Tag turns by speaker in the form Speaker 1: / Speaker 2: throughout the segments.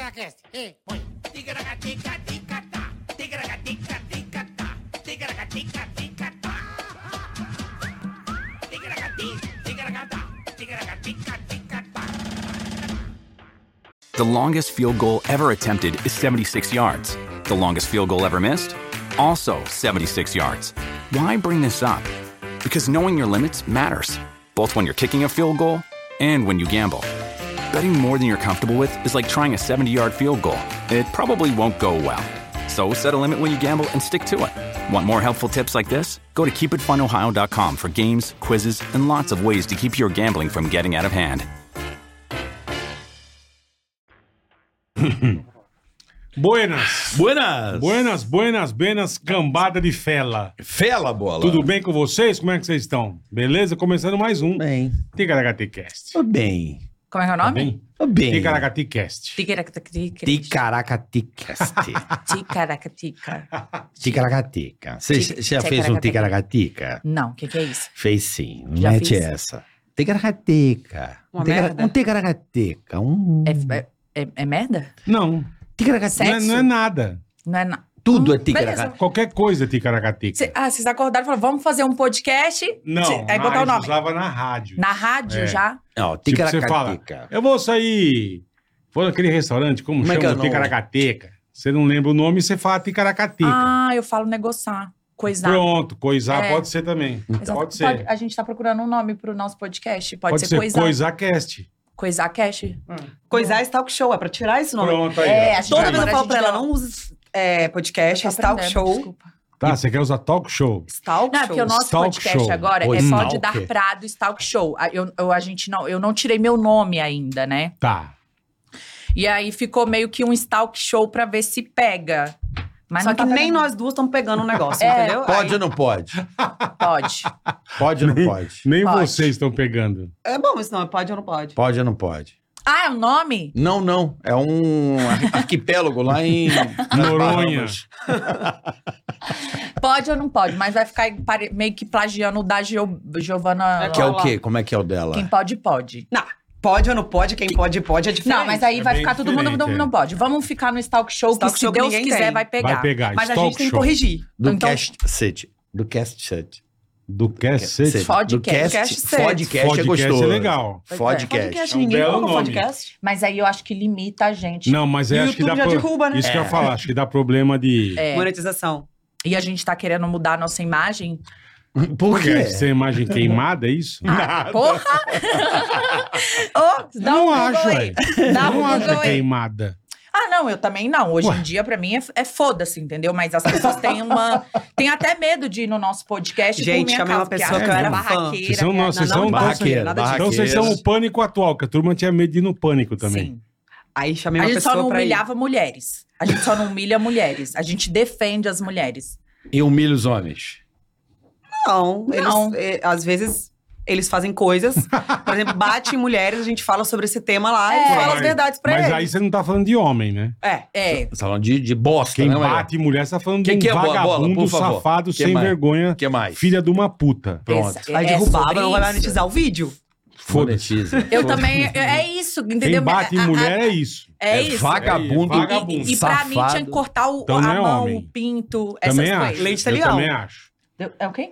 Speaker 1: Ticaracast. E põe.
Speaker 2: Ticaracaticaticatá. Ticaracaticaticatá. Ticaracaticaticatá. Ticaracati, ticaracatá. Ticaracaticaticatá.
Speaker 3: The longest field goal ever attempted is 76 yards. The longest field goal ever missed? Also 76 yards. Why bring this up? Because knowing your limits matters, both when you're kicking a field goal and when you gamble. Betting more than you're comfortable with is like trying a 70 yard field goal. It probably won't go well. So set a limit when you gamble and stick to it. Want more helpful tips like this? Go to keepitfunohio.com for games, quizzes, and lots of ways to keep your gambling from getting out of hand.
Speaker 4: Buenas.
Speaker 5: Buenas!
Speaker 4: Buenas, buenas, buenas, cambada de fela.
Speaker 5: Fela, bola!
Speaker 4: Tudo bem com vocês? Como é que vocês estão? Beleza? Começando mais um
Speaker 6: Bem.
Speaker 4: Ticaracaticast.
Speaker 6: Tô bem.
Speaker 7: Como é que é o nome?
Speaker 4: Tá Bem?
Speaker 6: Tô bem.
Speaker 4: Ticaracaticast.
Speaker 7: Ticaracatica.
Speaker 6: Ticaracatica.
Speaker 7: Ticaracatica.
Speaker 6: Ticaracatica. Você
Speaker 7: Tic-
Speaker 6: já fez um ticaracatica?
Speaker 7: Não, o que, que é isso?
Speaker 6: Fez sim. Não
Speaker 7: Já
Speaker 6: mete
Speaker 7: fiz.
Speaker 6: essa. Ticaracatica.
Speaker 7: Uma
Speaker 6: Um ticara-
Speaker 7: merda. né?
Speaker 6: Um ticaracatica. Um.
Speaker 7: É, é- é- é merda?
Speaker 4: Não, não
Speaker 6: Ticaracatica.
Speaker 4: Hum. é,
Speaker 7: Sexo?
Speaker 4: não é nada.
Speaker 7: Não é na...
Speaker 6: Tudo é
Speaker 7: Beleza.
Speaker 6: ticaracatica.
Speaker 4: Qualquer coisa é ticaracatica.
Speaker 7: Cê- ah, vocês acordaram e falaram, vamos fazer um podcast?
Speaker 4: Não,
Speaker 7: Cê- Aí botar o
Speaker 4: mas
Speaker 7: nome.
Speaker 4: usava na rádio.
Speaker 7: Na rádio
Speaker 4: É.
Speaker 7: já?
Speaker 6: Não,
Speaker 4: Tipo, você fala,
Speaker 6: ticaracatica.
Speaker 4: eu vou sair, vou naquele restaurante, como,
Speaker 6: Como é que é o
Speaker 4: chama?
Speaker 6: nome?
Speaker 4: Ticaracateca. Você não lembra o nome, você fala ticaracateca.
Speaker 7: Ah, eu falo negociar. Coisar.
Speaker 4: Pronto, coisar
Speaker 7: É.
Speaker 4: pode ser também.
Speaker 7: Exato.
Speaker 4: Pode ser. Pode,
Speaker 7: a gente tá procurando um nome pro nosso podcast. Pode,
Speaker 4: ser,
Speaker 7: coisar.
Speaker 4: coisarcast.
Speaker 7: Coisar cash.
Speaker 8: é Coisar esse talk show, é pra tirar isso nome.
Speaker 4: Pronto aí. ó.
Speaker 7: a gente
Speaker 8: Toda
Speaker 7: É, Agora
Speaker 8: vez eu falo
Speaker 7: a
Speaker 8: pra
Speaker 7: gente
Speaker 8: ela,
Speaker 7: não-
Speaker 8: não use é, podcast,
Speaker 7: Tô
Speaker 8: esse talk
Speaker 7: aprendendo,
Speaker 8: show.
Speaker 7: desculpa.
Speaker 4: Tá, você quer usar talk show?
Speaker 8: Esse talk
Speaker 7: Não, é
Speaker 8: show.
Speaker 7: porque o nosso
Speaker 4: Stalk
Speaker 7: podcast
Speaker 4: show.
Speaker 7: agora
Speaker 4: Oi,
Speaker 7: é só de
Speaker 4: stalker.
Speaker 7: dar prado e talk show. A- Eu, eu- a gente não, eu não tirei meu nome ainda, né?
Speaker 4: Tá.
Speaker 7: E aí ficou meio que um stalk show pra ver se pega. Mas
Speaker 8: Só
Speaker 7: não
Speaker 8: que
Speaker 7: tá
Speaker 8: nem
Speaker 7: pegando.
Speaker 8: nós duas estamos pegando o negócio,
Speaker 7: É.
Speaker 8: entendeu?
Speaker 5: Pode ou não pode?
Speaker 7: pode.
Speaker 5: Pode ou não pode?
Speaker 4: Nem
Speaker 7: Pode.
Speaker 4: vocês estão pegando.
Speaker 8: É bom isso, não. é Pode ou não pode?
Speaker 5: Pode ou não pode?
Speaker 7: Ah, é o nome?
Speaker 5: Não, não. É um ar- arquipélago lá em nas
Speaker 4: Noronha.
Speaker 5: Bahamas.
Speaker 7: Pode ou não pode, mas vai ficar pare- meio que plagiando o da Gio... Giovana.
Speaker 8: É
Speaker 5: Que é o
Speaker 8: Olá.
Speaker 5: quê? Como é que é o dela?
Speaker 7: Quem pode, pode.
Speaker 8: Não, pode ou não pode, quem pode, pode é diferente.
Speaker 7: Não, mas aí
Speaker 4: É
Speaker 7: vai
Speaker 4: bem
Speaker 7: ficar todo mundo
Speaker 4: diferente,
Speaker 7: não,
Speaker 4: é.
Speaker 7: não pode. Vamos ficar no stalk show
Speaker 8: Stalk
Speaker 7: que
Speaker 8: show
Speaker 7: se
Speaker 8: que
Speaker 7: Deus
Speaker 8: ninguém
Speaker 7: quiser
Speaker 8: tem.
Speaker 7: vai pegar.
Speaker 4: Vai pegar.
Speaker 8: Mas a
Speaker 4: talk
Speaker 8: gente tem que
Speaker 4: show.
Speaker 8: corrigir.
Speaker 6: Do
Speaker 7: Então-
Speaker 6: cast city. Do cast city.
Speaker 4: Do cacete.
Speaker 7: Podcast.
Speaker 6: Do cast.
Speaker 8: Podcast
Speaker 6: Podcast é gostoso.
Speaker 4: é legal.
Speaker 7: Pois é.
Speaker 6: Podcast.
Speaker 8: Podcast, assim, ninguém
Speaker 4: belo
Speaker 8: coloca
Speaker 4: nome.
Speaker 8: podcast.
Speaker 7: Mas aí eu acho que limita a gente.
Speaker 4: Não, mas
Speaker 8: E
Speaker 4: é,
Speaker 8: o
Speaker 4: acho que dá
Speaker 8: YouTube já derruba, né?
Speaker 4: Isso que eu ia falar, acho que dá problema de.
Speaker 7: É,
Speaker 8: Monetização.
Speaker 7: E a gente tá querendo mudar a nossa imagem.
Speaker 6: Por
Speaker 4: Porque
Speaker 6: quê?
Speaker 4: essa imagem queimada, é isso?
Speaker 8: Ah,
Speaker 7: Porra! Ô, dá
Speaker 4: não
Speaker 7: um Google
Speaker 4: acho,
Speaker 7: aí.
Speaker 4: velho.
Speaker 7: Dá
Speaker 4: Não
Speaker 7: um Google
Speaker 4: acho
Speaker 7: aí.
Speaker 4: queimada.
Speaker 7: Ah, não, eu também não. Hoje
Speaker 4: Ué.
Speaker 7: em dia, pra mim, é, é foda-se, entendeu? Mas as pessoas têm uma. têm até medo de ir no nosso podcast.
Speaker 8: Gente,
Speaker 7: minha
Speaker 8: chamei uma
Speaker 7: causa, porque
Speaker 8: pessoa
Speaker 7: acha
Speaker 4: que eu
Speaker 7: é
Speaker 4: era
Speaker 8: fã.
Speaker 7: barraqueira,
Speaker 4: Vocês são
Speaker 7: que é-
Speaker 4: nossos, vocês
Speaker 8: Não,
Speaker 4: são
Speaker 8: não,
Speaker 5: barraqueiro,
Speaker 8: nada disso.
Speaker 4: Então vocês são o pânico atual, que a turma tinha medo de ir no pânico também.
Speaker 7: Sim.
Speaker 8: Aí chamei
Speaker 7: A
Speaker 8: uma
Speaker 7: gente
Speaker 8: pessoa
Speaker 7: só não
Speaker 8: pra ir.
Speaker 7: humilhava mulheres. A gente só não humilha mulheres. A gente defende as mulheres.
Speaker 5: E humilha os homens.
Speaker 8: Não,
Speaker 7: Não.
Speaker 8: Eles, eh, às vezes eles fazem coisas. Por exemplo, bate em mulheres, a gente fala sobre esse tema lá
Speaker 7: É.
Speaker 8: e fala as
Speaker 4: Mas-
Speaker 8: verdades pra
Speaker 4: Mas
Speaker 8: eles.
Speaker 4: aí você não tá falando de homem, né?
Speaker 8: É.
Speaker 7: É.
Speaker 5: Tá falando de, de bosta,
Speaker 4: Quem
Speaker 5: né, Maria?
Speaker 4: bate em mulher, você tá falando
Speaker 5: Quem
Speaker 4: de
Speaker 5: que
Speaker 4: um
Speaker 5: é boa- bola,
Speaker 4: vagabundo,
Speaker 5: por favor?
Speaker 4: safado,
Speaker 5: Quem
Speaker 4: sem
Speaker 5: mais?
Speaker 4: vergonha,
Speaker 5: O que mais?
Speaker 4: filha de uma puta.
Speaker 5: Pronto.
Speaker 7: Essa-
Speaker 8: Vai
Speaker 7: é
Speaker 8: derrubar,
Speaker 7: sobre
Speaker 8: não vai
Speaker 7: isso.
Speaker 8: monetizar o vídeo.
Speaker 4: Foda-se.
Speaker 5: Monetiza.
Speaker 7: Eu também. É isso,
Speaker 4: Quem
Speaker 7: entendeu?
Speaker 4: bate em
Speaker 7: A- a-
Speaker 4: mulher é isso.
Speaker 7: É,
Speaker 5: É
Speaker 7: isso.
Speaker 5: vagabundo,
Speaker 4: É,
Speaker 7: E-
Speaker 4: vagabundo.
Speaker 7: E, e pra mim tinha
Speaker 5: safado.
Speaker 7: que cortar o,
Speaker 4: Então
Speaker 7: a
Speaker 4: não é
Speaker 7: mão,
Speaker 4: homem.
Speaker 7: o pinto, essas
Speaker 4: Também
Speaker 7: coisas.
Speaker 4: acho.
Speaker 8: Leite
Speaker 4: eu
Speaker 8: italiano.
Speaker 4: também acho.
Speaker 7: Deu- É o quê?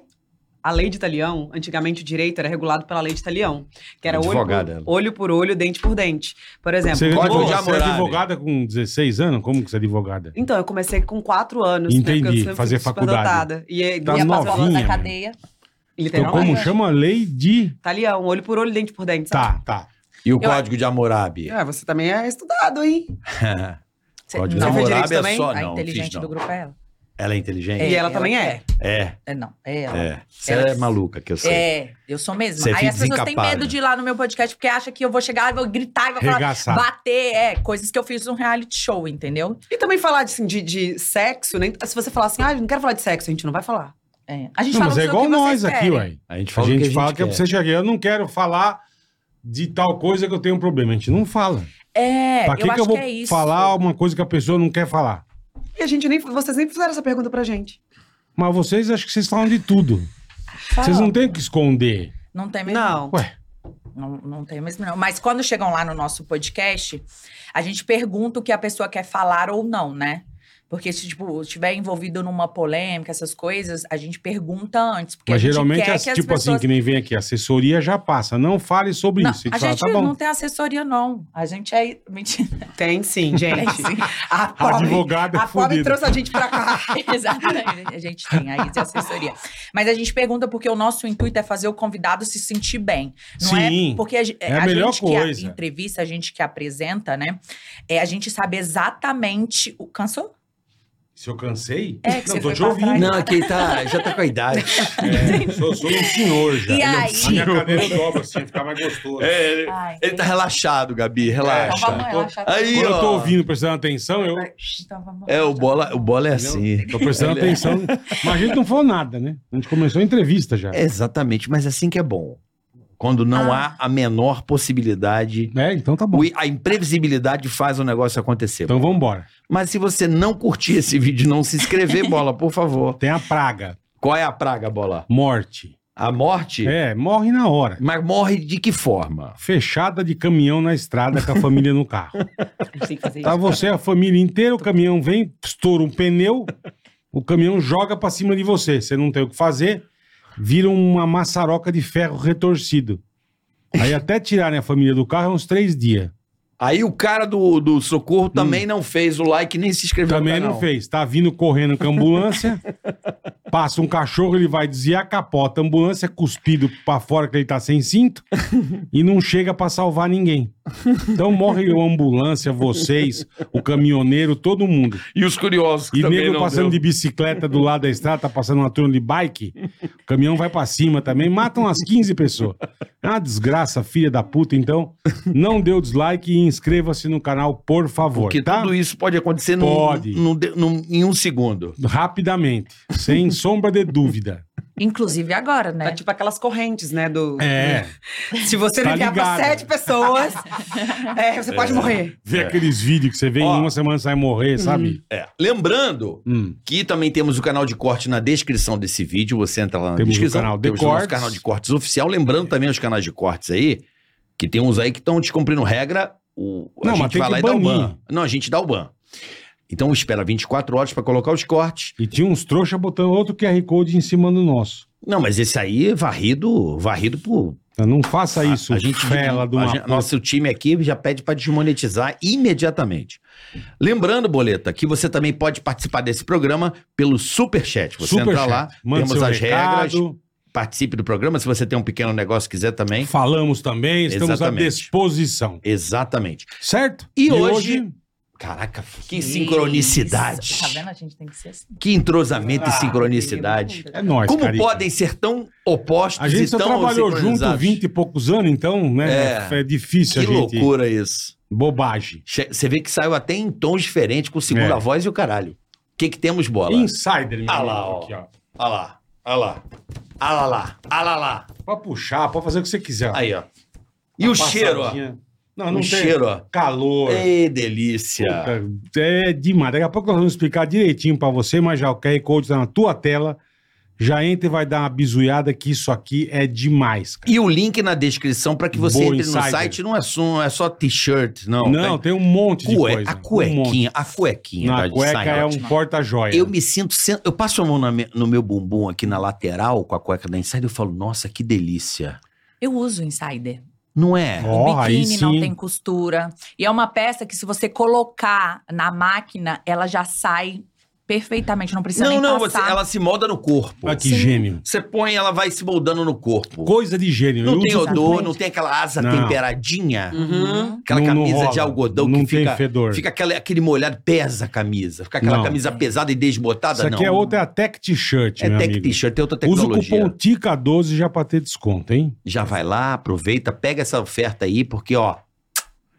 Speaker 8: A lei de Italião, antigamente o direito era regulado pela lei de Italião, que era olho
Speaker 5: Advogada ela.
Speaker 8: por, olho por olho, dente por dente. Por exemplo,
Speaker 4: Você, é
Speaker 5: Código
Speaker 4: advogada-
Speaker 5: de
Speaker 4: você é
Speaker 5: Hammurabi.
Speaker 4: advogada com 16 anos? Como que você é advogada?
Speaker 8: Então, eu comecei com quatro anos.
Speaker 4: Entendi,
Speaker 8: porque eu sempre
Speaker 4: fazer
Speaker 8: fui super
Speaker 4: faculdade.
Speaker 8: dotada. E, é, e
Speaker 4: Tá
Speaker 7: Ia passar
Speaker 4: novinha,
Speaker 7: da
Speaker 4: mano.
Speaker 7: cadeia.
Speaker 4: Então,
Speaker 8: literalmente.
Speaker 4: como
Speaker 7: é.
Speaker 4: chama a lei de...
Speaker 8: Italião, olho por olho, dente por dente. sabe?
Speaker 4: Tá, tá.
Speaker 5: E o código de Hammurabi?
Speaker 8: É, você também é estudado, hein?
Speaker 7: Cê-
Speaker 5: Código de
Speaker 8: Não. Você
Speaker 5: Hammurabi
Speaker 8: fez direito
Speaker 5: é
Speaker 8: também?
Speaker 5: só,
Speaker 7: a
Speaker 5: não.
Speaker 7: inteligente
Speaker 5: fiz, não.
Speaker 7: do grupo é ela.
Speaker 5: Ela é inteligente?
Speaker 8: E ela também é.
Speaker 5: É,
Speaker 7: É, não, é ela.
Speaker 5: é. Você é maluca, que eu sei.
Speaker 7: É, eu sou mesmo.
Speaker 5: Você
Speaker 7: Aí
Speaker 5: fica
Speaker 7: as pessoas têm
Speaker 5: desencapada.
Speaker 7: medo de ir lá no meu podcast porque acham que eu vou chegar, vou gritar e vou falar,
Speaker 4: Regaçar.
Speaker 7: bater, é, coisas que eu fiz num reality show, entendeu?
Speaker 8: E também falar assim, de, de sexo, nem, se você falar assim, ah, eu não quero falar de sexo, a gente não vai falar.
Speaker 7: É. A gente
Speaker 4: Não,
Speaker 7: fala
Speaker 4: mas é
Speaker 7: sobre
Speaker 4: igual
Speaker 7: o que
Speaker 4: nós
Speaker 7: vocês
Speaker 4: aqui,
Speaker 7: querem.
Speaker 4: ué.
Speaker 5: A gente
Speaker 4: A
Speaker 5: fala
Speaker 4: gente fala que
Speaker 5: quer.
Speaker 4: é pra você chegar. Eu não quero falar de tal coisa que eu tenho um problema. A gente não fala.
Speaker 7: É,
Speaker 4: pra que
Speaker 7: eu
Speaker 4: que
Speaker 7: acho
Speaker 4: eu vou
Speaker 7: que é isso.
Speaker 4: falar uma coisa que a pessoa não quer falar?
Speaker 8: E a gente nem. Vocês nem fizeram essa pergunta pra gente.
Speaker 4: Mas vocês, acho que vocês falam de tudo.
Speaker 7: Fala.
Speaker 4: Vocês não têm o que esconder.
Speaker 7: Não tem medo.
Speaker 8: Não.
Speaker 4: Ué,
Speaker 7: Não, não tem mesmo, não. Mas quando chegam lá no nosso podcast, a gente pergunta o que a pessoa quer falar ou não, né? Porque se, tipo, estiver envolvido numa polêmica, essas coisas, a gente pergunta antes. Porque
Speaker 4: Mas
Speaker 7: a gente
Speaker 4: geralmente,
Speaker 7: quer
Speaker 4: as-
Speaker 7: que as
Speaker 4: tipo
Speaker 7: pessoas...
Speaker 4: assim, que nem vem aqui, assessoria já passa. Não fale sobre
Speaker 7: Não,
Speaker 4: Tipo isso.
Speaker 7: a
Speaker 4: fala, "Tá
Speaker 7: gente não tem assessoria, não. A gente é. Mentira.
Speaker 8: Tem sim, gente. A
Speaker 4: A
Speaker 8: pobre,
Speaker 4: advogada é
Speaker 8: a pobre
Speaker 4: fodida.
Speaker 8: trouxe a gente pra cá.
Speaker 7: Exatamente. A gente tem aí de assessoria. Mas a gente pergunta porque o nosso intuito é fazer o convidado se sentir bem. Não
Speaker 4: Sim,
Speaker 7: é porque a, ge-
Speaker 4: é a melhor
Speaker 7: gente que a-
Speaker 4: coisa.
Speaker 7: entrevista, a gente que apresenta, né? É a gente sabe exatamente o. Cansou?
Speaker 4: Se eu cansei?
Speaker 7: É, que
Speaker 4: não,
Speaker 7: você
Speaker 4: tô
Speaker 7: foi
Speaker 4: te
Speaker 7: pra
Speaker 4: ouvindo.
Speaker 7: trás.
Speaker 6: Não, aqui tá, já tá com a idade.
Speaker 4: É, sou, sou um senhor já.
Speaker 7: E
Speaker 4: A minha
Speaker 7: aí?
Speaker 4: cadeira eu dobro assim, fica mais gostoso.
Speaker 5: É,
Speaker 7: Ai,
Speaker 5: ele tá relaxado, Gabi, relaxa.
Speaker 7: Então vamos relaxar.
Speaker 5: Aí,
Speaker 4: Quando eu tô
Speaker 5: ó.
Speaker 4: ouvindo, prestando atenção, eu
Speaker 7: Então vamos
Speaker 5: É, o
Speaker 7: relaxar.
Speaker 5: bola, o bola é assim.
Speaker 4: tô prestando
Speaker 5: Ele é-
Speaker 4: atenção. Mas a gente não falou nada, né? A gente começou a entrevista já. É,
Speaker 6: Exatamente, mas assim que é bom. Quando não
Speaker 7: Ah.
Speaker 6: há a menor possibilidade,
Speaker 4: então tá bom.
Speaker 6: o i- a imprevisibilidade faz o negócio acontecer.
Speaker 4: Então vambora.
Speaker 6: Mas se você não curtir esse vídeo, não se inscrever, bola, por favor.
Speaker 4: Tem a praga,
Speaker 6: Qual é a praga, bola?
Speaker 4: morte.
Speaker 6: A morte?
Speaker 4: É, morre na hora.
Speaker 6: Mas morre de que forma?
Speaker 4: Fechada de caminhão na estrada com a família no carro.
Speaker 8: Eu sei fazer
Speaker 4: Tá você, a família inteira, o caminhão vem, estoura um pneu, o caminhão joga pra cima de você. Você não tem o que fazer, vira uma maçaroca de ferro retorcido. Aí até tirarem a família do carro é uns três dias.
Speaker 6: Aí o cara do, do socorro também não fez o like nem se inscreveu no
Speaker 4: Hum. Também
Speaker 6: canal.
Speaker 4: não fez. Tá vindo correndo com a ambulância. passa um cachorro, ele vai desviar, capota a ambulância, é cuspido pra fora que ele tá sem cinto. e não chega pra salvar ninguém. Então morre a ambulância, vocês, o caminhoneiro, todo mundo.
Speaker 5: E os curiosos que
Speaker 4: E
Speaker 5: também
Speaker 4: nego
Speaker 5: não
Speaker 4: passando
Speaker 5: deu.
Speaker 4: de bicicleta do lado da estrada, tá passando uma turma de bike. O caminhão vai pra cima também, matam as 15 pessoas. É uma desgraça, filha da puta. Então, não dê o dislike e inscreva-se no canal, por favor.
Speaker 6: Porque
Speaker 4: tá?
Speaker 6: tudo isso pode acontecer num-
Speaker 4: Pode.
Speaker 6: num de- num- em um segundo.
Speaker 4: Rapidamente, sem sombra de dúvida.
Speaker 7: Inclusive agora, né?
Speaker 8: Tá tipo aquelas correntes, né? Do...
Speaker 4: É.
Speaker 8: Se você
Speaker 4: Tá
Speaker 8: não enviar pra
Speaker 4: ligado.
Speaker 8: sete pessoas, é, você pode morrer.
Speaker 4: Ver aqueles vídeos que você vê em
Speaker 5: Ó.
Speaker 4: uma semana você vai morrer,
Speaker 6: Uhum.
Speaker 4: sabe?
Speaker 5: É. Lembrando
Speaker 4: Hum.
Speaker 6: Que também temos o canal de corte na descrição desse vídeo. Você entra lá na
Speaker 4: Temos o
Speaker 6: descrição.
Speaker 4: canal de
Speaker 6: temos o nosso
Speaker 4: cortes.
Speaker 6: canal de cortes oficial. Lembrando também os canais de cortes aí, que tem uns aí que estão descumprindo regra. O, a
Speaker 4: Não, mas
Speaker 6: gente
Speaker 4: tem
Speaker 6: vai
Speaker 4: que
Speaker 6: lá e dá o
Speaker 4: banir.
Speaker 6: ban. Não, a gente dá o ban. Então espera 24 horas pra colocar os cortes.
Speaker 4: E tinha uns trouxa botando outro QR Code em cima do nosso.
Speaker 6: Não, mas esse aí é varrido, varrido por.
Speaker 4: Então, Não faça isso,
Speaker 6: a gente
Speaker 4: fela de uma
Speaker 6: a gente-
Speaker 4: puta.
Speaker 6: Nosso time aqui já pede pra desmonetizar imediatamente. Lembrando, Boleta, que você também pode participar desse programa pelo Superchat. Você entra
Speaker 4: Superchat.
Speaker 6: lá,
Speaker 4: Manda
Speaker 6: temos
Speaker 4: seu
Speaker 6: as regras,
Speaker 4: recado.
Speaker 6: participe do programa. Se você tem um pequeno negócio, quiser também.
Speaker 4: Falamos também, estamos
Speaker 6: Exatamente.
Speaker 4: à disposição.
Speaker 6: Exatamente.
Speaker 4: Certo?
Speaker 6: E hoje- Caraca, que sincronicidade.
Speaker 7: Tá vendo? A gente tem que ser assim.
Speaker 6: Que entrosamento e sincronicidade.
Speaker 4: É nóis,
Speaker 6: Como
Speaker 4: Carica.
Speaker 6: podem ser tão opostos
Speaker 4: A gente
Speaker 6: e
Speaker 4: só
Speaker 6: tão
Speaker 4: trabalhou junto
Speaker 6: sincronizados?
Speaker 4: 20 e poucos anos, então, né? É,
Speaker 6: É.
Speaker 4: difícil
Speaker 6: Que
Speaker 4: a gente.
Speaker 6: loucura isso.
Speaker 4: Bobagem.
Speaker 6: Che- Você vê que saiu até em tons diferentes, com segunda
Speaker 4: É.
Speaker 6: voz e o caralho. O que, que temos, bola?
Speaker 4: Insider, meu
Speaker 6: Ah lá,
Speaker 4: amigo,
Speaker 6: ó.
Speaker 4: aqui, ó.
Speaker 6: Olha lá, olha lá. Olha lá, lá, olha lá, lá.
Speaker 4: Pode puxar, pode fazer o que você quiser. ó.
Speaker 6: Aí, ó. E o cheiro, ó.
Speaker 4: Passadinha. Não,
Speaker 6: O
Speaker 4: não tem
Speaker 6: cheiro, ó.
Speaker 4: calor.
Speaker 6: Ei, delícia.
Speaker 4: Puta, É demais. Daqui a pouco nós vamos explicar direitinho pra você, mas já o QR Code tá na tua tela. Já entra e vai dar uma bizuiada que isso aqui é demais, cara.
Speaker 6: E o link na descrição para que você
Speaker 4: Boa
Speaker 6: entre
Speaker 4: insider.
Speaker 6: no site. Não é, só- não é só t-shirt, não.
Speaker 4: Não, tem um monte de
Speaker 6: Cue-
Speaker 4: coisa.
Speaker 6: A
Speaker 4: Um monte.
Speaker 6: cuequinha, a cuequinha.
Speaker 4: Na
Speaker 6: tá, de
Speaker 4: cueca
Speaker 6: saia.
Speaker 4: é um porta-joia.
Speaker 6: Eu me sinto. sen- Eu passo a mão na me- no meu bumbum aqui na lateral com a cueca da Insider e falo, nossa, que delícia.
Speaker 7: Eu uso o Insider.
Speaker 6: Não é?
Speaker 4: Ó,
Speaker 7: o
Speaker 4: aí
Speaker 7: biquíni não
Speaker 4: sim.
Speaker 7: tem costura. E é uma peça que se você colocar na máquina, ela já sai perfeitamente. Não precisa
Speaker 6: Não,
Speaker 7: nem
Speaker 6: não, você,
Speaker 7: é passar.
Speaker 6: ela se molda no corpo.
Speaker 4: Olha Ah, que
Speaker 7: Sim.
Speaker 4: gênio.
Speaker 6: Você põe, ela vai se moldando no corpo.
Speaker 4: Coisa de gênio.
Speaker 6: Não
Speaker 4: Eu
Speaker 6: tem
Speaker 4: uso-
Speaker 6: odor,
Speaker 7: Exatamente.
Speaker 6: não tem aquela asa
Speaker 4: Não.
Speaker 6: temperadinha,
Speaker 8: Uhum.
Speaker 6: aquela
Speaker 4: Não- não
Speaker 6: camisa de
Speaker 4: rola.
Speaker 6: algodão
Speaker 4: Não
Speaker 6: que
Speaker 4: tem
Speaker 6: fica.
Speaker 4: fedor.
Speaker 6: Fica aquela- aquele molhado, pesa a camisa. Fica aquela
Speaker 4: Não.
Speaker 6: camisa pesada e desbotada,
Speaker 4: Isso aqui
Speaker 6: não.
Speaker 4: é outra, é a Tech T-shirt,
Speaker 6: É
Speaker 4: meu
Speaker 6: tech
Speaker 4: um amigo.
Speaker 6: t-shirt, é outra
Speaker 4: Usa o
Speaker 6: tecnologia.
Speaker 4: cupom TICA12 já pra ter desconto, hein?
Speaker 6: Já vai lá, aproveita, pega essa oferta aí, porque, ó.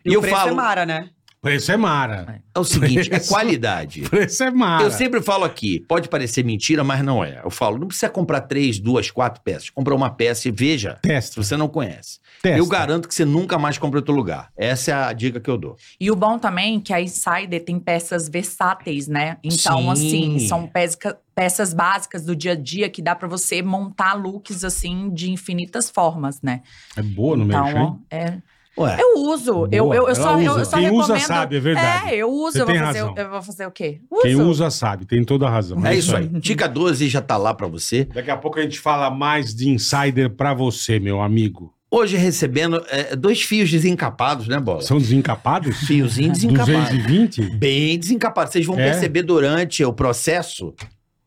Speaker 8: E o preço é mara, né?
Speaker 4: Preço é mara.
Speaker 6: É o seguinte, é
Speaker 4: Preço.
Speaker 6: qualidade.
Speaker 4: Preço é mara.
Speaker 6: Eu sempre falo aqui, pode parecer mentira, mas não é. Eu falo, não precisa comprar três, duas, quatro peças. Compra uma peça e veja se
Speaker 4: Testa,
Speaker 6: você não conhece.
Speaker 4: testa.
Speaker 6: Eu garanto que você nunca mais compra em outro lugar. Essa é a dica que eu dou.
Speaker 7: E o bom também é que a Insider tem peças versáteis, né? Então,
Speaker 6: Sim.
Speaker 7: assim, são pesca- peças básicas do dia a dia que dá pra você montar looks, assim, de infinitas formas, né?
Speaker 4: É boa no
Speaker 7: então,
Speaker 4: merchan, hein?
Speaker 7: ó, é.
Speaker 6: Ué,
Speaker 7: Eu uso. Eu,
Speaker 4: Boa,
Speaker 7: eu, eu
Speaker 4: ela
Speaker 7: só, eu-
Speaker 4: usa.
Speaker 7: eu só
Speaker 4: Quem
Speaker 7: recomendo.
Speaker 4: usa sabe, é verdade.
Speaker 7: É, eu uso.
Speaker 4: Você
Speaker 7: Eu vou,
Speaker 4: tem
Speaker 7: fazer,
Speaker 4: razão.
Speaker 7: eu vou fazer o quê? Uso.
Speaker 4: Quem usa sabe, tem toda a razão.
Speaker 6: é isso aí. Dica 12 já tá lá pra você.
Speaker 4: Daqui a pouco a gente fala mais de insider pra você, meu amigo.
Speaker 6: Hoje recebendo é, dois fios desencapados, né, Bola?
Speaker 4: São desencapados?
Speaker 6: Fiozinho desencapado.
Speaker 4: 220?
Speaker 6: Bem desencapado. Vocês vão
Speaker 4: É?
Speaker 6: perceber durante o processo,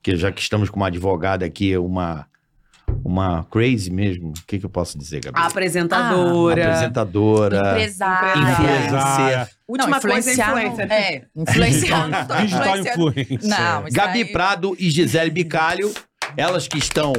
Speaker 6: que já que estamos com uma advogada aqui, uma uma crazy mesmo. O que, que eu posso dizer, Gabriel?
Speaker 8: Apresentadora.
Speaker 6: Apresentadora,
Speaker 7: Empresária.
Speaker 8: Empresária.
Speaker 6: influencer.
Speaker 8: Última
Speaker 7: Não,
Speaker 8: coisa é
Speaker 7: influenciar não-
Speaker 8: influencer.
Speaker 7: É, influenciar. não tô
Speaker 4: Digital, digital
Speaker 7: influenciando.
Speaker 4: influencer.
Speaker 7: Não, isso
Speaker 6: Gabi
Speaker 7: aí-
Speaker 6: Prado e Gisele Bicalho, elas que estão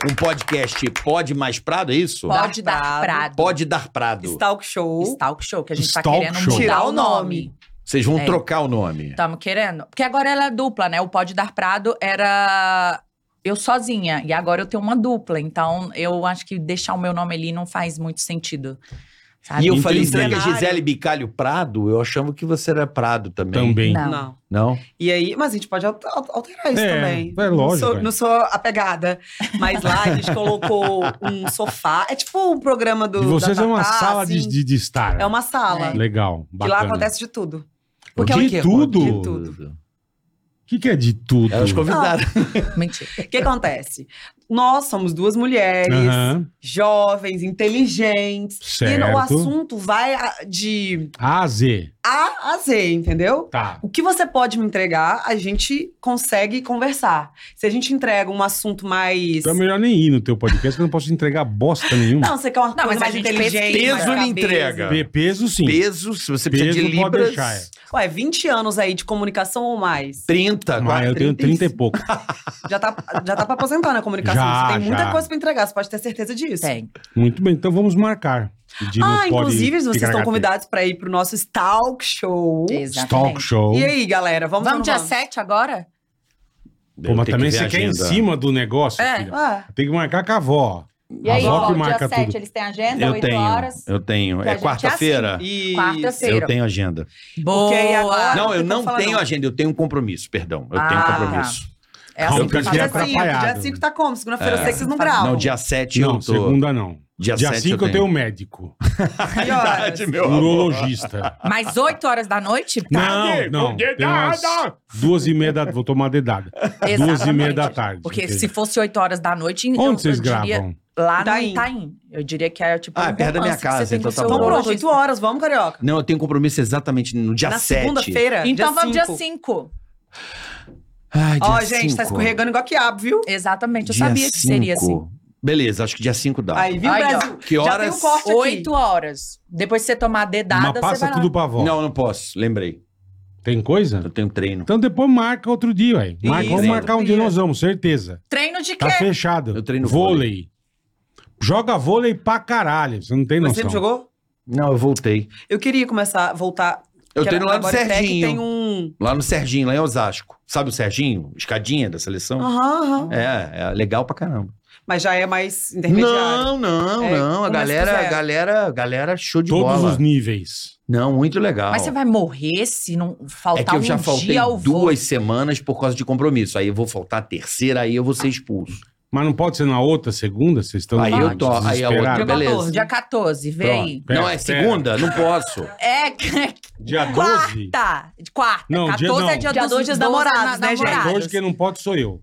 Speaker 6: com o podcast Pode Mais Prado, é isso?
Speaker 7: Pode dar prado.
Speaker 6: Pode Dar Prado.
Speaker 8: Stalk Show.
Speaker 7: Stalk Show, que a gente tá
Speaker 4: Stalk
Speaker 7: querendo
Speaker 4: Show.
Speaker 7: mudar o nome.
Speaker 6: Vocês vão
Speaker 7: É.
Speaker 6: trocar o nome.
Speaker 7: Estamos querendo. Porque agora ela é dupla, né? O Pode Dar Prado era eu sozinha. E agora eu tenho uma dupla. Então, eu acho que deixar o meu nome ali não faz muito sentido. Sabe?
Speaker 6: E eu
Speaker 4: Entendi.
Speaker 6: falei, será que é
Speaker 8: Cenário.
Speaker 6: Gisele Bicalho Prado? Eu achava que você era Prado também.
Speaker 4: Também.
Speaker 7: Não.
Speaker 8: Não.
Speaker 6: Não?
Speaker 8: E aí, mas a gente pode al- al- alterar isso
Speaker 4: É,
Speaker 8: também.
Speaker 4: é lógico,
Speaker 8: Não
Speaker 4: é.
Speaker 8: sou, não sou apegada. Mas lá a gente colocou um sofá. É tipo um programa do.
Speaker 4: E vocês
Speaker 8: da
Speaker 4: é uma
Speaker 8: Tatá,
Speaker 4: sala de,
Speaker 8: assim.
Speaker 4: de, de estar.
Speaker 8: É uma sala.
Speaker 4: Legal,
Speaker 8: E lá
Speaker 4: bacana.
Speaker 8: acontece é de tudo.
Speaker 4: Porque
Speaker 6: O
Speaker 4: de tudo?
Speaker 6: acontece?
Speaker 8: De tudo.
Speaker 4: O que, que é de tudo?
Speaker 6: É os convidados.
Speaker 7: Mentira.
Speaker 8: O que acontece? Nós somos duas mulheres,
Speaker 4: Aham,
Speaker 8: jovens, inteligentes.
Speaker 4: Certo.
Speaker 8: E o assunto vai a- de
Speaker 4: A, a Z.
Speaker 8: A a Z, entendeu?
Speaker 4: Tá.
Speaker 8: O que você pode me entregar, a gente consegue conversar. Se a gente entrega um assunto mais.
Speaker 4: Então é melhor nem ir no teu podcast, que eu não posso te entregar bosta nenhuma.
Speaker 8: Não, você quer uma
Speaker 7: mas
Speaker 8: coisa
Speaker 7: a
Speaker 8: mais
Speaker 7: gente
Speaker 8: inteligente.
Speaker 7: pesquisa.
Speaker 8: mais
Speaker 6: Peso ele
Speaker 8: cabeça.
Speaker 6: entrega.
Speaker 4: Pe- Peso, sim.
Speaker 6: Peso, se você precisa
Speaker 4: Peso
Speaker 6: de
Speaker 4: pode
Speaker 6: libras.
Speaker 4: deixar, é.
Speaker 8: Ué, 20 anos aí de comunicação ou mais.
Speaker 6: 30,
Speaker 4: Mas eu tenho 30 e
Speaker 6: 35.
Speaker 4: pouco.
Speaker 8: Já tá, já tá pra aposentar na comunicação.
Speaker 4: Já,
Speaker 8: você tem muita
Speaker 4: já.
Speaker 8: coisa pra entregar, você pode ter certeza disso.
Speaker 7: Tem.
Speaker 4: Muito bem, então vamos marcar. Pedir no
Speaker 8: Ah,
Speaker 4: Pod
Speaker 8: inclusive, vocês estão
Speaker 4: Ticaracati.
Speaker 8: convidados pra ir pro nosso Stalk Show.
Speaker 4: Talk
Speaker 7: Exatamente.
Speaker 4: show.
Speaker 8: E aí, galera, vamos
Speaker 7: Vamos
Speaker 8: ou
Speaker 7: dia
Speaker 8: não
Speaker 7: 7 agora?
Speaker 4: Pô, mas
Speaker 6: Eu tenho
Speaker 4: também
Speaker 6: que ver
Speaker 4: você
Speaker 6: a
Speaker 4: quer em
Speaker 6: agenda.
Speaker 4: cima do negócio,
Speaker 7: É.
Speaker 4: filha.
Speaker 8: Ah,
Speaker 4: Tem que marcar com a avó.
Speaker 7: E aí,
Speaker 4: A avó
Speaker 7: ó,
Speaker 4: que
Speaker 7: dia
Speaker 4: marca
Speaker 7: 7
Speaker 4: tudo.
Speaker 7: eles têm agenda,
Speaker 6: Eu
Speaker 7: 8
Speaker 8: então,
Speaker 6: tenho,
Speaker 7: horas.
Speaker 6: eu tenho.
Speaker 7: Que a
Speaker 6: É
Speaker 7: gente é
Speaker 6: quarta-feira?
Speaker 8: e...
Speaker 7: Quarta-feira.
Speaker 6: Eu tenho agenda.
Speaker 7: Boa!
Speaker 8: Porque aí agora- Ah,
Speaker 6: Não,
Speaker 8: não
Speaker 6: eu
Speaker 8: tem
Speaker 6: não
Speaker 8: como falar
Speaker 6: tenho
Speaker 8: não.
Speaker 6: agenda, eu tenho um compromisso, perdão. Eu tenho um
Speaker 7: Ah,
Speaker 6: compromisso.
Speaker 7: É
Speaker 4: Não,
Speaker 7: assim
Speaker 4: porque
Speaker 7: que
Speaker 4: a gente é
Speaker 7: faz assim.
Speaker 4: pra- atrapalhado.
Speaker 8: Dia 5 tá como? Segunda-feira eu sei que vocês não
Speaker 7: Não,
Speaker 8: gravam.
Speaker 6: É. Não, dia 7 eu
Speaker 4: Não,
Speaker 6: tô.
Speaker 4: segunda não.
Speaker 6: Dia
Speaker 4: Dia
Speaker 6: 7
Speaker 4: 5 eu tenho um médico.
Speaker 8: Que horas?
Speaker 6: Verdade, meu amor.
Speaker 4: Urologista.
Speaker 7: Mas 8 horas da noite?
Speaker 4: Não, não. Tem umas duas e meia da Vou tomar dedada.
Speaker 7: Então,
Speaker 4: Duas e meia da
Speaker 7: Exatamente.
Speaker 4: tarde.
Speaker 7: Porque
Speaker 4: entende?
Speaker 7: se fosse 8 horas da noite, eu,
Speaker 4: Onde vocês
Speaker 7: eu diria
Speaker 4: gravam?
Speaker 7: lá no
Speaker 8: Itaim.
Speaker 7: Itaim. Eu diria que é tipo
Speaker 6: Ah, perto da minha
Speaker 7: romance que um você
Speaker 6: casa,
Speaker 7: tem
Speaker 6: então
Speaker 7: com
Speaker 6: tá
Speaker 7: seu
Speaker 6: bom.
Speaker 8: Então pronto,
Speaker 7: urologista.
Speaker 8: 8 horas, vamos, Carioca.
Speaker 6: Não, eu tenho um compromisso exatamente no dia
Speaker 8: na
Speaker 6: 7.
Speaker 8: segunda-feira.
Speaker 7: Então vamos dia 5.
Speaker 8: cinco.
Speaker 6: Ai, dia
Speaker 8: Ó, gente,
Speaker 6: cinco.
Speaker 8: tá escorregando igual quiabo, viu?
Speaker 7: Exatamente, eu
Speaker 6: Dia
Speaker 7: sabia que seria assim.
Speaker 6: cinco. Beleza, acho que dia 5 dá.
Speaker 8: Aí, viu,
Speaker 7: Aí, ó.
Speaker 8: Brasil?
Speaker 6: Tá. Que
Speaker 8: Já tem
Speaker 6: horas?
Speaker 8: um corte aqui.
Speaker 7: 8 horas. Depois que você tomar a
Speaker 4: Mas
Speaker 7: dedada, você
Speaker 4: passa
Speaker 7: vai
Speaker 4: tudo
Speaker 7: lá.
Speaker 4: pra avó.
Speaker 6: Não, não posso, lembrei.
Speaker 4: Tem coisa?
Speaker 6: Eu tenho treino.
Speaker 4: Então depois marca outro dia, ué. Marca,
Speaker 8: Isso,
Speaker 4: vamos marcar um
Speaker 8: outro
Speaker 4: dia
Speaker 8: dia.
Speaker 4: nós vamos, certeza.
Speaker 7: Treino de quê?
Speaker 4: Tá fechado.
Speaker 6: Eu treino
Speaker 4: vôlei. Joga vôlei pra caralho. Você não tem
Speaker 8: Mas
Speaker 4: noção.
Speaker 8: você sempre jogou?
Speaker 6: Não, eu voltei.
Speaker 8: Eu queria começar, voltar.
Speaker 6: Eu
Speaker 8: que
Speaker 6: treino
Speaker 8: era-
Speaker 6: lá no
Speaker 8: agora tem-
Speaker 6: Serginho.
Speaker 8: Tem um...
Speaker 6: Lá no Serginho, lá em Osasco. Sabe o Serginho? Escadinha da seleção?
Speaker 7: Ah.
Speaker 8: Aham, aham.
Speaker 6: É, é legal pra caramba.
Speaker 8: Mas já é mais intermediário.
Speaker 6: Não, não,
Speaker 8: É,
Speaker 6: não. A
Speaker 8: começa do
Speaker 6: galera, a
Speaker 8: zero.
Speaker 6: galera, a galera, show de
Speaker 4: Todos
Speaker 6: bola.
Speaker 4: os níveis.
Speaker 6: Não, muito legal.
Speaker 7: Mas você vai morrer se não
Speaker 6: É
Speaker 7: faltar
Speaker 6: que eu já
Speaker 7: um
Speaker 6: faltei
Speaker 7: dia ao
Speaker 6: duas
Speaker 7: voo.
Speaker 6: semanas por causa de compromisso. Aí eu vou faltar a terceira, aí eu vou ser expulso.
Speaker 4: Mas não pode ser na outra segunda? Vocês estão
Speaker 6: aí eu tô, aí a outra,
Speaker 4: desesperados.
Speaker 6: beleza.
Speaker 7: Dia 14, vê
Speaker 6: Pronto.
Speaker 7: aí.
Speaker 6: não, é
Speaker 4: Pera,
Speaker 6: segunda? Não posso.
Speaker 7: É,
Speaker 4: Dia 12?
Speaker 7: quarta. Quarta.
Speaker 4: Não, dia
Speaker 7: 14 é
Speaker 4: não.
Speaker 7: dia,
Speaker 8: Dia
Speaker 7: dos
Speaker 8: 12 dos namorados, né,
Speaker 4: Dia
Speaker 8: Namorados.
Speaker 4: 12 quem não pode sou eu.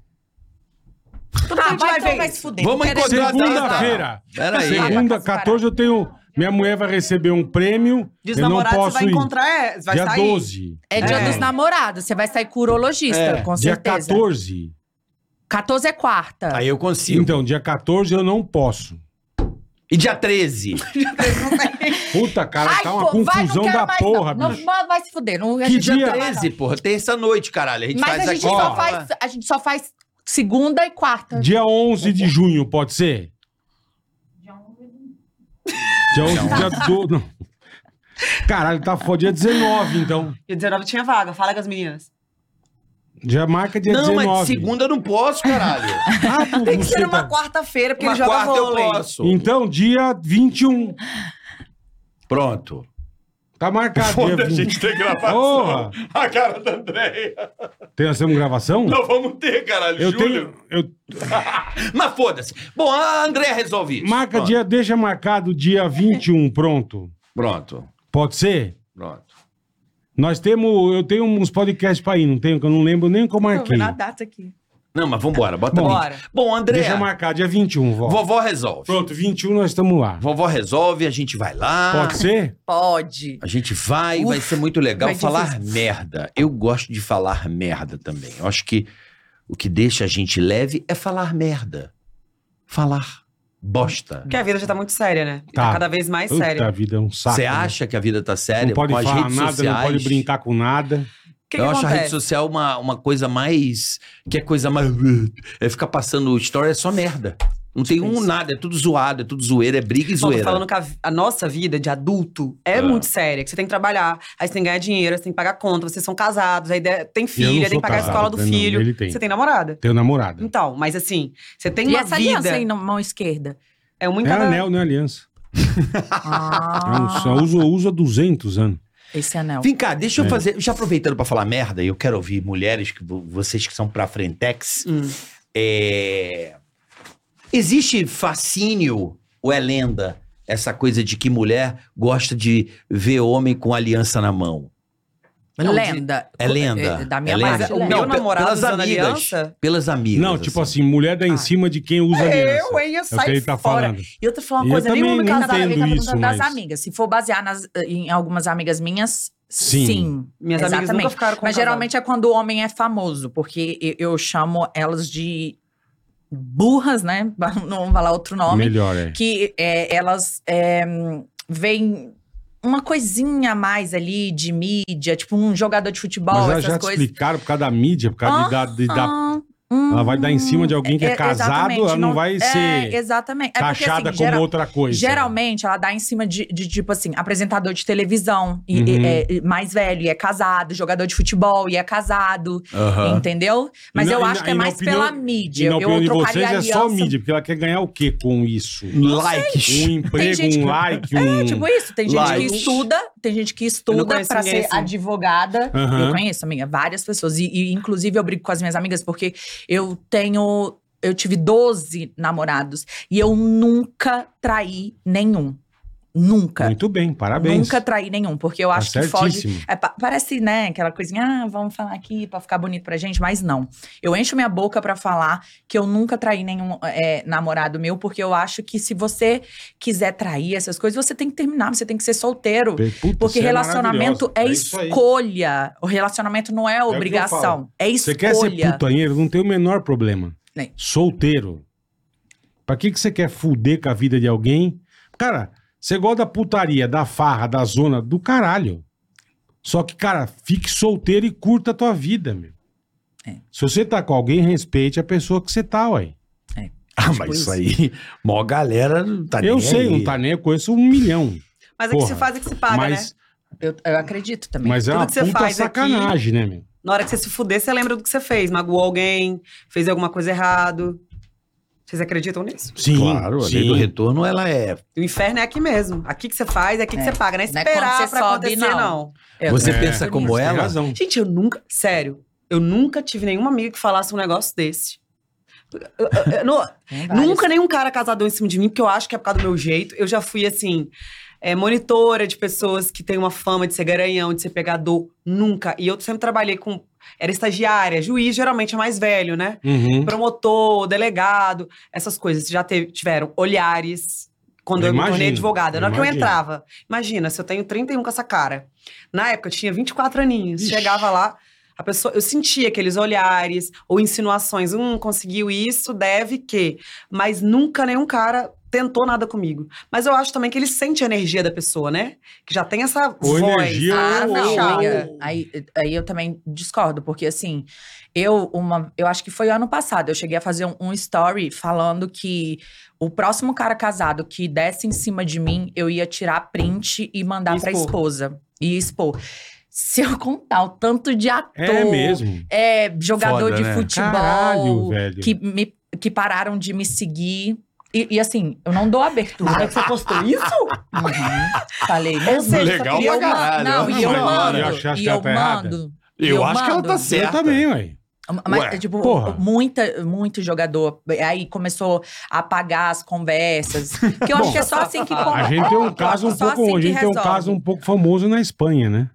Speaker 7: Tudo bem,
Speaker 8: Ah, vai
Speaker 7: vai, então
Speaker 8: ver
Speaker 7: vai
Speaker 8: isso.
Speaker 7: se fuder.
Speaker 6: Vamos
Speaker 7: Quero-
Speaker 6: encontrar a data.
Speaker 4: Segunda-feira.
Speaker 6: Peraí.
Speaker 4: Segunda, 14 eu tenho... Minha mulher vai receber um prêmio.
Speaker 8: Dos
Speaker 4: eu não
Speaker 8: namorados você
Speaker 4: posso
Speaker 8: vai
Speaker 4: ir.
Speaker 8: encontrar, é, vai
Speaker 4: dia
Speaker 8: sair.
Speaker 4: 12.
Speaker 7: É dia
Speaker 8: É.
Speaker 7: dos namorados. Você vai sair com o urologista,
Speaker 6: É,
Speaker 7: com
Speaker 4: Dia
Speaker 7: certeza.
Speaker 4: 14.
Speaker 7: 14 é quarta.
Speaker 6: Aí eu consigo.
Speaker 4: Então, dia 14 eu não posso.
Speaker 6: E dia 13?
Speaker 4: Puta, cara, tá uma
Speaker 7: pô, vai, não
Speaker 4: confusão
Speaker 7: quero
Speaker 4: da
Speaker 7: mais,
Speaker 4: porra,
Speaker 7: não.
Speaker 4: bicho.
Speaker 7: Não, mas vai se fuder. Não, a
Speaker 4: Que
Speaker 7: gente
Speaker 6: Dia
Speaker 4: dia-
Speaker 7: não vai,
Speaker 6: 13, porra. Terça-noite, caralho. A gente
Speaker 7: não. Mas
Speaker 6: faz
Speaker 7: a gente,
Speaker 6: aqui.
Speaker 7: só
Speaker 6: ó.
Speaker 7: faz, a gente só faz segunda e quarta.
Speaker 4: Dia 11 de junho, pode ser? Dia 11, dia 12. Não. Caralho, tá foda. Dia 19, então.
Speaker 8: Dia 19 tinha vaga, fala com as meninas.
Speaker 4: Já marca dia
Speaker 6: Não,
Speaker 4: 19.
Speaker 6: mas segunda eu não posso, caralho.
Speaker 4: Ah, tu-
Speaker 8: Tem que
Speaker 4: você
Speaker 8: ser uma
Speaker 4: tá-
Speaker 8: quarta-feira, porque
Speaker 6: Uma
Speaker 8: ele joga
Speaker 6: quarta eu
Speaker 8: vôlei.
Speaker 6: posso.
Speaker 4: Então, dia 21.
Speaker 6: Pronto.
Speaker 4: Tá marcado dia 20.
Speaker 6: tem
Speaker 4: Porra!
Speaker 6: A cara da Andréia.
Speaker 4: Tem, nós temos gravação?
Speaker 6: Não vamos ter, caralho.
Speaker 4: eu
Speaker 6: Júlio.
Speaker 4: tenho. Eu,
Speaker 6: Mas foda-se. Bom, a Andréia resolve isso.
Speaker 4: marca
Speaker 6: Pronto.
Speaker 4: dia, deixa marcado dia 21, pronto.
Speaker 6: Pronto.
Speaker 4: Pode ser?
Speaker 6: Pronto.
Speaker 4: Nós temos. Eu tenho uns podcasts pra ir, não tenho, que é. eu não lembro nem como
Speaker 7: Tô
Speaker 4: marquei.
Speaker 7: vendo a data aqui.
Speaker 6: Não, mas vambora. Bota
Speaker 4: Bom.
Speaker 6: Bora. Bom, Andréia.
Speaker 4: Deixa marcar dia 21, vó.
Speaker 6: Vovó resolve.
Speaker 4: Pronto, 21 nós estamos lá.
Speaker 6: Vovó resolve, a gente vai lá.
Speaker 4: Pode ser?
Speaker 7: Pode.
Speaker 6: A gente vai,
Speaker 7: Ufa,
Speaker 6: vai ser muito legal
Speaker 7: vai
Speaker 6: falar merda. Eu gosto de falar merda também. Eu acho que o que deixa a gente leve é falar merda. Falar bosta.
Speaker 8: Porque a vida já tá muito séria, né? E Tá,
Speaker 4: Tá.
Speaker 8: cada vez mais
Speaker 4: Puta,
Speaker 8: séria.
Speaker 4: a vida é um saco.
Speaker 6: Você
Speaker 4: né?
Speaker 6: acha que a vida tá séria?
Speaker 4: Não pode
Speaker 6: Com as
Speaker 4: falar
Speaker 6: redes
Speaker 4: nada,
Speaker 6: sociais,
Speaker 4: não pode brincar com nada.
Speaker 8: O que, que
Speaker 6: eu acho a
Speaker 8: acontece?
Speaker 6: rede social uma, uma coisa mais. Que é coisa mais. É ficar passando story, é só merda. Não tem um nada, é tudo zoado, é tudo zoeira, é briga e
Speaker 8: Bom, tô
Speaker 6: zoeira.
Speaker 8: falando que a, a nossa vida de adulto é,
Speaker 6: É.
Speaker 8: muito séria. Que você tem que trabalhar, aí você tem que ganhar dinheiro, aí você tem que pagar conta, vocês são casados, aí de- tem
Speaker 4: não
Speaker 8: filha,
Speaker 4: sou
Speaker 8: tem que pagar
Speaker 4: casado,
Speaker 8: a escola do
Speaker 4: não,
Speaker 8: filho.
Speaker 4: ele tem.
Speaker 8: Você tem namorada.
Speaker 4: Tenho namorada.
Speaker 8: Então, mas assim, você tem
Speaker 7: E
Speaker 8: uma
Speaker 7: essa
Speaker 8: vida.
Speaker 7: aliança aí na mão esquerda?
Speaker 8: É uma em
Speaker 4: É
Speaker 8: cada-
Speaker 4: anel, não é aliança. É um-
Speaker 7: Ah,
Speaker 4: eu uso, eu uso há 200 anos.
Speaker 7: esse anel.
Speaker 6: Vem cá, deixa
Speaker 4: É.
Speaker 6: eu fazer. Já aproveitando pra falar merda, e eu quero ouvir mulheres, que vo- vocês que são pra Frentex.
Speaker 8: Hum.
Speaker 6: É... Existe fascínio ou é lenda essa coisa de que mulher gosta de ver homem com aliança na mão?
Speaker 8: um
Speaker 6: Mas não, de-
Speaker 7: lenda.
Speaker 6: É lenda.
Speaker 7: Da minha
Speaker 6: é lenda.
Speaker 7: parte,
Speaker 8: o
Speaker 7: lenda.
Speaker 8: meu
Speaker 6: pe-
Speaker 8: namorado
Speaker 6: pelas
Speaker 8: usando
Speaker 6: amigas,
Speaker 8: aliança?
Speaker 6: Pelas amigas.
Speaker 4: Não, tipo assim, mulher dá em cima de quem usa aliança.
Speaker 8: Eu, hein? Eu
Speaker 4: é o que
Speaker 8: saio
Speaker 4: ele tá
Speaker 8: fora.
Speaker 4: falando.
Speaker 7: E eu tô falando
Speaker 4: E
Speaker 7: uma coisa,
Speaker 4: eu
Speaker 7: nenhum
Speaker 4: também
Speaker 7: homem
Speaker 4: não
Speaker 7: casado ali
Speaker 4: entendo
Speaker 7: tava
Speaker 4: isso,
Speaker 7: perguntando das
Speaker 4: mas-
Speaker 7: amigas. Se for basear nas- em algumas amigas minhas,
Speaker 4: Sim.
Speaker 7: sim.
Speaker 8: Minhas amigas nunca
Speaker 7: Exatamente.
Speaker 8: ficaram com um
Speaker 7: Mas
Speaker 8: casado.
Speaker 7: geralmente é quando o homem é famoso, porque eu- eu chamo elas de burras, né? Não vou falar outro nome.
Speaker 4: Melhor, é.
Speaker 7: Que é, elas é, veem uma coisinha a mais ali de mídia, tipo um jogador de futebol,
Speaker 4: Mas elas
Speaker 7: essas
Speaker 4: já te
Speaker 7: coisas.
Speaker 4: explicaram por causa da mídia, por causa de dar- de dar
Speaker 7: Ah, hum.
Speaker 4: Ela vai dar em cima de alguém que é
Speaker 7: É,
Speaker 4: casado,
Speaker 7: exatamente,
Speaker 4: ela não, vai
Speaker 7: é,
Speaker 4: ser
Speaker 7: exatamente. É porque,
Speaker 4: taxada
Speaker 7: assim,
Speaker 4: como
Speaker 7: geral-
Speaker 4: outra coisa.
Speaker 7: Geralmente ela dá em cima de, de, tipo assim, apresentador de televisão e, e-
Speaker 4: Uhum.
Speaker 7: é, e mais velho e é casado, jogador de futebol e é casado,
Speaker 6: assim.
Speaker 4: assim,
Speaker 7: entendeu? Mas
Speaker 4: E na-
Speaker 7: eu
Speaker 4: e
Speaker 7: acho
Speaker 4: na-
Speaker 7: que é
Speaker 4: e na
Speaker 7: mais
Speaker 4: opinião-
Speaker 7: pela
Speaker 4: E
Speaker 7: mídia.
Speaker 4: na
Speaker 7: Eu,
Speaker 4: opinião de vocês
Speaker 7: trocaria
Speaker 4: é só
Speaker 7: aliança.
Speaker 4: mídia, porque ela quer ganhar o quê com isso?
Speaker 6: Likes.
Speaker 4: Um emprego,
Speaker 7: gente
Speaker 4: um
Speaker 7: que-
Speaker 4: like, um...
Speaker 7: É, tipo isso. Tem gente
Speaker 6: Lá, eu-
Speaker 7: que estuda, tem gente que
Speaker 8: Eu não
Speaker 7: estuda
Speaker 8: conheço
Speaker 7: pra
Speaker 8: ninguém
Speaker 7: ser
Speaker 8: assim.
Speaker 7: advogada.
Speaker 4: Aham.
Speaker 7: Eu conheço, amiga, várias pessoas. E, e, inclusive, eu brigo com as minhas amigas porque eu tenho. Eu tive 12 namorados e eu nunca traí nenhum. Nunca.
Speaker 4: Muito bem, parabéns.
Speaker 7: Nunca traí nenhum, porque eu
Speaker 4: Tá
Speaker 7: acho que foge.
Speaker 4: certíssimo.
Speaker 7: É, pa- parece, né, aquela coisinha, ah, vamos falar aqui pra ficar bonito pra gente, mas não. Eu encho minha boca pra falar que eu nunca traí nenhum é, namorado meu, porque eu acho que se você quiser trair essas coisas, você tem que terminar, você tem que ser solteiro.
Speaker 4: Pe- puta, você
Speaker 7: Porque
Speaker 4: é
Speaker 7: relacionamento é,
Speaker 4: maravilhosa. isso aí.
Speaker 7: escolha. O relacionamento não é
Speaker 4: o que eu
Speaker 7: obrigação,
Speaker 4: falo.
Speaker 7: é,
Speaker 4: Você
Speaker 7: escolha.
Speaker 4: quer ser putanheiro? Não tem o menor problema.
Speaker 7: Nem.
Speaker 4: Solteiro. Pra que, que você quer fuder com a vida de alguém? Cara, você gosta da putaria, da farra, da zona, do caralho. Só que, cara, fique solteiro e curta a tua vida, meu.
Speaker 7: É.
Speaker 4: Se você tá com alguém, respeite a pessoa que você tá, ué.
Speaker 6: Ah, mas isso
Speaker 8: é.
Speaker 6: aí, mó galera não tá
Speaker 4: é. eu
Speaker 6: nem
Speaker 4: sei,
Speaker 6: aí.
Speaker 4: não tá nem, eu conheço um milhão.
Speaker 8: Mas é que
Speaker 4: Porra,
Speaker 8: se faz é que se paga, né?
Speaker 4: mas,
Speaker 7: Eu, eu acredito também.
Speaker 4: mas é
Speaker 8: Tudo
Speaker 4: uma
Speaker 8: que você
Speaker 4: puta
Speaker 8: faz aqui-
Speaker 4: sacanagem, né, meu?
Speaker 8: Na hora que você se fuder, você lembra do que você fez. Magoou alguém, fez alguma coisa errado. Vocês acreditam nisso?
Speaker 4: Sim,
Speaker 6: claro, a lei do retorno ela é.
Speaker 8: E O inferno é aqui mesmo. Aqui que você faz, é aqui que
Speaker 7: É.
Speaker 8: você paga. Não é
Speaker 7: Não é
Speaker 8: esperar
Speaker 7: quando você
Speaker 8: pra
Speaker 7: sobe,
Speaker 8: acontecer, não.
Speaker 7: não. Eu
Speaker 6: Você
Speaker 4: É.
Speaker 7: também
Speaker 6: pensa
Speaker 7: acredito
Speaker 6: como
Speaker 7: nisso.
Speaker 4: Tem
Speaker 6: é ela?
Speaker 4: razão.
Speaker 8: Gente, eu nunca... Sério, eu nunca tive nenhuma amiga que falasse um negócio desse. Eu- eu- eu- não-
Speaker 7: Tem várias.
Speaker 8: nunca nenhum cara casadão em cima de mim, porque eu acho que é por causa do meu jeito. Eu já fui, assim, é, monitora de pessoas que têm uma fama de ser garanhão, de ser pegador. Nunca. E eu sempre trabalhei com... Era estagiária, juiz geralmente é mais velho, né?
Speaker 4: Uhum.
Speaker 8: promotor, delegado, essas coisas. Já teve- tiveram olhares quando eu, me tornei
Speaker 4: Imagino,
Speaker 8: advogada. Na hora que eu
Speaker 4: imagino.
Speaker 8: entrava. Imagina, se eu tenho 31 com essa cara. Na época eu tinha 24 aninhos. Chegava lá, a pessoa, eu sentia aqueles olhares ou insinuações. Hum, conseguiu isso, deve que. Mas nunca nenhum cara tentou nada comigo. Mas eu acho também que ele sente a energia da pessoa, né? Que já tem essa
Speaker 4: Ou
Speaker 8: voz.
Speaker 4: energia
Speaker 7: Ah,
Speaker 4: ou-
Speaker 7: não,
Speaker 4: ou-
Speaker 7: amiga. Aí, aí eu também discordo, porque assim, eu uma, eu acho que foi ano passado, eu cheguei a fazer um, um story falando que o próximo cara casado que desse em cima de mim, eu ia tirar print e mandar
Speaker 8: E
Speaker 7: pra
Speaker 8: expor.
Speaker 7: esposa e expor. Se eu contar o tanto de ator,
Speaker 4: É mesmo.
Speaker 7: é, jogador
Speaker 6: Foda,
Speaker 7: de
Speaker 6: né?
Speaker 7: futebol,
Speaker 4: Caralho, velho.
Speaker 7: que me que pararam de me seguir. E, e assim, eu não dou abertura.
Speaker 8: Aí você postou isso?
Speaker 7: Uhum. Falei, não sei.
Speaker 6: Legal
Speaker 7: E eu,
Speaker 6: pra
Speaker 7: ma-
Speaker 6: caralho.
Speaker 7: não, e eu
Speaker 4: Mas,
Speaker 7: mando.
Speaker 4: eu acho- acho
Speaker 7: e
Speaker 4: que ela
Speaker 7: eu
Speaker 4: tá errada.
Speaker 7: mando.
Speaker 6: Eu,
Speaker 7: Eu
Speaker 6: acho que ela
Speaker 7: mando.
Speaker 6: tá
Speaker 7: Eu
Speaker 4: Eu
Speaker 6: certa.
Speaker 4: também, ué.
Speaker 7: Mas,
Speaker 6: Ué,
Speaker 7: tipo,
Speaker 4: porra.
Speaker 7: muita, muito jogador. Aí começou a apagar as conversas. Que eu acho que é só assim que.
Speaker 4: A gente tem um caso um
Speaker 7: só
Speaker 4: pouco.
Speaker 7: assim
Speaker 4: a
Speaker 7: que
Speaker 4: gente tem um
Speaker 7: resolve.
Speaker 4: caso um pouco famoso na Espanha, né?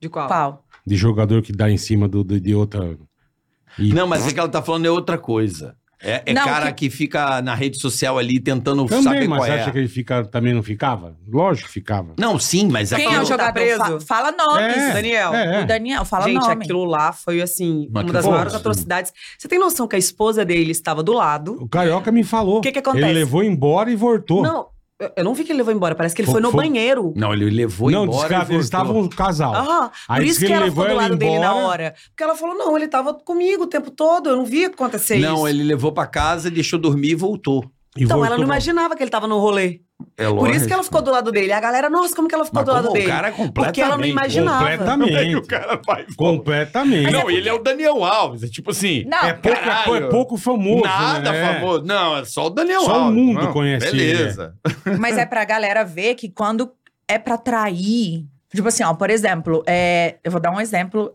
Speaker 8: De qual?
Speaker 7: Pau.
Speaker 4: De jogador que dá em cima do, do- de outra. E-
Speaker 6: Não, mas o que ela tá falando é outra coisa. É, é
Speaker 7: Não,
Speaker 6: cara que... fica na rede social ali tentando
Speaker 4: Também,
Speaker 6: saber
Speaker 4: mas
Speaker 6: qual
Speaker 4: você
Speaker 6: é.
Speaker 4: acha que ele fica, também não ficava? Lógico que ficava.
Speaker 6: Não, sim, mas
Speaker 7: Quem é
Speaker 6: aquilo-
Speaker 7: o jogador?
Speaker 8: tá preso?
Speaker 7: Fa- fala nomes.
Speaker 4: É,
Speaker 8: Daniel.
Speaker 4: é, é.
Speaker 7: O Daniel, fala
Speaker 8: Gente,
Speaker 7: nome.
Speaker 8: aquilo lá foi, assim,
Speaker 6: Mas
Speaker 8: uma
Speaker 6: que
Speaker 8: das
Speaker 4: foi?
Speaker 8: maiores atrocidades. Você tem noção que a esposa dele estava do lado?
Speaker 4: O Carioca me falou.
Speaker 8: O que que acontece?
Speaker 4: Ele levou embora e voltou.
Speaker 8: Não, eu- eu não vi que ele levou embora. Parece que ele
Speaker 4: Foi-
Speaker 8: foi no
Speaker 4: foi-
Speaker 8: banheiro.
Speaker 6: Não, ele levou
Speaker 4: não,
Speaker 6: embora.
Speaker 4: disse que
Speaker 6: e
Speaker 4: ela- eles estavam
Speaker 6: voltou.
Speaker 4: um casal.
Speaker 8: Aham,
Speaker 4: Aí
Speaker 8: por
Speaker 4: disse
Speaker 8: isso
Speaker 4: que
Speaker 8: que,
Speaker 4: ele
Speaker 8: ela
Speaker 4: levou
Speaker 8: ficou do
Speaker 4: ela
Speaker 8: lado dele na
Speaker 4: embora.
Speaker 8: hora. Porque ela falou, não, ele tava comigo o tempo todo, eu não via acontecer isso.
Speaker 6: Não, ele levou pra casa, deixou dormir e voltou.
Speaker 4: E
Speaker 8: Então,
Speaker 4: voltou
Speaker 8: ela não
Speaker 4: pra-
Speaker 8: imaginava que ele tava no rolê.
Speaker 6: É
Speaker 8: Por isso que ela ficou do lado dele. A galera, nossa, como que ela ficou
Speaker 6: Mas
Speaker 8: do lado
Speaker 6: como
Speaker 8: dele?
Speaker 6: O cara é completamente.
Speaker 8: Porque ela não imaginava.
Speaker 4: Completamente.
Speaker 6: é cara vai.
Speaker 4: Completamente.
Speaker 6: Não, ele é o Daniel Alves. É tipo assim.
Speaker 7: Não,
Speaker 4: é, pouco, é pou- é pouco famoso.
Speaker 6: Nada
Speaker 4: né?
Speaker 6: famoso. Não, é só o Daniel
Speaker 4: Só o
Speaker 6: Alves.
Speaker 4: mundo
Speaker 6: não. é?
Speaker 4: conhece ele, né?
Speaker 6: Beleza.
Speaker 7: Mas é pra galera ver que quando é pra trair. Tipo assim, ó, por exemplo, é, eu vou dar um exemplo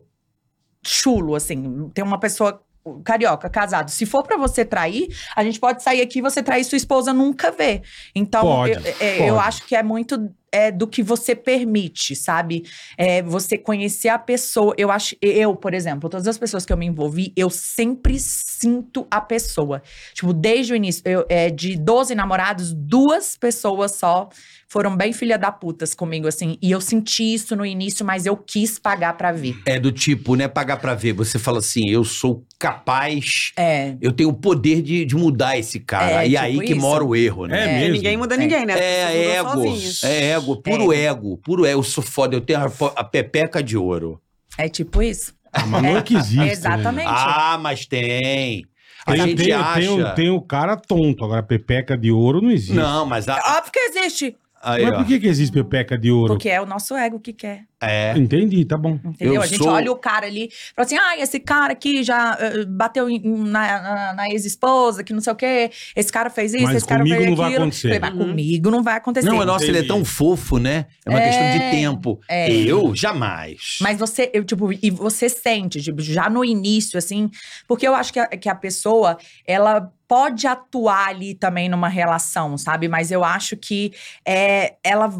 Speaker 7: chulo, assim. Tem uma pessoa carioca, casado. Se for pra você trair, a gente pode sair aqui e você trair sua esposa nunca vê. Então,
Speaker 4: Pode,
Speaker 7: eu, é,
Speaker 4: pode.
Speaker 7: eu acho que é muito é, do que você permite, sabe? É, você conhecer a pessoa. Eu acho, eu, por exemplo, todas as pessoas que eu me envolvi, eu sempre sinto a pessoa. Tipo, desde o início, eu, é, de 12 namorados, duas pessoas só foram bem filha da putas comigo, assim. E eu senti isso no início, mas eu quis pagar pra vir.
Speaker 6: É do tipo, né? Pagar pra ver. Você fala assim, eu sou capaz.
Speaker 7: É.
Speaker 6: Eu tenho o poder de, de mudar esse cara.
Speaker 7: É,
Speaker 6: e
Speaker 7: tipo
Speaker 6: aí que
Speaker 7: isso.
Speaker 6: mora o erro,
Speaker 4: É
Speaker 6: né?
Speaker 8: Porque
Speaker 4: mesmo.
Speaker 8: ninguém muda ninguém, né? As pessoas
Speaker 6: É
Speaker 8: mudam
Speaker 6: ego.
Speaker 8: sozinhas.
Speaker 6: É ego, puro ego. Puro ego. Eu sou foda, eu tenho a, fo- a pepeca de ouro.
Speaker 7: É tipo isso.
Speaker 4: Ah, Mas não é que existe. né?
Speaker 7: Exatamente.
Speaker 6: Ah, mas tem. A
Speaker 4: Tem, um-
Speaker 6: gente
Speaker 4: tem,
Speaker 6: acha.
Speaker 4: tem, o- tem o cara tonto. Agora, pepeca de ouro não existe.
Speaker 6: Não, mas a.
Speaker 7: Óbvio que existe.
Speaker 6: aí,
Speaker 4: Mas
Speaker 6: ó.
Speaker 4: por que, que existe pepeca de ouro?
Speaker 7: Porque é o nosso ego que quer.
Speaker 6: É.
Speaker 4: Entendi, tá bom.
Speaker 7: Entendeu?
Speaker 6: Eu
Speaker 7: a gente
Speaker 6: sou-
Speaker 7: olha o cara ali e fala assim: ah, esse cara aqui já eh, bateu em- em- na, na- na ex-esposa, que não sei o quê. Esse cara fez isso,
Speaker 4: Mas
Speaker 7: esse cara fez
Speaker 4: comigo não
Speaker 7: aquilo.
Speaker 4: vai acontecer.
Speaker 7: Falei, mas comigo não vai acontecer.
Speaker 6: Não, nossa, ele é
Speaker 4: Entendi.
Speaker 6: tão fofo, né? É uma
Speaker 7: assim, É,
Speaker 6: questão de tempo.
Speaker 7: é.
Speaker 6: Eu jamais.
Speaker 7: Mas você, eu, tipo, e você sente, tipo, já no início, assim, porque eu acho que a, que a pessoa, ela pode atuar ali também numa relação, sabe? Mas eu acho que é, ela,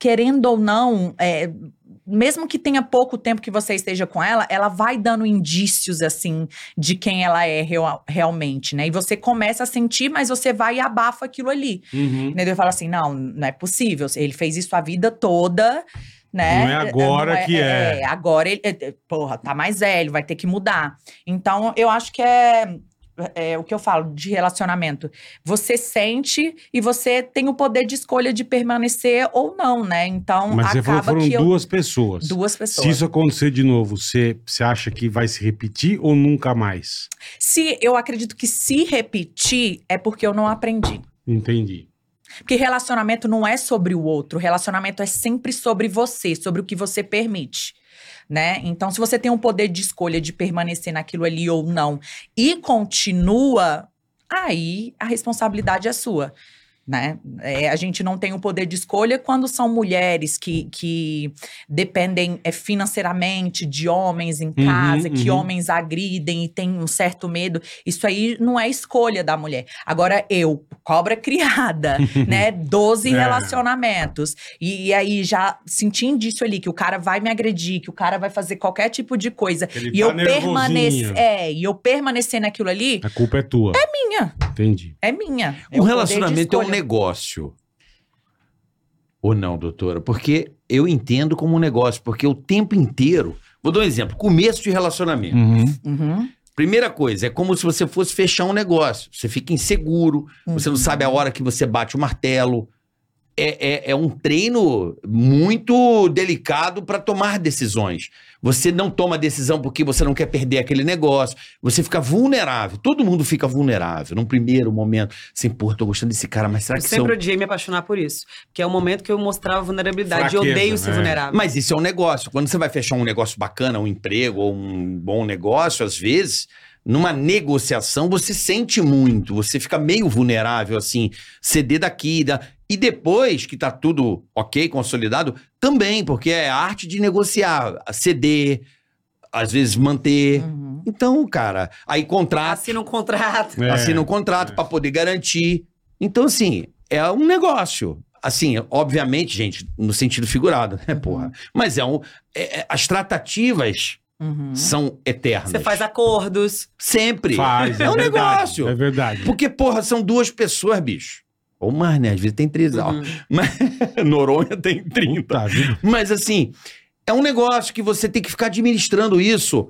Speaker 7: querendo ou não, é, mesmo que tenha pouco tempo que você esteja com ela, ela vai dando indícios, assim, de quem ela é real- realmente, né? E você começa a sentir, mas você vai e abafa aquilo ali.
Speaker 6: Uhum.
Speaker 7: Entendeu? E fala assim: não, não é possível. Ele fez isso a vida toda, né?
Speaker 4: Não é agora que é.
Speaker 7: agora ele. é, é, Porra, tá mais velho, vai ter que mudar. Então, eu acho que é. é o que eu falo de relacionamento. Você sente e você tem o poder de escolha de permanecer ou não, né? Então
Speaker 4: Mas você falou
Speaker 7: acaba
Speaker 4: foram
Speaker 7: que eu.
Speaker 4: duas pessoas.
Speaker 7: Duas
Speaker 4: Se
Speaker 7: pessoas.
Speaker 4: isso acontecer de novo, você, você acha que vai se repetir ou nunca mais?
Speaker 7: Se eu acredito que se repetir, é porque eu não aprendi.
Speaker 4: Entendi.
Speaker 7: Porque relacionamento não é sobre o outro, relacionamento é sempre sobre você, sobre o que você permite. Né? Então, se você tem um poder de escolha de permanecer naquilo ali ou não e continua, aí a responsabilidade é sua. Né? É, a gente não tem o poder de escolha quando são mulheres que, que dependem é, financeiramente de homens em
Speaker 4: Uhum,
Speaker 7: casa, que
Speaker 4: uhum.
Speaker 7: homens agridem e tem um certo medo. Isso aí não é escolha da mulher. Agora, eu, cobra criada, né? 12
Speaker 4: É.
Speaker 7: relacionamentos. E, e aí já senti indício ali que o cara vai me agredir, que o cara vai fazer qualquer tipo de coisa.
Speaker 4: Ele
Speaker 7: e
Speaker 4: tá
Speaker 7: eu permanecer.
Speaker 4: nervosinho.
Speaker 7: É, e eu permanecer naquilo ali
Speaker 4: A culpa é tua.
Speaker 7: é minha.
Speaker 4: Entendi.
Speaker 7: É minha. É
Speaker 6: Um
Speaker 7: o poder de
Speaker 6: relacionamento é um
Speaker 7: escolha.
Speaker 6: negócio. Ou não, doutora? Porque eu entendo como um negócio, porque o tempo inteiro. Vou dar um exemplo: começo de relacionamento.
Speaker 7: Uhum.
Speaker 6: Primeira coisa, é como se você fosse fechar um negócio. Você fica inseguro, você não sabe a hora que você bate o martelo. É, é, é um treino muito delicado para tomar decisões. Você não toma decisão porque você não quer perder aquele negócio. Você fica vulnerável. Todo mundo fica vulnerável num primeiro momento. Assim, pô, tô gostando desse cara, mas será
Speaker 8: Eu
Speaker 6: que são
Speaker 8: sempre odiei me apaixonar por isso. Porque é o momento que eu mostrava vulnerabilidade. eu
Speaker 4: Fraqueza,
Speaker 8: odeio ser
Speaker 4: né?
Speaker 8: vulnerável.
Speaker 6: Mas isso é um negócio. Quando você vai fechar um negócio bacana, um emprego ou um bom negócio, às vezes, numa negociação, você sente muito, você fica meio vulnerável, assim, ceder daqui. Da... E depois que tá tudo ok, consolidado, também, porque é a arte de negociar, ceder, às vezes manter.
Speaker 7: Uhum.
Speaker 6: Então, cara, aí contrata,
Speaker 8: Assina um contrato.
Speaker 4: É.
Speaker 6: assina um contrato pra poder garantir. Então, assim, é um negócio. Assim, obviamente, gente, no sentido figurado,
Speaker 4: Uhum.
Speaker 6: né, porra? Mas é um. é- é- as tratativas
Speaker 7: Uhum.
Speaker 6: são eternas.
Speaker 8: Você faz acordos.
Speaker 6: Sempre.
Speaker 4: Faz,
Speaker 6: é um
Speaker 4: verdade,
Speaker 6: negócio.
Speaker 4: É verdade.
Speaker 6: Porque, porra, são duas pessoas, bicho. Ou mais, né? Às vezes tem três.
Speaker 8: Uhum.
Speaker 6: ó. Mas Noronha tem 30.
Speaker 4: Puta vida.
Speaker 6: Mas assim, é um negócio que você tem que ficar administrando isso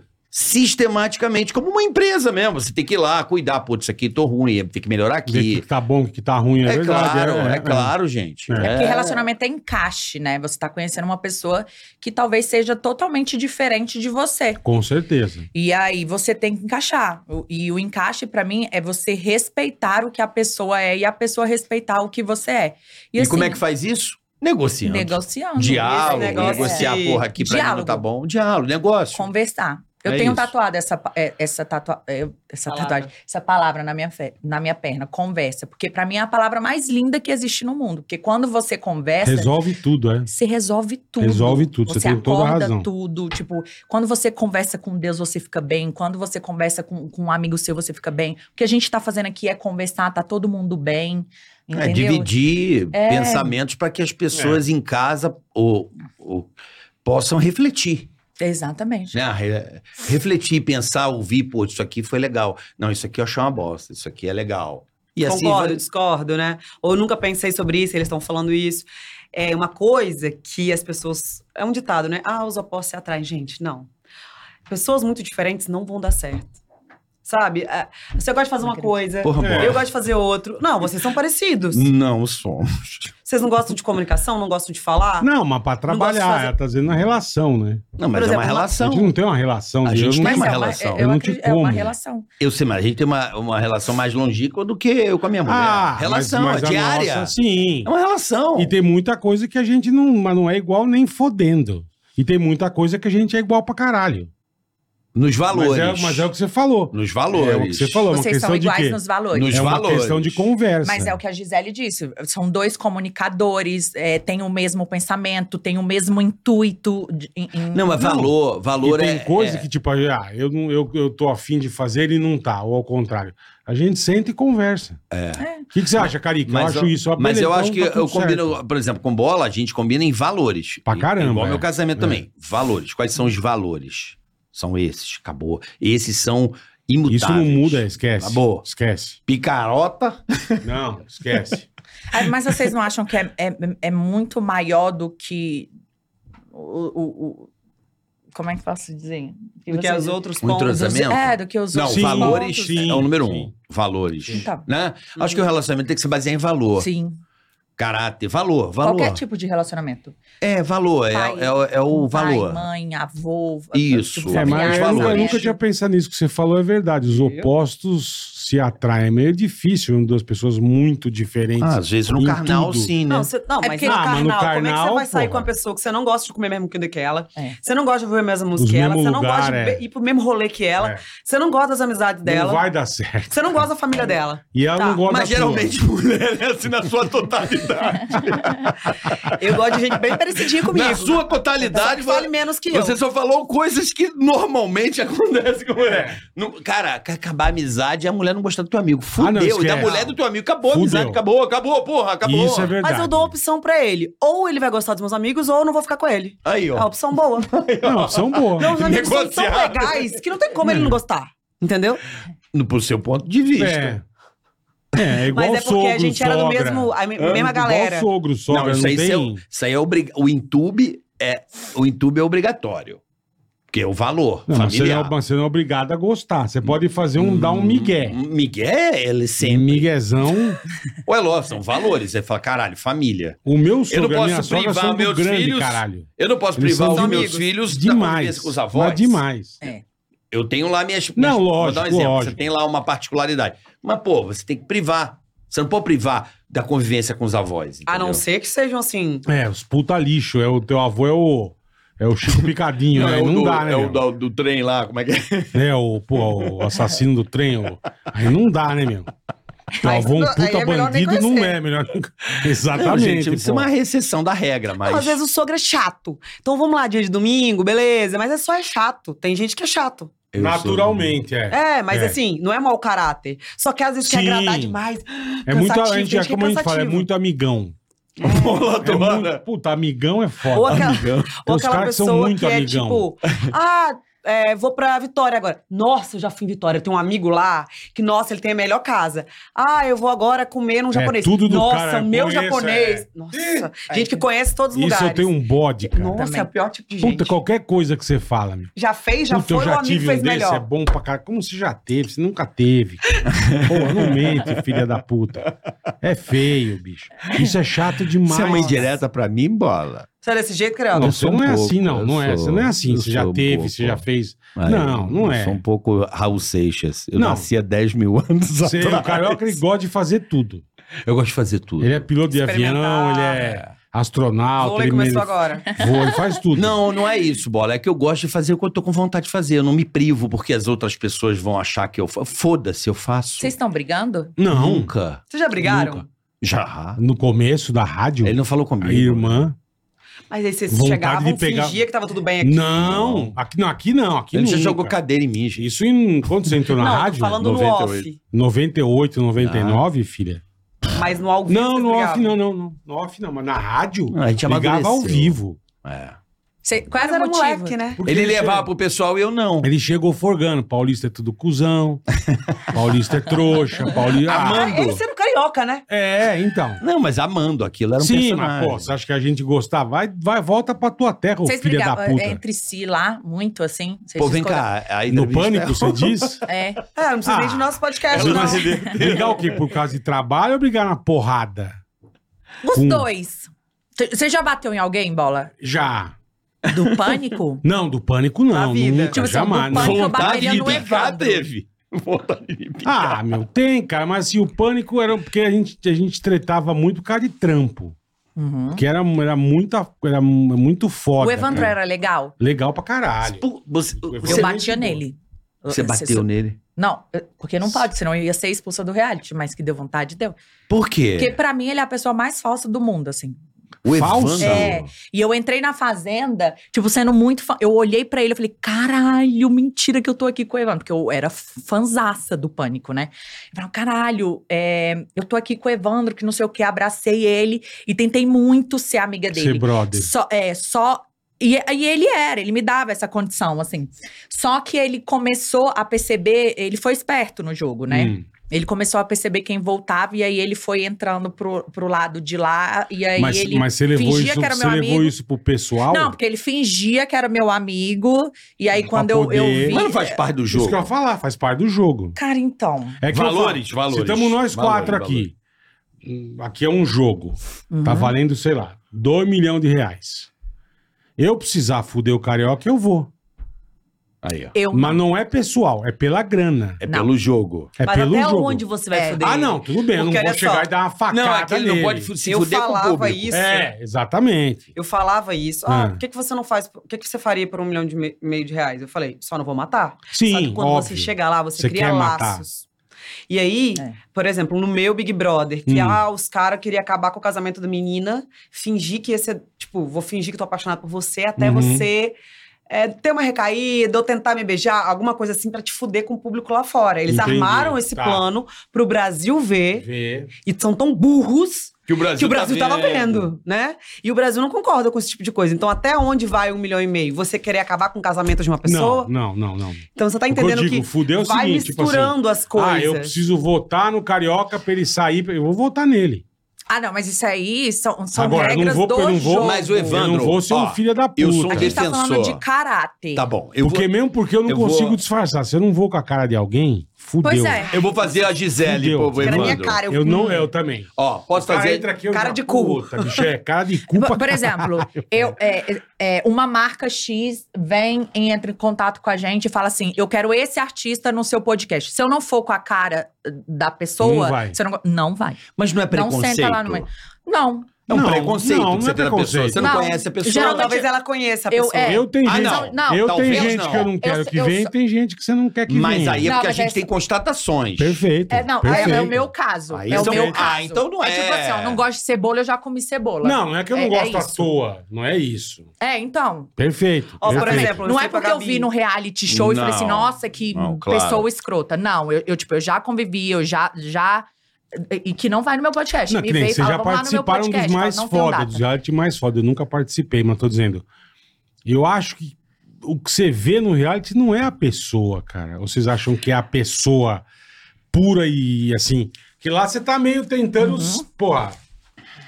Speaker 6: sistematicamente, como uma empresa mesmo. Você tem que ir lá cuidar, putz, isso aqui tô ruim, tem que melhorar
Speaker 4: Ver o
Speaker 6: aqui.
Speaker 4: que tá bom, o que tá ruim, é,
Speaker 6: É,
Speaker 4: verdade.
Speaker 6: claro, é, claro, gente.
Speaker 4: É.
Speaker 7: É porque relacionamento é encaixe, né? Você tá conhecendo uma pessoa que talvez seja totalmente diferente de você.
Speaker 4: Com certeza.
Speaker 7: E aí você tem que encaixar. O- E o encaixe, pra mim, é você respeitar o que a pessoa é e a pessoa respeitar o que você é.
Speaker 6: E, como é que faz isso? Negociando.
Speaker 7: Negociando.
Speaker 6: Diálogo,
Speaker 8: Esse negócio
Speaker 6: negociar,
Speaker 8: de-
Speaker 6: porra, aqui pra mim não
Speaker 7: é Diálogo.
Speaker 6: tá bom. Diálogo, negócio.
Speaker 7: Conversar. Eu
Speaker 6: É
Speaker 7: tenho
Speaker 6: isso.
Speaker 7: tatuado essa, pa- é, essa, tatua, é, essa
Speaker 8: Palavra.
Speaker 7: tatuagem, essa palavra na minha, fe- na minha perna, conversa. Porque pra mim é a palavra mais linda que existe no mundo. Porque quando você conversa,
Speaker 4: Resolve tudo, é.
Speaker 7: Você resolve tudo.
Speaker 4: Resolve tudo, você
Speaker 7: Você,
Speaker 4: tem
Speaker 7: acorda
Speaker 4: toda a razão.
Speaker 7: tudo. Tipo, quando você conversa com Deus, você fica bem. Quando você conversa com, com um amigo seu, você fica bem. O que a gente tá fazendo aqui é conversar, tá todo mundo bem.
Speaker 6: É,
Speaker 7: Entendeu?
Speaker 6: dividir
Speaker 7: É.
Speaker 6: pensamentos para que as pessoas em casa ou, ou, possam refletir.
Speaker 7: Exatamente.
Speaker 6: né? Re- refletir, pensar, ouvir, pô, isso aqui foi legal. Não, isso aqui eu achei uma bosta, isso aqui é legal. E assim,
Speaker 8: Concordo,
Speaker 6: vai-
Speaker 8: discordo, né? Ou nunca pensei sobre isso, eles estão falando isso. É uma coisa que as pessoas. É um ditado, né? Ah, os opostos se atraem. Gente, não. Pessoas muito diferentes não vão dar certo. Sabe? É, Você gosta de fazer uma coisa.
Speaker 6: porra, Hum.
Speaker 4: É.
Speaker 8: Eu
Speaker 6: bora.
Speaker 8: gosto de fazer outro. Não, vocês são parecidos.
Speaker 6: Não somos.
Speaker 8: Vocês não gostam de comunicação, não gostam de falar.
Speaker 4: Não, mas pra
Speaker 8: gosto de
Speaker 4: trabalhar,
Speaker 8: fazer-
Speaker 4: ela tá dizendo na relação, né?
Speaker 6: Não, mas
Speaker 8: Por exemplo,
Speaker 6: é uma
Speaker 4: A gente
Speaker 6: relação.
Speaker 4: não tem uma um- relação
Speaker 6: A
Speaker 4: de
Speaker 6: gente
Speaker 4: eu não-
Speaker 6: tem
Speaker 7: Mas
Speaker 6: uma
Speaker 7: é
Speaker 6: relação.
Speaker 7: eu
Speaker 4: Eu não te
Speaker 7: acredito, é uma
Speaker 4: como.
Speaker 7: relação.
Speaker 6: Eu sei, mas a gente tem uma, uma relação mais longínqua do que eu com a minha mulher.
Speaker 4: Ah, mas-
Speaker 6: relação,
Speaker 4: mas
Speaker 6: é
Speaker 4: a
Speaker 6: diária.
Speaker 4: nossa, sim.
Speaker 6: É uma relação.
Speaker 4: E tem muita coisa que a gente não, mas não é igual nem fodendo. E tem muita coisa que a gente é igual pra caralho. Mas
Speaker 6: Nos valores.
Speaker 4: é, mas é o que você falou.
Speaker 6: Nos valores.
Speaker 4: É o que você falou, é uma
Speaker 7: Vocês
Speaker 4: questão
Speaker 7: são
Speaker 4: de quê?
Speaker 7: iguais nos valores.
Speaker 6: Nos
Speaker 4: é uma
Speaker 6: valores.
Speaker 4: questão de conversa.
Speaker 7: Mas é o que a Gisele disse. São dois comunicadores, é, têm o mesmo pensamento, têm o mesmo intuito. de- em- em-
Speaker 6: Não, mas valor,
Speaker 4: E
Speaker 6: valor
Speaker 4: tem
Speaker 6: é.
Speaker 4: coisa
Speaker 6: é-
Speaker 4: que, tipo, ah, eu, não, eu, eu tô afim de fazer, ele não tá, ou ao contrário. A gente senta e conversa.
Speaker 7: É.
Speaker 4: O que, que você acha, Carica?
Speaker 6: Mas
Speaker 4: eu acho
Speaker 6: eu-
Speaker 4: isso. ah,
Speaker 6: Mas
Speaker 4: beleza,
Speaker 6: eu
Speaker 4: então
Speaker 6: acho que
Speaker 4: tá tudo
Speaker 6: eu
Speaker 4: certo.
Speaker 6: combino, por exemplo, com bola, a gente combina em valores.
Speaker 4: Pra
Speaker 6: I-
Speaker 4: caramba,
Speaker 6: Igual
Speaker 4: é.
Speaker 6: meu casamento
Speaker 4: É.
Speaker 6: também. Valores. Quais são os valores? São esses, acabou. Esses são imutáveis.
Speaker 4: Isso não muda, é. esquece.
Speaker 6: Acabou.
Speaker 4: Esquece.
Speaker 6: Picarota.
Speaker 4: Não, esquece.
Speaker 7: Ah, Mas vocês não acham que é, é, é muito maior do que o, o- o- Como é que posso dizer?
Speaker 8: Do que
Speaker 7: vocês-
Speaker 8: os outros
Speaker 6: Um
Speaker 8: pontos.
Speaker 6: entrosamento.
Speaker 7: É, do que os
Speaker 6: Não,
Speaker 7: outros.
Speaker 4: Sim,
Speaker 6: valores
Speaker 7: pontos,
Speaker 4: sim.
Speaker 6: é o número
Speaker 4: sim.
Speaker 6: um. Valores.
Speaker 7: Então.
Speaker 6: Né? Acho que o relacionamento tem que se basear em valor.
Speaker 7: Sim.
Speaker 6: Caráter, valor, valor.
Speaker 7: Qualquer tipo de relacionamento.
Speaker 6: É, valor. é-
Speaker 7: Pai,
Speaker 6: é, é, o valor.
Speaker 7: Pai, mãe, avô.
Speaker 6: Isso.
Speaker 7: tipo,
Speaker 4: é, mas
Speaker 7: familiar,
Speaker 4: eu, nunca- eu
Speaker 6: valores.
Speaker 4: nunca tinha pensado nisso que você falou, é verdade. Os opostos se atraem. É meio difícil, duas pessoas muito diferentes.
Speaker 6: Ah, às vezes no
Speaker 4: Em
Speaker 6: carnal,
Speaker 4: tudo.
Speaker 6: sim, né?
Speaker 8: Não, você- não,
Speaker 7: É
Speaker 8: mas,
Speaker 7: porque-
Speaker 8: no
Speaker 7: Ah,
Speaker 4: mas no
Speaker 8: carnal, como é que você
Speaker 4: carnal,
Speaker 8: vai sair
Speaker 4: porra.
Speaker 8: com uma pessoa que você não gosta de comer mesmo que ela?
Speaker 7: É.
Speaker 8: Você não gosta de ouvir a mesma música que
Speaker 4: Os
Speaker 8: ela,
Speaker 4: mesmo
Speaker 8: você não gosta
Speaker 4: lugar,
Speaker 8: de
Speaker 4: é.
Speaker 8: be- ir pro mesmo rolê que ela,
Speaker 4: É.
Speaker 8: você não gosta das amizades dela,
Speaker 4: Não vai dar certo.
Speaker 8: você não gosta da família dela.
Speaker 4: E ela
Speaker 8: Tá,
Speaker 4: não gosta da
Speaker 6: Mas
Speaker 4: sua.
Speaker 6: geralmente mulher é assim na sua totalidade.
Speaker 8: Eu gosto de gente bem parecidinha comigo.
Speaker 6: na sua
Speaker 8: Só
Speaker 6: totalidade,
Speaker 8: né? que vale menos que
Speaker 6: Você
Speaker 8: eu.
Speaker 6: só falou coisas que normalmente acontecem com mulher.
Speaker 4: É.
Speaker 6: Não- cara, que acabar a amizade e a mulher não gostar do teu amigo.
Speaker 4: Ah, não,
Speaker 6: Fudeu. e da
Speaker 4: esquece.
Speaker 6: mulher do teu amigo. Acabou a
Speaker 4: Fudeu.
Speaker 6: amizade. Acabou, acabou, porra, acabou.
Speaker 4: Isso é verdade.
Speaker 8: Mas eu dou a opção pra ele. Ou ele vai gostar dos meus amigos, ou eu não vou ficar com ele.
Speaker 6: Aí,
Speaker 8: É uma
Speaker 6: ó.
Speaker 8: opção boa.
Speaker 4: Não, É. opção boa.
Speaker 8: Não, os amigos são tão
Speaker 6: Negociado.
Speaker 8: legais que não tem como ele não gostar. Entendeu?
Speaker 6: No, pro seu ponto de vista.
Speaker 4: É. É, é igual
Speaker 8: Mas é porque a
Speaker 4: sogro,
Speaker 8: gente era do
Speaker 4: sogra.
Speaker 8: mesmo, a me-
Speaker 4: É,
Speaker 8: mesma galera.
Speaker 4: Igual sogro, sogra,
Speaker 6: não,
Speaker 4: não,
Speaker 6: isso aí,
Speaker 4: tem...
Speaker 6: isso é- isso aí é obrigatório. O intube é, o intube é obrigatório. Porque é o valor
Speaker 4: Não, mas você não,
Speaker 6: familiar.
Speaker 4: é, mas você não é obrigado a gostar. Você pode fazer um, dar um migué.
Speaker 6: Miguel, é ele sempre.
Speaker 4: Miguezão.
Speaker 6: Ou é lógico, são valores. Você fala, caralho, família.
Speaker 4: O meu
Speaker 6: Eu não
Speaker 4: sogro, a minha
Speaker 6: posso
Speaker 4: sogra são
Speaker 6: privar
Speaker 4: do
Speaker 6: meus
Speaker 4: grande,
Speaker 6: filhos.
Speaker 4: caralho.
Speaker 6: Eu não posso
Speaker 4: Eles
Speaker 6: privar
Speaker 4: são
Speaker 6: os meus
Speaker 4: amigos.
Speaker 6: filhos da
Speaker 4: Demais.
Speaker 6: convivência com os avós.
Speaker 4: Mas demais.
Speaker 6: Eu tenho lá minhas.
Speaker 4: Não,
Speaker 6: minhas-
Speaker 4: lógico,
Speaker 6: Vou dar um exemplo.
Speaker 4: lógico.
Speaker 6: Você tem lá uma particularidade. Mas, pô, você tem que privar. Você não pode privar da convivência com os avós.
Speaker 4: Ah,
Speaker 8: A não
Speaker 6: entendeu?
Speaker 8: ser que sejam assim.
Speaker 4: É, os puta lixo. É o teu avô é o. É o Chico Picadinho,
Speaker 6: Não,
Speaker 4: né?
Speaker 6: é o
Speaker 4: Não
Speaker 6: do-
Speaker 4: dá, né?
Speaker 6: É o
Speaker 4: meu?
Speaker 6: do, do trem lá, como é que é?
Speaker 4: É o, pô, o assassino do trem. o- Aí não dá, né, meu? Teu
Speaker 8: Aí
Speaker 4: avô é um
Speaker 8: não- aí
Speaker 4: puta
Speaker 8: é melhor nem
Speaker 4: bandido, não
Speaker 8: conhecer.
Speaker 4: é melhor.
Speaker 6: Não,
Speaker 4: Exatamente.
Speaker 6: gente, isso é
Speaker 4: pô.
Speaker 6: uma recessão da regra, mas.
Speaker 8: Não, às vezes o sogro é chato. Então vamos lá, dia de domingo, beleza. Mas é só é chato. Tem gente que é chato.
Speaker 6: eu sou-
Speaker 4: Naturalmente, é.
Speaker 8: É, mas
Speaker 4: É.
Speaker 8: assim, não é mau caráter. Só que às vezes quer
Speaker 4: Sim.
Speaker 8: agradar demais.
Speaker 4: É muito, a
Speaker 8: Cansativo,
Speaker 4: gente,
Speaker 8: tem
Speaker 4: é
Speaker 8: gente que é
Speaker 4: como a gente fala, é
Speaker 8: cansativo.
Speaker 4: muito amigão.
Speaker 6: um-
Speaker 4: É muito, puta, amigão é foda.
Speaker 8: Ou aquela,
Speaker 4: Tem
Speaker 8: ou
Speaker 4: uns
Speaker 8: aquela
Speaker 4: caras que são
Speaker 8: pessoa
Speaker 4: muito
Speaker 8: que é
Speaker 4: amigão.
Speaker 8: tipo, ah, é, vou pra Vitória agora. Nossa, eu já fui em Vitória. Eu tenho um amigo lá que, nossa, ele tem a melhor casa. Ah, eu vou agora comer num japonês.
Speaker 4: É, tudo do
Speaker 8: nossa,
Speaker 4: cara,
Speaker 8: meu
Speaker 4: conheço,
Speaker 8: japonês.
Speaker 4: é.
Speaker 8: Nossa, gente que conhece todos os
Speaker 4: Isso
Speaker 8: lugares.
Speaker 4: eu tenho um bode, cara.
Speaker 8: Nossa,
Speaker 7: Também.
Speaker 8: é o pior tipo de gente.
Speaker 4: Puta, qualquer coisa que você fala, meu.
Speaker 8: Já fez, já
Speaker 4: Puta, eu
Speaker 8: foi, o
Speaker 4: já
Speaker 8: amigo
Speaker 4: tive um
Speaker 8: fez
Speaker 4: desse,
Speaker 8: melhor.
Speaker 4: é bom pra caralho. Como você já teve? Você nunca teve. Pô, não mente, filha da puta. É feio, bicho. Isso é chato demais.
Speaker 5: Isso é uma indireta pra mim, bola.
Speaker 8: Você é desse jeito,
Speaker 4: Não,
Speaker 8: Creola?
Speaker 5: Eu
Speaker 4: você
Speaker 5: sou um
Speaker 4: não é
Speaker 5: pouco,
Speaker 4: assim, não.
Speaker 5: eu
Speaker 4: Não é,
Speaker 5: sou-
Speaker 4: você não é assim.
Speaker 5: eu
Speaker 4: Você já
Speaker 5: sou um
Speaker 4: teve,
Speaker 5: pouco.
Speaker 4: você já fez.
Speaker 5: Mas
Speaker 4: Não, não
Speaker 5: eu
Speaker 4: é.
Speaker 5: Sou um pouco Raul Seixas. Eu
Speaker 4: Não.
Speaker 5: nasci há 10 mil anos
Speaker 4: Você, é um o
Speaker 5: atrás.
Speaker 4: carioca, ele gosta de fazer tudo.
Speaker 5: Eu gosto de fazer tudo.
Speaker 4: Ele é piloto de avião,
Speaker 8: Experimentar.
Speaker 4: ele é astronauta.
Speaker 8: Vôlei
Speaker 4: ele
Speaker 8: começou
Speaker 4: mesmo-
Speaker 8: agora.
Speaker 4: Voa, ele faz tudo.
Speaker 6: Não, não é isso, bola. É que eu gosto de fazer o que eu tô com vontade de fazer. Eu não me privo porque as outras pessoas vão achar que eu. fa- Foda-se, eu faço.
Speaker 7: Vocês estão brigando?
Speaker 4: Não.
Speaker 6: Nunca.
Speaker 8: Vocês já brigaram?
Speaker 4: Nunca.
Speaker 6: Já.
Speaker 4: No começo da rádio,
Speaker 6: Ele não falou comigo.
Speaker 4: a irmã.
Speaker 8: Mas aí vocês
Speaker 4: Vontade
Speaker 8: chegavam,
Speaker 4: de pegar-
Speaker 8: fingia que tava tudo
Speaker 5: né?
Speaker 8: bem aqui.
Speaker 4: Não, aqui não, aqui não. Aqui
Speaker 6: Ele já
Speaker 4: nunca.
Speaker 6: jogou cadeira em mim, gente.
Speaker 4: Isso em quando você entrou na
Speaker 8: não,
Speaker 4: rádio? é
Speaker 8: tô falando
Speaker 6: 98.
Speaker 8: no off.
Speaker 4: 98, 99, filha?
Speaker 8: Mas no ao vivo.
Speaker 4: Não,
Speaker 8: vocês
Speaker 4: no off não,
Speaker 8: brigavam.
Speaker 4: não, não. No off não, mas na rádio
Speaker 6: Ah, a gente
Speaker 4: ligava ao
Speaker 6: amadureceu.
Speaker 4: vivo.
Speaker 6: É.
Speaker 7: Cê- qual
Speaker 8: Mas
Speaker 7: era
Speaker 8: era
Speaker 7: o motivo?
Speaker 8: moleque, né?
Speaker 4: Porque
Speaker 6: Ele
Speaker 4: chegou-
Speaker 6: levava pro pessoal e eu não.
Speaker 4: Ele chegou forgando. Paulista é tudo cuzão. Paulista é trouxa. Paulista. Ah,
Speaker 6: Amando.
Speaker 8: Ele sendo carioca, né?
Speaker 4: é, então.
Speaker 6: Não, mas amando aquilo era um
Speaker 4: Sim, mas
Speaker 6: personagem.
Speaker 4: pô, você acha que a gente gostava? Vai, vai volta pra tua terra, ô
Speaker 7: Vocês
Speaker 4: filha da
Speaker 7: brigavam é, então.
Speaker 4: puta.
Speaker 7: entre si lá, muito assim? Vocês
Speaker 6: Pô, vem
Speaker 7: discordavam?
Speaker 6: cá. a
Speaker 4: No
Speaker 6: entrevista-
Speaker 4: pânico, você diz?
Speaker 7: É.
Speaker 8: É, não precisa
Speaker 4: Ah.
Speaker 8: nem de nosso podcast,
Speaker 4: Ela
Speaker 8: não.
Speaker 4: não Brigar o quê? Por causa de trabalho ou brigar na porrada?
Speaker 7: Os
Speaker 4: Um.
Speaker 7: dois. T- Você já bateu em alguém, bola?
Speaker 4: Já.
Speaker 7: Do pânico?
Speaker 4: Não, do pânico não.
Speaker 8: Na vida.
Speaker 4: Nunca,
Speaker 7: Tipo, você é um do
Speaker 4: jamais.
Speaker 7: pânico.
Speaker 4: não.
Speaker 7: eu bateria
Speaker 6: Vontade de
Speaker 7: no
Speaker 6: picar
Speaker 7: Evandro.
Speaker 6: teve. Vontade de picar.
Speaker 4: Ah, meu, tem, cara. Mas assim, o pânico era porque a gente, a gente tretava muito por causa de trampo.
Speaker 7: Uhum.
Speaker 4: Que era, era, muita, era muito foda.
Speaker 7: O Evandro
Speaker 6: né?
Speaker 4: cara.
Speaker 7: era legal?
Speaker 4: Legal pra caralho.
Speaker 6: Pô, Você,
Speaker 4: Eu
Speaker 7: Eu
Speaker 6: você,
Speaker 4: Você-
Speaker 7: batia nele.
Speaker 6: você bateu
Speaker 7: Cê-
Speaker 6: nele.
Speaker 7: Não, eu- porque não pode, senão eu ia ser expulsa do reality, mas que deu vontade,
Speaker 6: É.
Speaker 7: deu.
Speaker 6: Por quê?
Speaker 7: Porque pra mim ele é a pessoa mais falsa do mundo, assim.
Speaker 6: O
Speaker 4: Falso?
Speaker 6: Evandro.
Speaker 7: É. E eu entrei na fazenda, tipo, sendo muito fã. Eu olhei pra ele e falei, caralho, mentira que eu tô aqui com o Evandro. Porque eu era fanzaça do pânico, né? Eu falei, caralho, é, eu tô aqui com o Evandro, que não sei o que, abracei ele e tentei muito ser amiga dele.
Speaker 4: Ser brother.
Speaker 7: Só, é, só. E, e ele era, ele me dava essa condição, assim. Só que ele começou a perceber, ele foi esperto no jogo, né?
Speaker 4: Hum.
Speaker 7: Ele começou a perceber quem voltava e aí ele foi entrando pro, pro lado de lá. E aí
Speaker 4: Mas,
Speaker 7: ele.
Speaker 4: mas você levou,
Speaker 7: fingia
Speaker 4: isso,
Speaker 7: que era
Speaker 4: você
Speaker 7: meu
Speaker 4: levou
Speaker 7: amigo.
Speaker 4: isso pro pessoal?
Speaker 7: Não, porque ele fingia que era meu amigo. E aí
Speaker 4: Pra
Speaker 7: quando eu, eu
Speaker 4: poder-
Speaker 7: vi.
Speaker 6: Mas não faz parte do
Speaker 4: Isso
Speaker 6: jogo.
Speaker 4: que eu ia falar, faz parte do jogo.
Speaker 7: Cara, então.
Speaker 4: É que eu
Speaker 6: Valores,
Speaker 4: falo,
Speaker 6: valores.
Speaker 4: Se estamos nós
Speaker 6: Valores,
Speaker 4: quatro aqui. hum, Aqui é um jogo. Tá
Speaker 7: Uhum.
Speaker 4: valendo, sei lá, 2 milhões de reais. Eu precisar fuder o carioca, eu vou.
Speaker 6: Aí, ó.
Speaker 7: Eu.
Speaker 4: Mas não é pessoal, é pela grana.
Speaker 6: É
Speaker 7: Não.
Speaker 6: pelo jogo.
Speaker 4: É
Speaker 8: Mas
Speaker 4: pelo
Speaker 8: até
Speaker 4: jogo.
Speaker 8: onde você vai
Speaker 7: É.
Speaker 8: foder?
Speaker 4: Ah, não, tudo bem, eu não
Speaker 8: Porque
Speaker 4: vou
Speaker 8: olha
Speaker 4: chegar
Speaker 8: só, é
Speaker 4: e dar uma facada.
Speaker 6: Não, aquele
Speaker 4: nele.
Speaker 6: não pode fu- se
Speaker 8: Eu
Speaker 6: fuder com o
Speaker 8: falava
Speaker 6: público.
Speaker 8: isso.
Speaker 4: É, exatamente.
Speaker 8: Eu falava isso. Ah,
Speaker 4: Ah.
Speaker 8: o que, que você não faz? O que, que você faria por um milhão de me- meio de reais? Eu falei, só não vou matar.
Speaker 4: Sim,
Speaker 8: Só que quando
Speaker 4: óbvio.
Speaker 8: você chega lá, você,
Speaker 4: Você quer
Speaker 8: cria
Speaker 4: matar.
Speaker 8: laços. E aí,
Speaker 7: É.
Speaker 8: por exemplo, no meu Big Brother, que
Speaker 4: Hum.
Speaker 8: ah, os caras queriam acabar com o casamento da menina, fingir que ia ser, tipo, vou fingir que tô apaixonado por você até
Speaker 4: Uhum.
Speaker 8: você é, ter uma recaída ou tentar me beijar, alguma coisa assim, pra te fuder com o público lá fora. Eles
Speaker 4: Entendi,
Speaker 8: armaram esse
Speaker 4: tá.
Speaker 8: plano pro Brasil ver,
Speaker 4: Vê.
Speaker 8: e são tão burros
Speaker 6: Que o Brasil,
Speaker 8: que o Brasil
Speaker 6: tá
Speaker 8: tava vendo, né? E o Brasil não concorda com esse tipo de coisa. Então, até onde vai um milhão e meio? Você querer acabar com o casamento de uma pessoa?
Speaker 4: Não, não, não, não.
Speaker 8: Então, você tá
Speaker 4: O que eu
Speaker 8: entendendo
Speaker 4: digo,
Speaker 8: que
Speaker 4: fuder é o
Speaker 8: vai
Speaker 4: seguinte, tipo assim,
Speaker 8: misturando as coisas.
Speaker 4: Ah, eu preciso votar no carioca pra ele sair. pra- Eu vou votar nele.
Speaker 7: Ah, não, mas isso aí são, são
Speaker 4: Agora, eu não
Speaker 7: regras
Speaker 4: vou-
Speaker 7: do
Speaker 4: eu não vou-
Speaker 7: jogo.
Speaker 6: Mas o
Speaker 4: Eu não
Speaker 6: Evandro,
Speaker 4: vou ser um
Speaker 6: ó,
Speaker 4: filho da puta.
Speaker 6: eu sou
Speaker 7: A gente tá falando de
Speaker 6: defensor.
Speaker 7: karate.
Speaker 6: Tá bom. Eu
Speaker 4: porque
Speaker 6: vou,
Speaker 4: mesmo porque eu não
Speaker 6: eu vou-
Speaker 4: consigo disfarçar. Se eu não vou com a cara de alguém, fudeu.
Speaker 7: Pois é.
Speaker 6: eu vou fazer a Gisele,
Speaker 4: Fudeu.
Speaker 6: pô, pro
Speaker 4: Fica
Speaker 8: Era
Speaker 6: Evandro.
Speaker 8: minha cara.
Speaker 4: Eu não, eu também.
Speaker 6: Ó, posso fazer.
Speaker 4: aqui, eu
Speaker 8: cara
Speaker 4: já-
Speaker 8: de cu.
Speaker 4: Puta, bicho, é cara de cu. pra
Speaker 7: Por, por exemplo, eu, é, é, uma marca X vem e entra em contato com a gente e fala assim: eu quero esse artista no seu podcast. Se eu não for com a cara eh, da pessoa,
Speaker 4: Não vai.
Speaker 7: se eu não, go- não vai.
Speaker 6: Mas não é
Speaker 7: Não
Speaker 6: preconceito.
Speaker 7: senta lá no meio. Não.
Speaker 6: É um
Speaker 4: Não,
Speaker 6: preconceito
Speaker 4: não,
Speaker 6: que
Speaker 4: não
Speaker 6: você
Speaker 4: é
Speaker 6: tem da pessoa.
Speaker 4: preconceito.
Speaker 6: Você não,
Speaker 7: Não.
Speaker 6: conhece a pessoa. tá-
Speaker 8: Não,
Speaker 7: Geralmente-
Speaker 8: talvez ela conheça a
Speaker 7: Eu-
Speaker 8: pessoa.
Speaker 7: é.
Speaker 4: Eu tenho
Speaker 6: Ah,
Speaker 4: gente,
Speaker 6: não.
Speaker 7: Não,
Speaker 4: eu tenho
Speaker 6: talvez
Speaker 4: gente
Speaker 6: não.
Speaker 4: que eu não
Speaker 6: Eu
Speaker 4: quero
Speaker 7: sei-
Speaker 4: que
Speaker 7: eu
Speaker 4: venha,
Speaker 7: sou-
Speaker 4: tem gente que você não quer que
Speaker 8: assim.
Speaker 6: Mas
Speaker 4: venha.
Speaker 6: aí é
Speaker 7: Não,
Speaker 6: porque a
Speaker 7: mas
Speaker 6: gente
Speaker 7: é-
Speaker 6: tem constatações.
Speaker 4: Perfeito.
Speaker 7: É, não, é,
Speaker 4: perfeito.
Speaker 7: é o meu caso.
Speaker 6: Aí
Speaker 7: é o
Speaker 6: são-
Speaker 7: meu
Speaker 6: Ah,
Speaker 7: caso.
Speaker 6: então não
Speaker 7: tipo
Speaker 6: é.
Speaker 7: assim, eu não gosto de cebola, eu já comi cebola.
Speaker 4: Não, não é que eu não
Speaker 7: É-
Speaker 4: gosto
Speaker 7: é
Speaker 4: à
Speaker 7: isso.
Speaker 4: toa. Não é isso.
Speaker 7: É, então.
Speaker 4: Perfeito.
Speaker 8: Ó, por
Speaker 4: perfeito.
Speaker 8: exemplo,
Speaker 7: não
Speaker 8: sei
Speaker 7: é porque
Speaker 8: pra
Speaker 7: eu
Speaker 8: Gabi.
Speaker 7: vi no reality show e falei assim,
Speaker 6: Não.
Speaker 7: nossa, que
Speaker 6: Não, claro.
Speaker 7: pessoa escrota. Não, eu, eu, tipo, eu já convivi, eu já. já e que não vai no meu podcast.
Speaker 4: Não,
Speaker 7: Me
Speaker 4: que nem,
Speaker 7: veio e
Speaker 4: vocês já
Speaker 7: fala, vamos lá no meu
Speaker 4: participaram
Speaker 7: podcast.
Speaker 4: dos mais
Speaker 7: fala, não tenho
Speaker 4: foda,
Speaker 7: data.
Speaker 4: dos reality mais foda. Eu nunca participei, mas tô dizendo. Eu acho que o que você vê no reality não é a pessoa, cara. Ou vocês acham que é a pessoa pura e assim. Que lá você tá meio tentando,
Speaker 7: Uhum.
Speaker 4: porra,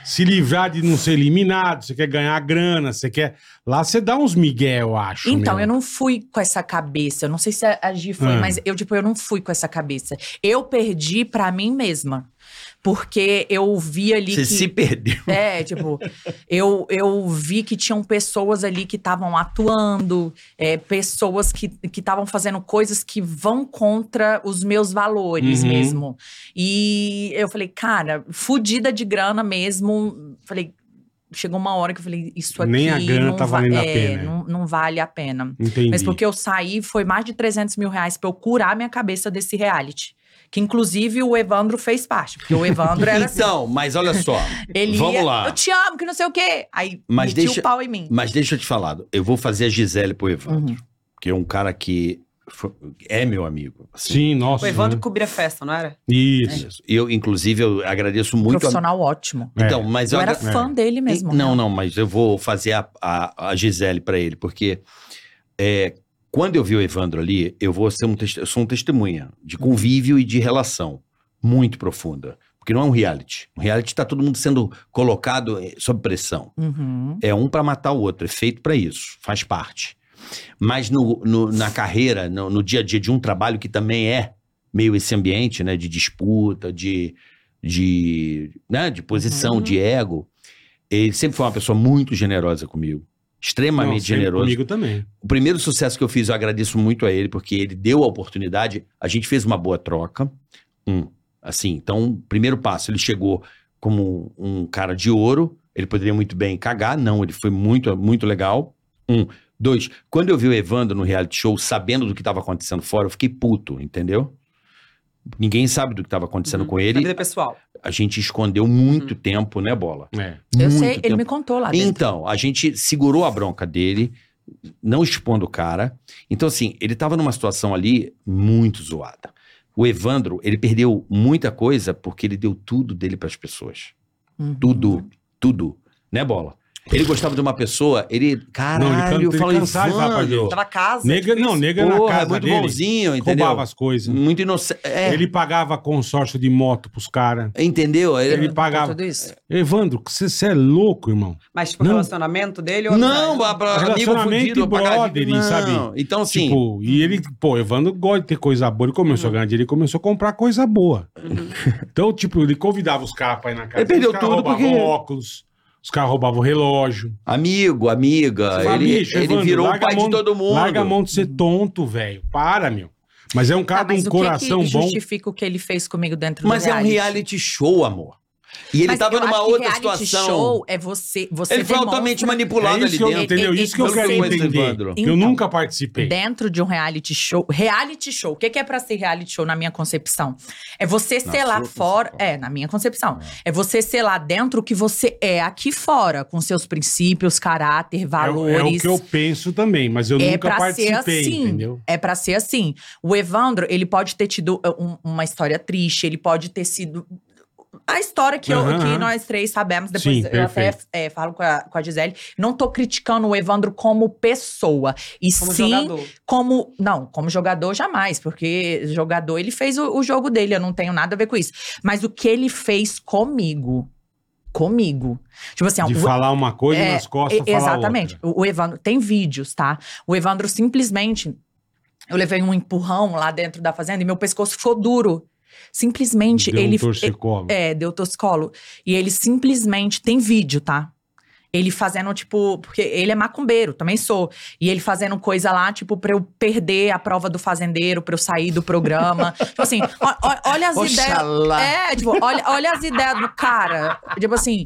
Speaker 4: se livrar de não ser eliminado, você quer ganhar grana, você quer. Lá você dá uns migué, eu acho.
Speaker 7: Então,
Speaker 4: meu.
Speaker 7: eu não fui com essa cabeça. Eu não sei se a a Gi foi,
Speaker 4: Ah.
Speaker 7: mas eu, tipo, eu não fui com essa cabeça. Eu perdi pra mim mesma. Porque eu vi ali
Speaker 6: Você
Speaker 7: que.
Speaker 6: se perdeu.
Speaker 7: É, tipo, eu, eu vi que tinham pessoas ali que estavam atuando, é, pessoas que que estavam fazendo coisas que vão contra os meus valores
Speaker 4: Uhum.
Speaker 7: mesmo. E eu falei, cara, fudida de grana mesmo. Falei, chegou uma hora que eu falei, isso aqui
Speaker 4: Nem a grana
Speaker 7: não,
Speaker 4: tá
Speaker 7: va-
Speaker 4: valendo a
Speaker 7: é,
Speaker 4: pena.
Speaker 7: Não, não vale a pena.
Speaker 4: Entendi.
Speaker 7: Mas porque eu saí, foi mais de 300 mil reais pra eu curar minha cabeça desse reality. Que inclusive o Evandro fez parte. Porque o Evandro era assim.
Speaker 6: Então, mas olha só.
Speaker 7: Ele
Speaker 6: Vamos
Speaker 7: ia,
Speaker 6: lá.
Speaker 7: Eu te amo, que não sei o quê. Aí
Speaker 6: Mas
Speaker 7: metia
Speaker 6: deixa-
Speaker 7: o pau em mim.
Speaker 6: Mas deixa eu te falar. Eu vou fazer a Gisele pro Evandro. Que é um cara que fo- é meu amigo. assim.
Speaker 4: Sim, nossa.
Speaker 8: O Evandro
Speaker 4: né?
Speaker 8: cobria festa, não era?
Speaker 4: Isso.
Speaker 6: E Eu, inclusive, eu agradeço muito. a-
Speaker 7: Profissional ótimo.
Speaker 4: É.
Speaker 6: Então, mas
Speaker 7: Eu
Speaker 6: eu
Speaker 7: era
Speaker 6: agra- É.
Speaker 7: fã dele mesmo. né?
Speaker 6: Não, não, mas eu vou fazer a, a, a Gisele pra ele, porque é, quando eu vi o Evandro ali, eu vou ser um, test- eu sou um testemunha de convívio e de relação muito profunda. Porque não é um reality. Um reality tá todo mundo sendo colocado eh, sob pressão.
Speaker 7: Uhum.
Speaker 6: É um pra matar o outro, é feito pra isso, faz parte. Mas no, no- na carreira, no, no dia a dia de um trabalho que também é meio esse ambiente, né, de disputa, de, de, né, de posição,
Speaker 8: Uhum.
Speaker 6: de ego, ele sempre foi uma pessoa muito generosa comigo,
Speaker 4: Não,
Speaker 6: extremamente
Speaker 4: sempre
Speaker 6: generoso.
Speaker 4: Comigo também.
Speaker 6: O primeiro sucesso que eu fiz, eu agradeço muito a ele, porque ele deu a oportunidade, a gente fez uma boa troca. Um, assim, então, primeiro passo, ele chegou como um cara de ouro, ele poderia muito bem cagar, não, ele foi muito, muito legal. Um. Dois, quando eu vi o Evandro no reality show, sabendo do que estava acontecendo fora, eu fiquei puto, entendeu? Ninguém sabe do que estava acontecendo
Speaker 8: Uhum.
Speaker 6: com
Speaker 8: Na
Speaker 6: ele.
Speaker 8: vida pessoal.
Speaker 6: A gente escondeu muito tempo, né, Bola?
Speaker 4: É.
Speaker 7: Eu
Speaker 6: muito
Speaker 7: sei, ele
Speaker 6: tempo.
Speaker 7: me contou lá Ah, dentro.
Speaker 6: Então, a gente segurou a bronca dele, não expondo o cara. Então, assim, ele tava numa situação ali muito zoada. O Evandro, ele perdeu muita coisa porque ele deu tudo dele pras pessoas.
Speaker 7: Uhum.
Speaker 6: Tudo, tudo. Né, Bola? Ele gostava de uma pessoa, ele.
Speaker 4: can-
Speaker 6: Caralho,
Speaker 4: ele
Speaker 6: eu falo
Speaker 4: cansava de falar pra
Speaker 6: Evandro. tá
Speaker 4: gente.
Speaker 8: Tava casa.
Speaker 4: Nega, não, nega na
Speaker 6: Porra,
Speaker 4: casa
Speaker 6: muito
Speaker 4: dele.
Speaker 6: bonzinho, entendeu?
Speaker 4: Roubava as coisas.
Speaker 6: Muito inocente. É,
Speaker 4: Ele pagava consórcio de moto pros caras.
Speaker 6: Entendeu? Ele-
Speaker 4: Ele pagava.
Speaker 7: Tudo isso.
Speaker 4: Evandro, você é louco, irmão.
Speaker 8: Mas, tipo, o
Speaker 4: Não.
Speaker 8: relacionamento dele? ou
Speaker 6: Não,
Speaker 8: amizade?
Speaker 6: Bárbara, amigo
Speaker 4: Relacionamento e
Speaker 6: fudido, apagadinho.
Speaker 4: brother, e sabe?
Speaker 6: Não. Então, assim.
Speaker 4: Tipo, e ele, pô, Evandro gosta de ter coisa boa. Ele começou a ganhar dinheiro, ele começou a comprar coisa boa. Então, tipo, ele convidava os caras pra ir na casa.
Speaker 6: Uhum. Ele perdeu
Speaker 4: os caras
Speaker 6: tudo
Speaker 4: roubavam
Speaker 6: porque-
Speaker 4: óculos, os caras roubavam relógio.
Speaker 6: Amigo, amiga,
Speaker 4: Você fala,
Speaker 6: Ah, ele,
Speaker 4: "Bicho,
Speaker 6: ele
Speaker 4: Evandro,
Speaker 6: virou o
Speaker 4: larga
Speaker 6: pai
Speaker 4: a mão-
Speaker 6: de todo mundo. Uhum.
Speaker 4: Larga a mão de ser tonto, velho. Para, meu. Mas é um cara
Speaker 7: Tá,
Speaker 4: de
Speaker 7: mas
Speaker 4: um
Speaker 7: o que
Speaker 4: coração
Speaker 7: que
Speaker 4: bom.
Speaker 7: justifica o que ele fez comigo dentro
Speaker 6: Mas
Speaker 7: do
Speaker 6: é um
Speaker 7: reality?
Speaker 6: reality show, amor. E ele
Speaker 7: Mas
Speaker 6: tava
Speaker 7: eu
Speaker 6: numa
Speaker 7: acho que
Speaker 6: outra
Speaker 7: reality
Speaker 6: situação.
Speaker 7: show é você, você
Speaker 6: ele foi
Speaker 7: demonstra
Speaker 6: altamente manipulado
Speaker 4: É
Speaker 6: ali
Speaker 4: isso que eu,
Speaker 6: dentro.
Speaker 4: entendeu?
Speaker 7: Ele-
Speaker 4: Isso que eu
Speaker 7: ele-
Speaker 4: quero
Speaker 7: ele-
Speaker 4: entender.
Speaker 6: Evandro.
Speaker 4: eu
Speaker 7: Então,
Speaker 4: nunca participei.
Speaker 7: Dentro de um reality show. Reality show. O que, que é pra ser reality show, na minha concepção? É você ser lá
Speaker 6: sua
Speaker 7: fora.
Speaker 6: concepção.
Speaker 7: É, na minha concepção. É você ser lá dentro o que você é aqui fora, com seus princípios, caráter,
Speaker 4: É-
Speaker 7: valores.
Speaker 4: É, o que eu penso também, mas eu
Speaker 7: É
Speaker 4: nunca
Speaker 7: pra ser
Speaker 4: participei,
Speaker 7: assim.
Speaker 4: entendeu?
Speaker 7: É pra ser assim. O Evandro, ele pode ter tido uh, um- uma história triste, ele pode ter sido. A história que, eu-
Speaker 4: Aham.
Speaker 7: que nós três sabemos, depois
Speaker 4: Sim,
Speaker 7: eu
Speaker 4: perfeito.
Speaker 7: até é, falo com a, com a Gisele. Não tô criticando o Evandro como pessoa, e
Speaker 8: Como
Speaker 7: sim
Speaker 8: jogador.
Speaker 7: como. Não, como jogador jamais, porque jogador ele fez o, o jogo dele, eu não tenho nada a ver com isso. Mas o que ele fez comigo comigo. Tipo assim, ó,
Speaker 4: De
Speaker 7: o-
Speaker 4: falar uma coisa e
Speaker 7: é,
Speaker 4: nas costas
Speaker 7: e-
Speaker 4: falar
Speaker 7: Exatamente.
Speaker 4: outra.
Speaker 7: O, o Evandro tem vídeos, tá? O Evandro simplesmente eu levei um empurrão lá dentro da fazenda e meu pescoço ficou duro. Simplesmente
Speaker 4: Deu um
Speaker 7: ele
Speaker 4: torcicolo.
Speaker 7: é, deu toscolo. E ele simplesmente tem vídeo, tá? Ele fazendo, tipo, porque ele é macumbeiro, também sou. E ele fazendo coisa lá, tipo, pra eu perder a prova do fazendeiro, pra eu sair do programa. tipo assim, ó- ó- olha as ideias.
Speaker 6: Oxalá.
Speaker 4: Ah.
Speaker 7: É, tipo, olha, olha as ideias do cara. Tipo assim,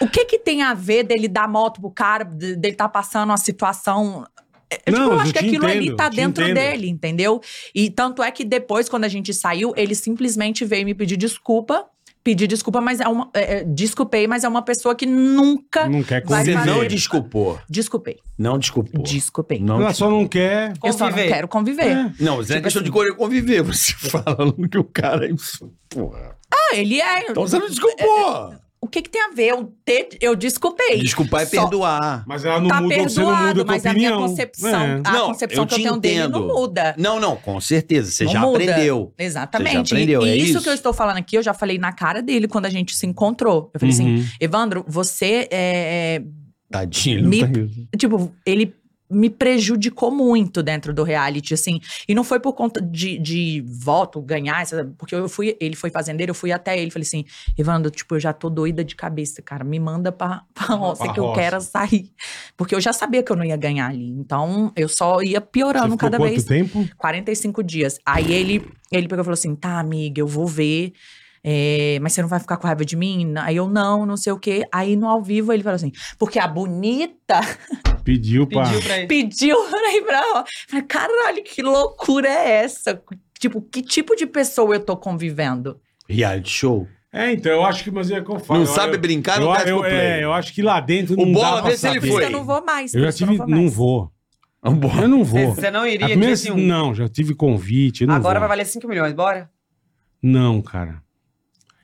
Speaker 7: o que que tem a ver dele dar moto pro cara, de- dele tá passando uma situação. É, tipo,
Speaker 4: Não,
Speaker 7: eu
Speaker 4: eu
Speaker 7: acho que
Speaker 4: te
Speaker 7: aquilo ali
Speaker 4: entendo,
Speaker 7: tá
Speaker 4: te
Speaker 7: dentro
Speaker 4: entendo.
Speaker 7: dele, entendeu? E tanto é que depois, quando a gente saiu, ele simplesmente veio me pedir desculpa. Pedir desculpa, mas é uma. é, é, desculpei, mas é uma pessoa que nunca.
Speaker 4: Não quer
Speaker 7: é, Vai
Speaker 6: Você
Speaker 4: conviver.
Speaker 7: fazer.
Speaker 6: não desculpou.
Speaker 7: Desculpei.
Speaker 6: Não desculpou.
Speaker 7: Desculpei.
Speaker 6: Não, tipo,
Speaker 4: Ela só não quer.
Speaker 7: Eu só não
Speaker 8: Conviver.
Speaker 7: quero conviver.
Speaker 6: não você
Speaker 7: Tipo
Speaker 6: não é questão
Speaker 7: assim,
Speaker 6: de correr conviver. Você falando que o cara é. isso. Porra.
Speaker 7: Ah, ele é.
Speaker 6: Então você não desculpou.
Speaker 7: O que, que tem a ver? Eu, ter, eu desculpei.
Speaker 6: Desculpar é
Speaker 7: É, Só-
Speaker 6: perdoar.
Speaker 4: Mas ela não
Speaker 7: tá
Speaker 4: muda, você não muda
Speaker 7: perdoado,
Speaker 4: a tua
Speaker 7: mas a minha
Speaker 4: opinião.
Speaker 7: concepção,
Speaker 4: É.
Speaker 7: a
Speaker 6: Não,
Speaker 7: concepção
Speaker 6: eu
Speaker 7: que eu
Speaker 6: te
Speaker 7: tenho dele não
Speaker 6: entendo.
Speaker 7: muda.
Speaker 6: Não, não, com certeza. Você
Speaker 7: Não
Speaker 6: já
Speaker 7: muda.
Speaker 6: aprendeu.
Speaker 7: Exatamente.
Speaker 6: Você já aprendeu,
Speaker 7: e
Speaker 6: é
Speaker 7: isso,
Speaker 6: isso?
Speaker 7: que eu estou falando aqui, eu já falei na cara dele quando a gente se encontrou. Eu falei assim,
Speaker 4: Uhum.
Speaker 7: Evandro, você é,
Speaker 6: Tadinho. ele
Speaker 7: me,
Speaker 6: não tá-
Speaker 7: tipo, ele me prejudicou muito dentro do reality, assim. E não foi por conta de, de voto, ganhar, essa- porque eu fui, ele foi fazendeiro, eu fui até ele, falei assim, Evandro, tipo, eu já tô doida de cabeça, cara, me manda pra, pra roça
Speaker 4: Pra
Speaker 7: que eu
Speaker 4: roça.
Speaker 7: quero sair. Porque eu já sabia que eu não ia ganhar ali, então eu só ia
Speaker 4: Você
Speaker 7: piorando
Speaker 4: ficou
Speaker 7: cada
Speaker 4: quanto
Speaker 7: vez.
Speaker 4: tempo?
Speaker 7: 45 dias. Aí ele, ele pegou e falou assim: tá, amiga, eu vou ver. é, mas você não vai ficar com raiva de mim? Aí eu, não, não sei o quê. Aí no ao vivo ele falou assim: porque a bonita
Speaker 4: Pediu pra.
Speaker 8: Pediu pra ele.
Speaker 7: pediu pra ir pra roça. Eu falei, Caralho, que loucura é essa? Tipo, que tipo de pessoa eu tô convivendo?
Speaker 6: Reality show.
Speaker 4: É, então, eu acho que. Mas é como eu falo.
Speaker 6: Não
Speaker 4: eu-
Speaker 6: sabe
Speaker 4: eu-
Speaker 6: brincar, não
Speaker 4: eu,
Speaker 6: dá
Speaker 4: eu,
Speaker 6: pro play.
Speaker 4: é, eu acho que lá dentro
Speaker 6: O
Speaker 4: não
Speaker 6: Bola,
Speaker 4: dá pra
Speaker 6: vê se ele
Speaker 4: saber.
Speaker 7: Por isso
Speaker 6: foi.
Speaker 7: que eu não vou mais.
Speaker 4: Eu
Speaker 7: por
Speaker 4: já
Speaker 7: isso que
Speaker 4: tive.
Speaker 7: eu não vou
Speaker 4: Não
Speaker 7: mais.
Speaker 4: vou.
Speaker 6: Vambora.
Speaker 4: Eu não vou.
Speaker 7: é
Speaker 8: Você não
Speaker 4: A
Speaker 8: iria
Speaker 4: primeira,
Speaker 7: um.
Speaker 8: de nenhum.
Speaker 4: Ah, não, já tive convite. Não
Speaker 8: Agora
Speaker 4: vou.
Speaker 8: vai valer 5 milhões, bora?
Speaker 4: Não, cara.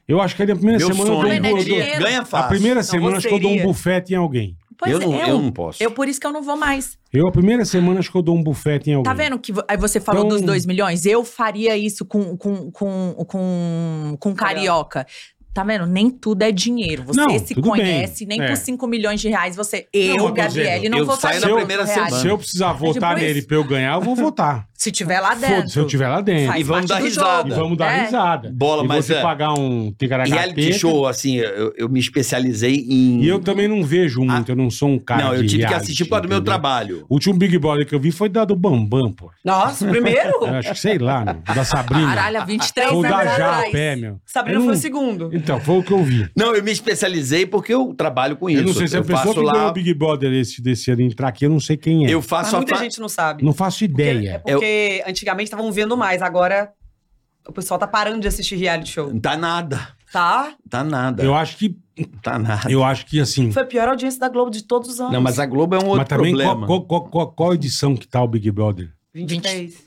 Speaker 4: Eu acho que ali a primeira
Speaker 6: Meu
Speaker 4: semana eu
Speaker 6: sonho.
Speaker 4: dou um
Speaker 7: Mas não é
Speaker 4: bu- eu dou-
Speaker 7: dinheiro.
Speaker 6: Ganha
Speaker 4: A
Speaker 6: fácil.
Speaker 4: primeira semana acho que eu dou um
Speaker 8: seria.
Speaker 4: bufete em alguém.
Speaker 7: Pois
Speaker 6: eu,
Speaker 7: é,
Speaker 6: não,
Speaker 7: eu,
Speaker 6: eu, não posso.
Speaker 7: eu por isso que eu não vou mais.
Speaker 4: Eu, a primeira semana, acho que eu dou um bufete em alguém.
Speaker 7: Tá vendo que vo- aí você falou
Speaker 4: Então-
Speaker 7: dos 2 milhões? Eu faria isso com, com, com, com, com carioca. Tá vendo? Nem tudo é dinheiro. Você
Speaker 4: Não,
Speaker 7: se
Speaker 4: tudo bem.
Speaker 7: conhece, nem
Speaker 4: É.
Speaker 7: por 5 milhões de reais você.
Speaker 4: eu
Speaker 7: Eu,
Speaker 4: tô
Speaker 7: Gabriele,
Speaker 4: dizendo,
Speaker 7: não
Speaker 6: eu
Speaker 7: vou
Speaker 6: saio
Speaker 7: fazer. um
Speaker 4: na
Speaker 7: outro
Speaker 6: primeira
Speaker 7: reality.
Speaker 6: semana.
Speaker 4: Se eu precisar votar
Speaker 7: tipo
Speaker 4: nele
Speaker 7: isso.
Speaker 4: pra eu ganhar, eu vou votar.
Speaker 7: Se tiver lá Tá dentro.
Speaker 4: Foda-se, se eu tiver lá dentro.
Speaker 7: faz
Speaker 6: E vamos
Speaker 7: parte
Speaker 6: dar
Speaker 7: do
Speaker 6: risada.
Speaker 7: jogo.
Speaker 4: E vamos dar
Speaker 7: É.
Speaker 4: risada.
Speaker 6: Bola,
Speaker 4: e
Speaker 6: mas
Speaker 4: você
Speaker 6: é-
Speaker 4: pagar um
Speaker 6: Reality
Speaker 4: ticaracapeta.
Speaker 6: show, assim, eu, eu me especializei em.
Speaker 4: E eu também não vejo muito, eu não sou um cara
Speaker 6: Ah. não, eu
Speaker 4: de
Speaker 6: tive que
Speaker 4: reality,
Speaker 6: assistir por causa do meu
Speaker 4: entendeu?
Speaker 6: trabalho.
Speaker 4: O último Big Brother que eu vi foi da do Bambam, pô.
Speaker 8: Nossa, o primeiro?
Speaker 4: Eu acho que, sei lá, meu, da Sabrina.
Speaker 7: Caralho, há 23
Speaker 4: Ou
Speaker 7: anos
Speaker 4: da
Speaker 7: atrás.
Speaker 4: Japé, meu.
Speaker 8: Sabrina
Speaker 4: Eu não-
Speaker 8: foi o segundo.
Speaker 4: Então, foi o que eu vi.
Speaker 6: Não, eu me especializei porque eu trabalho com isso.
Speaker 4: eu não sei se a pessoa
Speaker 6: faço
Speaker 4: que ganhou
Speaker 6: lá.
Speaker 4: o Big Brother esse, desse ano entrar aqui, eu não sei quem é.
Speaker 6: Eu
Speaker 8: Mas
Speaker 6: faço a.
Speaker 8: Ah, muita
Speaker 6: fa-
Speaker 8: gente não sabe.
Speaker 4: Não faço
Speaker 8: É
Speaker 4: ideia.
Speaker 8: porque antigamente estavam vendo mais, agora o pessoal tá parando de assistir reality show.
Speaker 6: Tá nada.
Speaker 8: Tá?
Speaker 6: Tá nada.
Speaker 4: Eu acho que.
Speaker 6: Tá nada.
Speaker 4: Eu acho que assim.
Speaker 8: Foi a pior audiência da Globo de todos os anos.
Speaker 6: Não, mas a Globo é um outro
Speaker 4: Mas também, qual,
Speaker 6: problema.
Speaker 4: qual, qual, qual, qual edição que tá o Big Brother?
Speaker 8: 23.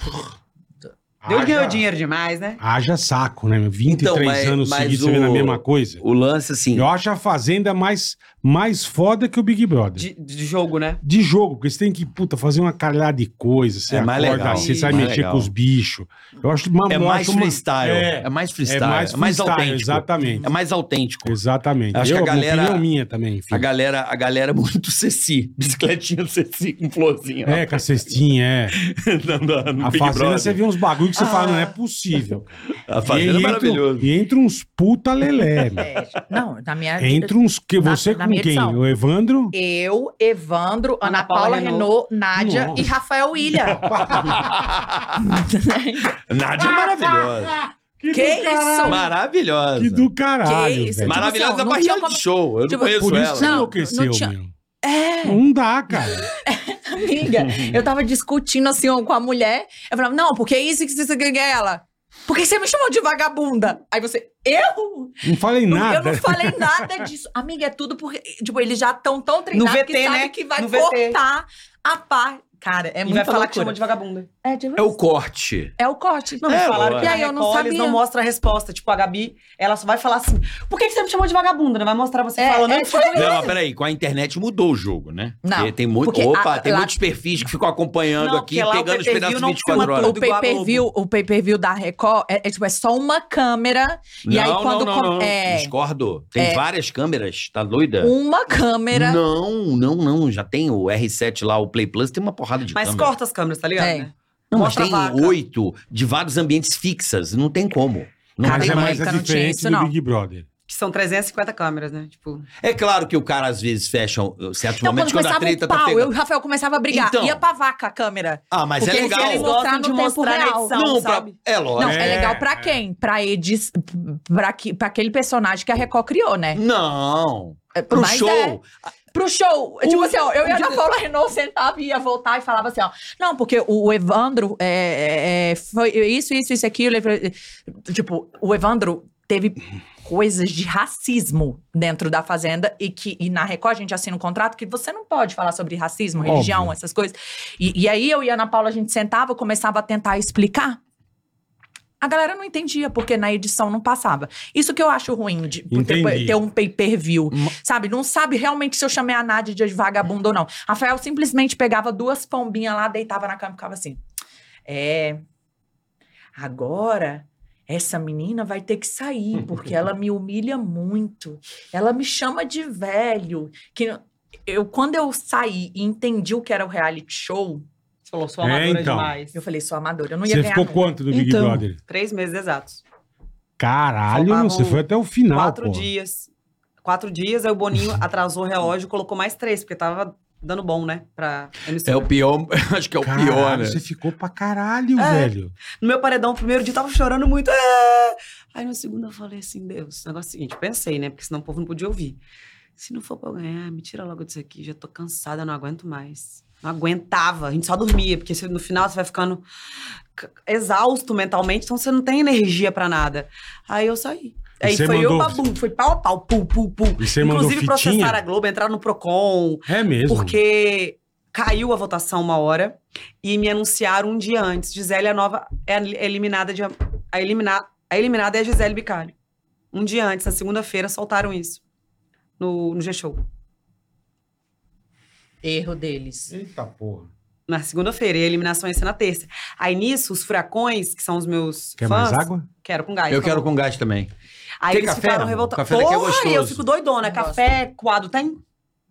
Speaker 8: Deu, deu dinheiro demais, né?
Speaker 4: Haja saco, né? meu? 23
Speaker 6: Então, mas-
Speaker 4: anos
Speaker 6: mas
Speaker 4: seguidos você vendo a
Speaker 6: o-
Speaker 4: mesma coisa.
Speaker 6: O lance, assim.
Speaker 4: Eu acho a Fazenda mais, mais foda que o Big Brother. De...
Speaker 8: De, de jogo, né?
Speaker 4: jogo, porque você tem que, puta, fazer uma caralhada de coisa. Você
Speaker 6: É mais
Speaker 4: acorda,
Speaker 6: legal,
Speaker 4: você sai
Speaker 6: mais
Speaker 4: mexer
Speaker 6: legal.
Speaker 4: com os bichos. Eu acho uma
Speaker 6: É
Speaker 4: eu
Speaker 6: mais
Speaker 4: acho uma-
Speaker 6: freestyle.
Speaker 4: É,
Speaker 6: É, mais
Speaker 4: é
Speaker 6: freestyle.
Speaker 4: mais, freestyle,
Speaker 6: autêntico.
Speaker 4: exatamente.
Speaker 6: É mais autêntico.
Speaker 4: Exatamente.
Speaker 6: Acho que a
Speaker 4: uma
Speaker 6: galera-
Speaker 4: opinião é minha também, enfim.
Speaker 6: A galera, a galera é muito Ceci. Bicicletinha Ceci com florzinha.
Speaker 4: É, com a cestinha, é.
Speaker 6: No- no- no
Speaker 4: A
Speaker 6: Big
Speaker 4: fazenda
Speaker 6: Brother. Ah.
Speaker 4: você vê uns bagulho que você fala, não é possível.
Speaker 6: A fazenda é
Speaker 4: entra-
Speaker 6: maravilhosa.
Speaker 4: E entra uns puta lelé, meu.
Speaker 7: É, não, na minha.
Speaker 4: Entra uns que
Speaker 7: Na-
Speaker 4: você
Speaker 7: na
Speaker 4: com
Speaker 7: minha
Speaker 4: quem?
Speaker 7: edição.
Speaker 4: O Evandro?
Speaker 7: Eu, Evandro, Ana, Paula, Renault, Nádia
Speaker 4: Nossa.
Speaker 7: e Rafael William.
Speaker 6: Nádia é maravilhosa.
Speaker 4: Que,
Speaker 7: que
Speaker 4: do
Speaker 7: isso?
Speaker 6: Maravilhosa.
Speaker 4: Que do caralho,
Speaker 7: Que isso,
Speaker 4: velho.
Speaker 7: É, tipo
Speaker 6: Maravilhosa
Speaker 7: assim, ó,
Speaker 6: da
Speaker 7: não tinha
Speaker 6: barriga
Speaker 7: como-
Speaker 6: de show. Eu
Speaker 7: Tipo,
Speaker 6: não conheço
Speaker 4: Por isso
Speaker 6: ela.
Speaker 4: que você
Speaker 7: Não,
Speaker 4: enlouqueceu,
Speaker 7: não tinha-
Speaker 4: meu. É. Não dá, cara.
Speaker 7: Amiga, eu tava discutindo assim ó, com a mulher. Eu falava, não, porque é isso que você quer ela. Por que você me chamou de vagabunda? Aí você, eu?
Speaker 4: Não falei
Speaker 7: Não-
Speaker 4: nada.
Speaker 7: Eu não falei nada disso. Amiga, é tudo porque. Tipo, eles já estão tão treinados
Speaker 8: VT,
Speaker 7: que sabem
Speaker 8: né?
Speaker 7: que vai
Speaker 8: No VT.
Speaker 7: cortar a pá. Cara, é
Speaker 8: E
Speaker 7: muito
Speaker 8: vai falar que chama de vagabunda.
Speaker 7: É, de-
Speaker 6: É o corte.
Speaker 7: é o corte.
Speaker 8: Não, me
Speaker 6: É,
Speaker 8: falaram
Speaker 6: ué.
Speaker 8: que
Speaker 7: E aí eu não
Speaker 8: Record,
Speaker 7: sabia.
Speaker 8: Eles não mostram a resposta. Tipo, a Gabi, ela só vai falar assim: por que, que você me chamou de vagabunda? Não vai mostrar você
Speaker 7: É,
Speaker 8: falando.
Speaker 7: é,
Speaker 8: "Eu fui
Speaker 7: tipo
Speaker 6: Não, mas peraí, com a internet mudou o jogo, né?
Speaker 7: Não,
Speaker 6: Porque tem muito.
Speaker 7: porque
Speaker 6: Opa,
Speaker 7: a-
Speaker 6: tem
Speaker 7: lá-
Speaker 6: muitos perfis que ficam acompanhando
Speaker 8: Não,
Speaker 6: aqui,
Speaker 8: porque lá o
Speaker 6: pegando os
Speaker 8: pay-per-view
Speaker 6: pedaços
Speaker 8: não
Speaker 6: 24
Speaker 8: filma
Speaker 6: horas.
Speaker 7: O
Speaker 8: tudo igual a
Speaker 7: pay-per-view, o pay-per-view da Record é, é, tipo, é só uma câmera. e aí quando
Speaker 6: não,
Speaker 7: com-
Speaker 6: não, não.
Speaker 7: é.
Speaker 6: Discordo. Tem
Speaker 7: É.
Speaker 6: várias câmeras, tá doida?
Speaker 7: Uma câmera.
Speaker 6: Não, não, não. Já tem o R7 lá, o Play Plus, tem uma porrada de
Speaker 8: Mas
Speaker 6: câmera.
Speaker 8: corta as câmeras, tá ligado?
Speaker 7: É.
Speaker 8: né?
Speaker 6: Não, mas
Speaker 8: mostra
Speaker 6: tem
Speaker 8: a vaca.
Speaker 6: oito de vários ambientes fixas, não tem como. Não
Speaker 7: Cara,
Speaker 4: Mas
Speaker 6: tem
Speaker 4: é mais
Speaker 7: não,
Speaker 6: mais.
Speaker 7: então
Speaker 4: a
Speaker 7: não tinha
Speaker 4: diferença
Speaker 7: isso,
Speaker 4: do
Speaker 7: não.
Speaker 4: Big Brother.
Speaker 8: Que são 350 câmeras, né? Tipo,
Speaker 6: É claro que o cara às vezes fecha uh, certos
Speaker 7: Então,
Speaker 6: momentos
Speaker 7: quando
Speaker 8: um
Speaker 6: quando a
Speaker 7: começava
Speaker 6: treta
Speaker 7: o
Speaker 6: tá
Speaker 7: pau, eu e o
Speaker 6: pegando.
Speaker 7: Rafael começava a brigar.
Speaker 6: Então.
Speaker 7: Ia pra vaca a câmera.
Speaker 6: Ah, mas é
Speaker 7: Porque
Speaker 6: legal.
Speaker 7: eles
Speaker 8: gostam
Speaker 7: mostrar no
Speaker 8: de
Speaker 7: tempo
Speaker 8: mostrar na
Speaker 7: real.
Speaker 8: edição,
Speaker 6: Não, pra...
Speaker 8: sabe?
Speaker 6: é
Speaker 7: Não,
Speaker 6: lógico.
Speaker 7: é,
Speaker 4: É,
Speaker 7: legal pra quem? Pra Edis, pra, que- pra aquele personagem que a Record criou,
Speaker 8: é.
Speaker 7: né?
Speaker 6: Não. Pro
Speaker 7: Mas
Speaker 6: show.
Speaker 7: é. Pro show. tipo assim, ó, eu ia
Speaker 8: o
Speaker 7: na
Speaker 8: dire-
Speaker 7: Paula Renault, sentava e ia voltar e falava assim, ó. Não, porque o Evandro é, é, é, foi isso, isso, isso, aquilo. ele foi- Tipo, o Evandro teve coisas de racismo dentro da Fazenda e que e na Record a gente assina um contrato que você não pode falar sobre racismo,
Speaker 4: Óbvio.
Speaker 7: religião, essas coisas. E, e aí eu e a Ana Paula, a gente sentava, começava a tentar explicar. A galera não entendia, porque na edição não passava. Isso que eu acho ruim, de por ter-
Speaker 4: Entendi. Hum.
Speaker 7: ter um pay-per-view. Sabe? Não sabe realmente se eu chamei a Nádia de vagabunda ou não. Rafael simplesmente pegava duas pombinhas lá, deitava na cama e ficava assim. É. Agora. Essa menina vai ter que sair, porque ela me humilha muito. Ela me chama de velho. Que não- eu, quando eu saí e entendi o que era o reality show,
Speaker 8: você falou, sou
Speaker 4: É,
Speaker 8: amadora
Speaker 4: então.
Speaker 8: demais.
Speaker 7: eu falei, sou amadora, eu não ia
Speaker 4: Você
Speaker 7: ganhar.
Speaker 4: ficou
Speaker 7: nunca.
Speaker 4: quanto do Big
Speaker 5: Então.
Speaker 4: Brother?
Speaker 8: Três meses exatos.
Speaker 4: Caralho, não,
Speaker 8: Faltavam
Speaker 7: um
Speaker 4: você foi até o final,
Speaker 8: Quatro
Speaker 4: pô.
Speaker 8: dias. Quatro dias, aí o Boninho atrasou o relógio e colocou mais três, porque tava dando bom, né? Pra
Speaker 6: É
Speaker 8: emissora.
Speaker 6: o pior, acho que é o
Speaker 4: Caralho,
Speaker 6: pior, né?
Speaker 4: Você ficou pra caralho,
Speaker 8: É.
Speaker 4: velho.
Speaker 8: No meu paredão, o primeiro dia, eu tava chorando muito. "Ah!" Aí no segundo eu falei assim, Deus, o negócio é o seguinte, pensei, né? Porque senão o povo não podia ouvir. Se não for pra eu ganhar, me tira logo disso aqui, já tô cansada, não aguento mais. Não aguentava, a gente só dormia, porque você- no final você vai ficando c- exausto mentalmente, então você não tem energia pra nada. Aí eu saí.
Speaker 4: E
Speaker 8: Aí
Speaker 4: você
Speaker 8: foi
Speaker 4: mandou-
Speaker 8: eu, babum, foi pau a pau, pul, pul, pul.
Speaker 4: E você mandou
Speaker 8: Inclusive
Speaker 4: fitinha?
Speaker 8: processaram a Globo, entraram no Procon,
Speaker 4: É mesmo.
Speaker 8: porque caiu a votação uma hora e me anunciaram um dia antes. Gisele é a nova é a eliminada de a eliminar a eliminada é a Gisele Bicalho. Um dia antes, na segunda-feira, soltaram isso no, no G-Show.
Speaker 7: Erro deles.
Speaker 4: Eita porra.
Speaker 8: Na segunda-feira, e a eliminação ia ser na terça. Aí nisso, os furacões, que são os meus
Speaker 4: Quer
Speaker 8: fãs.
Speaker 4: mais água?
Speaker 8: Quero com gás.
Speaker 6: Eu
Speaker 8: por
Speaker 6: quero
Speaker 8: favor.
Speaker 6: com gás também.
Speaker 8: Aí
Speaker 6: Tem
Speaker 8: eles
Speaker 6: café,
Speaker 8: ficaram
Speaker 6: amor?
Speaker 8: revoltados.
Speaker 6: Café daqui é gostoso.
Speaker 8: eu fico doidona.
Speaker 7: Não
Speaker 8: Café coado tem?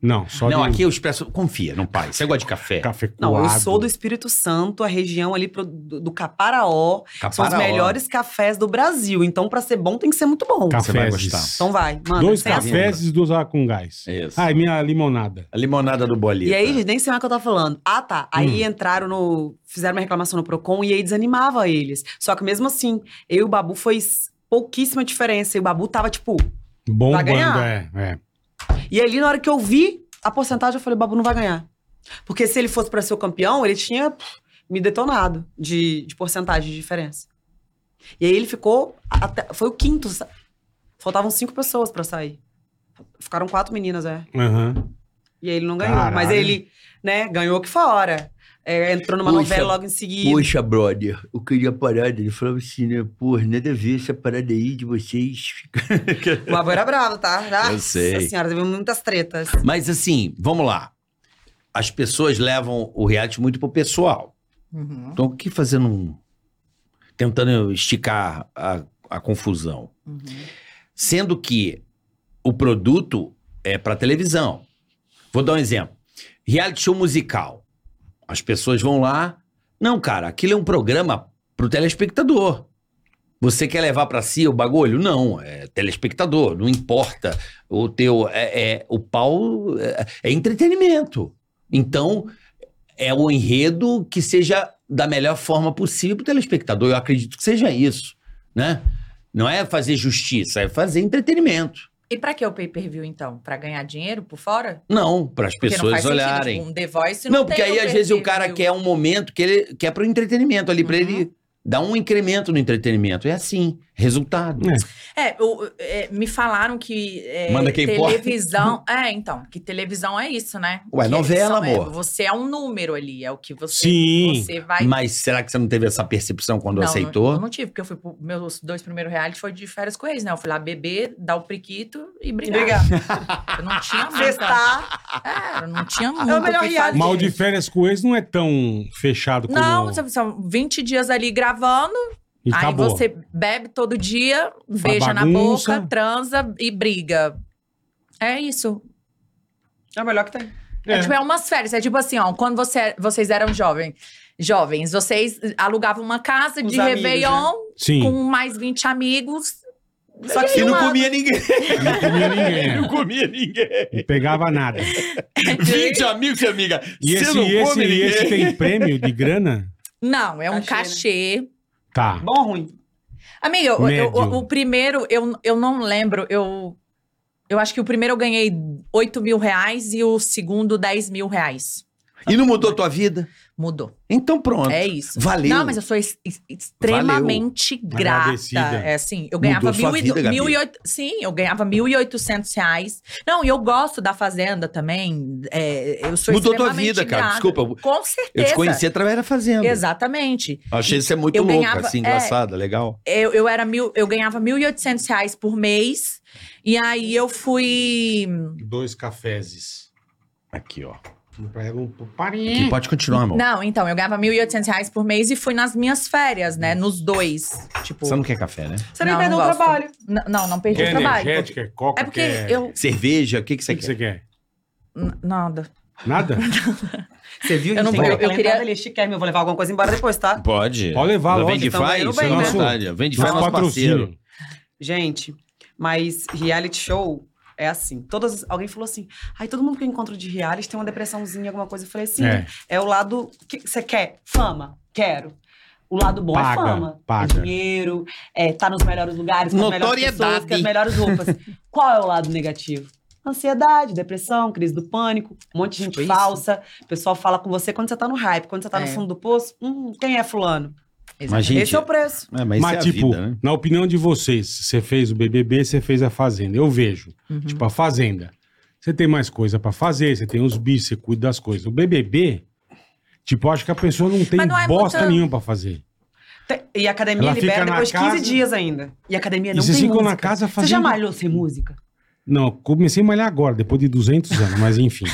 Speaker 4: Não, só
Speaker 6: não,
Speaker 4: de
Speaker 6: aqui o expresso. Confia, não, pai. Você gosta de café.
Speaker 4: café
Speaker 8: é- Não, eu
Speaker 4: coado.
Speaker 8: sou do Espírito Santo, a região ali pro- do, do Caparaó.
Speaker 6: Caparaó.
Speaker 8: São os melhores cafés do Brasil. Então, pra ser bom, tem que ser muito bom.
Speaker 6: Você vai
Speaker 4: Cafés.
Speaker 6: gostar.
Speaker 8: Então vai, manda.
Speaker 4: Dois
Speaker 8: sem açúcar.
Speaker 4: cafés e duas águas com gás.
Speaker 6: Isso.
Speaker 4: Ah, e minha limonada.
Speaker 6: A limonada do bolinho. Tá.
Speaker 8: E aí, gente, nem sei mais o que eu tava falando. Ah, tá.
Speaker 4: Hum.
Speaker 8: Aí entraram no. Fizeram uma reclamação no Procon e aí desanimava eles. Só que mesmo assim, eu e o Babu foi s- pouquíssima diferença. E o Babu tava, tipo. Vai
Speaker 4: Bombando,
Speaker 8: ganhar.
Speaker 4: é. é.
Speaker 8: E ali, na hora que eu vi a porcentagem, eu falei, o Babu não vai ganhar. Porque se ele fosse pra ser o campeão, ele tinha pff, me detonado de, de porcentagem de diferença. E aí ele ficou. até- foi o quinto. sa- Faltavam cinco pessoas pra sair. Ficaram quatro meninas, é.
Speaker 4: Aham.
Speaker 8: E aí ele não ganhou.
Speaker 4: Caralho.
Speaker 8: Mas ele, né, ganhou aqui fora. É, entrou numa
Speaker 6: Puxa,
Speaker 8: novela logo em seguida.
Speaker 6: Poxa, brother, eu queria a parada. Ele falava assim, né? Pô, nada a ver essa parada aí de vocês.
Speaker 8: O Babu era bravo, tá? Nossa
Speaker 6: sei.
Speaker 8: senhora, teve muitas tretas.
Speaker 6: Mas assim, vamos lá. As pessoas levam o reality muito pro pessoal.
Speaker 7: Uhum,
Speaker 6: Então, o que fazer num. Tentando esticar a, a confusão.
Speaker 7: uhum.
Speaker 6: Sendo que o produto é pra televisão. Vou dar um exemplo. Reality show musical. As pessoas vão lá. Não, cara, aquilo é um programa pro telespectador. Você quer levar pra si o bagulho? Não, é telespectador, não importa. O teu é, é- o pau é, é entretenimento. Então, é o enredo que seja da melhor forma possível pro telespectador. Eu acredito que seja isso, né? Não é fazer justiça, é fazer entretenimento.
Speaker 7: E pra que o pay-per-view, então? Pra ganhar dinheiro por fora?
Speaker 6: Não, para as
Speaker 7: Porque não
Speaker 6: pessoas
Speaker 7: faz sentido,
Speaker 6: olharem.
Speaker 7: tipo, um The Voice
Speaker 6: não,
Speaker 7: não
Speaker 6: porque
Speaker 7: tem
Speaker 6: aí às vezes o cara
Speaker 7: pay-per-view.
Speaker 6: quer um momento que ele quer pro entretenimento ali, pra
Speaker 7: Uhum.
Speaker 6: ele Dá um incremento no entretenimento. É assim, resultado.
Speaker 4: É.
Speaker 7: É, eu- é, me falaram que é,
Speaker 5: Manda quem pode.
Speaker 7: televisão. É, então, que televisão é isso, né?
Speaker 6: Ué,
Speaker 7: Que
Speaker 6: novela,
Speaker 7: são- é,
Speaker 6: amor.
Speaker 7: você é um número ali, é o que você,
Speaker 4: Sim.
Speaker 7: você vai.
Speaker 6: Mas será que você não teve essa percepção quando
Speaker 7: Não,
Speaker 6: aceitou?
Speaker 7: Não, não tive, porque eu fui pro meus dois primeiros reality foi de férias com eles, né? Eu fui lá beber, dar o priquito e brigar. Eu não tinha muita.
Speaker 8: Festar.
Speaker 7: É, eu não tinha muito.
Speaker 8: É o melhor
Speaker 7: o que fazer.
Speaker 8: reality.
Speaker 4: Mal de férias com o ex não é tão fechado como...
Speaker 7: Não, são- são 20 dias ali gravando,
Speaker 4: E
Speaker 7: aí
Speaker 4: acabou.
Speaker 7: você bebe todo dia, beija na
Speaker 4: bagunça.
Speaker 7: boca, transa e briga. É isso.
Speaker 8: É o melhor que tem.
Speaker 7: É. tipo, é umas férias. É tipo assim, ó, quando você- vocês eram jovem, jovens, vocês alugavam uma casa
Speaker 8: Os
Speaker 7: de
Speaker 8: amigos, né?
Speaker 7: Réveillon
Speaker 4: Sim.
Speaker 7: com mais 20 amigos.
Speaker 8: Só que
Speaker 6: E não
Speaker 7: Mano.
Speaker 6: comia ninguém.
Speaker 4: Não comia ninguém. né?
Speaker 6: Não comia ninguém.
Speaker 4: Não pegava nada.
Speaker 7: É.
Speaker 6: 20 amigos e amiga.
Speaker 4: E
Speaker 6: você
Speaker 4: esse,
Speaker 6: não
Speaker 4: e esse,
Speaker 6: come
Speaker 4: e
Speaker 6: ninguém.
Speaker 4: esse tem prêmio de grana?
Speaker 7: Não, é um
Speaker 8: Cachê, né?
Speaker 7: cachê.
Speaker 4: Tá.
Speaker 8: Bom ou ruim?
Speaker 7: Amiga, eu- eu-
Speaker 4: Médio.
Speaker 7: o, o primeiro, eu, eu não lembro, eu... Eu acho que o primeiro eu ganhei 8 mil reais e o segundo 10 mil reais.
Speaker 6: E não mudou tua vida?
Speaker 7: Mudou.
Speaker 6: Então pronto.
Speaker 7: É isso.
Speaker 6: Valeu.
Speaker 7: Não, mas eu sou es- es- extremamente grata.
Speaker 4: Agradecida.
Speaker 7: É assim, eu
Speaker 6: Mudou
Speaker 7: ganhava
Speaker 6: sua
Speaker 7: mil e,
Speaker 6: vida,
Speaker 7: do-
Speaker 6: Gabi.
Speaker 7: mil e oito, sim, eu ganhava mil e oitocentos reais. Não, e eu gosto da fazenda também. é, eu sou
Speaker 6: Mudou tua
Speaker 7: extremamente
Speaker 6: vida, cara,
Speaker 7: grata.
Speaker 6: desculpa, eu-
Speaker 7: Com
Speaker 6: Eu
Speaker 7: certeza.
Speaker 6: te conheci através da Fazenda.
Speaker 7: Exatamente.
Speaker 6: Achei isso é muito
Speaker 7: Eu
Speaker 6: louco,
Speaker 7: ganhava-
Speaker 6: assim,
Speaker 7: é.
Speaker 6: engraçada, legal.
Speaker 7: Eu, eu era mil, eu ganhava mil e oitocentos reais por mês. E aí eu fui.
Speaker 4: Dois cafezes.
Speaker 6: Aqui, ó.
Speaker 4: Pega um pouco.
Speaker 6: Aqui, pode continuar, amor.
Speaker 7: Não, então, eu ganhava mil e oitocentos reais por mês e fui nas minhas férias, né? Nos dois. Tipo.
Speaker 6: Você não quer café, né?
Speaker 8: Você nem
Speaker 7: Não,
Speaker 8: perdeu
Speaker 7: não
Speaker 8: o
Speaker 7: gosto.
Speaker 8: trabalho.
Speaker 7: n- Não, não perdi
Speaker 4: Quer
Speaker 7: o trabalho.
Speaker 4: energética, é coca,
Speaker 7: É porque
Speaker 4: quer-
Speaker 7: eu.
Speaker 6: Cerveja, o que, que
Speaker 4: O que
Speaker 6: você
Speaker 4: que
Speaker 6: quer?
Speaker 4: você quer?
Speaker 7: n- Nada.
Speaker 4: Nada?
Speaker 8: Você viu?
Speaker 7: Eu não
Speaker 8: Tem
Speaker 7: vou-
Speaker 8: que
Speaker 7: eu
Speaker 8: calentar
Speaker 7: queria-
Speaker 8: ali, chiquérrimo. Eu vou levar alguma coisa embora depois, tá?
Speaker 6: Pode.
Speaker 4: Pode levar,
Speaker 6: Vem
Speaker 4: lógico.
Speaker 6: de
Speaker 8: também,
Speaker 6: faz,
Speaker 8: não
Speaker 6: fica
Speaker 8: vem,
Speaker 6: à
Speaker 4: né?
Speaker 6: vontade. Vem de faz
Speaker 4: Nosso
Speaker 6: nosso parceiro.
Speaker 4: patrocínio.
Speaker 8: Gente, mas reality show é assim. Todas, alguém falou assim, ai, todo mundo que eu encontro de reality tem uma depressãozinha, alguma coisa. Eu falei assim,
Speaker 4: É.
Speaker 8: é, o lado... que que Você quer? Fama. Quero. O lado bom
Speaker 4: Paga,
Speaker 8: é fama.
Speaker 4: paga.
Speaker 8: É dinheiro, é tá nos melhores lugares, com as melhores pessoas,
Speaker 6: Notoriedade.
Speaker 8: com as melhores roupas. Qual é o lado negativo? Ansiedade, depressão, crise do pânico, um monte de gente
Speaker 7: Tipo isso.
Speaker 8: falsa. O pessoal fala com você quando você tá no hype, quando você tá no
Speaker 7: É.
Speaker 8: fundo do poço. Hum, quem é fulano?
Speaker 6: Mas, gente,
Speaker 8: Esse é o preço.
Speaker 6: é,
Speaker 4: Mas,
Speaker 6: mas, isso é a
Speaker 4: tipo,
Speaker 6: vida, né?
Speaker 4: na opinião de vocês, você fez o BBB, você fez a Fazenda. Eu vejo.
Speaker 8: Uhum.
Speaker 4: Tipo, a Fazenda. Você tem mais coisa pra fazer, você tem os bis, você cuida das coisas. O BBB, tipo, eu acho que a pessoa não tem
Speaker 7: Mas não é
Speaker 4: bosta
Speaker 7: muita-
Speaker 4: nenhuma pra fazer.
Speaker 8: Te- E a academia
Speaker 4: Ela
Speaker 8: libera
Speaker 4: fica na
Speaker 8: depois de 15
Speaker 4: casa-
Speaker 8: dias ainda. E a academia
Speaker 4: E
Speaker 8: não
Speaker 4: vocês
Speaker 8: tem
Speaker 4: ficam
Speaker 8: música.
Speaker 4: na casa
Speaker 8: Você já
Speaker 4: fazendo-
Speaker 8: malhou sem música?
Speaker 4: Não, eu comecei a malhar agora, depois de 200 anos, mas enfim.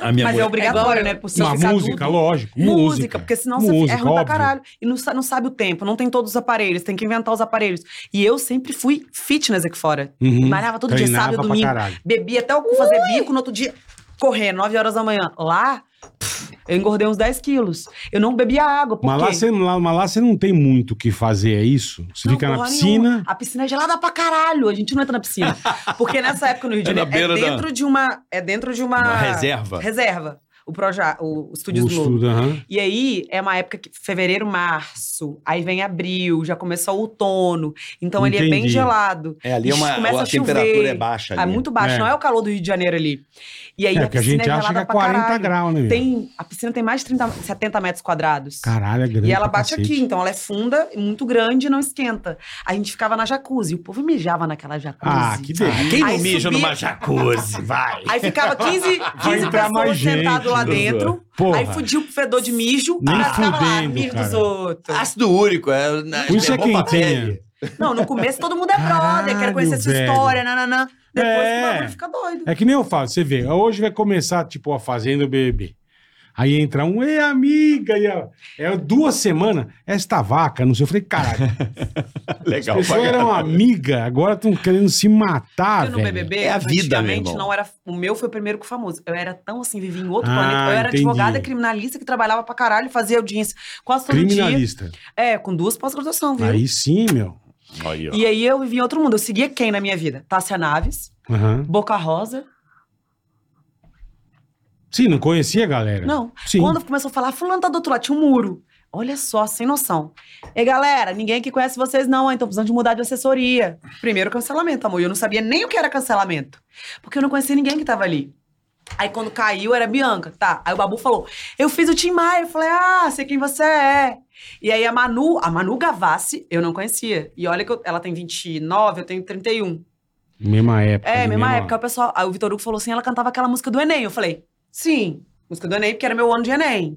Speaker 6: A minha
Speaker 8: Mas é
Speaker 6: mulher-
Speaker 8: obrigatório, né? Por
Speaker 4: Uma
Speaker 8: ficar
Speaker 4: música,
Speaker 8: adulto.
Speaker 4: lógico. Música,
Speaker 8: Música, porque senão você é
Speaker 4: Música,
Speaker 8: ruim
Speaker 4: óbvio.
Speaker 8: pra caralho. E não, sa- não sabe o tempo, não tem todos os aparelhos, tem que inventar os aparelhos. E eu sempre fui fitness aqui fora.
Speaker 4: Uhum.
Speaker 8: Malhava todo dia,
Speaker 4: Treinava
Speaker 8: sábado
Speaker 4: pra
Speaker 8: e domingo.
Speaker 4: caralho.
Speaker 8: Bebia até o cu, fazer bico no outro dia, correndo, 9 horas da manhã. Lá, pff, eu engordei uns 10 quilos. Eu não bebia água, porque...
Speaker 4: Mas lá, você, não- lá, mas lá você não tem muito o que fazer, é isso? Você fica na
Speaker 8: porra
Speaker 4: piscina.
Speaker 8: nenhuma. A piscina é gelada pra caralho. A gente não entra na piscina. Porque nessa época no Rio de
Speaker 6: É na
Speaker 8: Janeiro é,
Speaker 6: beira da-
Speaker 8: dentro de uma é dentro de uma,
Speaker 6: Uma reserva.
Speaker 8: Reserva. O Proja, o, o Estúdios
Speaker 4: o
Speaker 8: Globo.
Speaker 4: estudo, aham.
Speaker 8: E aí é uma época que fevereiro, março, aí vem abril, já começou o outono. Então ele é bem
Speaker 4: Entendi.
Speaker 8: gelado.
Speaker 6: É, ali é uma,
Speaker 8: Começa
Speaker 6: a,
Speaker 8: a chover.
Speaker 6: temperatura é baixa ali.
Speaker 8: É muito baixo,
Speaker 4: É.
Speaker 8: não é o calor do Rio de Janeiro ali. E aí
Speaker 4: É,
Speaker 8: a
Speaker 4: porque a
Speaker 8: piscina
Speaker 4: gente
Speaker 8: é
Speaker 4: acha que
Speaker 8: gelada
Speaker 4: é
Speaker 8: pra
Speaker 4: 40
Speaker 8: caralho.
Speaker 4: graus, né? meu?
Speaker 8: Tem, a piscina tem mais de 30, 70 metros quadrados.
Speaker 4: Caralho, é grande.
Speaker 8: E ela
Speaker 4: pra
Speaker 8: bate
Speaker 4: cacete.
Speaker 8: aqui, então ela é funda, muito grande e não esquenta. A gente ficava na jacuzzi, o povo mijava naquela jacuzzi.
Speaker 4: Ah, que delícia.
Speaker 6: Quem não
Speaker 8: Aí
Speaker 6: mija
Speaker 8: subia-
Speaker 6: numa jacuzzi, vai.
Speaker 8: Aí ficava 15,
Speaker 4: Vai
Speaker 8: 15
Speaker 4: entrar mais
Speaker 8: pessoas
Speaker 4: gente,
Speaker 8: sentado lá
Speaker 4: meu
Speaker 8: dentro.
Speaker 4: Porra.
Speaker 8: Aí fudia o fedor de mijo.
Speaker 4: Nem
Speaker 8: aí ela ficava lá,
Speaker 4: fudendo,
Speaker 8: mijo dos
Speaker 4: cara.
Speaker 8: outros.
Speaker 6: Ácido úrico. É,
Speaker 4: Por isso é
Speaker 6: bom pra
Speaker 4: quentinha.
Speaker 6: pele.
Speaker 8: Não, no começo todo mundo é brother, quero
Speaker 4: Caralho,
Speaker 8: conhecer sua
Speaker 4: velho.
Speaker 8: história, nananã. Depois
Speaker 4: É.
Speaker 8: o bagulho fica doido.
Speaker 4: É que nem eu falo, você vê, hoje vai começar, tipo, a Fazenda o BBB. Aí entra um, ei, amiga, e a- é duas semanas, esta vaca, não sei. Eu falei, caralho, as
Speaker 6: Legal.
Speaker 4: pessoas eram amigas, agora estão querendo se matar,
Speaker 8: Eu no
Speaker 4: Ah, velho.
Speaker 8: BBB,
Speaker 6: É a vida, meu
Speaker 8: antigamente,
Speaker 6: irmão.
Speaker 8: não era. O meu foi o primeiro com o famoso. Eu era tão assim, vivia em outro
Speaker 4: Ah,
Speaker 8: planeta. Eu era
Speaker 4: entendi.
Speaker 8: advogada criminalista que trabalhava pra caralho, fazia audiência quase todo dia.
Speaker 4: Criminalista.
Speaker 8: É, com duas pós-graduação, viu?
Speaker 4: Aí sim, meu.
Speaker 6: Aí, ó.
Speaker 8: E aí eu vivi em outro mundo. Eu seguia quem na minha vida? Tássia Naves,
Speaker 4: Aham.
Speaker 8: Boca Rosa.
Speaker 4: Sim, não conhecia a galera.
Speaker 8: Não.
Speaker 4: Sim.
Speaker 8: Quando começou a falar, fulano tá do outro lado, tinha um muro. Olha só, sem noção. E galera, ninguém aqui conhece vocês não, então precisando de mudar de assessoria. Primeiro cancelamento, amor. E eu não sabia nem o que era cancelamento. Porque eu não conhecia ninguém que tava ali. Aí quando caiu, era Bianca, tá. Aí o Babu falou, eu fiz o Tim Maia. Eu falei, ah, sei quem você é. E aí a Manu, a Manu Gavassi, eu não conhecia. E olha que eu- ela tem 29, eu tenho 31.
Speaker 4: Mesma época.
Speaker 8: É, mesma época, o pessoal. Aí o Vitor Hugo falou assim: ela cantava aquela música do Enem. Eu falei, sim, música do Enem, porque era meu ano de Enem.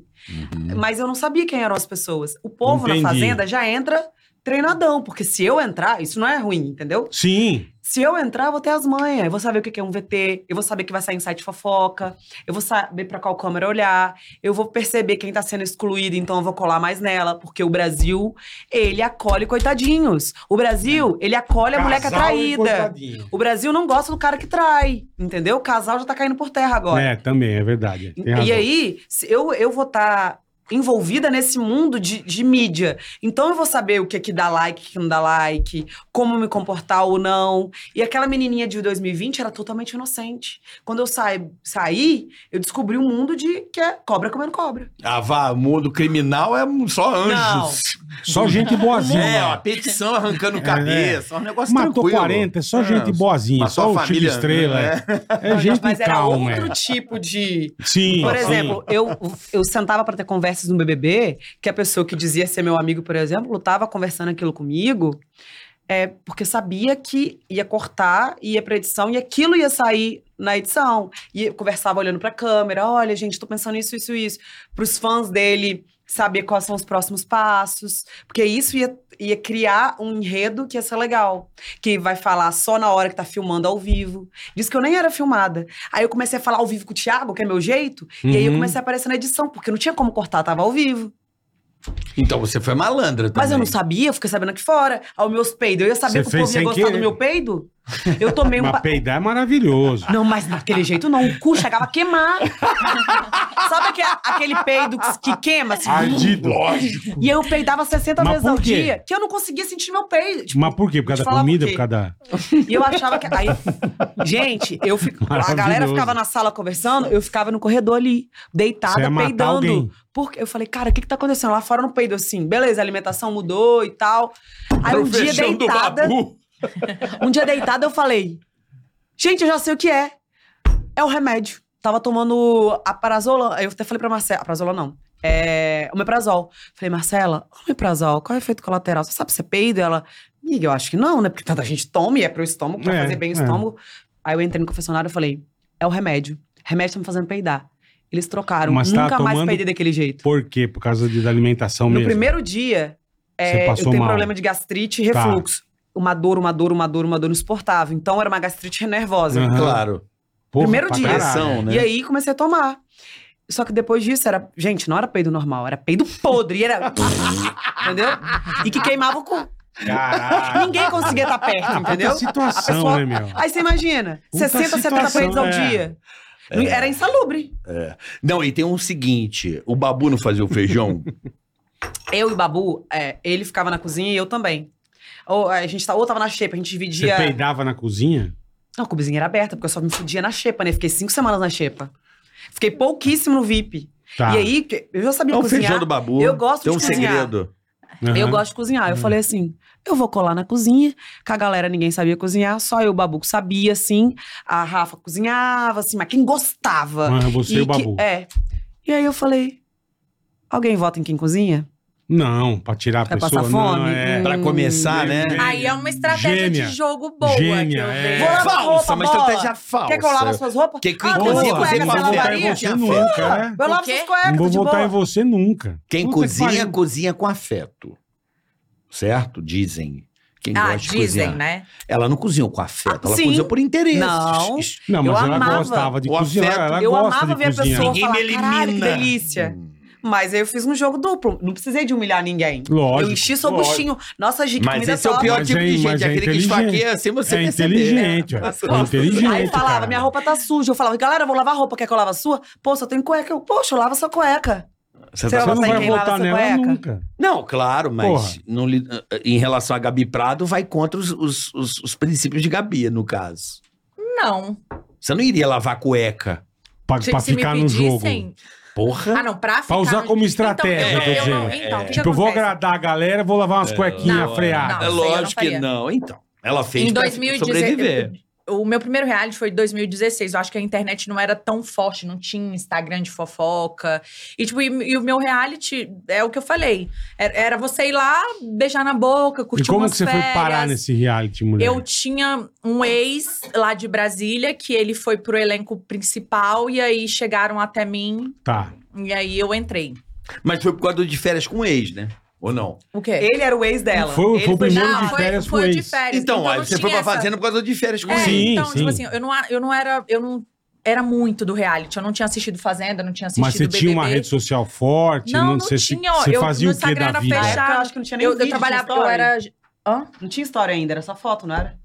Speaker 8: Mas eu não sabia quem eram as pessoas. O povo
Speaker 4: Uhum. Entendi.
Speaker 8: na fazenda já entra treinadão, porque se eu entrar, isso não é ruim, entendeu?
Speaker 4: Sim.
Speaker 8: Se eu entrar, eu vou ter as manhas. Eu vou saber o que que é um VT, eu vou saber que vai sair em site fofoca, eu vou saber pra qual câmera olhar, eu vou perceber quem tá sendo excluído, então eu vou colar mais nela, porque o Brasil, ele acolhe coitadinhos. O Brasil, ele acolhe a mulher que é
Speaker 4: Casal e
Speaker 8: traída.
Speaker 4: coitadinho.
Speaker 8: O Brasil não gosta do cara que trai, entendeu? O casal já tá caindo por terra agora.
Speaker 4: É, também, é verdade. Tem razão.
Speaker 8: e aí, se eu, eu vou estar envolvida nesse mundo de, de mídia. Então eu vou saber o que que dá like, o que não dá like, como me comportar ou não. E aquela menininha de 2020 era totalmente inocente. Quando eu saí, saí eu descobri um mundo de que é cobra comendo cobra.
Speaker 6: Ah, vá, mundo criminal é só anjos.
Speaker 8: Uhum.
Speaker 4: Só gente boazinha. né?
Speaker 6: É, uma petição arrancando cabeça, um negócio
Speaker 4: É, Matou
Speaker 6: tranquilo.
Speaker 4: 40, é só
Speaker 6: É,
Speaker 4: gente boazinha,
Speaker 6: matou
Speaker 4: só
Speaker 6: a
Speaker 4: o Chico
Speaker 6: família, né?
Speaker 4: Estrela. É, É gente
Speaker 8: Mas era
Speaker 4: calma.
Speaker 8: outro
Speaker 4: é.
Speaker 8: tipo de
Speaker 4: Sim,
Speaker 8: Por
Speaker 4: sim.
Speaker 8: exemplo, eu, eu sentava pra ter conversas no BBB, que a pessoa que dizia ser meu amigo, por exemplo, tava conversando aquilo comigo, é, porque sabia que ia cortar, ia pra edição, e aquilo ia sair na edição. E eu conversava olhando pra câmera, olha, gente, tô pensando isso, isso, isso. Pros fãs dele saber quais são os próximos passos, porque isso ia, ia criar um enredo que ia ser legal, que vai falar só na hora que tá filmando ao vivo. Diz que eu nem era filmada. Aí eu comecei a falar ao vivo com o Thiago, que é meu jeito, e aí eu
Speaker 4: Uhum.
Speaker 8: comecei a aparecer na edição, porque não tinha como cortar, tava ao vivo.
Speaker 6: Então você foi malandra também.
Speaker 8: Mas eu não sabia, eu fiquei sabendo aqui fora, aos meus peidos. Eu ia
Speaker 4: Você
Speaker 8: saber que o
Speaker 4: fez
Speaker 8: povo ia
Speaker 4: sem
Speaker 8: gostar
Speaker 4: querer.
Speaker 8: do meu peido? Eu tomei um.
Speaker 4: Mas
Speaker 8: pa-
Speaker 4: peidar é maravilhoso.
Speaker 8: Não, mas daquele jeito não, o cu chegava a queimar. Sabe aque- aquele peido que, que queima? Assim?
Speaker 4: Ardido.
Speaker 8: E eu peidava 60
Speaker 4: Mas
Speaker 8: vezes
Speaker 4: por
Speaker 8: ao
Speaker 4: quê?
Speaker 8: dia, que eu não conseguia sentir meu peido. Tipo,
Speaker 4: Mas por quê? Por causa
Speaker 8: Te
Speaker 4: da
Speaker 8: falar por
Speaker 4: comida?
Speaker 8: quê?
Speaker 4: Por causa da.
Speaker 8: E eu achava que. Aí, gente, eu fico, a
Speaker 4: Maravilhoso.
Speaker 8: galera ficava na sala conversando, eu ficava no corredor ali,
Speaker 4: Você
Speaker 8: deitada,
Speaker 4: ia matar alguém.
Speaker 8: peidando. Porque eu falei, cara, o que, que tá acontecendo? Lá fora eu não peido assim. Beleza, a alimentação mudou e tal. Aí um dia
Speaker 6: Profechão do
Speaker 8: deitada.
Speaker 6: Babu.
Speaker 8: Um dia deitada, eu falei: Gente, eu já sei o que é. É o remédio. Tava tomando a parazola. Eu até falei pra Marcela. A parazola não. É. O meprazol. Falei, Marcela, o meprazol, qual é o efeito colateral? Você sabe se é peido? Ela, amiga, eu acho que não, né? Porque tanta gente toma e é pro estômago, pra
Speaker 4: É,
Speaker 8: fazer bem o
Speaker 4: é.
Speaker 8: estômago. Aí eu entrei no confessionário e falei: É o remédio. Remédio tá me fazendo peidar. Eles trocaram.
Speaker 4: Mas tá
Speaker 8: Nunca mais
Speaker 4: tomando-
Speaker 8: peidei daquele jeito.
Speaker 4: Por quê? Por causa de, da alimentação
Speaker 8: No
Speaker 4: mesmo.
Speaker 8: primeiro dia, é,
Speaker 4: Você
Speaker 8: eu
Speaker 4: passou
Speaker 8: tenho
Speaker 4: mal.
Speaker 8: problema de gastrite e
Speaker 4: Tá.
Speaker 8: refluxo. Uma dor, uma dor, uma dor, uma dor insuportável. Então era uma gastrite nervosa.
Speaker 4: Aham.
Speaker 6: Claro.
Speaker 4: Porra,
Speaker 8: primeiro
Speaker 4: pra
Speaker 8: dia.
Speaker 6: Pressão, né?
Speaker 8: E aí comecei a tomar. Só que depois disso era. Gente, não era peido normal, era peido podre. E era. entendeu? E que queimava o cu.
Speaker 4: Caralho.
Speaker 8: Ninguém conseguia estar perto,
Speaker 4: Puta Ah,
Speaker 8: entendeu?
Speaker 4: tá situação,
Speaker 8: A pessoa-
Speaker 4: né, meu?
Speaker 8: Aí você imagina,
Speaker 4: Puta
Speaker 8: 60, 70
Speaker 4: situação,
Speaker 8: peidos ao
Speaker 4: é.
Speaker 8: dia. Não- Era insalubre.
Speaker 6: Não, e tem um seguinte: o Babu não fazia o feijão?
Speaker 8: Eu e o Babu, é, ele ficava na cozinha e eu também. Ou a gente tá, ou tava na xepa, a gente
Speaker 4: Você
Speaker 8: dividia.
Speaker 4: peidava na cozinha?
Speaker 8: Não, a cozinha era aberta, porque eu só me fudia na xepa, né? Fiquei cinco semanas na xepa. Fiquei pouquíssimo no VIP.
Speaker 4: Tá.
Speaker 8: E aí, que- eu já sabia
Speaker 6: é o
Speaker 8: cozinhar.
Speaker 6: feijão do Babu.
Speaker 8: Eu gosto
Speaker 6: tem
Speaker 8: de
Speaker 6: um
Speaker 8: cozinhar.
Speaker 6: segredo.
Speaker 4: Aham.
Speaker 8: Eu gosto de cozinhar.
Speaker 4: Hum.
Speaker 8: Eu falei assim, eu vou colar na cozinha, que a galera ninguém sabia cozinhar, só eu, e o Babu, que sabia, assim. A Rafa cozinhava, assim, mas quem gostava.
Speaker 4: Ah, você e o
Speaker 8: que-
Speaker 4: babu.
Speaker 8: é. E aí eu falei, alguém vota em quem cozinha?
Speaker 4: Não, pra tirar a
Speaker 8: Vai
Speaker 4: pessoa.
Speaker 8: passar
Speaker 4: Não,
Speaker 8: fome?
Speaker 4: é...
Speaker 8: Hum.
Speaker 6: Pra começar, né?
Speaker 4: Meu
Speaker 7: Aí é uma estratégia
Speaker 4: Gênia.
Speaker 7: de jogo boa que
Speaker 4: Gênia,
Speaker 7: eu
Speaker 4: é.
Speaker 7: vejo.
Speaker 8: Vou lavar
Speaker 6: Falsa,
Speaker 8: roupa,
Speaker 6: uma
Speaker 8: bola.
Speaker 6: estratégia falsa.
Speaker 8: Quer que eu lave as suas roupas?
Speaker 6: Ah, Que- que-
Speaker 8: ah,
Speaker 4: Porra,
Speaker 8: você
Speaker 6: cozinha,
Speaker 8: cueca,
Speaker 4: eu
Speaker 6: cozinha,
Speaker 8: você
Speaker 4: não vou
Speaker 6: cozinha.
Speaker 4: votar em
Speaker 8: lavaria?
Speaker 4: você
Speaker 6: Tinha
Speaker 4: nunca, é?
Speaker 8: Eu lavo
Speaker 7: O quê?
Speaker 8: suas
Speaker 4: Não
Speaker 8: cuecas,
Speaker 4: vou
Speaker 8: de
Speaker 4: votar
Speaker 8: boa.
Speaker 4: em você nunca.
Speaker 6: Quem
Speaker 4: Puta que
Speaker 6: cozinha,
Speaker 4: pariu.
Speaker 6: cozinha com afeto. Certo? Dizem. Quem
Speaker 7: Ah,
Speaker 6: gosta de
Speaker 7: dizem,
Speaker 6: cozinhar.
Speaker 7: né?
Speaker 6: Ela não cozinhou com afeto, ela
Speaker 8: Ah, Sim.
Speaker 6: cozinhou por interesse.
Speaker 8: Não.
Speaker 4: Não, mas
Speaker 8: Eu
Speaker 4: ela
Speaker 8: amava.
Speaker 4: gostava de
Speaker 6: O
Speaker 4: cozinhar.
Speaker 6: afeto.
Speaker 4: Ela
Speaker 8: eu
Speaker 4: gosta
Speaker 8: amava
Speaker 4: de
Speaker 8: ver a
Speaker 4: cozinhar. Hum.
Speaker 8: pessoa
Speaker 6: Ninguém
Speaker 8: falar,
Speaker 6: me
Speaker 8: caralho, que
Speaker 6: elimina."
Speaker 8: delícia. Mas aí eu fiz um jogo duplo. Não precisei de humilhar ninguém.
Speaker 4: Lógico,
Speaker 8: eu enchi seu
Speaker 4: lógico.
Speaker 8: buchinho. Nossa, gente,
Speaker 6: Mas
Speaker 8: comida
Speaker 6: esse é o
Speaker 8: top.
Speaker 6: pior
Speaker 4: Mas
Speaker 6: tipo
Speaker 4: é-
Speaker 6: de
Speaker 4: mas
Speaker 6: gente,
Speaker 4: é
Speaker 6: aquele que
Speaker 4: inteligente.
Speaker 6: esfaqueia sem você
Speaker 4: É
Speaker 6: perceber.
Speaker 4: inteligente, ó. é inteligente.
Speaker 8: Aí falava,
Speaker 4: cara.
Speaker 8: minha roupa tá suja. Eu falava, galera, eu vou lavar a roupa, quer que eu lave a sua? Poxa, eu tenho cueca. Eu, poxa, eu lavo a sua cueca.
Speaker 6: Você tá
Speaker 8: Você
Speaker 4: Você não
Speaker 8: Ela
Speaker 4: vai
Speaker 8: sem queimar
Speaker 4: votar
Speaker 8: essa
Speaker 4: nela
Speaker 8: cueca.
Speaker 4: nunca.
Speaker 6: Não, claro, mas
Speaker 4: Porra.
Speaker 6: não li- eh, em relação a Gabi Prado, vai contra os, os- os- os princípios de Gabi, no caso.
Speaker 7: Não.
Speaker 6: Você não iria lavar cueca.
Speaker 4: Pra, pra ficar no jogo.
Speaker 6: Porra.
Speaker 7: Ah, não, pra ficar.
Speaker 4: usar
Speaker 7: no-
Speaker 4: como estratégia,
Speaker 7: então, eu,
Speaker 4: eu tô
Speaker 7: não-
Speaker 4: dizendo.
Speaker 7: então, o que
Speaker 4: Tipo,
Speaker 7: que
Speaker 4: eu vou
Speaker 7: acontece?
Speaker 4: agradar a galera, vou lavar umas cuequinhas
Speaker 7: Ah, não,
Speaker 4: freadas.
Speaker 7: não.
Speaker 6: é
Speaker 7: sei, eu
Speaker 6: lógico que
Speaker 7: faria.
Speaker 6: não. Então, ela fez
Speaker 7: Em
Speaker 6: pra
Speaker 7: 2016,
Speaker 6: sobreviver.
Speaker 7: O meu primeiro reality foi em 2016. Eu acho que a internet não era tão forte, não tinha Instagram de fofoca. E, tipo, e, e o meu reality é o que eu falei. Era, era você ir lá, beijar na boca,
Speaker 4: E
Speaker 7: curtir
Speaker 4: como
Speaker 7: umas
Speaker 4: que você foi
Speaker 7: férias.
Speaker 4: parar nesse reality, mulher?
Speaker 7: Eu tinha um ex lá de Brasília que ele foi pro elenco principal e aí chegaram até mim
Speaker 4: Tá.
Speaker 7: e aí eu entrei.
Speaker 6: Mas foi por causa do de férias com o ex, né? Ou não?
Speaker 7: O quê?
Speaker 8: Ele era o ex dela.
Speaker 4: Foi-
Speaker 8: Ele
Speaker 4: foi o primeiro
Speaker 7: Não,
Speaker 4: de
Speaker 7: foi,
Speaker 4: férias
Speaker 7: foi
Speaker 4: com
Speaker 7: o de
Speaker 4: ex.
Speaker 7: férias.
Speaker 6: Então, aí
Speaker 7: não
Speaker 6: você
Speaker 7: tinha
Speaker 6: foi pra
Speaker 7: essa-
Speaker 6: fazenda por causa do de férias com
Speaker 7: É,
Speaker 6: o
Speaker 4: Sim.
Speaker 6: ex.
Speaker 7: então, tipo assim, eu não, a- eu não era, eu não era muito do reality. Eu não tinha assistido Fazenda, não tinha assistido
Speaker 4: Mas você
Speaker 7: BBB.
Speaker 4: tinha uma rede social forte?
Speaker 7: Não, não
Speaker 4: você,
Speaker 7: tinha, ó.
Speaker 4: Você
Speaker 7: Eu-
Speaker 4: fazia
Speaker 7: meu
Speaker 4: o quê
Speaker 7: Instagram
Speaker 4: da
Speaker 7: era
Speaker 4: vida?
Speaker 8: Na época,
Speaker 7: fechado.
Speaker 8: eu acho que não tinha nem
Speaker 7: eu,
Speaker 8: vídeo,
Speaker 7: eu trabalhava,
Speaker 8: tinha
Speaker 7: eu
Speaker 8: story.
Speaker 7: era, Hã?
Speaker 8: Não tinha história ainda, era só foto, não era?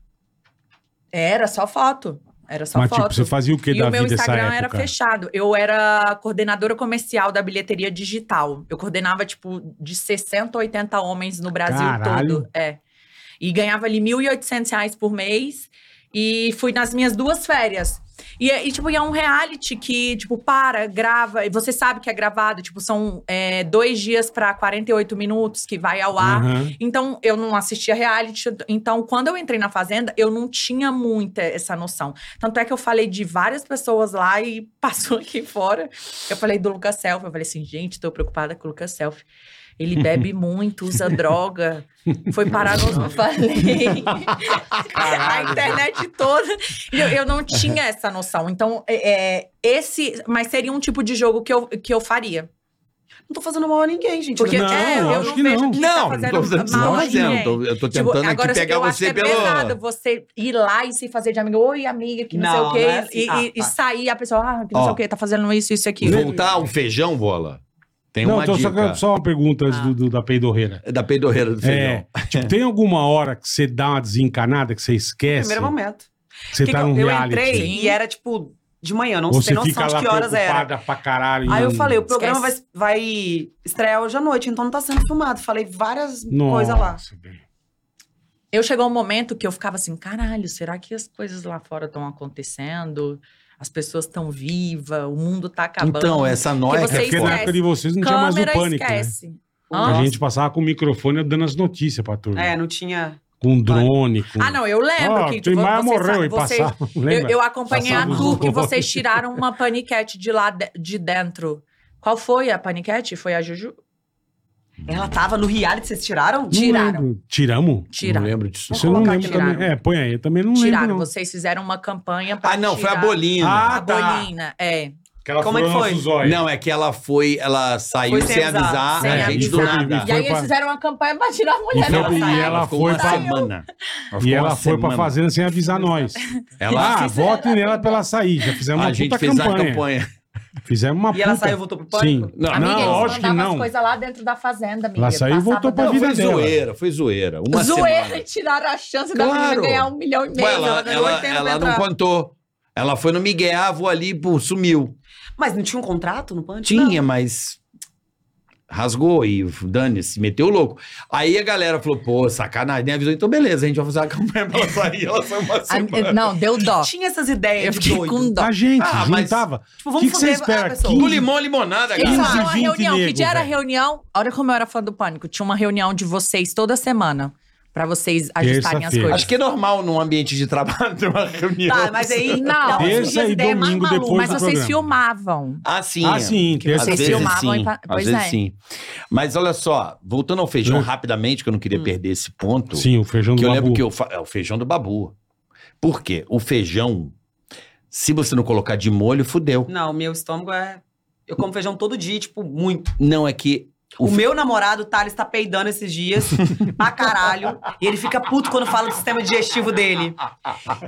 Speaker 7: era só foto. Era só
Speaker 4: Mas tipo,
Speaker 7: foto.
Speaker 4: você fazia o quê
Speaker 7: e
Speaker 4: da
Speaker 7: o meu
Speaker 4: vida essa
Speaker 7: Instagram
Speaker 4: época?
Speaker 7: era fechado. Eu era coordenadora comercial da bilheteria digital. Eu coordenava, tipo, de 60 a 80 homens no Brasil
Speaker 4: Caralho.
Speaker 7: todo. É. E ganhava ali 1.800 reais por mês. E fui nas minhas duas férias. E, é- e, tipo, e é um reality que, tipo, para, grava. E você sabe que é gravado. Tipo, são é, dois dias pra 48 minutos que vai ao ar.
Speaker 4: Aham.
Speaker 7: Então, eu não assistia reality. Então, quando eu entrei na Fazenda, eu não tinha muita essa noção. Tanto é que eu falei de várias pessoas lá e passou aqui fora. Eu falei do Lucas Selfie. Eu falei assim, gente, tô preocupada com o Lucas Selfie. Ele bebe muito, usa droga, foi parar no eu falei. a internet toda. E Eu, eu não tinha essa noção. Então, é, é, esse. Mas seria um tipo de jogo que eu, que eu faria.
Speaker 8: Não tô fazendo mal a ninguém, gente.
Speaker 7: Porque
Speaker 4: Não,
Speaker 7: é, eu
Speaker 4: acho
Speaker 7: não
Speaker 4: que
Speaker 7: vejo
Speaker 4: não.
Speaker 7: que
Speaker 6: Não,
Speaker 7: tá
Speaker 6: não tô
Speaker 7: fazendo
Speaker 6: fazendo
Speaker 7: mal
Speaker 6: não,
Speaker 7: a
Speaker 6: fazendo.
Speaker 7: ninguém.
Speaker 6: Tô- Eu tô
Speaker 7: Tipo,
Speaker 6: tentando
Speaker 7: agora,
Speaker 6: aqui pegar
Speaker 7: eu acho
Speaker 6: você
Speaker 7: que é
Speaker 6: pelo.
Speaker 7: pesado você ir lá e se fazer de amiga, oi, amiga, que não, sei
Speaker 8: Não,
Speaker 7: o quê.
Speaker 8: não é assim.
Speaker 7: e,
Speaker 8: Ah,
Speaker 7: e- e
Speaker 8: tá.
Speaker 7: sair a pessoa, ah, que não
Speaker 6: Ó.
Speaker 7: sei o quê, tá fazendo isso, isso e aquilo.
Speaker 6: Voltar um feijão, bola? Tem
Speaker 4: Não,
Speaker 6: uma
Speaker 4: então só,
Speaker 6: dica.
Speaker 4: que- só uma pergunta antes do, do- da peidorreira.
Speaker 6: Da peidorreira do feijão.
Speaker 4: É, tipo, tem alguma hora que você dá uma desencanada, que você esquece?
Speaker 8: Primeiro momento.
Speaker 4: que você
Speaker 8: Que
Speaker 4: tá
Speaker 8: que eu-
Speaker 4: num
Speaker 8: eu,
Speaker 4: reality?
Speaker 8: entrei e era, tipo, de manhã. Não
Speaker 4: Ou
Speaker 8: sei
Speaker 4: você
Speaker 8: noção
Speaker 4: fica
Speaker 8: de
Speaker 4: lá
Speaker 8: que horas era.
Speaker 4: preocupada pra caralho?
Speaker 8: Aí eu
Speaker 4: não-
Speaker 8: falei, o programa vai,
Speaker 7: Esquece.
Speaker 8: vai estrear hoje à noite, então não tá sendo filmado. Falei várias coisas lá.
Speaker 4: Nossa, velho.
Speaker 7: Eu chegou um momento que eu ficava assim, caralho, será que as coisas lá fora estão acontecendo? As pessoas estão vivas, o mundo tá acabando.
Speaker 6: Então, essa
Speaker 7: Que
Speaker 6: noia.
Speaker 7: você
Speaker 4: É porque na
Speaker 7: esquece.
Speaker 4: época de vocês não
Speaker 6: é
Speaker 4: tinha mais o
Speaker 7: Câmera
Speaker 4: pânico, né?
Speaker 7: esquece. Hã?
Speaker 4: A gente passava com o microfone dando as notícias pra turma.
Speaker 8: É, não tinha.
Speaker 4: Com um drone, com...
Speaker 7: Ah, não, eu lembro
Speaker 4: Ah,
Speaker 7: que
Speaker 4: tem
Speaker 7: tipo,
Speaker 4: Maia
Speaker 7: vocês
Speaker 4: morreu
Speaker 7: sa-
Speaker 4: e
Speaker 7: vocês-
Speaker 4: passava,
Speaker 7: eu,
Speaker 4: lembra?
Speaker 7: eu acompanhei
Speaker 4: Passava
Speaker 7: a tour
Speaker 4: os
Speaker 7: que vocês
Speaker 4: dois.
Speaker 7: tiraram uma paniquete de lá de, de dentro. Qual foi a paniquete? Foi a Juju?
Speaker 8: Ela tava no reality, vocês tiraram?
Speaker 4: Não
Speaker 7: tiraram.
Speaker 4: lembro. Tiramos?
Speaker 6: Não
Speaker 7: Tiraram.
Speaker 6: lembro disso.
Speaker 4: Isso eu não
Speaker 7: colocar
Speaker 4: lembro
Speaker 7: tiraram.
Speaker 8: né?
Speaker 4: também. É, põe aí. Eu também não
Speaker 7: Tiraram.
Speaker 4: lembro, não.
Speaker 7: Vocês fizeram uma campanha pra
Speaker 6: Ah, não, foi a
Speaker 7: tirar
Speaker 6: Bolina.
Speaker 7: A
Speaker 4: Ah, tá.
Speaker 7: bolina, é.
Speaker 4: Que ela
Speaker 8: Como é que
Speaker 4: furou
Speaker 8: foi?
Speaker 4: nossos olhos.
Speaker 6: Não, é que ela foi, ela saiu
Speaker 8: Foi
Speaker 6: sem,
Speaker 8: sem
Speaker 6: avisar,
Speaker 8: avisar,
Speaker 7: sem
Speaker 6: a gente
Speaker 7: avisar.
Speaker 6: do
Speaker 4: E Ah. foi-
Speaker 6: nada.
Speaker 4: e
Speaker 7: E aí
Speaker 4: pra-
Speaker 7: eles fizeram uma campanha pra tirar a mulher
Speaker 4: E
Speaker 7: dela.
Speaker 4: foi- e
Speaker 7: saiu.
Speaker 4: ela
Speaker 6: ficou
Speaker 4: foi
Speaker 6: uma
Speaker 4: pra-
Speaker 6: semana.
Speaker 4: E
Speaker 6: ficou
Speaker 4: ela
Speaker 6: uma
Speaker 4: foi pra
Speaker 6: semana.
Speaker 4: fazenda sem avisar nós.
Speaker 6: Ela,
Speaker 4: ah, votem nela pra ela sair. Já fizemos
Speaker 6: a
Speaker 4: uma
Speaker 6: gente
Speaker 4: puta
Speaker 6: fez
Speaker 4: campanha.
Speaker 6: a campanha.
Speaker 4: Fizemos uma
Speaker 8: E ela
Speaker 4: Ah, puta-
Speaker 8: saiu e voltou pro pânico?
Speaker 4: Sim.
Speaker 6: Não,
Speaker 7: Amiga,
Speaker 4: não,
Speaker 7: eles
Speaker 4: lógico que
Speaker 7: mandavam
Speaker 4: não.
Speaker 7: as coisas lá dentro da fazenda, amiga.
Speaker 4: Ela saiu e
Speaker 7: Passava
Speaker 4: voltou pra
Speaker 7: dentro-
Speaker 4: vida
Speaker 6: Não, foi
Speaker 4: dela.
Speaker 6: zoeira, foi zoeira. Uma
Speaker 7: Zoeira e
Speaker 6: semana.
Speaker 7: tiraram a chance da
Speaker 6: Claro.
Speaker 7: menina ganhar um milhão e meio.
Speaker 6: Ué, ela
Speaker 7: ganhou
Speaker 6: ela-
Speaker 7: 80
Speaker 6: ela
Speaker 7: pra
Speaker 6: não
Speaker 7: entrar.
Speaker 6: contou. Ela foi no Miguel, ah, vou ali, pum, sumiu.
Speaker 8: Mas não tinha um contrato no pânico?
Speaker 6: Tinha, mas rasgou e dane-se, meteu o louco. Aí a galera falou, pô, sacanagem, nem avisou. Então, beleza, a gente vai fazer uma campanha pra ela sair. Ela saiu uma
Speaker 4: um
Speaker 7: Ah,
Speaker 6: semana.
Speaker 7: Não, deu dó.
Speaker 8: Não. Tinha essas ideias
Speaker 7: Eu
Speaker 8: de
Speaker 7: fiquei
Speaker 8: doido.
Speaker 7: com dó.
Speaker 4: A gente
Speaker 6: Ah, mas-
Speaker 4: juntava.
Speaker 8: Tipo,
Speaker 4: O que, que você
Speaker 8: foder a
Speaker 4: espera?
Speaker 8: pessoa.
Speaker 4: 15?
Speaker 6: Do limão, limonada,
Speaker 7: Eles
Speaker 6: galera.
Speaker 4: Quinze,
Speaker 7: fizeram uma
Speaker 4: vinte
Speaker 7: reunião.
Speaker 4: nego,
Speaker 7: que dia era a
Speaker 4: velho.
Speaker 7: reunião? Olha como eu era fã do Pânico. Tinha uma reunião de vocês toda semana. Pra vocês ajustarem as
Speaker 4: Terça-feira.
Speaker 7: coisas.
Speaker 6: Acho que é normal num ambiente de trabalho ter uma reunião.
Speaker 8: Tá, mas aí.
Speaker 7: Não.
Speaker 8: Não,
Speaker 4: Terça
Speaker 8: tinha
Speaker 4: e
Speaker 8: ideia mais
Speaker 4: domingo
Speaker 8: maluca.
Speaker 4: depois
Speaker 7: é Mas
Speaker 4: do
Speaker 7: vocês
Speaker 4: programa.
Speaker 7: filmavam.
Speaker 6: Ah, sim.
Speaker 4: Ah, sim.
Speaker 7: Que
Speaker 6: Às
Speaker 4: terça-
Speaker 7: vocês
Speaker 6: vezes
Speaker 7: filmavam
Speaker 6: sim,
Speaker 7: e pa-
Speaker 6: às
Speaker 7: pois
Speaker 6: vezes
Speaker 7: é.
Speaker 6: sim. Mas olha só, voltando ao feijão
Speaker 4: Hum.
Speaker 6: rapidamente, que eu não queria perder esse ponto.
Speaker 4: Sim, o feijão do
Speaker 6: que eu lembro
Speaker 4: babu.
Speaker 6: que eu fa- é o feijão do babu. Por quê? O feijão, se você não colocar de molho, fudeu.
Speaker 8: Não, meu estômago é. Eu como feijão todo dia, tipo, muito.
Speaker 6: Não é que
Speaker 8: O,
Speaker 6: O fe-
Speaker 8: meu namorado, Thales, tá peidando esses dias pra caralho. e ele fica puto quando fala do sistema digestivo dele.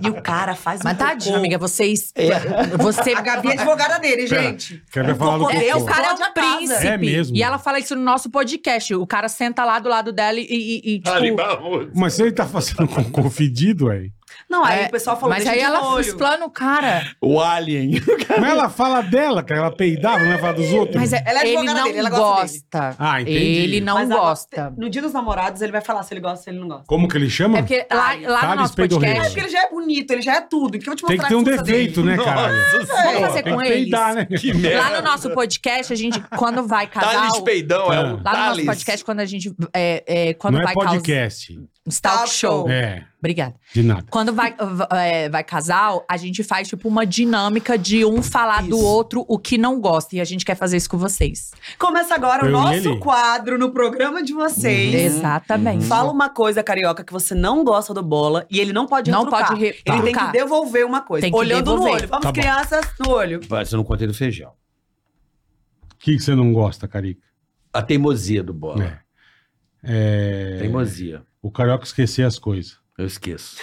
Speaker 8: E o cara faz
Speaker 7: Mas
Speaker 8: um cocô.
Speaker 7: tadinho, amiga, vocês. Você.
Speaker 8: A Gabi é advogada dele,
Speaker 4: Pera,
Speaker 8: gente. né?
Speaker 4: Quer ver falar do
Speaker 8: cocô.
Speaker 7: É,
Speaker 4: cocô.
Speaker 7: o cara é
Speaker 8: Fora
Speaker 7: um
Speaker 8: de casa.
Speaker 7: príncipe.
Speaker 4: É mesmo.
Speaker 7: E ela fala isso no nosso podcast. O cara senta lá do lado dela e, e- e, tipo,
Speaker 4: Mas se ele tá fazendo cocô fedido, aí.
Speaker 8: Não, aí
Speaker 7: É,
Speaker 8: o pessoal falou,
Speaker 7: Mas
Speaker 8: deixa
Speaker 7: aí
Speaker 8: de
Speaker 7: ela
Speaker 8: molho.
Speaker 7: explana o cara.
Speaker 6: o alien.
Speaker 4: Mas ela fala dela, cara. Ela peidava, não é falar dos outros.
Speaker 7: Mas é-
Speaker 8: Ela é
Speaker 7: ele
Speaker 8: advogada
Speaker 7: não
Speaker 8: dele, ela gosta
Speaker 7: gosta.
Speaker 4: Ah, entendi.
Speaker 7: Ele não
Speaker 8: Mas a-
Speaker 7: gosta.
Speaker 8: No dia dos namorados, ele vai falar se ele gosta ou se ele não gosta.
Speaker 4: Como que ele chama?
Speaker 7: É porque lá,
Speaker 8: Thales.
Speaker 7: lá no
Speaker 4: Thales
Speaker 7: nosso
Speaker 4: Peidorreiro.
Speaker 8: É
Speaker 7: podcast.
Speaker 8: porque ele já é bonito, ele já é tudo. Que eu vou te
Speaker 4: Tem que
Speaker 8: mostrar
Speaker 4: ter um
Speaker 8: a fuça
Speaker 4: defeito,
Speaker 8: dele.
Speaker 4: né, cara?
Speaker 7: Sabe o que eu vou fazer
Speaker 4: Tem
Speaker 7: com
Speaker 4: que
Speaker 7: eles?
Speaker 4: peidar, né?
Speaker 6: Que merda.
Speaker 7: Lá no nosso podcast, a gente, quando vai casar.
Speaker 6: Thales Peidão
Speaker 4: Lá
Speaker 6: é o
Speaker 7: Lá no nosso
Speaker 6: Thales.
Speaker 7: podcast, quando a gente. É, é, quando
Speaker 4: Não é
Speaker 7: vai causar
Speaker 4: podcast.
Speaker 7: um talk show.
Speaker 8: É.
Speaker 4: É.
Speaker 7: Obrigada.
Speaker 4: De nada.
Speaker 7: Quando vai, v- é, vai casal, a gente faz tipo uma dinâmica de um falar do
Speaker 8: Isso.
Speaker 7: outro o que não gosta. E a gente quer fazer isso com vocês.
Speaker 8: Começa agora
Speaker 4: Eu
Speaker 8: o
Speaker 4: e
Speaker 8: nosso
Speaker 4: ele.
Speaker 8: quadro no programa de vocês.
Speaker 7: Exatamente.
Speaker 8: Fala um uma coisa, carioca, que você não gosta do bola e ele não pode
Speaker 7: Não
Speaker 8: retrucar.
Speaker 7: pode re-
Speaker 8: Ele tem
Speaker 7: retrucar.
Speaker 8: que devolver uma coisa.
Speaker 7: Tem que
Speaker 8: Olhando
Speaker 7: devolver.
Speaker 8: no olho. Vamos,
Speaker 4: Tá bom.
Speaker 8: crianças, no olho.
Speaker 6: Mas eu não contei do feijão.
Speaker 4: O que que você não gosta, Carica?
Speaker 6: A teimosia do bola.
Speaker 4: É. É,
Speaker 6: Teimosia.
Speaker 4: O carioca esquecer as coisas. Ah,
Speaker 6: Eu esqueço.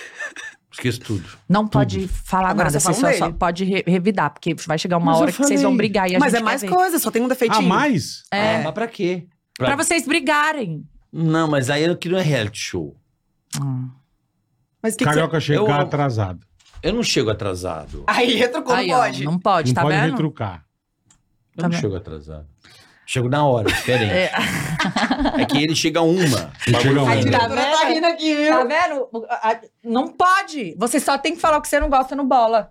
Speaker 6: esqueço tudo.
Speaker 7: Não pode falar
Speaker 8: Agora
Speaker 7: nada, você
Speaker 8: você
Speaker 7: só,
Speaker 8: fala
Speaker 7: só
Speaker 8: dele.
Speaker 7: pode re- revidar, porque vai chegar uma
Speaker 6: Mas eu
Speaker 7: hora que vocês
Speaker 6: falei.
Speaker 7: vão brigar e a
Speaker 8: Mas
Speaker 7: gente
Speaker 8: é
Speaker 7: quer
Speaker 8: mais
Speaker 7: ver.
Speaker 8: coisa, só tem um
Speaker 4: A
Speaker 8: defeitinho.
Speaker 4: mais?
Speaker 7: É,
Speaker 6: Ah, mas pra quê?
Speaker 7: pra... vocês brigarem.
Speaker 6: Não, mas aí aqui não é reality show.
Speaker 7: Hum.
Speaker 8: Mas o que, que você...
Speaker 4: carioca chegar
Speaker 6: Eu-
Speaker 4: atrasado.
Speaker 6: Eu não chego
Speaker 7: Ah,
Speaker 6: atrasado.
Speaker 8: Aí retrucou,
Speaker 7: Aí,
Speaker 8: não
Speaker 7: ó,
Speaker 8: pode.
Speaker 7: não pode,
Speaker 4: não
Speaker 7: tá
Speaker 4: pode
Speaker 7: vendo?
Speaker 4: retrucar.
Speaker 6: Eu
Speaker 7: Tá
Speaker 6: não
Speaker 7: bem.
Speaker 6: chego atrasado. Chego na hora, diferente.
Speaker 7: É.
Speaker 6: É que ele chega um a uma.
Speaker 4: Ele chega a
Speaker 8: A
Speaker 4: uma.
Speaker 7: Aí, tá
Speaker 8: diretora tá
Speaker 7: vendo?
Speaker 8: rindo aqui, viu?
Speaker 7: Tá vendo? A- Não pode. Você só tem que falar o que você não gosta no bola.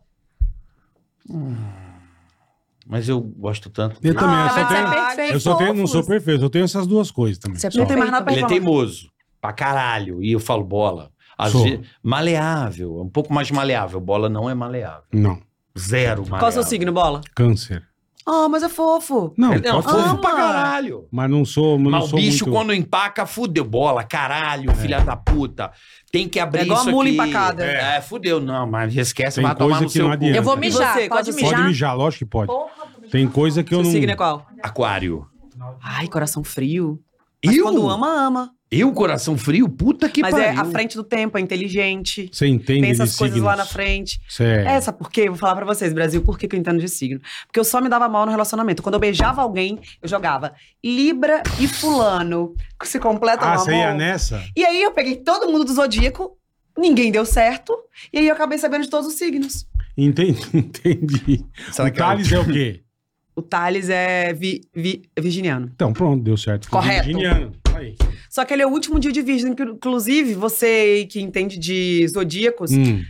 Speaker 6: Mas eu gosto tanto.
Speaker 4: Eu também, eu
Speaker 8: Ah,
Speaker 4: só
Speaker 8: mas
Speaker 4: tenho.
Speaker 8: é
Speaker 4: Eu só tenho, não sou
Speaker 8: fofos.
Speaker 4: perfeito, eu tenho essas duas coisas também.
Speaker 7: Você é
Speaker 4: Só.
Speaker 8: não tem mais nada pra
Speaker 7: perfeito.
Speaker 6: Ele é
Speaker 8: reclamar.
Speaker 6: teimoso. Pra caralho. E eu falo bola. Às
Speaker 4: Sou.
Speaker 6: vezes, maleável. É um pouco mais maleável. Bola não é maleável.
Speaker 4: Não,
Speaker 6: Zero maleável.
Speaker 8: Qual é o seu signo, bola?
Speaker 4: câncer.
Speaker 8: Ah, mas é fofo.
Speaker 4: Não,
Speaker 6: Ele- Não,
Speaker 4: pode ser.
Speaker 6: fofo
Speaker 8: ah,
Speaker 6: pra caralho.
Speaker 4: Mas não sou, não
Speaker 6: Mas o
Speaker 4: sou
Speaker 6: bicho,
Speaker 4: muito... É.
Speaker 6: quando empaca, fudeu bola, caralho, filha da puta. Tem que abrir
Speaker 8: É igual
Speaker 6: isso
Speaker 8: a mula
Speaker 6: aqui.
Speaker 8: empacada.
Speaker 6: É. fudeu. Não, mas esquece,
Speaker 4: Tem
Speaker 6: vai tomar
Speaker 4: coisa
Speaker 6: no
Speaker 4: que
Speaker 6: seu
Speaker 4: não
Speaker 6: cu.
Speaker 4: adianta.
Speaker 7: Eu vou
Speaker 8: E
Speaker 7: mijar.
Speaker 8: você, qual
Speaker 7: pode
Speaker 8: é o seu
Speaker 7: mijar?
Speaker 4: Pode mijar, lógico que pode.
Speaker 7: Porra,
Speaker 4: Tem coisa que eu
Speaker 8: Seu
Speaker 4: não...
Speaker 8: signo é qual?
Speaker 6: Aquário.
Speaker 8: Ai, coração frio. Mas
Speaker 6: Eu?
Speaker 8: quando ama, ama.
Speaker 6: Eu, coração frio? Puta que
Speaker 8: mas
Speaker 6: pariu.
Speaker 8: é à frente do tempo, é inteligente.
Speaker 4: Você entende
Speaker 8: Pensa
Speaker 4: de
Speaker 8: as coisas
Speaker 4: signos.
Speaker 8: lá na frente.
Speaker 4: Você é...
Speaker 8: É, sabe por quê? Vou falar pra vocês, Brasil, por que, que eu entendo de signo? Porque eu só me dava mal no relacionamento. Quando eu beijava alguém, eu jogava Libra e Fulano. que Se completam
Speaker 7: tá
Speaker 4: Ah,
Speaker 8: no
Speaker 4: você ia
Speaker 8: amor.
Speaker 4: nessa?
Speaker 8: E aí eu peguei todo mundo do zodíaco, ninguém deu certo, e aí eu acabei sabendo de todos os signos.
Speaker 4: Entendi, entendi.
Speaker 6: Será
Speaker 4: o
Speaker 6: que é o-
Speaker 4: Thales é o quê?
Speaker 8: O Thales é vi- vi- virginiano.
Speaker 4: Então, pronto, deu certo.
Speaker 8: Correto.
Speaker 4: Virginiano. Aí.
Speaker 8: Só que ele é o último dia de virgem, que, inclusive, você que entende de zodíacos,
Speaker 4: Hum.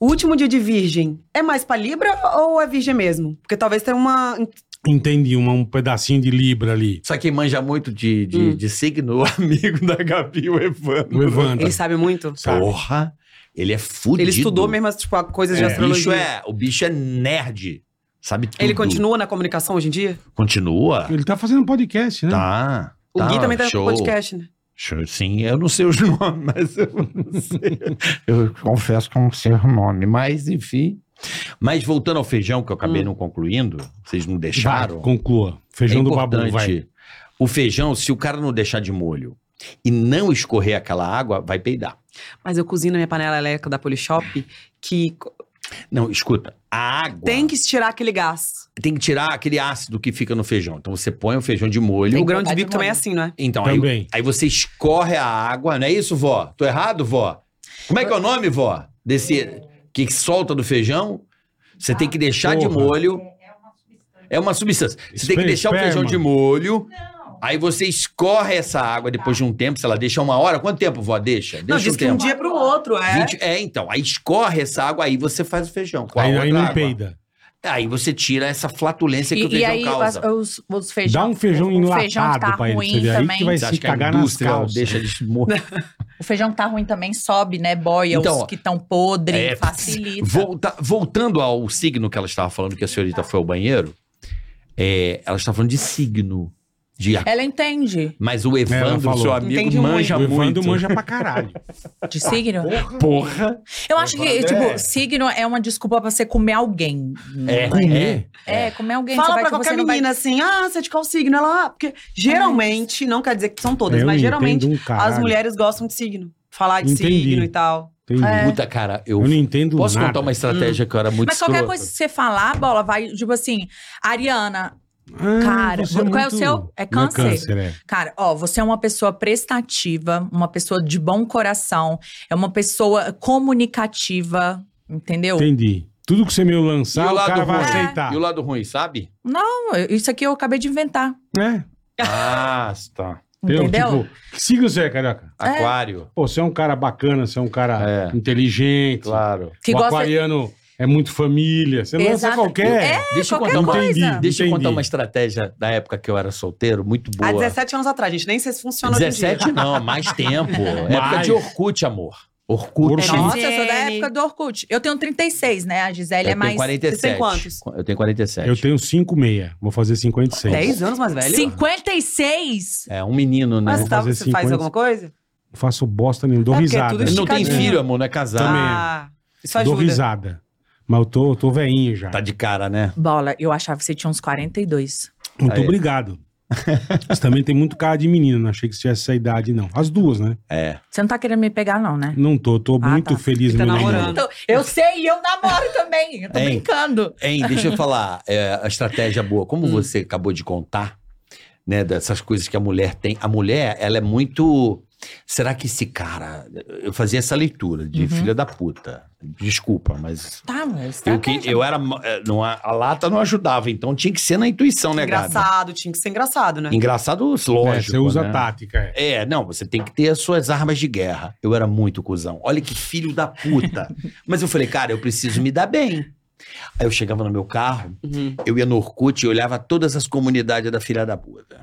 Speaker 8: o último dia de virgem é mais pra Libra ou é virgem mesmo? Porque talvez tenha uma
Speaker 4: Entendi, uma- um pedacinho de Libra ali.
Speaker 6: Só quem manja muito de, de,
Speaker 8: Hum.
Speaker 6: de signo, o amigo da Gabi, o Evandro.
Speaker 4: O Evandro.
Speaker 8: Ele sabe muito.
Speaker 4: sabe.
Speaker 6: Porra, ele é fudido.
Speaker 8: Ele estudou mesmo as tipo, coisas de
Speaker 4: É,
Speaker 6: O bicho
Speaker 8: astrologia.
Speaker 6: é, o bicho é nerd. Sabe tudo.
Speaker 8: Ele continua na comunicação hoje em dia?
Speaker 6: Continua?
Speaker 4: Ele tá fazendo podcast, né?
Speaker 6: Tá.
Speaker 8: O Gui também tá
Speaker 6: show.
Speaker 8: no podcast, né?
Speaker 6: Show, Sim, eu não sei os nomes, mas eu não sei. Eu confesso que eu não sei o nome, mas enfim. Mas voltando ao feijão, que eu acabei
Speaker 8: Hum.
Speaker 6: não concluindo, vocês não
Speaker 4: Vai,
Speaker 6: deixaram.
Speaker 4: conclua. Feijão
Speaker 6: É
Speaker 4: do babu, vai.
Speaker 6: O feijão, se o cara não deixar de molho e não escorrer aquela água, vai peidar.
Speaker 8: Mas eu cozinho na minha panela elétrica da Polishop, que co-
Speaker 6: Não, escuta, a água
Speaker 8: tem que tirar aquele gás.
Speaker 6: tem que tirar aquele ácido que fica no feijão. Então você põe o feijão um de molho.
Speaker 8: o
Speaker 7: Tem que
Speaker 8: grão de
Speaker 7: botar de
Speaker 8: bico também é
Speaker 7: molho.
Speaker 8: assim, não é?
Speaker 6: Então, aí,
Speaker 4: Também.
Speaker 6: aí você escorre a água, não é isso, vó? Tô errado, vó? Como é que é o nome, vó? Desse que solta do feijão? Você tem que deixar de
Speaker 4: Porra.
Speaker 6: molho. É uma substância. Você tem que
Speaker 4: Espe-
Speaker 6: deixar o feijão
Speaker 4: esperma.
Speaker 6: de molho. Aí você escorre essa água depois de um tempo, sei lá, deixa uma hora. Quanto tempo, vó? Deixa. Deixa
Speaker 8: não,
Speaker 6: um
Speaker 8: diz que
Speaker 6: tempo.
Speaker 8: um dia pro outro, é.
Speaker 6: 20 é, então. Aí escorre essa água, aí você faz o feijão. Com a
Speaker 4: Aí, aí
Speaker 6: outra
Speaker 4: não
Speaker 6: água.
Speaker 4: peida.
Speaker 6: Aí você tira essa flatulência que o
Speaker 7: E, e
Speaker 6: feijão
Speaker 7: aí,
Speaker 6: causa.
Speaker 7: as- os, os feijão.
Speaker 4: Dá um feijão
Speaker 7: o feijão que
Speaker 4: enlatado
Speaker 7: tá
Speaker 4: pra ele. Você
Speaker 7: ruim
Speaker 4: vê aí
Speaker 7: também.
Speaker 4: que vai
Speaker 6: Você
Speaker 4: se
Speaker 6: acha que a
Speaker 4: cagar nas
Speaker 6: indústria
Speaker 4: calças.
Speaker 6: Deixa de morrer.
Speaker 7: O feijão que tá ruim também sobe, né? Boia,
Speaker 6: Então,
Speaker 7: os que estão podres,
Speaker 6: é,
Speaker 7: facilita.
Speaker 6: Volta- voltando ao signo que ela estava falando, que a senhorita foi ao banheiro, é, ela estava falando de signo. De,
Speaker 7: Ela entende
Speaker 6: mas o
Speaker 4: É, Ela
Speaker 6: Evandro,
Speaker 4: falou.
Speaker 6: seu amigo,
Speaker 8: Entende
Speaker 6: manja
Speaker 4: O
Speaker 6: muito.
Speaker 4: Evandro manja pra caralho.
Speaker 7: de signo?
Speaker 6: Porra.
Speaker 7: Eu acho que, tipo, signo é uma desculpa pra você comer alguém.
Speaker 6: É,
Speaker 4: Comer?
Speaker 7: É, comer alguém. você
Speaker 8: Fala
Speaker 7: vai
Speaker 8: pra
Speaker 7: que
Speaker 8: qualquer
Speaker 7: você não vai-
Speaker 8: menina assim, ah, você é de qual signo? Ela, ah, porque geralmente, não quer dizer que são todas,
Speaker 4: Eu
Speaker 8: mas
Speaker 4: entendo
Speaker 8: geralmente
Speaker 4: um caralho.
Speaker 8: as mulheres gostam de signo. Falar de
Speaker 4: Entendi.
Speaker 8: signo e tal.
Speaker 4: Entendi.
Speaker 6: é. Puta, cara, eu.
Speaker 4: Eu não entendo
Speaker 6: posso
Speaker 4: nada.
Speaker 6: contar uma estratégia que eu era muito
Speaker 7: Hum. Mas qualquer
Speaker 6: escrota?
Speaker 7: coisa que você falar, bola, vai, tipo assim, Ariana,
Speaker 4: Ah,
Speaker 7: Cara,
Speaker 4: você
Speaker 7: qual é o seu? É câncer?
Speaker 4: Não é câncer, é.
Speaker 7: cara, ó, você é uma pessoa prestativa, uma pessoa de bom coração, é uma pessoa comunicativa, entendeu?
Speaker 4: Entendi. Tudo que você meio
Speaker 6: E
Speaker 4: lançar,
Speaker 6: o
Speaker 4: o
Speaker 6: lado É.
Speaker 4: cara vai
Speaker 6: ruim?
Speaker 4: aceitar.
Speaker 6: E o lado ruim, sabe?
Speaker 7: Não, isso aqui eu acabei de inventar,
Speaker 4: É.
Speaker 6: Ah, tá.
Speaker 4: Eu,
Speaker 7: entendeu?
Speaker 4: tipo, que signo você é, carioca?
Speaker 6: Aquário.
Speaker 4: Pô, você é um cara bacana, você é um cara
Speaker 6: É.
Speaker 4: inteligente.
Speaker 6: Claro.
Speaker 7: que
Speaker 4: o
Speaker 7: gosta
Speaker 4: aquariano é muito família. Você lança
Speaker 7: Exato.
Speaker 4: qualquer.
Speaker 6: Deixa eu
Speaker 7: É, qualquer
Speaker 6: contar uma
Speaker 7: coisa.
Speaker 4: Entendi.
Speaker 6: Deixa eu
Speaker 4: Entendi.
Speaker 6: contar uma estratégia da época que eu era solteiro, muito boa.
Speaker 8: Há 17 anos atrás, gente, nem sei se funciona hoje em Tá dia.
Speaker 6: 17 não, mais tempo. Época de É Orkut, amor. Orkut.
Speaker 4: Orkut.
Speaker 7: Nossa, eu sou da
Speaker 8: MSN.
Speaker 7: época do Orkut. Eu tenho 36, né? A Gisele é
Speaker 6: Eu
Speaker 7: mais.
Speaker 6: tenho 47.
Speaker 8: Você tem quantos?
Speaker 6: Eu tenho 47.
Speaker 4: Eu tenho 5,6. Vou fazer 56.
Speaker 8: 10 anos mais velho?
Speaker 7: 56?
Speaker 6: É, um menino, né?
Speaker 8: Mas
Speaker 4: vou
Speaker 8: você, tá,
Speaker 4: fazer
Speaker 8: você faz
Speaker 4: 50.
Speaker 8: alguma coisa?
Speaker 4: Não faço bosta nenhuma. Dou
Speaker 8: É porque é
Speaker 4: risada.
Speaker 8: tudo
Speaker 6: Ele não tem
Speaker 8: esticadinho.
Speaker 6: filho, amor, não é casado.
Speaker 4: Também.
Speaker 8: Ah, isso
Speaker 4: Dou
Speaker 8: ajuda.
Speaker 4: risada. Mas eu tô, eu tô velhinho já.
Speaker 6: Tá de cara, né?
Speaker 7: Bola, eu achava que você tinha uns 42.
Speaker 4: Muito
Speaker 6: Aí.
Speaker 4: obrigado. Você também tem muito cara de menino. Não achei que você tivesse essa idade, não. As duas, né?
Speaker 6: É.
Speaker 7: Você não tá querendo me pegar, não, né?
Speaker 4: Não tô. Tô
Speaker 7: Ah,
Speaker 4: muito
Speaker 7: tá.
Speaker 4: feliz,
Speaker 8: Tá
Speaker 4: meu
Speaker 8: namorando.
Speaker 4: namoro.
Speaker 7: Então, eu sei, eu namoro também. Eu tô
Speaker 6: Hein?
Speaker 7: brincando.
Speaker 6: Hein, deixa eu falar é, a estratégia boa.
Speaker 8: Hum.
Speaker 6: Como você acabou de contar, né, dessas coisas que a mulher tem. A mulher, ela é muito. Será que esse cara. Eu fazia essa leitura
Speaker 8: Uhum.
Speaker 6: de filha da puta. Desculpa, mas.
Speaker 7: Tá, mas.
Speaker 6: Eu, que, eu era. é, Não, a a lata não ajudava, então tinha que ser na intuição, né, Gabi?
Speaker 8: Engraçado, tinha que ser engraçado, né?
Speaker 6: Engraçado,
Speaker 4: É,
Speaker 6: lógico.
Speaker 4: você usa
Speaker 6: né?
Speaker 4: tática. é.
Speaker 6: É, não, você tem que ter as suas armas de guerra. Eu era muito cuzão. Olha que filho da puta. Mas eu falei, cara, eu preciso me dar bem. Aí eu chegava no meu carro,
Speaker 8: Uhum,
Speaker 6: eu ia no Orkut e olhava todas as comunidades da filha da puta.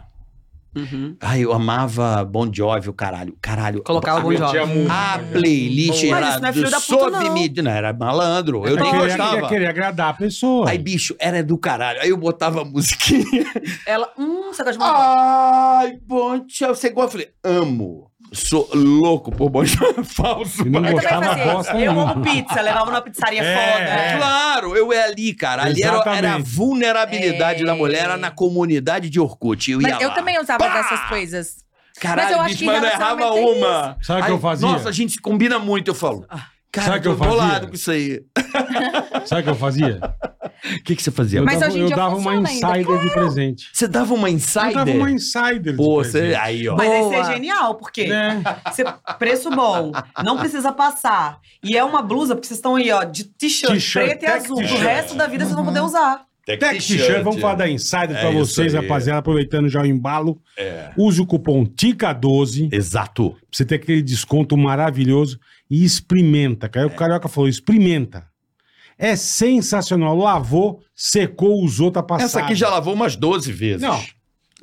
Speaker 8: uhum.
Speaker 6: Ai, eu amava Bon Jovi, o caralho. Caralho.
Speaker 8: Colocar algum jogo.
Speaker 6: A playlist
Speaker 8: Mas
Speaker 6: era
Speaker 8: isso não é
Speaker 6: do
Speaker 8: filho da puta,
Speaker 6: sob
Speaker 8: não.
Speaker 6: mídia. Não, era malandro. Eu
Speaker 4: É
Speaker 6: nem
Speaker 4: querer, é
Speaker 6: gostava.
Speaker 4: querer agradar a pessoa.
Speaker 6: Aí, bicho, era do caralho. Aí eu botava a musiquinha.
Speaker 8: Ela, hum, você gosta de uma
Speaker 6: Ai, Bon Jovi. Você gosta? Eu falei, amo. Sou louco por Bon Jovi. Falso.
Speaker 4: E não
Speaker 6: mas-
Speaker 7: Eu também
Speaker 4: gostava
Speaker 7: fazia
Speaker 4: bosta
Speaker 7: isso.
Speaker 8: Eu
Speaker 4: nenhuma.
Speaker 8: amo pizza, levava numa pizzaria
Speaker 4: É,
Speaker 8: foda.
Speaker 4: é.
Speaker 6: Claro, eu ia ali, cara. Ali era,
Speaker 4: Exatamente.
Speaker 6: era a vulnerabilidade
Speaker 7: É.
Speaker 6: da mulher, era na comunidade de Orkut. Eu ia
Speaker 7: Mas eu
Speaker 6: lá.
Speaker 7: também usava
Speaker 6: Pá!
Speaker 7: dessas coisas.
Speaker 6: Caralho,
Speaker 7: Mas eu acho
Speaker 6: bicho,
Speaker 7: que
Speaker 6: mas eu errava
Speaker 7: relacionamento é Ah.
Speaker 6: uma.
Speaker 4: Sabe o que eu fazia?
Speaker 6: Nossa, a gente combina muito, eu falo. Cara,
Speaker 4: Sabe o que eu
Speaker 6: tô
Speaker 4: fazia?
Speaker 6: bolado com isso aí.
Speaker 4: Sabe o que eu fazia?
Speaker 6: O que, que você fazia?
Speaker 4: Eu
Speaker 7: Mas
Speaker 4: dava,
Speaker 7: hoje em
Speaker 4: eu
Speaker 7: dia
Speaker 4: dava uma
Speaker 7: funciona ainda,
Speaker 4: insider de presente.
Speaker 6: Você dava uma
Speaker 4: Eu dava
Speaker 6: insider?
Speaker 4: uma insider
Speaker 6: Pô,
Speaker 4: de
Speaker 6: você...
Speaker 4: presente.
Speaker 6: Aí, ó.
Speaker 8: Mas aí
Speaker 7: Boa.
Speaker 8: você é genial, porque
Speaker 4: Né?
Speaker 8: você- preço bom, não precisa passar. E é uma blusa, porque vocês estão aí, ó, de t-shirt
Speaker 4: T-shirt,
Speaker 8: preto e
Speaker 4: tech
Speaker 8: azul.
Speaker 4: t-shirt.
Speaker 8: O resto da vida vocês vão poder usar.
Speaker 4: Tech T-shirt, vamos falar da insider
Speaker 6: É
Speaker 4: pra
Speaker 6: isso
Speaker 4: vocês,
Speaker 6: aí.
Speaker 4: rapaziada. Aproveitando já o embalo.
Speaker 6: É.
Speaker 4: Use o cupom TICA12 pra
Speaker 6: Exato.
Speaker 4: você ter aquele desconto maravilhoso e experimenta. cara.
Speaker 6: É.
Speaker 4: O Carioca falou, experimenta. É sensacional. Lavou, secou, usou, tá passada.
Speaker 6: Essa aqui já lavou umas 12 vezes.
Speaker 4: Não.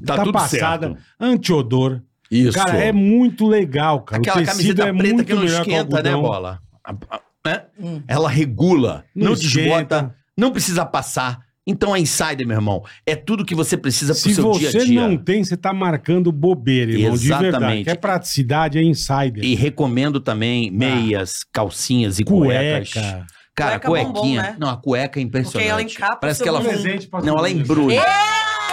Speaker 6: Tá,
Speaker 4: tá
Speaker 6: tudo
Speaker 4: passada.
Speaker 6: certo.
Speaker 4: Antiodor.
Speaker 6: Isso.
Speaker 4: Cara, é muito legal, cara.
Speaker 6: Aquela
Speaker 4: o tecido
Speaker 6: camiseta
Speaker 4: é
Speaker 6: preta
Speaker 4: muito
Speaker 6: que não
Speaker 4: melhor que o
Speaker 6: esquenta, né,
Speaker 4: algodão.
Speaker 6: bola? A- a- né?
Speaker 8: Hum.
Speaker 6: Ela regula, não,
Speaker 4: Não
Speaker 6: desbota,
Speaker 4: esquenta.
Speaker 6: não precisa passar. Então é insider, meu irmão. É tudo que você precisa pro
Speaker 4: Se
Speaker 6: seu dia a
Speaker 4: você
Speaker 6: dia.
Speaker 4: não tem, você tá marcando bobeira, irmão, de verdade.
Speaker 6: Exatamente.
Speaker 4: Quer praticidade, é insider.
Speaker 6: E recomendo também meias, calcinhas e cuecas.
Speaker 4: Ah. Cueca.
Speaker 6: Cara,
Speaker 8: Cueca é
Speaker 6: cuequinha.
Speaker 8: bombom, né?
Speaker 6: Não, a cueca é
Speaker 8: Porque
Speaker 6: impressionante.
Speaker 8: ela encapa
Speaker 6: Parece
Speaker 8: o
Speaker 6: que
Speaker 8: seu
Speaker 6: ela.
Speaker 8: bumbum.
Speaker 4: pra
Speaker 6: Não, ela é
Speaker 4: todo mundo.
Speaker 6: embrulha.
Speaker 7: Eu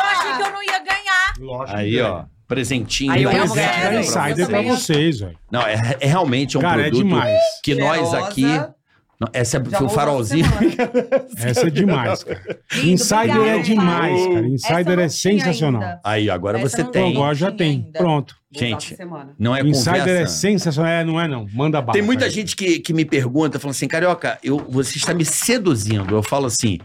Speaker 7: achei que eu não ia ganhar.
Speaker 4: Lógico que
Speaker 6: Aí,
Speaker 4: é.
Speaker 6: ó. Presentinho.
Speaker 8: Aí eu
Speaker 6: Não,
Speaker 8: amo
Speaker 4: Presente
Speaker 8: ganhar
Speaker 4: da
Speaker 8: pra
Speaker 4: Insider pra vocês, velho.
Speaker 6: Não, é, é realmente é um
Speaker 4: Cara, é
Speaker 6: produto
Speaker 4: demais.
Speaker 6: que nós
Speaker 8: Cheirosa.
Speaker 6: aqui. Não, Essa é foi
Speaker 8: Já
Speaker 6: o
Speaker 8: vou usar
Speaker 6: farolzinho.
Speaker 8: essa semana.
Speaker 4: Essa é demais, cara. Insider
Speaker 7: obrigada,
Speaker 4: é
Speaker 7: hein?
Speaker 4: demais, cara.
Speaker 7: Essa eu
Speaker 4: Insider
Speaker 7: não
Speaker 4: é
Speaker 7: tinha
Speaker 4: sensacional.
Speaker 7: ainda.
Speaker 6: Aí, agora
Speaker 7: Essa
Speaker 6: você
Speaker 7: não
Speaker 4: Então
Speaker 6: tem.
Speaker 7: tem.
Speaker 4: agora já
Speaker 7: Tinha
Speaker 4: tem.
Speaker 7: ainda.
Speaker 4: Pronto.
Speaker 8: Vou usar
Speaker 6: Gente,
Speaker 8: essa semana.
Speaker 6: Não é
Speaker 4: Insider é
Speaker 6: conversa.
Speaker 4: sensacional. É, não é não. Manda bala.
Speaker 6: Tem muita
Speaker 4: cara.
Speaker 6: gente que, que me pergunta, falando assim, Carioca, eu, você está me seduzindo. Eu falo assim,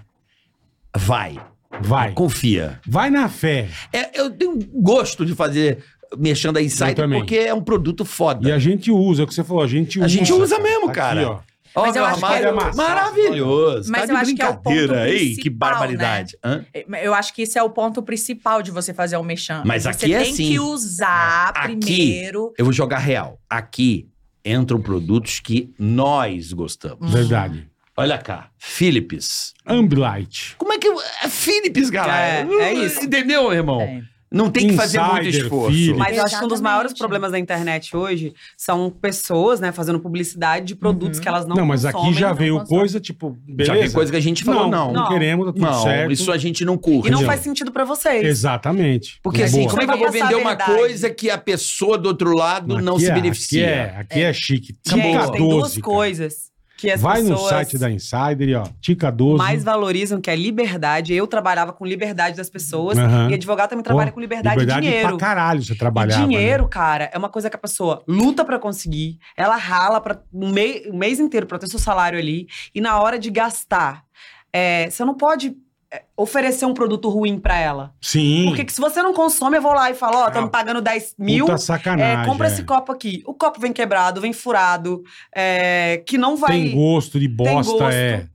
Speaker 6: vai,
Speaker 4: Vai.
Speaker 6: confia.
Speaker 4: Vai na fé.
Speaker 6: É, eu tenho gosto de fazer mexendo a
Speaker 4: Eu
Speaker 6: Insider
Speaker 4: também.
Speaker 6: porque é um produto
Speaker 4: E
Speaker 6: foda.
Speaker 4: a gente usa, é o que você falou, a gente usa.
Speaker 6: A gente usa mesmo,
Speaker 4: Tá
Speaker 6: cara.
Speaker 4: aqui, ó.
Speaker 6: Ó,
Speaker 7: Mas eu
Speaker 6: meu
Speaker 7: acho que
Speaker 6: armário
Speaker 7: é
Speaker 4: o-
Speaker 6: maravilhoso.
Speaker 7: Mas
Speaker 6: tá de
Speaker 7: eu acho que é o ponto
Speaker 6: brincadeira. Ei, que
Speaker 7: principal, né?
Speaker 6: barbaridade. Hã?
Speaker 7: Eu acho que esse é o ponto principal de você fazer um mexão.
Speaker 6: Mas
Speaker 7: você
Speaker 6: aqui é
Speaker 7: tem
Speaker 6: assim.
Speaker 7: que usar
Speaker 6: Aqui-
Speaker 7: primeiro.
Speaker 6: Eu vou jogar real. Aqui entram produtos que nós gostamos.
Speaker 4: Verdade.
Speaker 6: Olha cá, Philips.
Speaker 4: Ambilight.
Speaker 6: Como é que... eu- É Philips, galera.
Speaker 8: É, é isso.
Speaker 6: Entendeu, irmão?
Speaker 7: É.
Speaker 6: Não tem que fazer
Speaker 4: Insider,
Speaker 6: muito esforço.
Speaker 4: Philips.
Speaker 8: Mas eu acho que um dos
Speaker 7: Exatamente.
Speaker 8: maiores problemas da internet hoje são pessoas, né, fazendo publicidade de produtos
Speaker 7: Uhum.
Speaker 8: que elas não
Speaker 4: Não, mas aqui
Speaker 8: consomem
Speaker 4: já veio
Speaker 7: consome.
Speaker 4: coisa, tipo, beleza?
Speaker 6: Já tem coisa que a gente falou, não.
Speaker 4: não, não
Speaker 8: Não.
Speaker 4: queremos, tá tudo
Speaker 6: Não,
Speaker 4: certo.
Speaker 6: isso a gente não curte.
Speaker 8: E não
Speaker 4: Entendeu?
Speaker 8: faz sentido pra vocês.
Speaker 4: Exatamente.
Speaker 6: Porque assim,
Speaker 4: Boa.
Speaker 6: como é que eu
Speaker 8: Você
Speaker 6: vou
Speaker 8: vai
Speaker 6: vender
Speaker 8: passar
Speaker 6: uma
Speaker 8: a verdade.
Speaker 6: coisa que a pessoa do outro lado não
Speaker 4: Aqui
Speaker 6: se
Speaker 4: é-
Speaker 6: beneficia?
Speaker 4: Aqui é, aqui é chique.
Speaker 8: Gente,
Speaker 4: Tica
Speaker 8: tem duas
Speaker 4: 12. cara.
Speaker 8: coisas que as
Speaker 4: Vai
Speaker 8: pessoas
Speaker 4: no site da Insider e ó, Tica 12.
Speaker 8: mais valorizam, que é liberdade. Eu trabalhava com liberdade das pessoas.
Speaker 4: Aham.
Speaker 8: E advogado também trabalha
Speaker 4: Pô,
Speaker 8: com liberdade, e É dinheiro.
Speaker 4: pra caralho você
Speaker 8: E
Speaker 4: trabalhava. né?
Speaker 8: dinheiro, cara, é uma coisa que a pessoa luta pra conseguir, ela rala pra, um, mei- um mês inteiro pra ter seu salário ali, e na hora de gastar, é, você não pode é, oferecer um produto ruim pra ela.
Speaker 4: Né? Sim.
Speaker 8: Porque que se você não consome, eu vou lá e falo, ó,
Speaker 4: Ah,
Speaker 8: estamos pagando 10 mil,
Speaker 4: Puta
Speaker 8: é,
Speaker 4: sacanagem.
Speaker 8: compra
Speaker 4: é.
Speaker 8: esse copo aqui. O copo vem quebrado, vem furado, é, que não vai...
Speaker 4: Tem gosto de bosta,
Speaker 8: gosto.
Speaker 4: é.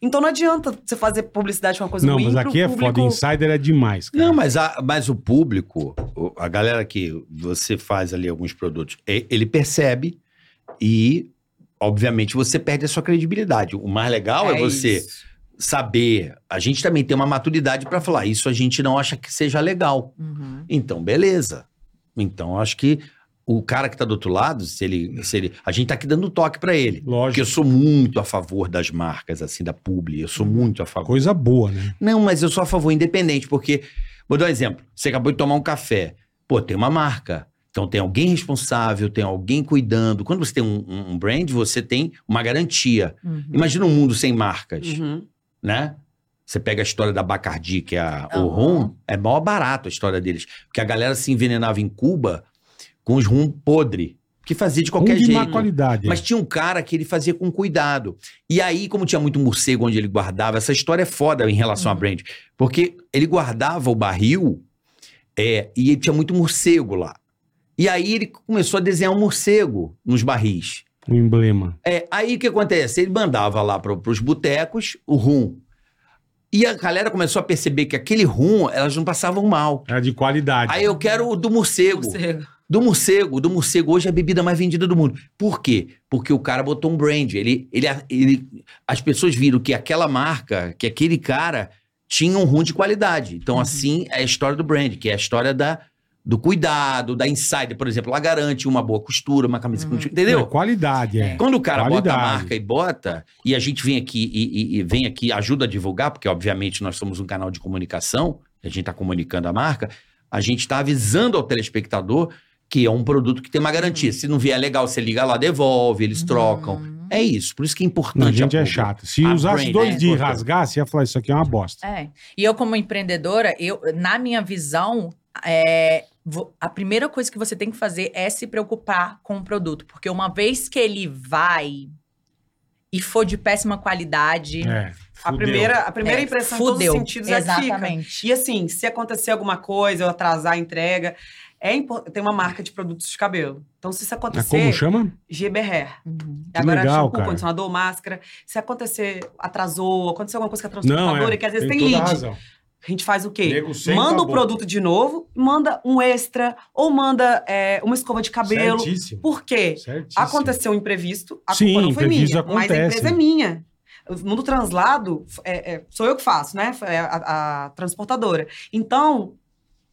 Speaker 8: Então não adianta você fazer publicidade com uma coisa
Speaker 4: Não,
Speaker 8: ruim
Speaker 4: mas
Speaker 8: pro
Speaker 4: aqui é
Speaker 8: público.
Speaker 4: foda. Insider é demais, cara.
Speaker 6: Não, mas, a- mas o público, o- a galera que você faz ali alguns produtos, e- ele percebe e obviamente, você perde a sua credibilidade. O mais legal é, você
Speaker 8: isso.
Speaker 6: saber. A gente também tem uma maturidade pra falar, isso a gente não acha que seja legal.
Speaker 7: Uhum.
Speaker 6: Então, beleza. Então, acho que o cara que tá do outro lado, se ele. Se ele a gente tá aqui dando toque pra ele. Porque eu
Speaker 4: Lógico.
Speaker 6: sou muito a favor das marcas, assim, da publi. Eu sou muito a favor.
Speaker 4: Coisa boa, né?
Speaker 6: Não, mas eu sou a favor independente, porque. Vou dar um exemplo. Você acabou de tomar um café. Pô, tem uma marca. Então tem alguém responsável, tem alguém cuidando. Quando você tem um, um- um brand, você tem uma garantia.
Speaker 7: Uhum.
Speaker 6: Imagina um mundo sem marcas,
Speaker 8: Uhum.
Speaker 6: né? Você pega a história da Bacardi, que é a, o
Speaker 7: Aham.
Speaker 6: rum, é maior barato a história deles. Porque a galera se envenenava em Cuba com os rum podre, que fazia de qualquer
Speaker 4: um de má
Speaker 6: jeito.
Speaker 4: qualidade.
Speaker 6: Mas tinha um cara que ele fazia com cuidado. E aí, como tinha muito morcego onde ele guardava, essa história é foda em relação à brand. Porque ele guardava o barril é, e ele tinha muito morcego lá. E aí ele começou a desenhar um morcego nos barris.
Speaker 4: O emblema.
Speaker 6: É, aí o que acontece? Ele mandava lá para os botecos o rum. E a galera começou a perceber que aquele rum, elas não passavam mal.
Speaker 4: Era É de qualidade.
Speaker 6: Aí eu quero o do morcego.
Speaker 8: Morcego.
Speaker 6: Do morcego, do morcego hoje é a bebida mais vendida do mundo. Por quê? Porque o cara botou um brand. Ele, ele, ele- as pessoas viram que aquela marca, que aquele cara tinha um rum de qualidade. Então, assim é a história do brand, que é a história da, do cuidado, da insider. Por exemplo, ela garante uma boa costura, uma camisa com
Speaker 4: É
Speaker 6: costura, entendeu?
Speaker 4: qualidade, é.
Speaker 6: Quando o cara bota a
Speaker 4: Qualidade.
Speaker 6: marca e bota, e a gente vem aqui e, e- e vem aqui, ajuda a divulgar, porque obviamente nós somos um canal de comunicação, a gente está comunicando a marca, a gente está avisando ao telespectador que é um produto que tem uma garantia.
Speaker 4: Uhum.
Speaker 6: Se não vier legal, você liga lá, devolve, eles trocam.
Speaker 7: Uhum.
Speaker 6: É isso, por isso que é
Speaker 4: Não,
Speaker 6: importante.
Speaker 4: a gente é
Speaker 6: publi.
Speaker 4: chato. Se
Speaker 6: A
Speaker 4: usasse
Speaker 6: brand,
Speaker 4: dois
Speaker 6: né?
Speaker 4: dias e rasgasse, ia falar, isso aqui é uma bosta.
Speaker 7: É. E eu, como empreendedora, eu, na minha visão, é, vo- a primeira coisa que você tem que fazer é se preocupar com o produto. Porque uma vez que ele vai e for de péssima qualidade.
Speaker 4: É.
Speaker 8: A
Speaker 4: fudeu.
Speaker 8: primeira, a primeira
Speaker 7: é,
Speaker 8: impressão em
Speaker 7: fudeu.
Speaker 8: todos os sentidos é fica.
Speaker 7: Exatamente.
Speaker 8: E assim, se acontecer alguma coisa, eu atrasar a entrega, é impor- tem uma marca de produtos de cabelo. Então, se isso
Speaker 4: Ah, como
Speaker 8: acontecer,
Speaker 4: chama?
Speaker 8: GB Hair.
Speaker 7: Uhum.
Speaker 8: E Agora, é
Speaker 4: legal,
Speaker 8: shampoo,
Speaker 4: cara.
Speaker 8: condicionador, máscara. Se acontecer, atrasou, aconteceu alguma coisa que atrasou
Speaker 4: Não,
Speaker 8: computador,
Speaker 4: é.
Speaker 8: e que às vezes tem,
Speaker 4: toda a
Speaker 8: lead.
Speaker 4: razão.
Speaker 8: A gente faz o quê?
Speaker 4: Nego senta
Speaker 8: manda
Speaker 4: a
Speaker 8: o
Speaker 4: boca.
Speaker 8: produto de novo, manda um extra, ou manda é, uma escova de cabelo.
Speaker 4: Certíssimo.
Speaker 8: Por quê?
Speaker 4: Certíssimo.
Speaker 8: Aconteceu um imprevisto, a
Speaker 4: Sim,
Speaker 8: culpa não foi
Speaker 4: imprevisto
Speaker 8: minha. Mas a
Speaker 4: acontece.
Speaker 8: empresa é minha. O mundo translado é- é- sou eu que faço, né? É a, a transportadora. Então,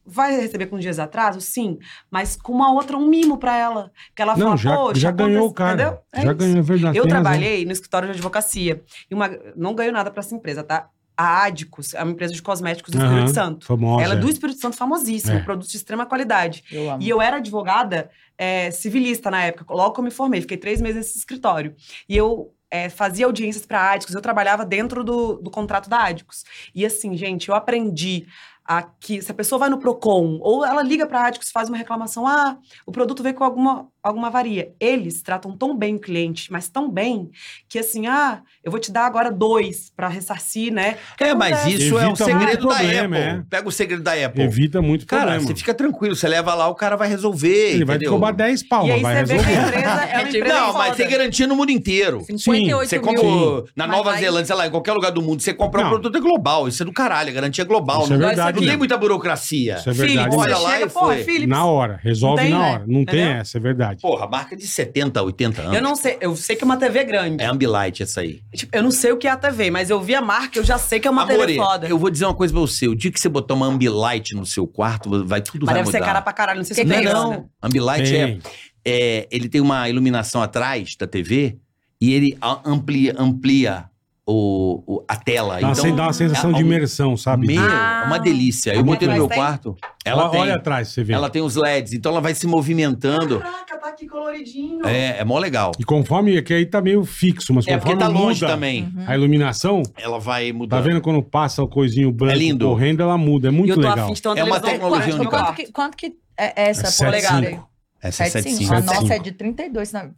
Speaker 8: vai receber com dias atraso? Sim. Mas com uma outra, um mimo pra ela. Que ela
Speaker 4: Não,
Speaker 8: fala,
Speaker 4: já,
Speaker 8: poxa,
Speaker 4: já ganhou o
Speaker 8: acontece-
Speaker 4: cara.
Speaker 8: entendeu? É
Speaker 4: já
Speaker 8: isso.
Speaker 4: ganhou, é verdade.
Speaker 8: Eu
Speaker 4: tem razão.
Speaker 8: trabalhei no escritório de advocacia. E uma, não ganho nada pra essa empresa, tá? A Adicos é uma empresa de cosméticos do
Speaker 4: Aham,
Speaker 8: Espírito Santo.
Speaker 4: Famosa.
Speaker 8: Ela é do Espírito Santo, famosíssima,
Speaker 4: É.
Speaker 8: produto de extrema qualidade.
Speaker 7: Eu amo.
Speaker 8: E eu era advogada é, civilista na época, logo que eu me formei, fiquei três meses nesse escritório. E eu é, fazia audiências para Adicos, eu trabalhava dentro do, do contrato da Adicos. E assim, gente, eu aprendi a que se a pessoa vai no Procon ou ela liga para Adicos, faz uma reclamação, ah, o produto veio com alguma, alguma avaria. Eles tratam tão bem o cliente, mas tão bem, que assim, ah, eu vou te dar agora dois para ressarcir, né?
Speaker 6: É, mas
Speaker 8: Acontece.
Speaker 6: isso é o
Speaker 4: Evita
Speaker 6: segredo
Speaker 4: muito
Speaker 6: da
Speaker 4: problema,
Speaker 6: Apple.
Speaker 4: é.
Speaker 6: Pega o segredo da Apple.
Speaker 4: Evita muito
Speaker 6: Cara,
Speaker 4: problema.
Speaker 6: você fica tranquilo, você leva lá, o cara vai resolver.
Speaker 4: Ele vai te
Speaker 6: entendeu?
Speaker 4: cobrar 10 pau,
Speaker 8: e
Speaker 4: mas
Speaker 8: aí
Speaker 4: vai
Speaker 8: você vê que a
Speaker 4: resolver.
Speaker 8: empresa é uma
Speaker 7: Não,
Speaker 8: empresa
Speaker 6: tipo, Não, mas
Speaker 8: foda.
Speaker 6: tem garantia no mundo inteiro.
Speaker 7: 58
Speaker 6: Você
Speaker 7: mil.
Speaker 6: compra o- na
Speaker 7: Mas
Speaker 6: Nova
Speaker 7: aí-
Speaker 6: Zelândia, sei lá, em qualquer lugar do mundo, você compra
Speaker 4: Não.
Speaker 6: um produto é global. Isso é do caralho, a garantia é global.
Speaker 4: Isso é
Speaker 6: não,
Speaker 4: verdade.
Speaker 6: não tem
Speaker 4: mesmo.
Speaker 6: muita burocracia.
Speaker 4: Isso é
Speaker 8: Philips,
Speaker 4: verdade.
Speaker 6: Olha
Speaker 8: você
Speaker 6: lá
Speaker 8: chega,
Speaker 6: e
Speaker 8: porra,
Speaker 6: foi.
Speaker 8: Philips.
Speaker 4: Na hora. Resolve
Speaker 8: tem,
Speaker 4: na
Speaker 8: né?
Speaker 4: hora. Não tem
Speaker 8: Entendeu?
Speaker 4: essa, é verdade.
Speaker 6: Porra, marca de 70, 80 anos.
Speaker 8: Eu não sei, eu sei que é uma TV grande.
Speaker 6: É Ambilight essa aí.
Speaker 8: Tipo, eu não sei o que é a TV, mas eu vi a marca, eu já sei que é uma
Speaker 6: Amore,
Speaker 8: TV foda.
Speaker 6: eu vou dizer uma coisa pra você. O dia que você botar uma Ambilight no seu quarto, vai tudo vai
Speaker 8: mas deve
Speaker 6: mudar.
Speaker 8: ser cara pra caralho, não sei se
Speaker 7: Que
Speaker 8: tem
Speaker 7: que é
Speaker 6: não,
Speaker 8: grana.
Speaker 6: não. Ambilight é,
Speaker 4: Tem.
Speaker 6: é- Ele tem uma iluminação atrás da TV e ele a- amplia, amplia o, o- a tela.
Speaker 4: Dá,
Speaker 8: então,
Speaker 4: uma sen- dá uma sensação de
Speaker 6: Ah,
Speaker 4: imersão, sabe?
Speaker 6: Meu,
Speaker 7: Ah.
Speaker 6: é uma delícia. Eu
Speaker 8: Ela
Speaker 6: botei no meu
Speaker 8: tem?
Speaker 6: quarto. Ela
Speaker 4: olha,
Speaker 6: tem.
Speaker 4: olha atrás, você vê.
Speaker 6: Ela tem os LEDs, então ela vai se movimentando.
Speaker 8: Caraca, tá aqui coloridinho.
Speaker 4: Ah.
Speaker 6: É, é mó legal.
Speaker 4: E conforme é que aí tá meio fixo, mas
Speaker 6: É
Speaker 4: conforme
Speaker 6: porque tá longe
Speaker 4: muda
Speaker 6: também.
Speaker 8: Uhum.
Speaker 4: a iluminação,
Speaker 6: Ela vai
Speaker 4: tá
Speaker 6: mudando.
Speaker 4: vendo quando passa o coisinho branco
Speaker 6: É lindo.
Speaker 4: correndo, ela muda. É
Speaker 8: E
Speaker 4: muito
Speaker 8: eu tô
Speaker 4: legal.
Speaker 8: afim de ter uma
Speaker 6: É uma
Speaker 8: televisão
Speaker 6: tecnologia
Speaker 8: quadrada no
Speaker 6: única.
Speaker 7: Quanto
Speaker 8: quarto.
Speaker 7: que, quanto que é essa
Speaker 4: É
Speaker 7: polegada?
Speaker 4: 7,5.
Speaker 6: Essa é
Speaker 7: 75.
Speaker 6: 75.
Speaker 7: A
Speaker 8: Ah,
Speaker 7: nossa é de 32. Na...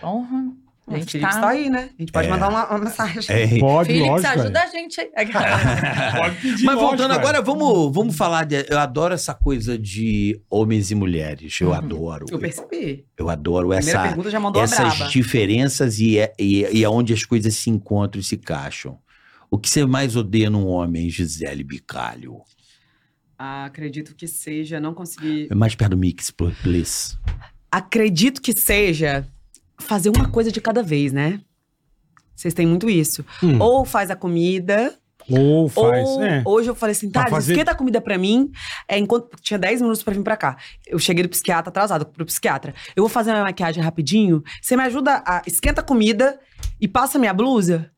Speaker 7: Porra. A
Speaker 8: Gente,
Speaker 7: gente
Speaker 8: Philips tá...
Speaker 7: tá...
Speaker 8: aí, né? A gente pode
Speaker 6: É.
Speaker 8: mandar uma, uma mensagem.
Speaker 6: É.
Speaker 4: Pode,
Speaker 7: Felipe,
Speaker 4: lógico.
Speaker 7: ajuda
Speaker 4: velho.
Speaker 7: a gente aí. Aquela-
Speaker 4: Pode pedir,
Speaker 6: Mas
Speaker 4: lógico, é.
Speaker 6: voltando
Speaker 4: velho.
Speaker 6: agora, vamos, vamos falar de. Eu adoro essa coisa de homens e mulheres. Eu
Speaker 7: Uhum.
Speaker 6: adoro.
Speaker 8: Eu percebi.
Speaker 6: Eu adoro
Speaker 8: Primeira
Speaker 6: essa,
Speaker 8: pergunta já mandou a
Speaker 6: essas
Speaker 8: braba.
Speaker 6: diferenças e, é- e, e é onde as coisas se encontram e se encaixam. O que você mais odeia num homem, Gisele Bicalho?
Speaker 8: Ah, acredito que
Speaker 6: É
Speaker 8: seja, não consegui.
Speaker 6: Mais perto do mix, por- please.
Speaker 8: Acredito que seja fazer uma coisa de cada vez, né? Vocês têm muito isso.
Speaker 4: Hum.
Speaker 8: Ou faz a comida,
Speaker 4: Ou faz.
Speaker 8: ou,
Speaker 4: é.
Speaker 8: Hoje eu falei assim,
Speaker 4: Pra
Speaker 8: tá,
Speaker 4: fazer-
Speaker 8: esquenta a comida pra mim. É, enquanto tinha 10 minutos pra vir pra cá. Eu cheguei do psiquiatra atrasado, pro psiquiatra. Eu vou fazer minha maquiagem rapidinho. Você me ajuda a esquenta a comida e passa minha blusa?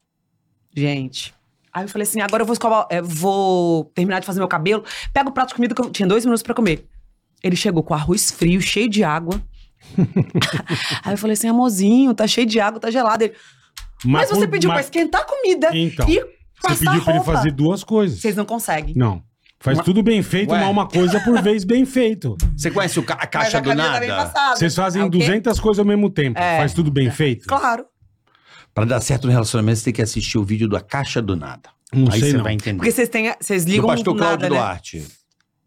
Speaker 8: Gente. Aí eu falei assim, agora eu vou escovar, é, vou terminar de fazer meu cabelo. Pega o prato de comida que eu tinha dois minutos pra comer. Ele chegou com arroz frio, cheio de água. Aí eu falei assim, amorzinho, tá cheio de água, tá gelado. Ele, mas, você
Speaker 4: por-
Speaker 8: pediu pra
Speaker 4: mas-
Speaker 8: esquentar a comida
Speaker 4: Então,
Speaker 8: e passar
Speaker 4: Você pediu pra ele
Speaker 8: roupa.
Speaker 4: fazer duas coisas.
Speaker 8: Vocês não conseguem.
Speaker 4: Não. Faz
Speaker 6: Ué.
Speaker 4: tudo bem feito,
Speaker 6: Ué.
Speaker 4: mas uma coisa por vez bem feito.
Speaker 6: Você conhece o ca- a
Speaker 8: Mas
Speaker 6: caixa
Speaker 8: a tá
Speaker 6: do
Speaker 8: camisa
Speaker 6: nada?
Speaker 8: vem passada.
Speaker 4: Vocês fazem
Speaker 8: Ah, o quê?
Speaker 4: 200 coisas ao mesmo tempo.
Speaker 8: É.
Speaker 4: Faz tudo bem feito?
Speaker 8: Claro.
Speaker 6: Pra dar certo no relacionamento, você tem que assistir o vídeo da caixa do nada.
Speaker 4: Não
Speaker 6: Aí
Speaker 4: sei
Speaker 6: você
Speaker 4: não.
Speaker 6: vai entender.
Speaker 8: Porque vocês têm, vocês ligam
Speaker 6: do pastor
Speaker 8: muito nada,
Speaker 6: Cláudio
Speaker 8: né?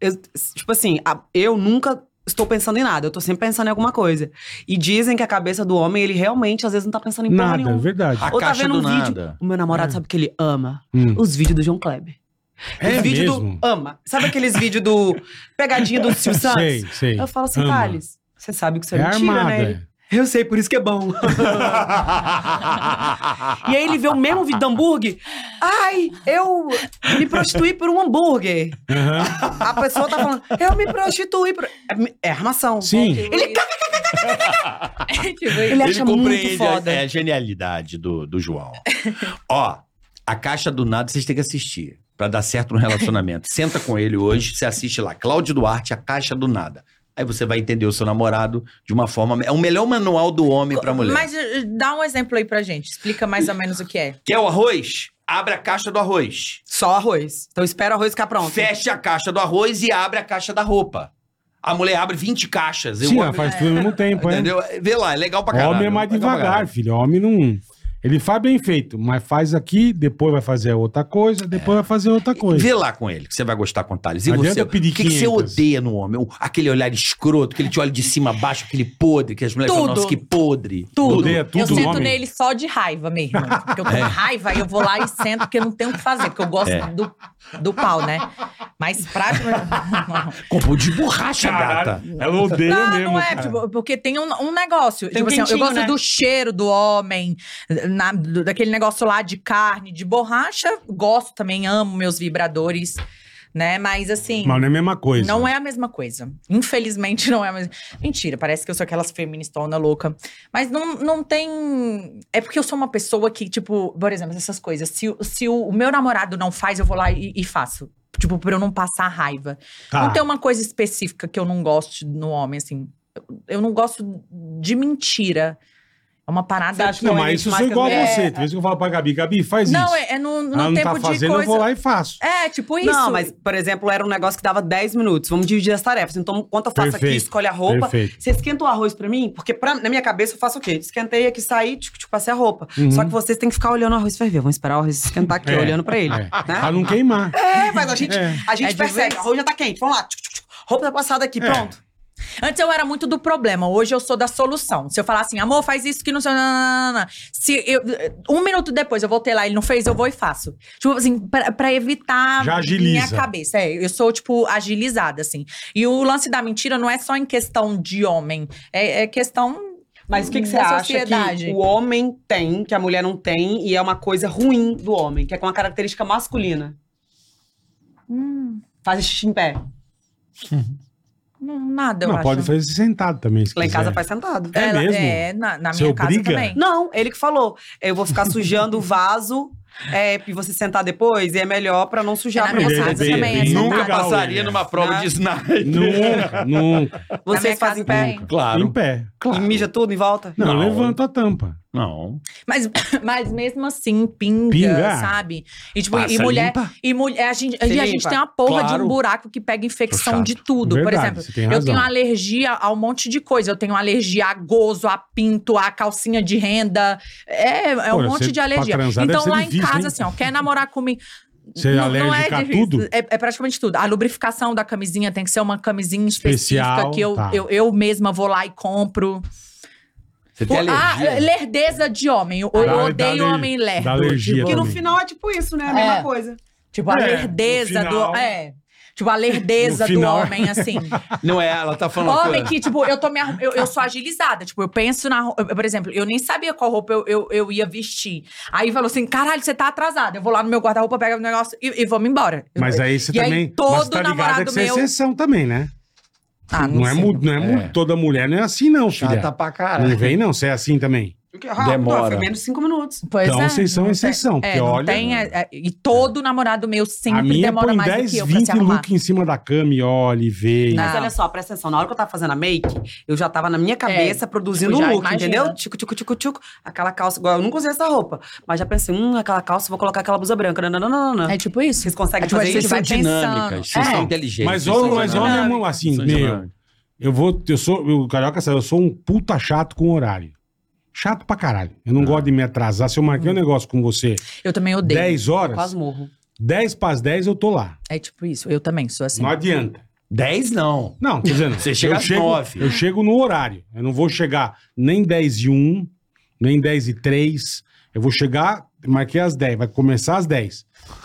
Speaker 6: Duarte.
Speaker 8: Eu- tipo assim, a- eu nunca estou pensando em nada, eu tô sempre pensando em alguma coisa. E dizem que a cabeça do homem, ele realmente às vezes não tá pensando em porra
Speaker 4: Nada, é
Speaker 8: nenhuma.
Speaker 4: verdade.
Speaker 6: A
Speaker 8: Ou tá
Speaker 6: caixa
Speaker 8: vendo
Speaker 6: do
Speaker 8: um vídeo.
Speaker 6: nada.
Speaker 8: O meu namorado sabe que ele ama
Speaker 4: Hum.
Speaker 8: os vídeos do João Kleber.
Speaker 4: É
Speaker 8: Os vídeos
Speaker 4: mesmo?
Speaker 8: do ama. Sabe aqueles vídeos do pegadinha do Silvio Santos?
Speaker 4: Sei, sei.
Speaker 8: Eu falo assim,
Speaker 4: Ama.
Speaker 8: Thales, você sabe que isso é,
Speaker 4: É
Speaker 8: mentira, né?
Speaker 4: armada.
Speaker 8: Ele, Eu sei, por isso que é bom. e aí ele vê o mesmo vídeo do hambúrguer. Ai, eu me prostituí por um hambúrguer.
Speaker 4: Aham.
Speaker 8: A pessoa tá falando, eu me prostituí por. É, é armação.
Speaker 4: Sim.
Speaker 8: Ele-
Speaker 7: tipo
Speaker 8: Ele
Speaker 7: isso.
Speaker 8: acha muito
Speaker 6: a-
Speaker 8: foda.
Speaker 6: é, A, genialidade do, do João. Ó, a caixa do nada vocês têm que assistir pra dar certo no relacionamento. Senta com ele hoje, você assiste lá, Cláudio Duarte, a caixa do nada. Aí você vai entender o seu namorado de uma forma. É o melhor manual do homem pra mulher.
Speaker 7: Mas eh, dá um exemplo aí pra gente. Explica mais ou menos o que é.
Speaker 6: Quer o arroz? Abre a caixa do arroz.
Speaker 8: Só arroz. Então espera o arroz ficar pronto.
Speaker 6: Feche a caixa do arroz e abre a caixa da roupa. A mulher abre 20 caixas. Eu
Speaker 4: Sim, ela
Speaker 6: abro-
Speaker 4: faz tudo ao mesmo tempo, é.
Speaker 6: Entendeu? Vê lá, é legal pra caralho.
Speaker 4: Homem é mais
Speaker 6: Legal pra
Speaker 4: devagar,
Speaker 6: caralho.
Speaker 4: filho. Homem não. Ele faz bem feito, mas faz aqui, depois vai fazer outra coisa, depois vai fazer outra coisa.
Speaker 6: Vê lá com ele, que você vai gostar com o Thales. E
Speaker 4: Não
Speaker 6: você?
Speaker 4: adianta
Speaker 6: O que,
Speaker 4: pedir
Speaker 6: que você
Speaker 4: 500.
Speaker 6: odeia no homem? O- Aquele olhar escroto, aquele te olha de cima a baixo, aquele podre, que as mulheres falam,
Speaker 7: Tudo.
Speaker 6: nossa, que podre.
Speaker 7: Tudo.
Speaker 4: Odeia tudo
Speaker 7: eu sinto
Speaker 4: homem.
Speaker 7: nele só de raiva mesmo. Porque eu tô com raiva e eu vou lá e sento, porque eu não tenho o que fazer, porque eu gosto
Speaker 6: É.
Speaker 7: do, do pau, né? Mas prático.
Speaker 6: Comprou de borracha, gata.
Speaker 4: Ela odeia
Speaker 7: Não,
Speaker 4: mesmo.
Speaker 7: não é,
Speaker 4: cara.
Speaker 7: tipo, porque tem um, um negócio.
Speaker 8: Tem um
Speaker 7: tipo assim, eu
Speaker 8: quentinho,
Speaker 7: gosto
Speaker 8: né?
Speaker 7: do cheiro do homem, na- do- daquele negócio lá de carne, de borracha. Gosto também, amo meus vibradores, né? Mas assim.
Speaker 4: Mas não é a mesma coisa.
Speaker 7: Não é a mesma coisa. Infelizmente, não é a mesma Mentira, parece que eu sou aquelas feministona louca. Mas não, não tem. É porque eu sou uma pessoa que, tipo, por exemplo, essas coisas. Se, o- se o, o meu namorado não faz, eu vou lá e, e faço. Tipo, pra eu não passar raiva.
Speaker 4: Tá.
Speaker 7: Não tem uma coisa específica que eu não gosto no homem, assim. Eu, eu não gosto de mentira. É uma
Speaker 8: Você
Speaker 7: parada.
Speaker 8: acha que
Speaker 4: Não,
Speaker 8: é
Speaker 4: mas isso eu sou
Speaker 8: mais que
Speaker 4: igual a
Speaker 8: as-
Speaker 4: você.
Speaker 8: É.
Speaker 4: Tem vezes que eu falo pra Gabi, Gabi, faz
Speaker 7: Não,
Speaker 4: isso.
Speaker 7: é, é no, no
Speaker 4: ela não
Speaker 7: tempo
Speaker 4: tá
Speaker 7: de
Speaker 4: fazendo,
Speaker 7: coisa.
Speaker 4: eu vou lá e faço.
Speaker 7: É, tipo isso.
Speaker 8: Não, mas, por exemplo, era um negócio que dava 10 minutos. Vamos dividir as tarefas. Então, quanto eu faço aqui,
Speaker 4: Perfeito,
Speaker 8: escolhe a roupa.
Speaker 4: perfeito.
Speaker 8: Você esquenta o arroz pra mim? Porque pra- na minha cabeça eu faço o quê? Esquentei aqui, saí, tipo, passei a roupa.
Speaker 4: Uhum.
Speaker 8: Só que vocês têm que ficar olhando o arroz ferver. Vamos esperar o arroz esquentar aqui,
Speaker 4: É,
Speaker 8: olhando pra ele.
Speaker 4: É.
Speaker 8: né?
Speaker 4: Pra não queimar.
Speaker 8: É, mas a gente,
Speaker 4: É.
Speaker 8: a gente
Speaker 7: É de
Speaker 8: percebe.
Speaker 7: vez.
Speaker 8: O arroz já tá quente. Vamos lá. Tchuc, tchuc, tchuc. Roupa tá passada aqui,
Speaker 4: É.
Speaker 8: pronto.
Speaker 7: Antes eu era muito do problema, hoje eu sou da solução. Se eu falar assim, amor, faz isso que não sei. não, não, não, não. Se eu- um minuto depois eu voltei lá, ele não fez, eu vou e faço. Tipo assim, pra, pra evitar
Speaker 4: Já agiliza.
Speaker 7: minha cabeça. É, eu sou, tipo, agilizada, assim. E o lance da mentira não é só em questão de homem, é, é questão.
Speaker 8: Mas o que, que você
Speaker 7: da
Speaker 8: acha
Speaker 7: sociedade.
Speaker 8: que o homem tem, que a mulher não tem, e é uma coisa ruim do homem, que é com uma característica masculina?
Speaker 7: Hum,
Speaker 8: Fazer xixi em pé.
Speaker 7: não, nada, eu
Speaker 4: Não,
Speaker 7: acho.
Speaker 4: pode fazer sentado também, se
Speaker 8: Lá em
Speaker 4: quiser.
Speaker 8: casa faz sentado. né?
Speaker 4: É
Speaker 7: Ela-
Speaker 4: mesmo?
Speaker 7: É, na, na
Speaker 4: Você
Speaker 7: minha casa
Speaker 4: obriga?
Speaker 7: também.
Speaker 8: Não, ele que falou. Eu vou ficar sujando o vaso é, e você sentar depois, e é melhor pra não sujar
Speaker 7: É
Speaker 8: pra
Speaker 7: na minha
Speaker 8: você.
Speaker 7: casa também, é
Speaker 4: nunca
Speaker 7: sentado.
Speaker 6: Passaria numa prova
Speaker 8: Né?
Speaker 6: de sniper.
Speaker 4: Nunca, nunca.
Speaker 7: Na minha
Speaker 8: Vocês
Speaker 7: casa
Speaker 8: fazem em pé.
Speaker 7: também.
Speaker 4: Em
Speaker 6: Claro.
Speaker 4: pé.
Speaker 8: E mija tudo em volta?
Speaker 4: Não,
Speaker 6: Não.
Speaker 4: levanta a tampa.
Speaker 6: Não.
Speaker 7: Mas, mas mesmo assim, pinga,
Speaker 4: Pinga?
Speaker 7: sabe? E, tipo,
Speaker 6: Passa
Speaker 7: e mulher.
Speaker 6: limpa.
Speaker 7: E mulher, a gente, e
Speaker 8: Se
Speaker 7: a
Speaker 8: limpa.
Speaker 7: gente tem uma porra de
Speaker 6: Claro.
Speaker 7: um buraco que pega
Speaker 6: Tô
Speaker 7: infecção
Speaker 6: chato.
Speaker 7: de tudo.
Speaker 4: Verdade,
Speaker 7: Por
Speaker 4: você tem
Speaker 7: exemplo, eu
Speaker 4: razão.
Speaker 7: tenho alergia a um monte de coisa. Eu tenho alergia a gozo, a pinto, a calcinha de renda. É, é
Speaker 4: Pô,
Speaker 7: um monte
Speaker 4: você-
Speaker 7: de alergia.
Speaker 4: pra transar deve
Speaker 7: Então
Speaker 4: ser
Speaker 7: lá em
Speaker 4: difícil,
Speaker 7: casa,
Speaker 4: hein?
Speaker 7: assim, ó, quer namorar comigo.
Speaker 4: Você é alérgica a tudo?
Speaker 7: É, é praticamente tudo. A lubrificação da camisinha tem que ser uma camisinha específica
Speaker 4: Especial,
Speaker 7: que eu,
Speaker 4: tá.
Speaker 7: eu, eu mesma vou lá e compro.
Speaker 6: Você tem
Speaker 7: ah,
Speaker 6: alergia.
Speaker 7: lerdeza de homem. Eu, eu
Speaker 4: Dá-
Speaker 7: odeio
Speaker 4: dá aler-
Speaker 7: homem lerdo.
Speaker 4: dá alergia
Speaker 7: tipo,
Speaker 8: Que no
Speaker 4: Também.
Speaker 8: final é tipo isso, né? A
Speaker 7: É.
Speaker 8: mesma coisa.
Speaker 7: Tipo, a
Speaker 4: É,
Speaker 7: lerdeza
Speaker 4: no
Speaker 7: do.
Speaker 4: final-
Speaker 7: É. Tipo, a lerdeza
Speaker 4: No final.
Speaker 7: do homem, assim.
Speaker 6: Não é, ela tá falando. uma
Speaker 7: Homem
Speaker 6: coisa.
Speaker 7: que, tipo, eu tô me arrum- eu, eu sou agilizada. Tipo, eu penso na roupa. Por exemplo, eu nem sabia qual roupa eu, eu, eu ia vestir. Aí falou assim: caralho, você tá atrasada. Eu vou lá no meu guarda-roupa, pego o negócio e, e vamos embora.
Speaker 4: Mas aí você
Speaker 7: E aí,
Speaker 4: também.
Speaker 7: todo
Speaker 4: mas tá ligado
Speaker 7: namorado
Speaker 4: que você é
Speaker 7: meu-
Speaker 4: exceção também, né?
Speaker 7: Ah,
Speaker 4: Não, é,
Speaker 7: sei.
Speaker 4: mu- não é, mu-
Speaker 6: É.
Speaker 4: toda mulher, não é assim, não, filha.
Speaker 6: Chata pra
Speaker 4: Não
Speaker 6: caralho.
Speaker 4: vem, não, você é assim também.
Speaker 6: Demora.
Speaker 8: Demora. Foi menos de cinco minutos.
Speaker 7: Pois
Speaker 4: então
Speaker 7: é,
Speaker 4: vocês são
Speaker 7: não tem-
Speaker 4: exceção,
Speaker 7: É,
Speaker 4: porque
Speaker 7: não
Speaker 4: olha.
Speaker 7: tem, é, é, e todo namorado meu sempre
Speaker 4: a minha
Speaker 7: demora
Speaker 4: põe
Speaker 7: mais do
Speaker 4: 10,
Speaker 7: que eu pra se
Speaker 4: 20
Speaker 7: arrumar.
Speaker 4: look em cima da cama e olha e vê. e-
Speaker 7: Não.
Speaker 8: Mas olha só, presta atenção. Na hora que eu tava fazendo a make, eu já tava na minha cabeça produzindo
Speaker 7: eu
Speaker 8: um
Speaker 7: já
Speaker 8: look,
Speaker 7: imagino.
Speaker 8: entendeu? Tico, tico, tico, tico. Aquela calça. Igual, eu nunca usei essa roupa. Mas já pensei, hum, aquela calça, vou colocar aquela blusa branca. Não, não, não, não.
Speaker 7: É tipo isso.
Speaker 8: Vocês
Speaker 7: É
Speaker 8: conseguem
Speaker 7: tipo,
Speaker 8: fazer
Speaker 7: vocês
Speaker 8: isso?
Speaker 7: vai
Speaker 6: São dinâmicas,
Speaker 7: pensando.
Speaker 6: vocês
Speaker 7: É.
Speaker 6: são inteligentes.
Speaker 4: Mas
Speaker 6: vocês
Speaker 4: homem,
Speaker 6: são
Speaker 4: mas
Speaker 6: dinâmicos.
Speaker 4: homem, é um- assim,
Speaker 6: São
Speaker 4: meu.
Speaker 6: dinâmicos.
Speaker 4: Eu vou. Eu sou. O Carioca sabe, eu sou um puta chato com horário. Chato pra caralho. Eu não gosto de me atrasar. Se eu marquei um negócio com você
Speaker 7: Eu também odeio.
Speaker 4: 10
Speaker 8: Eu
Speaker 4: horas,
Speaker 8: Quase morro.
Speaker 4: 10 pras 10 eu tô lá.
Speaker 7: É tipo isso. Eu também sou assim.
Speaker 4: Não adianta.
Speaker 6: 10 não.
Speaker 4: Não, tô dizendo.
Speaker 6: Você chega
Speaker 4: eu
Speaker 6: às
Speaker 4: chego,
Speaker 6: nove.
Speaker 4: Eu chego no horário. Eu não vou chegar nem 10 e 1, nem 10 e 3. Eu vou chegar, marquei às 10, vai começar às 10.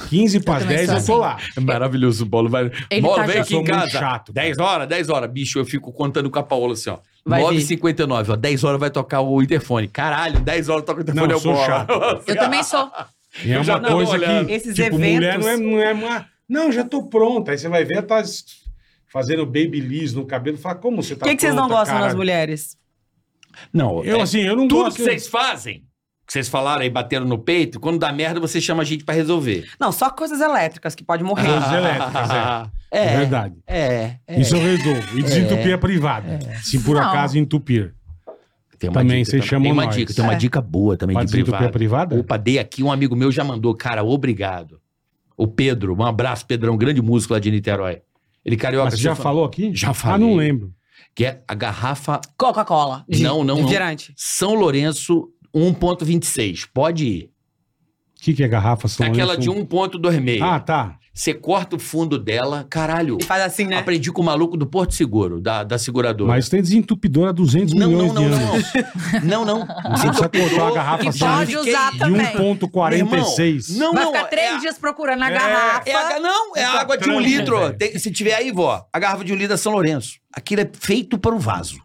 Speaker 4: 15 para
Speaker 7: também
Speaker 4: 10
Speaker 7: sou
Speaker 4: eu tô
Speaker 7: assim.
Speaker 4: lá.
Speaker 6: É maravilhoso o Bolo. Vai...
Speaker 7: Ele
Speaker 6: Bolo,
Speaker 7: tá
Speaker 6: vem
Speaker 7: já-
Speaker 6: aqui em
Speaker 4: Eu sou muito
Speaker 6: casa.
Speaker 4: chato.
Speaker 6: 10 horas, 10 horas. Bicho, eu fico contando com a Paola assim, ó.
Speaker 8: Vai
Speaker 6: 9h59, ó. 10 horas vai tocar o interfone. Caralho, 10 horas toca o interfone.
Speaker 4: Não,
Speaker 6: é o
Speaker 4: sou
Speaker 6: Bola.
Speaker 4: chato.
Speaker 7: Eu também sou.
Speaker 4: E é
Speaker 6: Eu já
Speaker 4: uma
Speaker 6: tô
Speaker 4: coisa
Speaker 6: olhando.
Speaker 4: que.
Speaker 8: Esses
Speaker 4: tipo, mulher
Speaker 8: eventos-
Speaker 4: não é, não é uma. Não, já tô pronta. Aí você vai ver, tá s- fazendo babyliss no cabelo. Fala, como você
Speaker 8: O
Speaker 4: tá
Speaker 8: que, que vocês não
Speaker 4: pronta,
Speaker 8: gostam nas
Speaker 4: caralho?
Speaker 8: mulheres?
Speaker 6: Não,
Speaker 4: Eu,
Speaker 6: é-
Speaker 4: assim, eu não
Speaker 6: tudo
Speaker 4: gosto.
Speaker 6: que vocês fazem, que vocês falaram aí, batendo no peito, quando dá merda, você chama a gente pra resolver.
Speaker 8: Não, só coisas elétricas que pode morrer.
Speaker 4: Coisas elétricas,
Speaker 6: é.
Speaker 4: É verdade.
Speaker 6: É, é.
Speaker 4: Isso eu resolvo. E desentupir a privada. Se por
Speaker 7: Não.
Speaker 4: acaso entupir.
Speaker 6: Tem
Speaker 4: Também vocês
Speaker 6: tam-
Speaker 4: chamam
Speaker 6: Tem uma
Speaker 4: nós.
Speaker 6: dica, tem uma
Speaker 7: É.
Speaker 6: dica boa também
Speaker 4: Pode
Speaker 6: de
Speaker 4: desentupir a
Speaker 6: privado.
Speaker 4: privada?
Speaker 6: Opa, dei aqui, um amigo meu já mandou, cara, obrigado. O Pedro, um abraço, Pedrão, grande músico lá de Niterói. Ele carioca.
Speaker 4: Mas você já
Speaker 6: falou
Speaker 4: falou aqui?
Speaker 6: Já
Speaker 4: Ah,
Speaker 6: falei.
Speaker 4: não lembro.
Speaker 6: Que é a garrafa
Speaker 8: Coca-Cola. de-
Speaker 6: Não, não, não.
Speaker 8: Refrigerante.
Speaker 6: São Lourenço 1.26. Pode ir.
Speaker 4: O que, que é garrafa São
Speaker 6: Aquela de
Speaker 4: Lourenço?
Speaker 6: 1.26.
Speaker 4: Ah, tá.
Speaker 6: Você corta o fundo dela, caralho.
Speaker 8: E faz assim,
Speaker 4: é-
Speaker 8: né?
Speaker 6: Aprendi com o maluco do Porto Seguro, da, da seguradora.
Speaker 4: Mas tem desentupidora há 200
Speaker 6: não, não,
Speaker 4: milhões
Speaker 6: não,
Speaker 4: de anos.
Speaker 6: não, não. Não, não.
Speaker 4: Você precisa cortar uma garrafa
Speaker 7: E
Speaker 4: São
Speaker 7: pode
Speaker 4: Lourenço um
Speaker 7: usar
Speaker 4: de
Speaker 7: também.
Speaker 4: 1,46.
Speaker 6: Não,
Speaker 7: Vai
Speaker 6: não.
Speaker 7: ficar três
Speaker 6: é,
Speaker 7: dias procurando a
Speaker 4: É.
Speaker 7: garrafa.
Speaker 6: é a, não, é
Speaker 4: Então,
Speaker 6: a água de um
Speaker 4: Tranca,
Speaker 6: litro.
Speaker 4: velho.
Speaker 6: Tem- se tiver aí, vó, a garrafa de um litro é São Lourenço. Aquilo é feito para o vaso.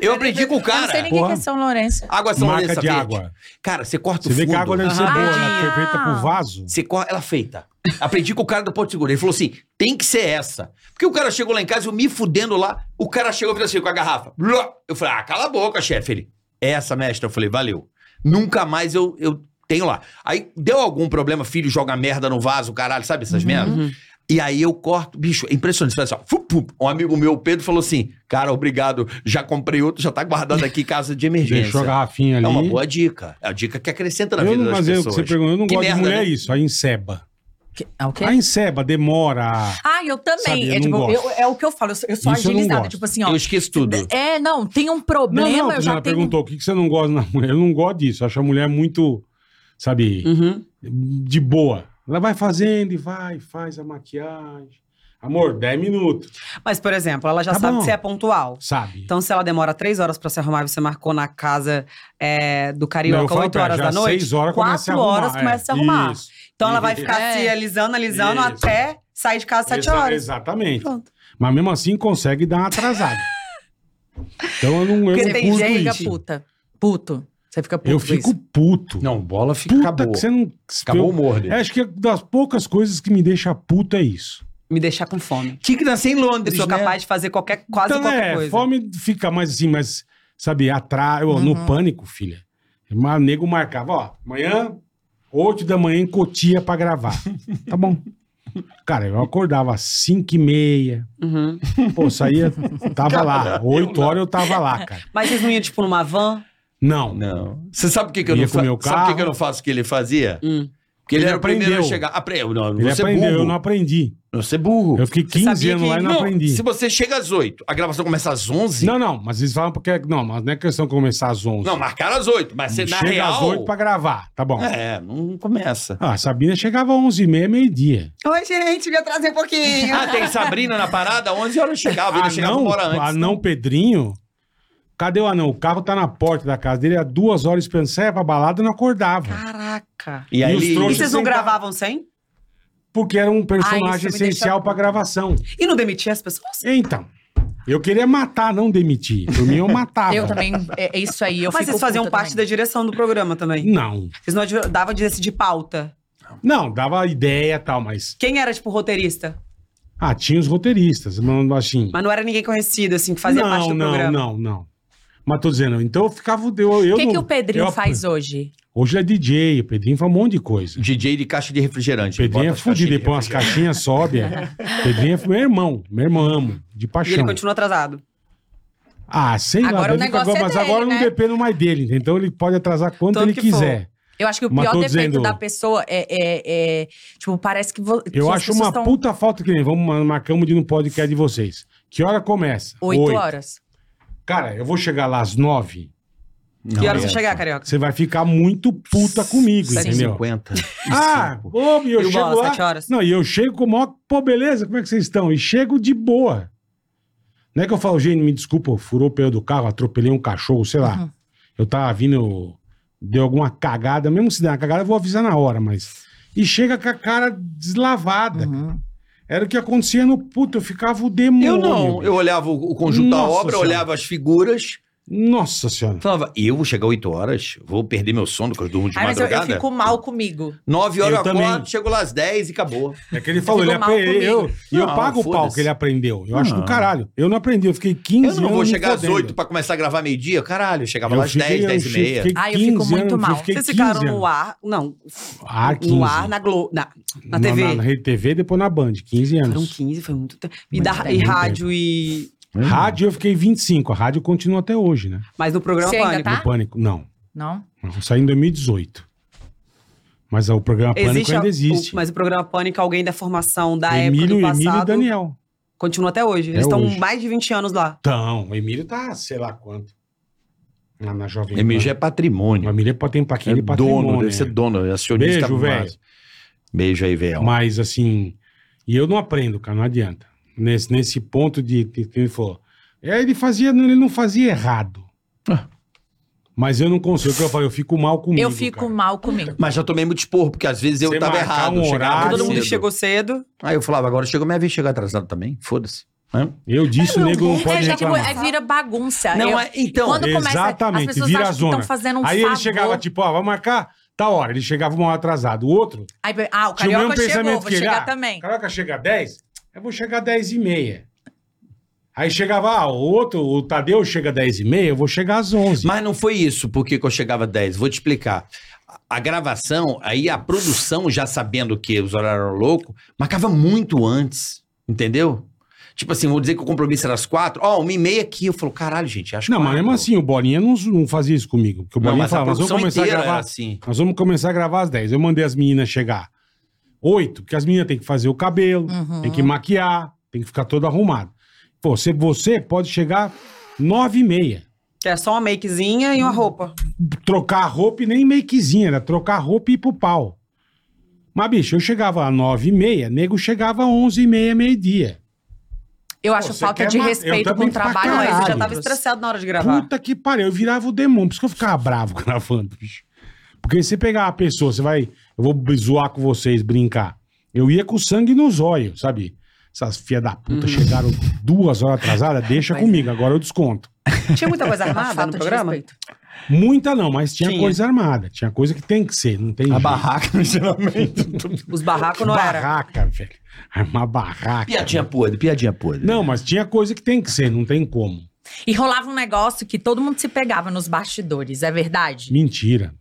Speaker 6: Eu aprendi com o
Speaker 7: Eu não sei
Speaker 6: cara.
Speaker 7: nem o que
Speaker 4: Porra.
Speaker 7: é São Lourenço.
Speaker 6: Água São
Speaker 4: Marca
Speaker 6: Lourenço
Speaker 4: de
Speaker 6: verde.
Speaker 4: água.
Speaker 6: Cara, você corta
Speaker 4: Você
Speaker 6: o fundo.
Speaker 4: vê que a água deve ser
Speaker 7: Ah.
Speaker 4: boa, né? Foi feita pro vaso.
Speaker 6: Você corre, ela feita. Aprendi com o cara do Porto Seguro. Ele falou assim: tem que ser essa. Porque o cara chegou lá em casa, eu me fudendo lá, o cara chegou e falou assim com a garrafa. Blá! Eu falei: ah, cala a boca, chefe. Ele, essa, mestre. Eu falei: valeu. Nunca mais eu, eu tenho lá. Aí deu algum problema, filho joga merda no vaso, caralho, sabe essas
Speaker 4: Uhum.
Speaker 6: merdas? E aí eu corto, bicho, é impressionante. Você faz assim, ó, fup, fup. um amigo meu, o Pedro, falou assim: cara, obrigado, já comprei outro, já tá guardado aqui casa de emergência.
Speaker 4: Deixou a garrafinha ali.
Speaker 6: É uma boa dica. É a dica que acrescenta na
Speaker 4: eu não,
Speaker 6: vida das
Speaker 4: mas eu, que
Speaker 6: pessoas.
Speaker 4: você perguntou, eu não
Speaker 6: Que
Speaker 4: gosto
Speaker 6: merda,
Speaker 4: de mulher é
Speaker 6: né?
Speaker 4: isso. A enceba.
Speaker 7: Ah, o quê?
Speaker 4: A enceba demora.
Speaker 7: Ah, eu também.
Speaker 4: Sabe, eu
Speaker 7: é,
Speaker 4: não
Speaker 7: tipo,
Speaker 4: gosto.
Speaker 7: eu- é o que eu falo, eu sou, eu sou
Speaker 4: Isso eu não
Speaker 7: agilizada.
Speaker 4: gosto.
Speaker 7: tipo assim, ó.
Speaker 6: Eu esqueço tudo.
Speaker 7: É, não, tem um problema,
Speaker 4: Não, não,
Speaker 7: eu já
Speaker 4: ela
Speaker 7: tenho.
Speaker 4: perguntou o que que você não gosta na mulher. Eu não gosto disso. Eu acho a mulher muito, sabe,
Speaker 8: Uhum.
Speaker 4: de boa. Ela vai fazendo e vai, faz a maquiagem. Amor, 10 minutos,
Speaker 8: Mas, por exemplo, ela já
Speaker 4: Tá
Speaker 8: sabe
Speaker 4: bom.
Speaker 8: que você é pontual.
Speaker 4: sabe?
Speaker 8: Então, se ela demora três horas pra se arrumar e você marcou na casa é, do
Speaker 4: Não, eu
Speaker 8: Carioca
Speaker 4: falo
Speaker 8: oito
Speaker 4: pra ela,
Speaker 8: horas
Speaker 4: já
Speaker 8: da noite,
Speaker 4: seis horas
Speaker 8: quatro
Speaker 4: começa a arrumar,
Speaker 8: horas
Speaker 4: é.
Speaker 8: começa a se arrumar.
Speaker 4: Isso.
Speaker 8: Então, ela vai ficar
Speaker 7: É.
Speaker 8: se alisando, alisando
Speaker 4: Isso.
Speaker 8: até sair de casa às sete
Speaker 4: Exa-
Speaker 8: horas.
Speaker 4: Exatamente.
Speaker 8: Pronto.
Speaker 4: Mas mesmo assim consegue dar uma atrasada. então eu não, eu
Speaker 8: Porque
Speaker 4: não
Speaker 8: tem
Speaker 4: curto
Speaker 8: gente-
Speaker 7: Fica
Speaker 4: isso.
Speaker 7: puta. Puto. Você fica puto
Speaker 4: Eu
Speaker 7: com
Speaker 4: fico
Speaker 7: isso.
Speaker 4: puto.
Speaker 6: Não, bola fica,
Speaker 4: Puta
Speaker 6: acabou.
Speaker 4: que você não...
Speaker 6: Acabou o
Speaker 4: eu-
Speaker 6: humor dele.
Speaker 4: É, acho que das poucas coisas que me deixa puto é isso.
Speaker 8: Me deixar com fome.
Speaker 6: Tinha que nascer em
Speaker 8: Eu
Speaker 6: Londres,
Speaker 8: sou
Speaker 6: né?
Speaker 8: capaz de fazer qualquer, quase
Speaker 4: Então,
Speaker 8: qualquer
Speaker 4: é,
Speaker 8: coisa.
Speaker 4: fome fica mais assim, mas, sabe, atrás,
Speaker 6: Uhum.
Speaker 4: no pânico, filha. O nego marcava, ó, amanhã, 8 da manhã em Cotia pra gravar. tá bom. Cara, eu acordava às 5 e meia,
Speaker 8: Uhum.
Speaker 4: pô, saía, tava lá, 8 horas eu tava lá, cara.
Speaker 8: Mas vocês não iam, tipo, numa van?
Speaker 4: Não,
Speaker 6: Não. Você sabe o que, que eu
Speaker 4: Ia
Speaker 6: não
Speaker 4: com meu
Speaker 6: faço? Sabe o
Speaker 4: carro.
Speaker 6: que, que eu não faço que ele fazia?
Speaker 8: Hum.
Speaker 6: Porque ele,
Speaker 4: Ele
Speaker 6: era o primeiro a
Speaker 4: aprendeu.
Speaker 6: chegar. Apre... Não,
Speaker 4: ele
Speaker 6: você é
Speaker 4: aprendeu,
Speaker 6: burro.
Speaker 4: eu não aprendi.
Speaker 6: Você é burro.
Speaker 4: Eu fiquei
Speaker 8: sabia
Speaker 4: 15 anos
Speaker 8: que-
Speaker 4: lá e não, aprendi.
Speaker 6: Se você chega às 8, a gravação começa às 11?
Speaker 4: Não, não, mas eles falam porque, não, mas não é questão de começar às 11.
Speaker 6: Não, marcaram às 8, mas você, na
Speaker 4: Chega
Speaker 6: real...
Speaker 4: às 8 pra gravar, tá bom.
Speaker 6: É, não começa.
Speaker 4: Ah, a Sabina chegava às 11h30, meio-dia.
Speaker 8: Oi, gente, me atrasei um pouquinho.
Speaker 6: Ah, tem Sabrina na parada, 11 horas eu chegava,
Speaker 4: Ah,
Speaker 6: ele chegava uma hora antes. então.
Speaker 4: Anão Pedrinho. Cadê o anão? O carro tá na porta da casa dele há duas horas esperando. Saia pra balada e não acordava.
Speaker 8: Caraca.
Speaker 6: E aí
Speaker 4: E os
Speaker 6: ele...
Speaker 4: trouxas-
Speaker 8: E
Speaker 4: Hoje tá
Speaker 8: vocês não
Speaker 4: sem bar-
Speaker 8: gravavam sem?
Speaker 4: porque era um personagem
Speaker 7: Ah, isso me
Speaker 4: essencial pra
Speaker 7: deixa-
Speaker 4: gravação.
Speaker 8: E não demitir as pessoas?
Speaker 4: Então, eu queria matar, não demitir. Por mim, eu matava.
Speaker 7: Eu também, é, é isso aí. Eu
Speaker 8: Mas vocês faziam parte da direção do programa também.
Speaker 4: Não.
Speaker 8: Vocês não adv- davam de decidir pauta.
Speaker 4: Não, dava ideia e tal, mas...
Speaker 8: Quem era, tipo, roteirista?
Speaker 4: Ah, tinha os roteiristas, mas assim...
Speaker 8: Mas não era ninguém conhecido, assim, que fazia
Speaker 4: não,
Speaker 8: parte do
Speaker 4: não,
Speaker 8: programa.
Speaker 4: não, não. Mas tô dizendo, então eu ficava... Eu, eu
Speaker 7: O que,
Speaker 4: não-
Speaker 7: que o Pedrinho
Speaker 4: eu-
Speaker 7: faz hoje?
Speaker 4: Hoje ele é DJ, o Pedrinho faz um monte de coisa.
Speaker 6: DJ de caixa de refrigerante.
Speaker 4: Pedrinho é fudido, depois umas caixinhas sobe. é. Pedrinho é meu irmão, meu irmão amo, de
Speaker 8: E ele
Speaker 4: paixão.
Speaker 8: continua atrasado.
Speaker 4: Ah, sei lá,
Speaker 7: Agora o
Speaker 4: deve ficar-
Speaker 7: negócio é
Speaker 4: mas
Speaker 7: dele,
Speaker 4: agora eu não
Speaker 7: né?
Speaker 4: dependo mais dele, então ele pode atrasar quanto
Speaker 8: Tanto
Speaker 4: ele
Speaker 8: que
Speaker 4: quiser.
Speaker 7: Eu acho que o
Speaker 4: Mas
Speaker 7: pior
Speaker 4: tô
Speaker 7: defeito
Speaker 4: dizendo-
Speaker 7: da pessoa é, é- é, Tipo, parece que. vo- que
Speaker 4: Eu
Speaker 7: as
Speaker 4: acho
Speaker 7: pessoas
Speaker 4: uma
Speaker 7: tão-
Speaker 4: puta falta que nem. Vamos mar- marcamos de no podcast de vocês. Que hora começa?
Speaker 7: Oito
Speaker 4: Oito.
Speaker 7: horas.
Speaker 4: Cara, eu vou chegar lá às nove.
Speaker 8: que
Speaker 4: é.
Speaker 8: horas você chegar, Carioca?
Speaker 4: Você vai ficar muito puta comigo,
Speaker 7: Sete e
Speaker 4: entendeu?
Speaker 6: 50.
Speaker 4: Ah, ô, e eu
Speaker 8: E o
Speaker 4: chego
Speaker 8: bola,
Speaker 4: lá.
Speaker 8: sete horas?
Speaker 4: Não, e eu chego com o maior. Pô, beleza, como é que vocês estão? E chego de boa. Não é que eu falo, gente, me desculpa, furou o pneu do carro, atropelei um cachorro, sei lá.
Speaker 7: Uhum.
Speaker 4: Eu tava vindo. Deu alguma cagada, mesmo se der uma cagada, eu vou avisar na hora, mas. E chega com a cara deslavada.
Speaker 7: Uhum.
Speaker 4: Era o que acontecia no puto, eu ficava o demônio.
Speaker 6: Eu não. Eu olhava o o conjunto da
Speaker 4: Nossa
Speaker 6: obra,
Speaker 4: Senhora.
Speaker 6: olhava as figuras,
Speaker 4: Nossa senhora.
Speaker 6: falava, eu vou chegar 8 horas, vou perder meu sono, porque eu durmo de
Speaker 7: Ai, Ah, mas eu, eu
Speaker 6: madrugada.
Speaker 7: fico mal comigo.
Speaker 6: 9 horas
Speaker 4: Eu
Speaker 6: eu acordo,
Speaker 4: também.
Speaker 6: chego lá às 10 e acabou.
Speaker 4: É que ele falou, ele
Speaker 7: Ficou mal
Speaker 4: aprendeu. Eu,
Speaker 7: comigo.
Speaker 4: e eu
Speaker 6: Não,
Speaker 4: pago o pau
Speaker 6: foda-se.
Speaker 4: que ele aprendeu. Eu acho do
Speaker 6: Não.
Speaker 4: caralho. Eu não aprendi, eu fiquei 15
Speaker 6: Eu
Speaker 4: anos.
Speaker 6: não vou
Speaker 4: me
Speaker 6: chegar às
Speaker 4: fodendo.
Speaker 6: 8 pra começar a gravar meio-dia, caralho, eu chegava
Speaker 4: Eu
Speaker 6: lá às 10,
Speaker 4: fiquei-
Speaker 6: 10 e
Speaker 4: eu
Speaker 6: meia.
Speaker 4: fiquei
Speaker 7: Ah, eu fico
Speaker 4: 15
Speaker 7: muito
Speaker 4: anos,
Speaker 7: mal.
Speaker 4: eu fiquei
Speaker 8: Vocês
Speaker 4: 15
Speaker 8: ficaram no
Speaker 4: anos.
Speaker 8: ar. Não,
Speaker 4: Ar, 15.
Speaker 8: no ar, na Globo. Na, na
Speaker 4: Na-
Speaker 8: TV.
Speaker 4: Na rede TV, depois na Band, 15
Speaker 8: Foram
Speaker 4: anos.
Speaker 8: 15, foi muito tempo. E,
Speaker 7: Muito
Speaker 8: da-
Speaker 7: tempo.
Speaker 8: e
Speaker 4: Muito
Speaker 8: rádio e.
Speaker 4: Rádio eu fiquei 25. A rádio continua até hoje, né?
Speaker 8: Mas no programa
Speaker 7: Você ainda
Speaker 8: Pânico.
Speaker 7: tá?
Speaker 4: O Pânico, não.
Speaker 7: Não?
Speaker 4: Eu saí em 2018. Mas o programa Pânico
Speaker 8: Existe a-
Speaker 4: ainda existe.
Speaker 8: o- mas o programa Pânico, é alguém da formação da
Speaker 4: Emílio,
Speaker 8: época do
Speaker 4: Emílio e
Speaker 8: passado,
Speaker 4: Daniel.
Speaker 8: continua até hoje. Eles
Speaker 4: Até
Speaker 8: estão
Speaker 4: hoje.
Speaker 8: mais de 20 anos lá.
Speaker 4: Então, o Emílio tá, sei lá quanto. Na, na Jovem Pan.
Speaker 6: MG é patrimônio.
Speaker 4: O Emílio pode ter
Speaker 6: É
Speaker 4: paquinha de patrimônio.
Speaker 6: dono, deve
Speaker 4: né?
Speaker 6: ser dono, é acionista.
Speaker 4: Beijo,
Speaker 6: mas-
Speaker 4: velho.
Speaker 6: Beijo aí, velho.
Speaker 4: Mas assim, e eu não aprendo, cara, não adianta. Nesse, nesse ponto de que que ele falou. É, ele fazia, ele não fazia errado. Mas eu não consigo, porque eu falei, eu fico mal comigo.
Speaker 7: eu fico
Speaker 4: cara.
Speaker 7: mal comigo.
Speaker 6: Mas já tomei muito esporro, porque às vezes eu
Speaker 4: Você
Speaker 6: tava
Speaker 4: marcar
Speaker 6: errado.
Speaker 4: um
Speaker 6: eu chegava
Speaker 4: horário.
Speaker 8: Todo mundo
Speaker 6: cedo.
Speaker 8: chegou cedo.
Speaker 6: Aí eu falava, agora chegou minha vez de chegar atrasado também. Foda-se. Hã?
Speaker 4: Eu disse, o nego não pode
Speaker 7: é, tipo,
Speaker 4: reclamar.
Speaker 7: é, vira bagunça.
Speaker 6: Não,
Speaker 7: Eu-
Speaker 6: é- então,
Speaker 7: Quando começa,
Speaker 4: exatamente,
Speaker 7: as pessoas
Speaker 4: vira
Speaker 7: acham que
Speaker 4: zona.
Speaker 7: estão fazendo um
Speaker 4: Aí
Speaker 7: favor.
Speaker 4: ele chegava, tipo, ó, vai marcar tal hora. Ele chegava uma hora atrasado. O outro
Speaker 7: Aí, ah, o
Speaker 4: tinha o mesmo
Speaker 7: Carioca chegou,
Speaker 4: pensamento
Speaker 7: vou
Speaker 4: que ele.
Speaker 7: chegar
Speaker 4: ah,
Speaker 7: também.
Speaker 4: Caraca, chega a 10, eu vou chegar a 10 e meia. Aí chegava, ah, o outro, o Tadeu chega a 10 e meia, eu vou chegar às 11.
Speaker 6: Mas não foi isso porque que eu chegava às 10. Vou te explicar. A- A gravação, aí a produção, já sabendo que os horários eram loucos, marcava muito antes. Entendeu? Tipo assim, vou dizer que o compromisso era às quatro. Ó, uma e meia aqui. Eu falo, caralho, gente, acho
Speaker 4: Não, mas mesmo assim, o Bolinha não, não fazia isso comigo. Porque o
Speaker 6: Não,
Speaker 4: Bolinha
Speaker 6: mas a
Speaker 4: falava, nós vamos
Speaker 6: produção
Speaker 4: começar a
Speaker 6: inteira
Speaker 4: gravar.
Speaker 6: era assim.
Speaker 4: Nós vamos começar a gravar às 10. Eu mandei as meninas chegar 8, porque as meninas têm que fazer o cabelo,
Speaker 7: Uhum.
Speaker 4: tem que maquiar, tem que ficar todo arrumado. Pô, você, você pode chegar 9 e meia.
Speaker 8: Que é só uma makezinha
Speaker 4: Hum.
Speaker 8: e uma roupa.
Speaker 4: Trocar a roupa e nem makezinha, era trocar a roupa e ir pro pau. Mas, bicho, eu chegava às 9 e meia, nego chegava às 11 e meia, meio-dia.
Speaker 7: Eu acho
Speaker 4: Pô, você
Speaker 7: falta
Speaker 4: quer
Speaker 7: de
Speaker 4: ma- eu
Speaker 7: respeito com
Speaker 4: também
Speaker 7: o
Speaker 4: pra
Speaker 7: trabalho.
Speaker 8: Ah,
Speaker 4: Caralho.
Speaker 8: não,
Speaker 7: mas
Speaker 8: você
Speaker 7: eu
Speaker 8: já tava estressado na hora de gravar.
Speaker 4: Puta que pariu, eu virava o demônio. Por isso que eu ficava bravo gravando, bicho. Porque se você pegar uma pessoa, você vai. Eu vou zoar com vocês, brincar. Eu ia com sangue nos olhos, sabe? Essas filhas da puta
Speaker 6: Hum.
Speaker 4: chegaram duas horas atrasadas, deixa
Speaker 7: Pois
Speaker 6: é.
Speaker 4: comigo, agora eu desconto.
Speaker 8: Tinha muita coisa
Speaker 7: Uma
Speaker 8: armada
Speaker 7: falta
Speaker 8: no
Speaker 7: de
Speaker 8: programa?
Speaker 7: respeito.
Speaker 4: Muita não, mas tinha,
Speaker 8: Tinha.
Speaker 4: coisa armada. Tinha coisa que tem que ser, não tem
Speaker 6: A
Speaker 4: jeito.
Speaker 6: barraca, geralmente.
Speaker 8: Os barracos não
Speaker 4: é-
Speaker 8: era.
Speaker 4: barraca, velho. Armar barraca.
Speaker 6: piadinha podre, piadinha podre.
Speaker 4: Não, mas tinha coisa que tem que ser, não tem como.
Speaker 7: E rolava um negócio que todo mundo se pegava nos bastidores, é verdade?
Speaker 4: Mentira.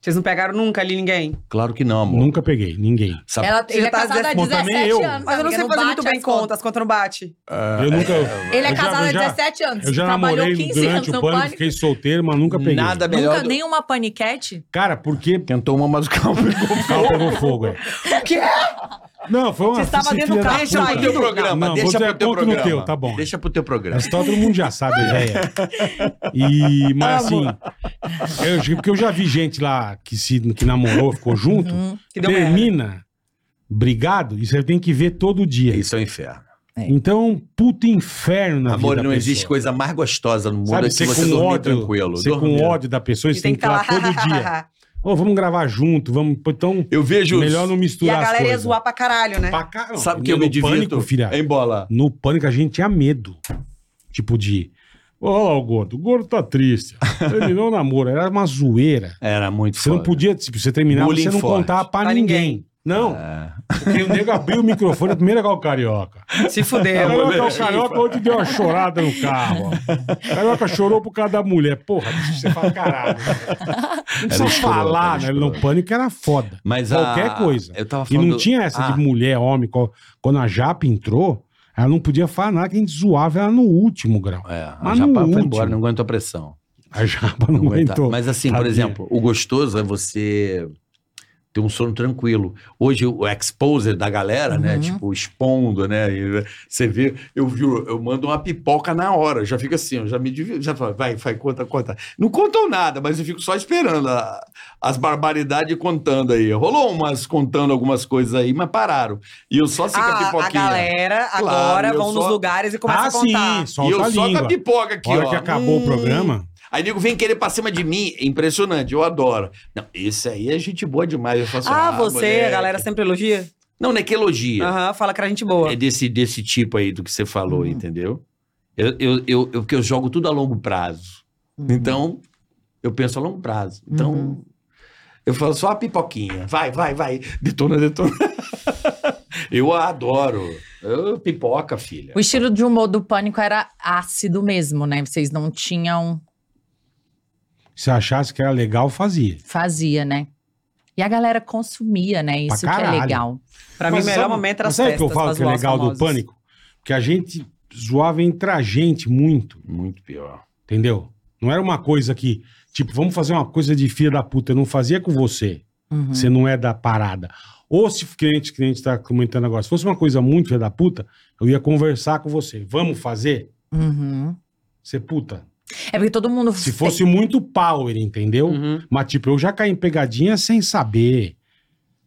Speaker 8: Vocês não pegaram nunca ali ninguém.
Speaker 6: Claro que não, amor.
Speaker 4: Nunca peguei, ninguém.
Speaker 6: Sabe-
Speaker 7: Ela,
Speaker 8: Você
Speaker 7: ele é
Speaker 8: tá
Speaker 7: casado há
Speaker 4: dezessete- Bom, também
Speaker 7: 17
Speaker 4: eu.
Speaker 7: anos.
Speaker 8: Mas eu não
Speaker 7: amiga,
Speaker 8: sei fazer
Speaker 7: bate
Speaker 8: muito bem
Speaker 7: as contas.
Speaker 8: conta, as contas não bate.
Speaker 4: eu nunca.
Speaker 7: Ele é
Speaker 4: eu já-
Speaker 7: casado
Speaker 4: eu já-
Speaker 7: há 17 anos.
Speaker 4: Eu já
Speaker 7: trabalhou
Speaker 4: namorei
Speaker 7: 15 anos
Speaker 4: durante o
Speaker 7: no
Speaker 4: pânico,
Speaker 7: pânico.
Speaker 4: fiquei solteiro, mas nunca peguei.
Speaker 6: Nada melhor.
Speaker 7: Nunca
Speaker 6: do-
Speaker 7: nenhuma paniquete?
Speaker 4: Cara, porque
Speaker 6: Tentou uma, mas o carro pegou.
Speaker 4: pau pegou fogo, é.
Speaker 8: quê?
Speaker 4: Não, foi uma...
Speaker 8: Você estava
Speaker 4: esse
Speaker 8: dentro
Speaker 4: filho
Speaker 8: do
Speaker 4: da
Speaker 8: carro,
Speaker 4: puta.
Speaker 8: deixa pro teu
Speaker 6: programa,
Speaker 4: Não, é
Speaker 6: deixa
Speaker 4: vou dizer,
Speaker 6: pro teu
Speaker 4: conta no
Speaker 6: programa.
Speaker 4: teu, tá bom.
Speaker 6: Deixa pro teu programa.
Speaker 4: Essa história todo mundo já sabe, velho. E, mas assim, eu, acho que- porque eu já vi gente lá que, se, que namorou, ficou junto,
Speaker 8: Uhum, Que deu merda.
Speaker 4: termina brigado e você tem que ver todo dia.
Speaker 6: Isso é um inferno.
Speaker 4: Então, é um puto inferno na
Speaker 6: Amor,
Speaker 4: vida
Speaker 6: não
Speaker 4: da
Speaker 6: existe
Speaker 4: pessoa.
Speaker 6: coisa mais gostosa no mundo
Speaker 4: Sabe,
Speaker 6: do
Speaker 4: você
Speaker 6: que você
Speaker 4: com
Speaker 6: dormir
Speaker 4: ódio,
Speaker 6: tranquilo.
Speaker 4: você
Speaker 6: Dormir.
Speaker 4: com ódio da pessoa,
Speaker 8: E tá
Speaker 4: você tem que estar lá assim, todo dia. Ô, vamos gravar junto, vamos. pô, Então,
Speaker 6: Eu vejo.
Speaker 4: melhor não
Speaker 8: E
Speaker 4: misturar
Speaker 8: a galera ia
Speaker 4: as coisas.
Speaker 8: zoar pra caralho, né?
Speaker 4: Pra cá, não.
Speaker 6: Sabe que eu
Speaker 4: No
Speaker 6: me divirto? É
Speaker 4: Pânico, filha.
Speaker 6: Em bola.
Speaker 4: No pânico a gente tinha medo. Tipo de. Ô, o gordo, o gordo tá triste. Terminou o namoro, era uma zoeira.
Speaker 6: Era muito
Speaker 4: Você não
Speaker 6: foda.
Speaker 4: podia, tipo, você terminava,
Speaker 6: Bullying
Speaker 4: você não
Speaker 6: forte.
Speaker 4: contava pra
Speaker 8: Pra
Speaker 4: ninguém.
Speaker 8: ninguém.
Speaker 4: Não, porque o nego abriu o microfone, a primeira é o carioca.
Speaker 8: Se
Speaker 4: É,
Speaker 8: fuder.
Speaker 4: carioca, o carioca ontem deu uma chorada no carro. ó. O carioca chorou por causa da mulher. Porra, bicho, você fala caralho. Não precisa
Speaker 6: escroto,
Speaker 4: falar,
Speaker 6: era
Speaker 4: né?
Speaker 6: escroto.
Speaker 4: No pânico era foda.
Speaker 6: Mas a-
Speaker 4: Qualquer coisa.
Speaker 6: Eu tava
Speaker 4: E
Speaker 6: falando...
Speaker 4: não tinha essa de
Speaker 6: Ah,
Speaker 4: mulher, homem. qual- Quando a Japa entrou, ela não podia falar nada, que a gente zoava ela no último grau.
Speaker 6: É, a
Speaker 4: Mas
Speaker 6: Japa
Speaker 4: no
Speaker 6: foi
Speaker 4: último.
Speaker 6: embora, não aguentou a pressão.
Speaker 4: A Japa não,
Speaker 6: Não aguentar.
Speaker 4: aguentou.
Speaker 6: Mas assim, por
Speaker 4: Tadinha.
Speaker 6: exemplo, o gostoso é você ter um sono tranquilo. Hoje o exposer da galera, né,
Speaker 7: Uhum.
Speaker 6: tipo expondo, né, e você vê, eu juro, eu mando uma pipoca na hora, já fico assim, eu já me divido, já falo, vai, vai, conta, conta. Não contam nada, mas eu fico só esperando a- as barbaridades contando aí. Rolou umas contando algumas coisas aí, mas pararam. E eu só assim com a
Speaker 8: Ah, a
Speaker 6: pipoquinha.
Speaker 8: galera
Speaker 6: Claro,
Speaker 8: agora
Speaker 6: eu
Speaker 8: vão
Speaker 6: só-
Speaker 8: nos lugares e começa
Speaker 4: Ah,
Speaker 8: a contar.
Speaker 4: sim,
Speaker 6: e
Speaker 4: solta
Speaker 6: eu
Speaker 4: a
Speaker 6: só com a
Speaker 4: língua.
Speaker 6: pipoca aqui,
Speaker 4: A hora
Speaker 6: ó. Hum.
Speaker 4: que acabou o programa,
Speaker 6: Aí nego vem querer pra cima de mim, é impressionante, eu adoro. Não, esse aí é gente boa demais. Eu faço,
Speaker 8: Ah, você, a
Speaker 6: moleque."
Speaker 8: galera Ah. sempre elogia?
Speaker 6: Não, não é que elogia.
Speaker 8: Aham, fala que era gente boa.
Speaker 6: É desse, desse tipo aí do que você falou,
Speaker 8: Uhum.
Speaker 6: entendeu? Eu, eu, eu, eu- porque eu jogo tudo a longo prazo.
Speaker 8: Uhum.
Speaker 6: Então, eu penso a longo prazo. Então, eu falo só a pipoquinha. Vai, vai, vai. Detona, detona. eu a adoro. Eu- pipoca, filha.
Speaker 1: O estilo de humor do pânico era ácido mesmo, né? Vocês não tinham.
Speaker 4: se achasse que era legal, fazia.
Speaker 1: Fazia, né? E a galera consumia, né? Isso que é
Speaker 4: caralho.
Speaker 1: legal.
Speaker 8: Pra mim,
Speaker 4: Mas
Speaker 8: o melhor
Speaker 4: sabe-
Speaker 8: momento era
Speaker 4: mas
Speaker 8: as
Speaker 4: sabe
Speaker 8: festas.
Speaker 4: o que eu falo
Speaker 8: pra
Speaker 4: que é
Speaker 8: zoar os
Speaker 4: legal do
Speaker 8: famosos.
Speaker 4: pânico? Porque a gente zoava entre a gente muito,
Speaker 6: Muito pior.
Speaker 4: entendeu? Não era uma coisa que, tipo, vamos fazer uma coisa de filha da puta. Eu não fazia com você.
Speaker 8: Hum.
Speaker 1: Uhum.
Speaker 4: Você não é da parada. Ou se o cliente, cliente tá comentando agora, se fosse uma coisa muito filha da puta, eu ia conversar com você. Vamos fazer?
Speaker 1: Uhum.
Speaker 4: Você puta.
Speaker 1: É porque todo mundo.
Speaker 4: Se fosse muito power, entendeu?
Speaker 8: Uhum.
Speaker 4: Mas, tipo, eu já caí em pegadinha sem saber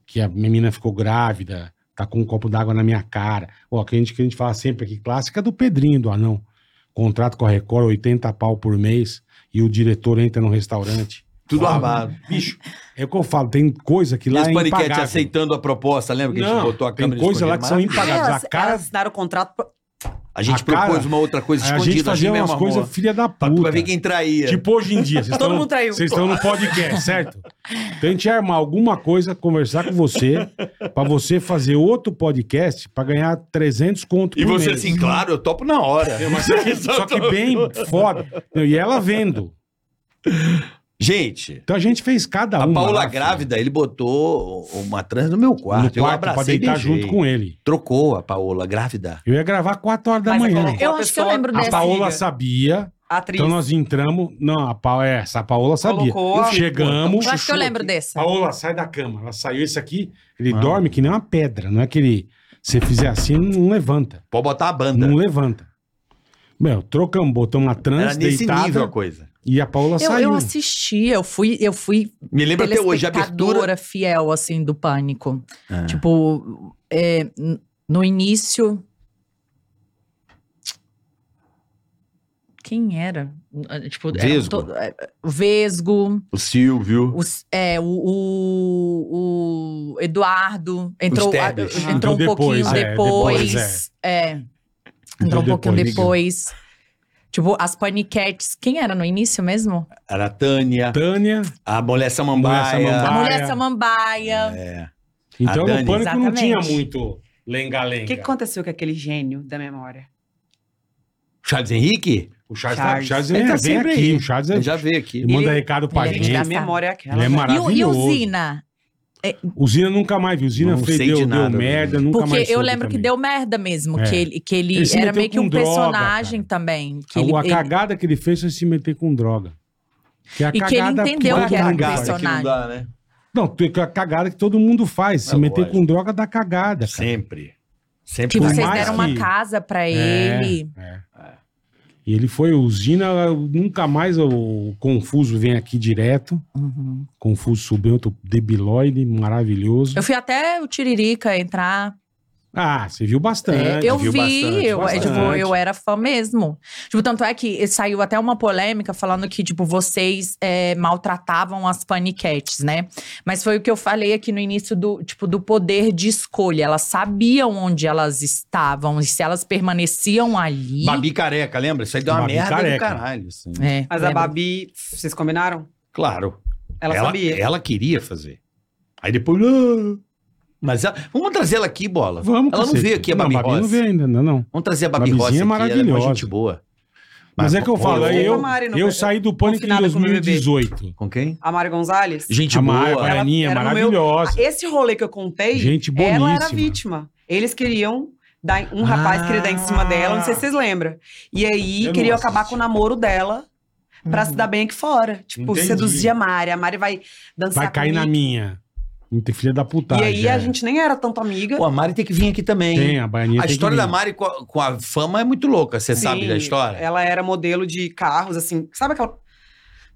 Speaker 4: que a menina ficou grávida, tá com um copo d'água na minha cara. Ó, que a gente, que a gente fala sempre aqui, clássica do Pedrinho, do anão. Contrato com a Record, 80 pau por mês, e o diretor entra no restaurante.
Speaker 6: Tudo
Speaker 4: Fala,
Speaker 6: armado.
Speaker 4: Bicho, é o que eu falo, tem coisa que
Speaker 6: E
Speaker 4: lá
Speaker 6: as
Speaker 4: é
Speaker 6: paniquete
Speaker 4: impagável.
Speaker 6: aceitando a proposta, lembra que a gente
Speaker 4: Não,
Speaker 6: botou a
Speaker 4: tem
Speaker 6: câmera
Speaker 4: coisa lá que são
Speaker 6: escondida? Maravilha.
Speaker 4: impagáveis.
Speaker 8: Elas,
Speaker 4: A cara...
Speaker 8: elas assinaram o contrato. pra-
Speaker 6: A gente
Speaker 4: A
Speaker 6: propôs
Speaker 4: cara-
Speaker 6: uma outra coisa
Speaker 4: a
Speaker 6: escondida,
Speaker 4: gente fazia
Speaker 6: mesmo
Speaker 4: umas
Speaker 6: armou.
Speaker 4: coisas filha da
Speaker 6: Pra,
Speaker 4: puta.
Speaker 6: pra ver quem traía.
Speaker 4: Tipo hoje em dia. vocês
Speaker 8: Todo
Speaker 4: tão-
Speaker 8: mundo traiu.
Speaker 4: Vocês estão no podcast, certo? Então a gente ia armar alguma coisa, conversar com você, pra você fazer outro podcast pra ganhar 300 conto
Speaker 6: e
Speaker 4: por
Speaker 6: você
Speaker 4: mês.
Speaker 6: assim, claro, eu topo na hora.
Speaker 4: É Só que bem foda. E ela vendo.
Speaker 6: Gente,
Speaker 4: Então a gente fez cada
Speaker 6: a
Speaker 4: uma.
Speaker 6: Paula
Speaker 4: lá,
Speaker 6: grávida, ele botou uma trans no meu
Speaker 4: filho,
Speaker 6: quarto.
Speaker 4: No
Speaker 6: eu
Speaker 4: quarto pra
Speaker 6: abracei
Speaker 4: deitar junto com
Speaker 6: ele.
Speaker 4: ele.
Speaker 6: Trocou a Paola grávida.
Speaker 4: Eu ia gravar 4 horas da
Speaker 8: Mas
Speaker 4: manhã.
Speaker 8: colocou
Speaker 1: Eu
Speaker 8: a
Speaker 1: acho que eu
Speaker 8: pessoa-
Speaker 1: lembro
Speaker 4: A
Speaker 1: dessa.
Speaker 4: Paola
Speaker 8: amiga.
Speaker 4: sabia.
Speaker 8: A atriz.
Speaker 4: Então nós entramos. Não, a Paola, essa, a Paola sabia.
Speaker 8: Colocou a-
Speaker 4: Chegamos.
Speaker 1: Eu acho que eu lembro dessa.
Speaker 4: Paola, sai da cama. Ela saiu isso aqui, ele
Speaker 6: Ah.
Speaker 4: dorme que nem uma pedra. Não é que ele, se fizer assim, não levanta.
Speaker 6: Pode botar a banda.
Speaker 4: Não levanta. Meu, trocamos, botamos uma
Speaker 6: Era
Speaker 4: trans
Speaker 6: nesse nível a
Speaker 4: deitada
Speaker 6: coisa.
Speaker 4: e a Paola
Speaker 1: Eu,
Speaker 4: saiu.
Speaker 1: eu assisti, eu fui, eu fui
Speaker 6: Me lembra até hoje a abertura.
Speaker 1: telespectadora fiel, assim, do pânico.
Speaker 6: Ah.
Speaker 1: Tipo, é, n- no início. Quem era? Eh, Tipo, eram
Speaker 6: Vesgo.
Speaker 1: to- eh, Vesgo,
Speaker 6: O Silvio.
Speaker 1: os- é, o, o- o Eduardo entrou, a-
Speaker 6: Tebet.
Speaker 1: entrou um
Speaker 4: Entrou Ah, depois,
Speaker 1: pouquinho
Speaker 4: é,
Speaker 1: depois.
Speaker 4: depois,
Speaker 1: é. entrou um pouquinho
Speaker 4: depois.
Speaker 1: depois. Tipo, as paniquetes. Quem era no início mesmo?
Speaker 6: Era a Tânia.
Speaker 4: Tânia.
Speaker 6: A mulher samambaia.
Speaker 4: Mulher
Speaker 1: A
Speaker 4: samambaia.
Speaker 1: mulher
Speaker 4: Maia.
Speaker 1: samambaia.
Speaker 4: Então no
Speaker 6: Dani.
Speaker 4: pânico não
Speaker 1: Exatamente.
Speaker 4: tinha muito
Speaker 8: O
Speaker 4: lenga-lenga.
Speaker 8: que que aconteceu com aquele gênio da memória?
Speaker 6: Charles Henrique?
Speaker 4: O Charles,
Speaker 8: Charles.
Speaker 4: Tá, o Charles
Speaker 6: Ele tá
Speaker 4: é, vem
Speaker 6: sempre
Speaker 4: aqui.
Speaker 6: aí.
Speaker 4: O Charles é-
Speaker 6: Ele já veio aqui.
Speaker 4: ele manda
Speaker 8: Ele-
Speaker 4: recado pra
Speaker 1: ele é
Speaker 4: gente.
Speaker 8: A
Speaker 1: engraçado.
Speaker 8: memória é aquela.
Speaker 4: Ele é
Speaker 8: né?
Speaker 1: E o- E, o
Speaker 4: maravilhoso.
Speaker 1: Zina?
Speaker 4: O Zina nunca mais viu. O Zina
Speaker 6: Não
Speaker 4: fez,
Speaker 6: sei de
Speaker 4: deu, deu
Speaker 6: nada,
Speaker 4: merda,
Speaker 6: Zina.
Speaker 4: nunca mais
Speaker 1: Porque eu
Speaker 4: soube
Speaker 1: lembro que
Speaker 4: também.
Speaker 1: deu merda mesmo,
Speaker 4: É.
Speaker 1: que ele, que ele,
Speaker 4: Ele se
Speaker 1: era
Speaker 4: meteu
Speaker 1: meio que
Speaker 4: com
Speaker 1: um
Speaker 4: droga,
Speaker 1: personagem
Speaker 4: cara.
Speaker 1: também. Que
Speaker 4: A,
Speaker 1: ele,
Speaker 4: a
Speaker 1: ele-
Speaker 4: cagada que ele fez foi se meter com droga. Que é a
Speaker 1: E que ele
Speaker 4: cagada
Speaker 1: entendeu
Speaker 4: todo
Speaker 1: que era um
Speaker 4: mundo faz.
Speaker 1: personagem.
Speaker 6: dá, né?
Speaker 4: Não, tu- a cagada que todo mundo faz. Se
Speaker 6: É
Speaker 4: meter
Speaker 6: lógico.
Speaker 4: com droga dá cagada, cara.
Speaker 6: Sempre. Sempre
Speaker 1: tipo,
Speaker 4: por
Speaker 1: vocês
Speaker 4: mais
Speaker 1: deram uma
Speaker 4: que-
Speaker 1: casa pra
Speaker 4: É,
Speaker 1: ele.
Speaker 4: é. E ele foi o Zina, nunca mais o Confuso vem aqui direto.
Speaker 1: Uhum.
Speaker 4: Confuso subiu, outro debilóide, maravilhoso.
Speaker 1: Eu fui até o Tiririca entrar.
Speaker 4: Ah, você viu bastante.
Speaker 7: É, eu vi,
Speaker 6: viu bastante,
Speaker 7: eu, é, tipo,
Speaker 4: bastante.
Speaker 7: eu era fã mesmo. Tipo, tanto é que saiu até uma polêmica falando que, tipo, vocês é, maltratavam as paniquetes, né? Mas foi o que eu falei aqui no início do, tipo, do poder de escolha. Elas sabiam onde elas estavam e se elas permaneciam ali.
Speaker 6: Babi careca, lembra? Isso aí deu uma
Speaker 4: Babi
Speaker 6: merda
Speaker 4: careca.
Speaker 6: do caralho. assim.
Speaker 7: É,
Speaker 8: Mas a
Speaker 7: lembra?
Speaker 8: Babi, vocês combinaram?
Speaker 6: Claro.
Speaker 8: Ela, sabia.
Speaker 4: é.
Speaker 6: Ela queria fazer. Aí depois. "Ah". Mas ela- vamos trazer ela aqui, bola.
Speaker 4: Vamos,
Speaker 6: ela não
Speaker 4: cacete.
Speaker 6: veio aqui, a Babi
Speaker 4: Não, não
Speaker 6: Rossi.
Speaker 4: veio ainda, não. não.
Speaker 6: Vamos trazer a Babi
Speaker 4: Babizinha
Speaker 6: Rossi
Speaker 4: é
Speaker 6: aqui, ela é uma
Speaker 4: maravilhosa.
Speaker 6: gente boa.
Speaker 4: Mas, é que eu
Speaker 6: pô,
Speaker 4: falo, aí eu,
Speaker 8: eu- a Mari no-
Speaker 4: eu saí do pânico em
Speaker 8: confinada com o meu bebê.
Speaker 4: 2018.
Speaker 6: Com quem?
Speaker 8: A Mari Gonzalez?
Speaker 6: Gente
Speaker 4: a
Speaker 6: boa.
Speaker 4: Mara, a Baianinha,
Speaker 8: era no meu-
Speaker 4: maravilhosa.
Speaker 8: Ah, Esse rolê que eu contei,
Speaker 4: Gente
Speaker 8: ela era
Speaker 4: boníssima.
Speaker 8: vítima. Eles queriam dar um
Speaker 6: Ah.
Speaker 8: rapaz queria dar em cima dela, não sei se vocês lembram. E aí
Speaker 4: Eu não
Speaker 8: queriam
Speaker 4: assisti. Uhum.
Speaker 8: acabar com o namoro dela pra se dar bem aqui fora. Tipo,
Speaker 4: Entendi.
Speaker 8: seduzir a Mari. A Mari vai dançar
Speaker 4: Vai cair na
Speaker 8: comigo.
Speaker 4: minha. Muita filha da
Speaker 8: E
Speaker 4: putagem.
Speaker 8: aí a
Speaker 4: é.
Speaker 8: gente nem era tanto amiga.
Speaker 6: Pô, a Mari tem que vir aqui também.
Speaker 4: Tem, a Baianinha
Speaker 6: a
Speaker 4: tem que
Speaker 6: história da
Speaker 4: vir.
Speaker 6: Mari com a, com a fama é muito louca, você
Speaker 8: Sim,
Speaker 6: sabe da história?
Speaker 8: Ela era modelo de carros, assim. Sabe aquela.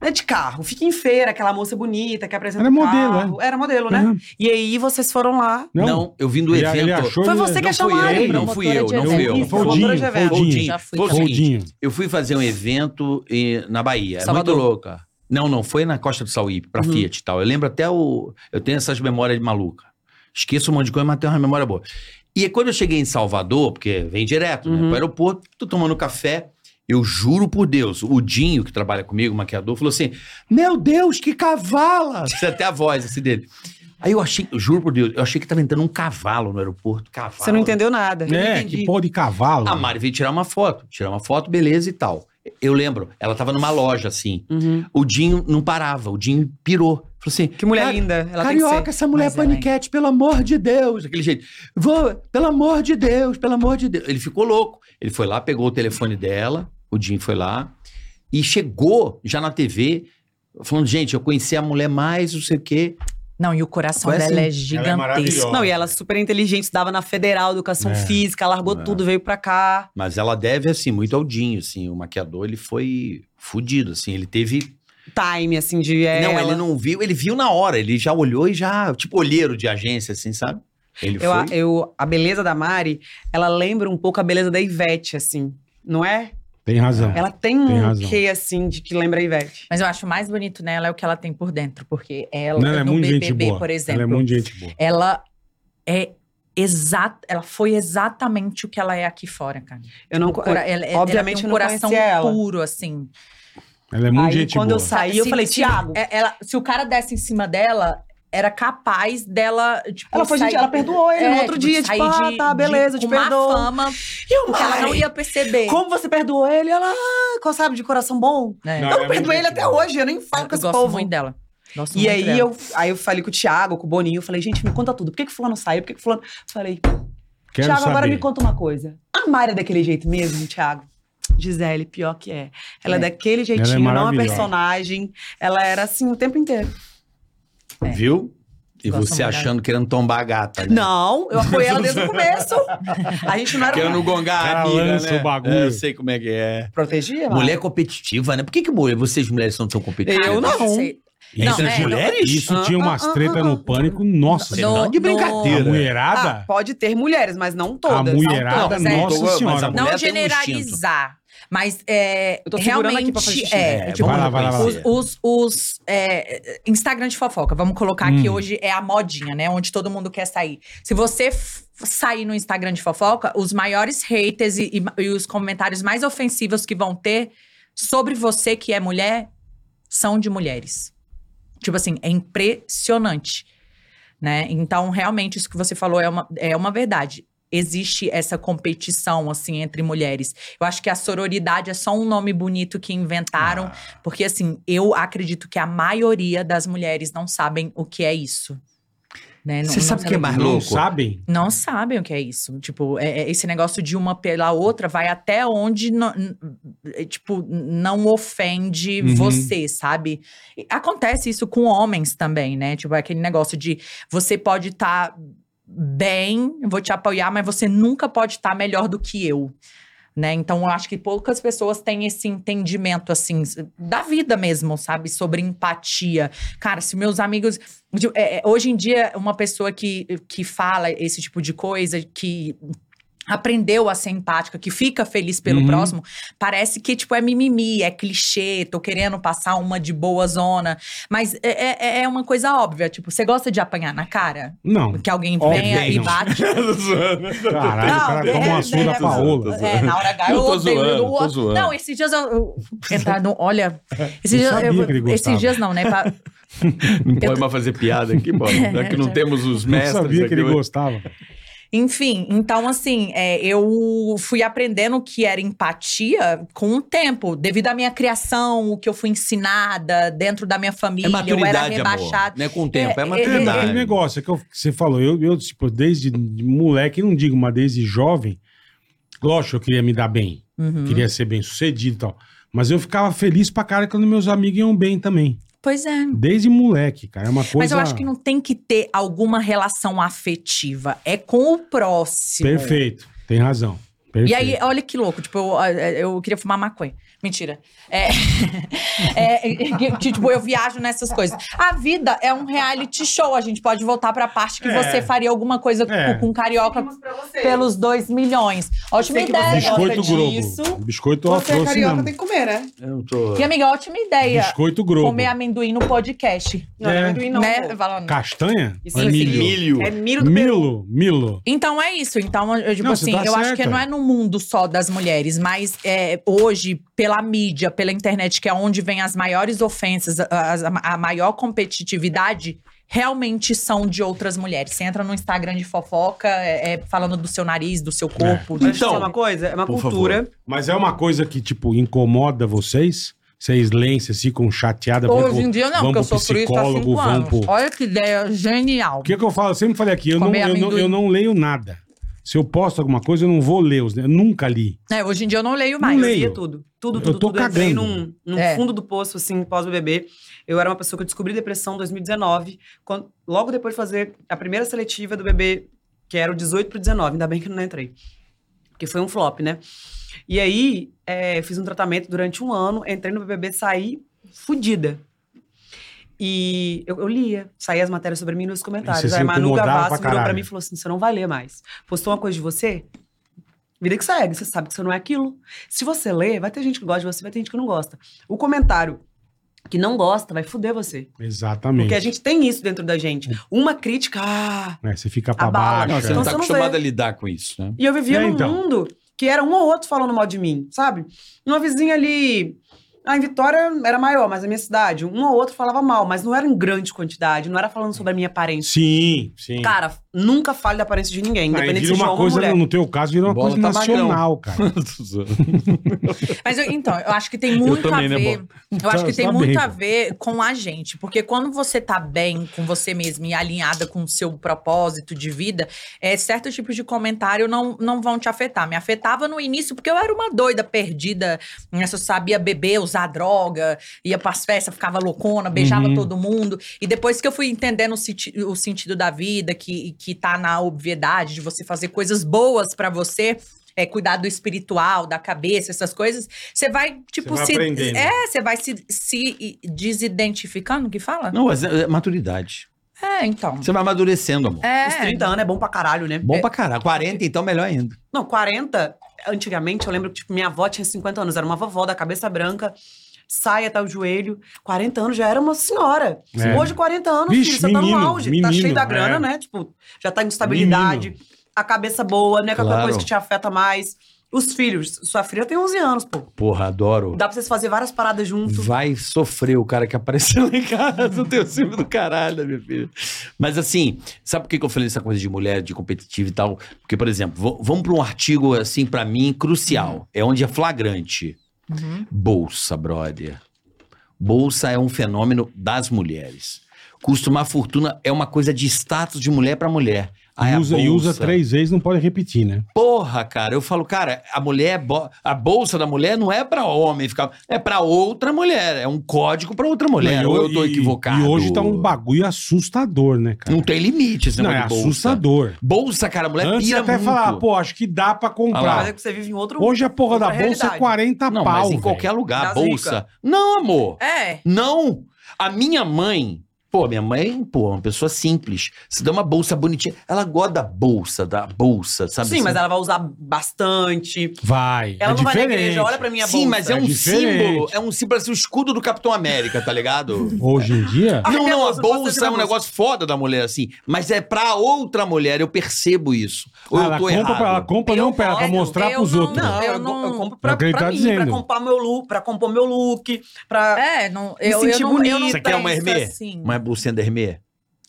Speaker 8: Não é de carro. Fica em feira, aquela moça bonita que apresenta
Speaker 4: Era
Speaker 8: o
Speaker 4: é modelo,
Speaker 8: carro. Era modelo, né?
Speaker 4: Uhum.
Speaker 8: E aí vocês foram lá.
Speaker 6: Não,
Speaker 4: Não,
Speaker 6: eu vim do
Speaker 4: ele,
Speaker 6: evento.
Speaker 4: ele achou...
Speaker 8: Foi você que
Speaker 6: não
Speaker 8: achou
Speaker 6: fui
Speaker 8: a Mari.
Speaker 6: eu, não fui eu, não fui eu.
Speaker 4: Foi o Dinho,
Speaker 8: Rodinho, foi o
Speaker 4: foi o Dinho.
Speaker 7: Já fui.
Speaker 6: Foi o
Speaker 4: Foi o
Speaker 6: seguinte,
Speaker 4: Dinho.
Speaker 6: eu fui fazer um evento eh, na Bahia. Era muito
Speaker 7: Salvador.
Speaker 6: louca. Não, não, foi na Costa do Sauípe, pra
Speaker 8: Uhum.
Speaker 6: Fiat e tal. Eu lembro até o. Eu tenho essas memórias de maluca. Esqueço um monte de coisa, mas tenho uma memória boa. E quando eu cheguei em Salvador, porque vem direto, né?
Speaker 8: Uhum.
Speaker 6: Pro aeroporto, tô tomando café. Eu juro por Deus, o Dinho, que trabalha comigo, o maquiador, falou assim: Meu Deus, que cavala! Isso é até a voz assim dele. Aí eu achei, eu juro por Deus, eu achei que tava entrando um cavalo no aeroporto. Cavalo.
Speaker 8: Você não entendeu nada.
Speaker 4: É, que porra de cavalo.
Speaker 6: A Mari veio tirar uma foto. Tirar uma foto, beleza e tal. Eu lembro, ela tava numa loja, assim.
Speaker 8: Uhum.
Speaker 6: O Dinho não parava, o Dinho pirou. Falou assim...
Speaker 8: Que mulher
Speaker 6: "Cara,
Speaker 8: linda. Ela
Speaker 6: Carioca,
Speaker 8: tem que ser.
Speaker 6: essa mulher é
Speaker 7: Mas ela é-
Speaker 6: paniquete, pelo amor de Deus. Daquele jeito. Vou, pelo amor de Deus, pelo amor de Deus. Ele ficou louco. Ele foi lá, pegou o telefone dela, o Dinho foi lá, e chegou já na TV, falando, gente, eu conheci a mulher mais, não sei o quê.
Speaker 7: Não, e o coração
Speaker 6: Conhece?
Speaker 7: dela é
Speaker 4: maravilhosa.
Speaker 7: gigantesco.
Speaker 8: Não, e ela é super inteligente, estudava na Federal Educação
Speaker 4: É.
Speaker 8: Física, largou
Speaker 6: É.
Speaker 8: tudo, veio pra cá.
Speaker 6: Mas ela deve, assim, muito ao Dinho, assim. O maquiador, ele foi fudido, assim. Ele teve
Speaker 8: Time, assim, de ela.
Speaker 6: Não, ele não viu, ele viu na hora, ele já olhou e já, tipo, olheiro de agência, assim, sabe? Ele
Speaker 8: Eu, a-
Speaker 6: foi.
Speaker 8: eu, a beleza da Mari, ela lembra um pouco a beleza da Ivete, assim. Não é?
Speaker 4: Tem razão.
Speaker 8: Ela tem
Speaker 4: Tem
Speaker 8: um
Speaker 4: razão.
Speaker 8: quê, assim, de que lembra a Ivete.
Speaker 7: Mas eu acho mais bonito nela é o que ela tem por dentro, porque ela,
Speaker 4: Não, ela é
Speaker 7: no
Speaker 4: muito gente
Speaker 7: BBB,
Speaker 4: boa.
Speaker 7: por exemplo,
Speaker 4: Ela é muito gente boa.
Speaker 7: ela é exata, ela foi exatamente o que ela é aqui fora, cara.
Speaker 8: Eu não.
Speaker 7: Cora- ela, ela
Speaker 8: É, obviamente
Speaker 7: tem um
Speaker 8: eu não
Speaker 7: coração
Speaker 8: conhecia ela.
Speaker 7: puro assim.
Speaker 4: Ela é muito
Speaker 8: Aí,
Speaker 4: gente
Speaker 8: quando
Speaker 4: boa.
Speaker 8: eu saí, eu
Speaker 7: Se-
Speaker 8: falei,
Speaker 7: se-
Speaker 8: Thiago.
Speaker 7: é- ela- se o cara desse em cima dela, era capaz dela, tipo,
Speaker 8: Ela foi,
Speaker 7: sair-
Speaker 8: gente, ela perdoou ele no
Speaker 7: É,
Speaker 8: outro
Speaker 7: tipo,
Speaker 8: dia, tipo,
Speaker 7: sair
Speaker 8: ah,
Speaker 7: de-
Speaker 8: tá,
Speaker 7: de-
Speaker 8: beleza, te
Speaker 7: com má
Speaker 8: perdoo.
Speaker 7: fama,
Speaker 8: E o
Speaker 7: porque ela não
Speaker 8: Mari?
Speaker 7: ia perceber.
Speaker 8: Como você perdoou ele? Ela, ah, qual sabe, de coração bom.
Speaker 7: É.
Speaker 4: Não, ela é
Speaker 7: Eu
Speaker 8: Eu não perdoei
Speaker 4: muito
Speaker 8: ele
Speaker 4: gente
Speaker 8: até
Speaker 4: boa.
Speaker 8: hoje, eu nem falo com esse
Speaker 7: gosto
Speaker 8: povo.
Speaker 7: muito dela. Gosto
Speaker 8: E
Speaker 7: muito
Speaker 8: aí
Speaker 7: dela.
Speaker 8: eu, aí eu falei com o Thiago, com o Boninho, eu falei, gente, me conta tudo. Por que, que fulano saiu? Por que, que fulano. Falei,
Speaker 4: Quero
Speaker 8: Thiago, agora
Speaker 4: saber.
Speaker 8: me conta uma coisa. A Mari é daquele jeito mesmo, Thiago? Gisele, pior que é. Ela é,
Speaker 7: É.
Speaker 8: daquele
Speaker 4: é
Speaker 8: jeitinho, não é uma
Speaker 4: maravilhosa.
Speaker 8: personagem. Ela era assim o tempo inteiro.
Speaker 7: É.
Speaker 6: Viu? E
Speaker 7: Gosto
Speaker 6: você
Speaker 7: muito
Speaker 6: achando, querendo tombar a gata. Né?
Speaker 8: Não, eu apoiei ela desde o começo. A gente não era.
Speaker 6: Querendo gongar
Speaker 4: Cara,
Speaker 6: a amiga,
Speaker 4: lança
Speaker 6: né?
Speaker 4: o bagulho.
Speaker 6: É, eu sei como é que é.
Speaker 8: Protegia? Mari?
Speaker 6: Mulher competitiva, né? Por que que mulher, vocês mulheres são tão competitivas?
Speaker 8: Eu não.
Speaker 7: Sei.
Speaker 4: Isso,
Speaker 7: Não,
Speaker 4: é
Speaker 7: é,
Speaker 4: de-
Speaker 7: não-
Speaker 6: mulheres?
Speaker 4: isso tinha
Speaker 8: Ah,
Speaker 4: umas
Speaker 8: ah, ah,
Speaker 4: treta
Speaker 8: ah,
Speaker 4: no pânico. Nossa
Speaker 7: No-
Speaker 4: senhora.
Speaker 6: não, de
Speaker 7: no-
Speaker 4: A
Speaker 6: brincadeira.
Speaker 8: Ah,
Speaker 4: mulherada?
Speaker 8: pode ter mulheres, mas não todas.
Speaker 4: a
Speaker 8: Não
Speaker 4: mulherada,
Speaker 8: todas.
Speaker 7: todas, é.
Speaker 4: nossa
Speaker 6: Mas a
Speaker 4: senhora.
Speaker 6: mulher-
Speaker 7: Não
Speaker 6: tem um
Speaker 7: generalizar, mas é,
Speaker 8: Eu tô segurando aqui pra fazer
Speaker 7: realmente
Speaker 8: xixi.
Speaker 7: é,
Speaker 6: É,
Speaker 7: tipo,
Speaker 4: vai lá, vai lá, vai lá.
Speaker 7: os, os- os, é, Instagram de fofoca, vamos colocar aqui
Speaker 4: Hum.
Speaker 7: hoje é a modinha, né? Onde todo mundo quer sair. Se você f- sair no Instagram de fofoca, os maiores haters e, e- e os comentários mais ofensivos que vão ter sobre você que é mulher são de mulheres. Tipo assim, é impressionante. Né? Então, realmente, isso que você falou é uma, é uma verdade. Existe essa competição, assim, entre mulheres. Eu acho que a sororidade é só um nome bonito que
Speaker 6: Ah.
Speaker 7: inventaram. Porque, assim, eu acredito que a maioria das mulheres não sabem o que é isso. Né? Não-
Speaker 6: Você
Speaker 7: não
Speaker 6: sabe o que é
Speaker 7: sabem-
Speaker 6: mais
Speaker 4: Não
Speaker 6: louco?
Speaker 4: sabem?
Speaker 7: Não sabem o que é isso. Tipo, é- é esse negócio de uma pela outra vai até onde, no- n- é, tipo, não ofende
Speaker 4: Uhum.
Speaker 7: você, sabe? E Acontece isso com homens também, né? Tipo, é aquele negócio de você pode tá estar bem, eu vou te apoiar, mas você nunca pode estar melhor do tá que eu. né? Então eu acho que poucas pessoas têm esse entendimento assim s- da vida mesmo, sabe, sobre empatia. Cara, se meus amigos de- é, é, hoje em dia uma pessoa que que fala esse tipo de coisa, que aprendeu a ser empática, que fica feliz pelo
Speaker 4: Uhum.
Speaker 7: próximo, parece que tipo é mimimi, é clichê, tô querendo passar uma de boa zona, mas é, é- é uma coisa óbvia, tipo, você gosta de apanhar na cara?
Speaker 4: Não.
Speaker 7: Que alguém
Speaker 4: Óbvio,
Speaker 7: venha e
Speaker 4: não.
Speaker 7: bate?
Speaker 4: Caralho, o cara
Speaker 7: é,
Speaker 4: toma um uma
Speaker 7: é,
Speaker 4: surra da
Speaker 7: é,
Speaker 4: Paola.
Speaker 7: É, na hora H,
Speaker 9: Eu
Speaker 7: eu,
Speaker 9: tô
Speaker 7: odeio.
Speaker 9: zoando,
Speaker 7: eu
Speaker 9: tô
Speaker 7: odeio.
Speaker 9: zoando.
Speaker 7: Não, esses dias eu. eu entrar no, olha. Esses
Speaker 4: Eu
Speaker 7: dias,
Speaker 4: sabia que ele
Speaker 7: eu,
Speaker 4: gostava.
Speaker 7: esses dias não, né? pra-
Speaker 9: Não pode mais fazer piada aqui, mano. Já que não temos os
Speaker 4: Não
Speaker 9: mestres
Speaker 4: sabia que
Speaker 9: aqui.
Speaker 4: ele
Speaker 9: hoje.
Speaker 4: gostava.
Speaker 7: Enfim, então assim, é, eu fui aprendendo o que era empatia com o tempo, devido à minha criação, o que eu fui ensinada dentro da minha família,
Speaker 6: É
Speaker 7: eu era
Speaker 6: maturidade, amor.
Speaker 7: rebaixada.
Speaker 6: Não é com o tempo, é,
Speaker 7: É, é,
Speaker 4: É, mas aquele
Speaker 6: maturidade.
Speaker 4: negócio que eu- que você falou, eu, eu, tipo, desde de moleque, não digo, mas desde jovem, lógico, eu queria me dar bem,
Speaker 7: Uhum.
Speaker 4: queria ser bem sucedido e tal. Mas eu ficava feliz pra cara quando meus amigos iam bem também.
Speaker 7: Pois é.
Speaker 4: Desde moleque, cara. É uma coisa.
Speaker 7: Mas eu acho que não tem que ter alguma relação afetiva. É com o próximo.
Speaker 4: Perfeito, tem razão. Perfeito.
Speaker 7: E aí, olha que louco, tipo, eu, eu queria fumar maconha. Mentira. É, é, que, tipo, eu viajo nessas coisas. A vida é um reality show, a gente pode voltar pra parte que
Speaker 4: É.
Speaker 7: você faria alguma coisa
Speaker 4: É.
Speaker 7: com, com carioca pelos 2 milhões. Ótima
Speaker 8: sei que você
Speaker 7: ideia.
Speaker 4: Biscoito
Speaker 8: gosta
Speaker 4: Globo.
Speaker 8: disso.
Speaker 4: Biscoito
Speaker 8: Você é carioca,
Speaker 4: patrocinamos.
Speaker 8: tem que comer, né?
Speaker 6: Eu não tô...
Speaker 7: E, amiga, ótima ideia.
Speaker 4: Biscoito Globo.
Speaker 7: Comer amendoim no podcast.
Speaker 8: Não,
Speaker 4: É.
Speaker 8: não é amendoim, não.
Speaker 7: né?
Speaker 8: pô.
Speaker 7: Valando.
Speaker 4: Castanha?
Speaker 8: Isso
Speaker 4: Ou é
Speaker 8: é
Speaker 4: milho?
Speaker 9: Milho.
Speaker 8: É miro do Peru.
Speaker 4: Milo, Milo.
Speaker 7: Então é isso. Então, eu, tipo
Speaker 4: Não, você
Speaker 7: assim,
Speaker 4: tá
Speaker 7: eu acho que
Speaker 4: certa.
Speaker 7: não é no mundo só das mulheres, mas é, hoje, pela mídia, pela internet, que é onde vem as maiores ofensas, a, a- a maior competitividade, realmente são de outras mulheres. Você entra no Instagram de fofoca, é, é, falando do seu nariz, do seu corpo. do
Speaker 8: Mas
Speaker 7: seu-
Speaker 8: então, é uma coisa, é uma
Speaker 9: por
Speaker 8: cultura.
Speaker 4: Mas é uma coisa que, tipo, incomoda vocês? Vocês leem, vocês ficam chateadas? vão
Speaker 7: Hoje
Speaker 4: pro-
Speaker 7: em dia não,
Speaker 4: vão
Speaker 7: porque eu
Speaker 4: pro
Speaker 7: sofro isso há
Speaker 4: psicólogo,
Speaker 7: cinco
Speaker 4: vão
Speaker 7: anos.
Speaker 4: pro-
Speaker 7: Olha que ideia genial.
Speaker 4: O que, que eu falo? Eu sempre falei aqui, eu não,
Speaker 7: Comer
Speaker 4: eu, não,
Speaker 7: amendoim.
Speaker 4: eu não leio nada. Se eu posto alguma coisa, eu não vou ler. os- Eu nunca li.
Speaker 7: É, hoje em dia eu não leio mais.
Speaker 4: Não
Speaker 8: Eu
Speaker 4: leio.
Speaker 8: lia tudo. Tudo,
Speaker 4: Um Eu
Speaker 8: tudo,
Speaker 4: tô
Speaker 8: tudo. Eu entrei
Speaker 4: cagando.
Speaker 8: num, num
Speaker 7: É.
Speaker 8: fundo do poço, assim, pós-BBB. Eu era uma pessoa que eu descobri depressão em 2019, quando- logo depois de fazer a primeira seletiva do bebê, que era o 18 pro 19. Ainda bem que eu não entrei. Porque foi um flop, né? E aí, é, fiz um tratamento durante um ano, entrei no BBB, saí fudida. E eu, eu lia, saía as matérias sobre mim nos
Speaker 4: Você
Speaker 8: comentários.
Speaker 4: se
Speaker 8: Aí Manu
Speaker 4: incomodava pra
Speaker 8: Gavassi virou pra
Speaker 4: caralho.
Speaker 8: mim e falou assim: você não vai ler mais. Postou uma coisa de você? Vida que segue, você sabe que você não é aquilo. Se você ler, vai ter gente que gosta de você, vai ter gente que não gosta. O comentário que não gosta vai fuder você.
Speaker 4: Exatamente.
Speaker 8: Porque a gente tem isso dentro da gente. Uma crítica, ah,
Speaker 4: É, você fica pra
Speaker 8: Abala.
Speaker 6: Não,
Speaker 4: baixo.
Speaker 6: você não
Speaker 8: Então
Speaker 6: tá
Speaker 8: você não
Speaker 6: acostumado
Speaker 8: vê.
Speaker 6: a lidar com isso, né?
Speaker 8: e eu vivia
Speaker 4: É,
Speaker 8: num
Speaker 4: então.
Speaker 8: mundo que era um ou outro falando mal de mim, sabe? Uma vizinha ali. Ah, em Vitória era maior, mas na minha cidade, um ou outro falava mal, mas não era em grande quantidade, não era falando sobre a minha aparência.
Speaker 4: Sim, sim.
Speaker 8: assim, Cara, nunca fale da aparência de ninguém,
Speaker 4: Aí
Speaker 8: independente
Speaker 4: vira
Speaker 8: se seja
Speaker 4: uma
Speaker 8: homem ou
Speaker 4: coisa,
Speaker 8: mulher.
Speaker 4: no teu caso, vira uma
Speaker 6: Bola
Speaker 4: coisa
Speaker 6: tá
Speaker 4: nacional, cara.
Speaker 7: Mas eu- então, eu acho que tem muito
Speaker 9: também, né,
Speaker 7: a ver. eu acho
Speaker 4: Tá-
Speaker 7: que tem
Speaker 4: tá
Speaker 7: muito
Speaker 4: bem,
Speaker 7: a
Speaker 4: pô.
Speaker 7: ver com a gente. Porque quando você tá bem com você mesma e alinhada com o seu propósito de vida, é, certos tipos de comentário não, não vão te afetar. Me afetava no início, porque eu era uma doida perdida. né? Só sabia beber, usar droga, ia pras festas, ficava loucona, beijava
Speaker 4: Uhum.
Speaker 7: todo mundo. E depois que eu fui entendendo o, senti- o sentido da vida, que, que tá na obviedade de você fazer coisas boas pra você. É, cuidar do espiritual, da cabeça, essas coisas. Você vai, tipo,
Speaker 4: vai
Speaker 7: se.
Speaker 4: aprendendo.
Speaker 7: É, você vai se, se desidentificando, que fala?
Speaker 6: Não, mas é é maturidade.
Speaker 7: É, então.
Speaker 6: Você vai amadurecendo, amor.
Speaker 8: Os
Speaker 7: É.
Speaker 8: 30 anos é bom pra caralho, né?
Speaker 6: Bom pra caralho. 40, então, melhor ainda.
Speaker 8: Não, 40, antigamente, eu lembro que tipo, minha avó tinha 50 anos, era uma vovó da cabeça branca, saia até o joelho. 40 anos já era uma senhora.
Speaker 4: É.
Speaker 8: Hoje, 40 anos,
Speaker 4: Vixe,
Speaker 8: filho, você tá
Speaker 4: menino,
Speaker 8: no auge,
Speaker 4: menino,
Speaker 8: tá cheio da grana,
Speaker 4: é.
Speaker 8: né? Tipo, já tá em estabilidade, a cabeça boa, não é qualquer
Speaker 6: Claro.
Speaker 8: coisa que te afeta mais. Os filhos, sua filha tem 11 anos, pô.
Speaker 6: Porra, adoro.
Speaker 8: Dá um pra vocês fazer várias paradas junto.
Speaker 6: Vai sofrer o cara que apareceu lá em casa. Eu tenho ciúme do caralho, da minha filha. Mas assim, sabe por que que eu falei essa coisa de mulher, de competitiva e tal? Porque, por exemplo, vo- vamos para um artigo, assim, pra mim, crucial.
Speaker 8: Uhum.
Speaker 6: É onde é flagrante. Bolsa, brother. Bolsa é um fenômeno das mulheres. Costumar fortuna é uma coisa de status de mulher pra mulher. Aí
Speaker 4: e
Speaker 6: a
Speaker 4: usa, e usa
Speaker 6: bolsa.
Speaker 4: três vezes, não pode repetir, né?
Speaker 6: Porra, cara, eu falo, cara, a mulher, é bo- a bolsa da mulher não é pra homem ficar, é pra outra mulher, é um código pra outra mulher.
Speaker 4: E
Speaker 6: ou
Speaker 4: ho-
Speaker 6: eu tô
Speaker 4: e-
Speaker 6: equivocado.
Speaker 4: E hoje tá um bagulho assustador, né, cara?
Speaker 6: Não tem limite esse
Speaker 4: Não, é
Speaker 6: negócio de bolsa.
Speaker 4: assustador.
Speaker 6: Bolsa, cara, a
Speaker 8: é
Speaker 6: mulher
Speaker 4: Antes você
Speaker 6: pira
Speaker 4: até
Speaker 6: muito.
Speaker 4: falava, pô, acho que dá pra
Speaker 6: Ah
Speaker 8: Mas
Speaker 4: comprar.
Speaker 8: é que você vive em outro
Speaker 4: Hoje a porra da
Speaker 8: outra
Speaker 4: bolsa é
Speaker 8: realidade.
Speaker 4: 40
Speaker 6: não,
Speaker 4: pau,
Speaker 6: mas em
Speaker 4: velho.
Speaker 6: qualquer lugar,
Speaker 8: Das
Speaker 6: bolsa. Não, amor.
Speaker 7: É.
Speaker 6: Não. A minha mãe, pô, minha mãe, pô, é uma pessoa simples. Se dá uma bolsa bonitinha, ela gosta da bolsa, da bolsa, sabe?
Speaker 8: Sim,
Speaker 6: assim?
Speaker 8: mas ela vai usar bastante.
Speaker 4: Vai. é
Speaker 8: Ela não
Speaker 4: diferente.
Speaker 8: vai na igreja, olha pra minha bolsa.
Speaker 6: Sim, mas é um
Speaker 4: diferente.
Speaker 6: símbolo, é um símbolo, assim, o escudo do Capitão América, tá ligado?
Speaker 4: Hoje em dia,
Speaker 8: Ah,
Speaker 6: Não,
Speaker 8: minha
Speaker 6: não, a
Speaker 8: bolsa, eu posso ter
Speaker 6: bolsa é um
Speaker 8: minha
Speaker 6: negócio foda da mulher, assim. Mas é pra outra mulher, eu percebo isso. Ou
Speaker 4: ah,
Speaker 6: eu
Speaker 4: ela
Speaker 6: tô
Speaker 4: compra,
Speaker 6: errado.
Speaker 4: pra, ela compra
Speaker 7: Eu
Speaker 4: não pra ela, pra
Speaker 7: olho,
Speaker 4: mostrar
Speaker 7: eu
Speaker 4: pros
Speaker 7: não-
Speaker 4: outros.
Speaker 7: não.
Speaker 8: Não,
Speaker 7: Eu
Speaker 8: eu, eu compro
Speaker 4: É
Speaker 8: pra,
Speaker 4: o que ele
Speaker 8: pra
Speaker 4: tá
Speaker 8: mim,
Speaker 4: dizendo.
Speaker 8: pra comprar meu look, pra compor meu look, pra.
Speaker 7: É, não,
Speaker 8: Me
Speaker 7: eu,
Speaker 8: sentir
Speaker 7: eu não, eu não
Speaker 8: bonita.
Speaker 6: Você quer uma
Speaker 7: penso
Speaker 6: Hermê?
Speaker 7: assim.
Speaker 6: Uma bolsinha da Hermê?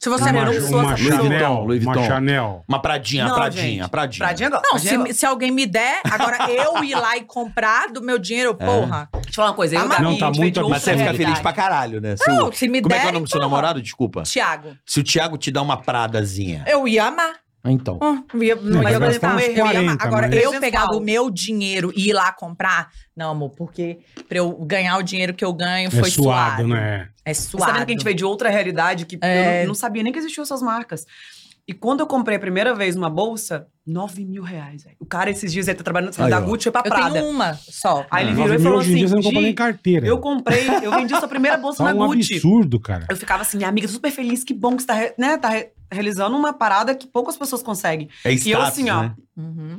Speaker 7: Se você é
Speaker 8: Cara,
Speaker 4: uma,
Speaker 8: eu não sou assim,
Speaker 4: uma
Speaker 8: essa
Speaker 4: Chanel,
Speaker 8: pessoa.
Speaker 6: Louis Vuitton,
Speaker 4: uma
Speaker 6: Louis Vuitton.
Speaker 4: Chanel.
Speaker 6: Uma pradinha,
Speaker 8: Não,
Speaker 6: pradinha,
Speaker 8: gente.
Speaker 6: pradinha.
Speaker 8: Pradinha não.
Speaker 7: Não,
Speaker 8: Pradinha
Speaker 7: se, se alguém me der, agora eu ir lá e comprar do meu dinheiro, porra.
Speaker 8: Deixa eu falar uma coisa.
Speaker 7: Tá
Speaker 8: Eu, Gabi,
Speaker 4: maluco. Não, tá
Speaker 8: a gente vem
Speaker 4: muito
Speaker 8: de
Speaker 4: absurdo.
Speaker 6: Mas você
Speaker 8: é outra
Speaker 6: fica
Speaker 8: realidade.
Speaker 6: feliz pra caralho, né? Se
Speaker 7: Não,
Speaker 6: o-
Speaker 7: se me
Speaker 6: Como é que é o
Speaker 7: derem,
Speaker 6: nome do seu
Speaker 7: porra.
Speaker 6: namorado? Desculpa.
Speaker 7: Tiago,
Speaker 6: Se o Thiago te dá uma pradazinha.
Speaker 7: eu ia amar.
Speaker 6: Então.
Speaker 7: Hum, eu ia-
Speaker 4: Não,
Speaker 7: mas
Speaker 4: vai
Speaker 7: eu
Speaker 4: gastar
Speaker 7: gostava,
Speaker 4: uns
Speaker 7: eu ia amar.
Speaker 4: 40,
Speaker 7: Agora,
Speaker 4: mas-
Speaker 7: eu pegar do meu dinheiro e ir lá comprar, não, amor, porque pra eu ganhar o dinheiro que eu ganho
Speaker 4: É
Speaker 7: foi suado.
Speaker 4: suado, né?
Speaker 7: É
Speaker 8: Você
Speaker 7: suado.
Speaker 8: tá vendo que a gente veio de outra realidade que eu não- não sabia nem que existiam essas marcas. E quando eu comprei a primeira vez uma bolsa, 9 mil reais. velho. O cara esses dias ele tá trabalhando
Speaker 6: Aí,
Speaker 8: da
Speaker 6: ó.
Speaker 8: Gucci foi pra
Speaker 7: eu
Speaker 8: Prada.
Speaker 7: tenho um- uma só.
Speaker 8: Aí ele
Speaker 4: Nossa,
Speaker 8: virou e
Speaker 4: mas
Speaker 8: falou
Speaker 4: Ah. hoje em
Speaker 8: assim:
Speaker 4: dia você não compra
Speaker 8: "Gi,
Speaker 4: nem carteira.
Speaker 8: eu comprei, eu vendi sua primeira bolsa
Speaker 4: Tá
Speaker 8: na
Speaker 4: um
Speaker 8: Gucci.
Speaker 4: absurdo, cara.
Speaker 8: Eu ficava assim, minha amiga, tô super feliz, que bom que você tá, re- né, tá re- realizando uma parada que poucas pessoas conseguem.
Speaker 6: É
Speaker 8: e eu
Speaker 6: status,
Speaker 8: assim, ó,
Speaker 6: né?
Speaker 7: Uhum.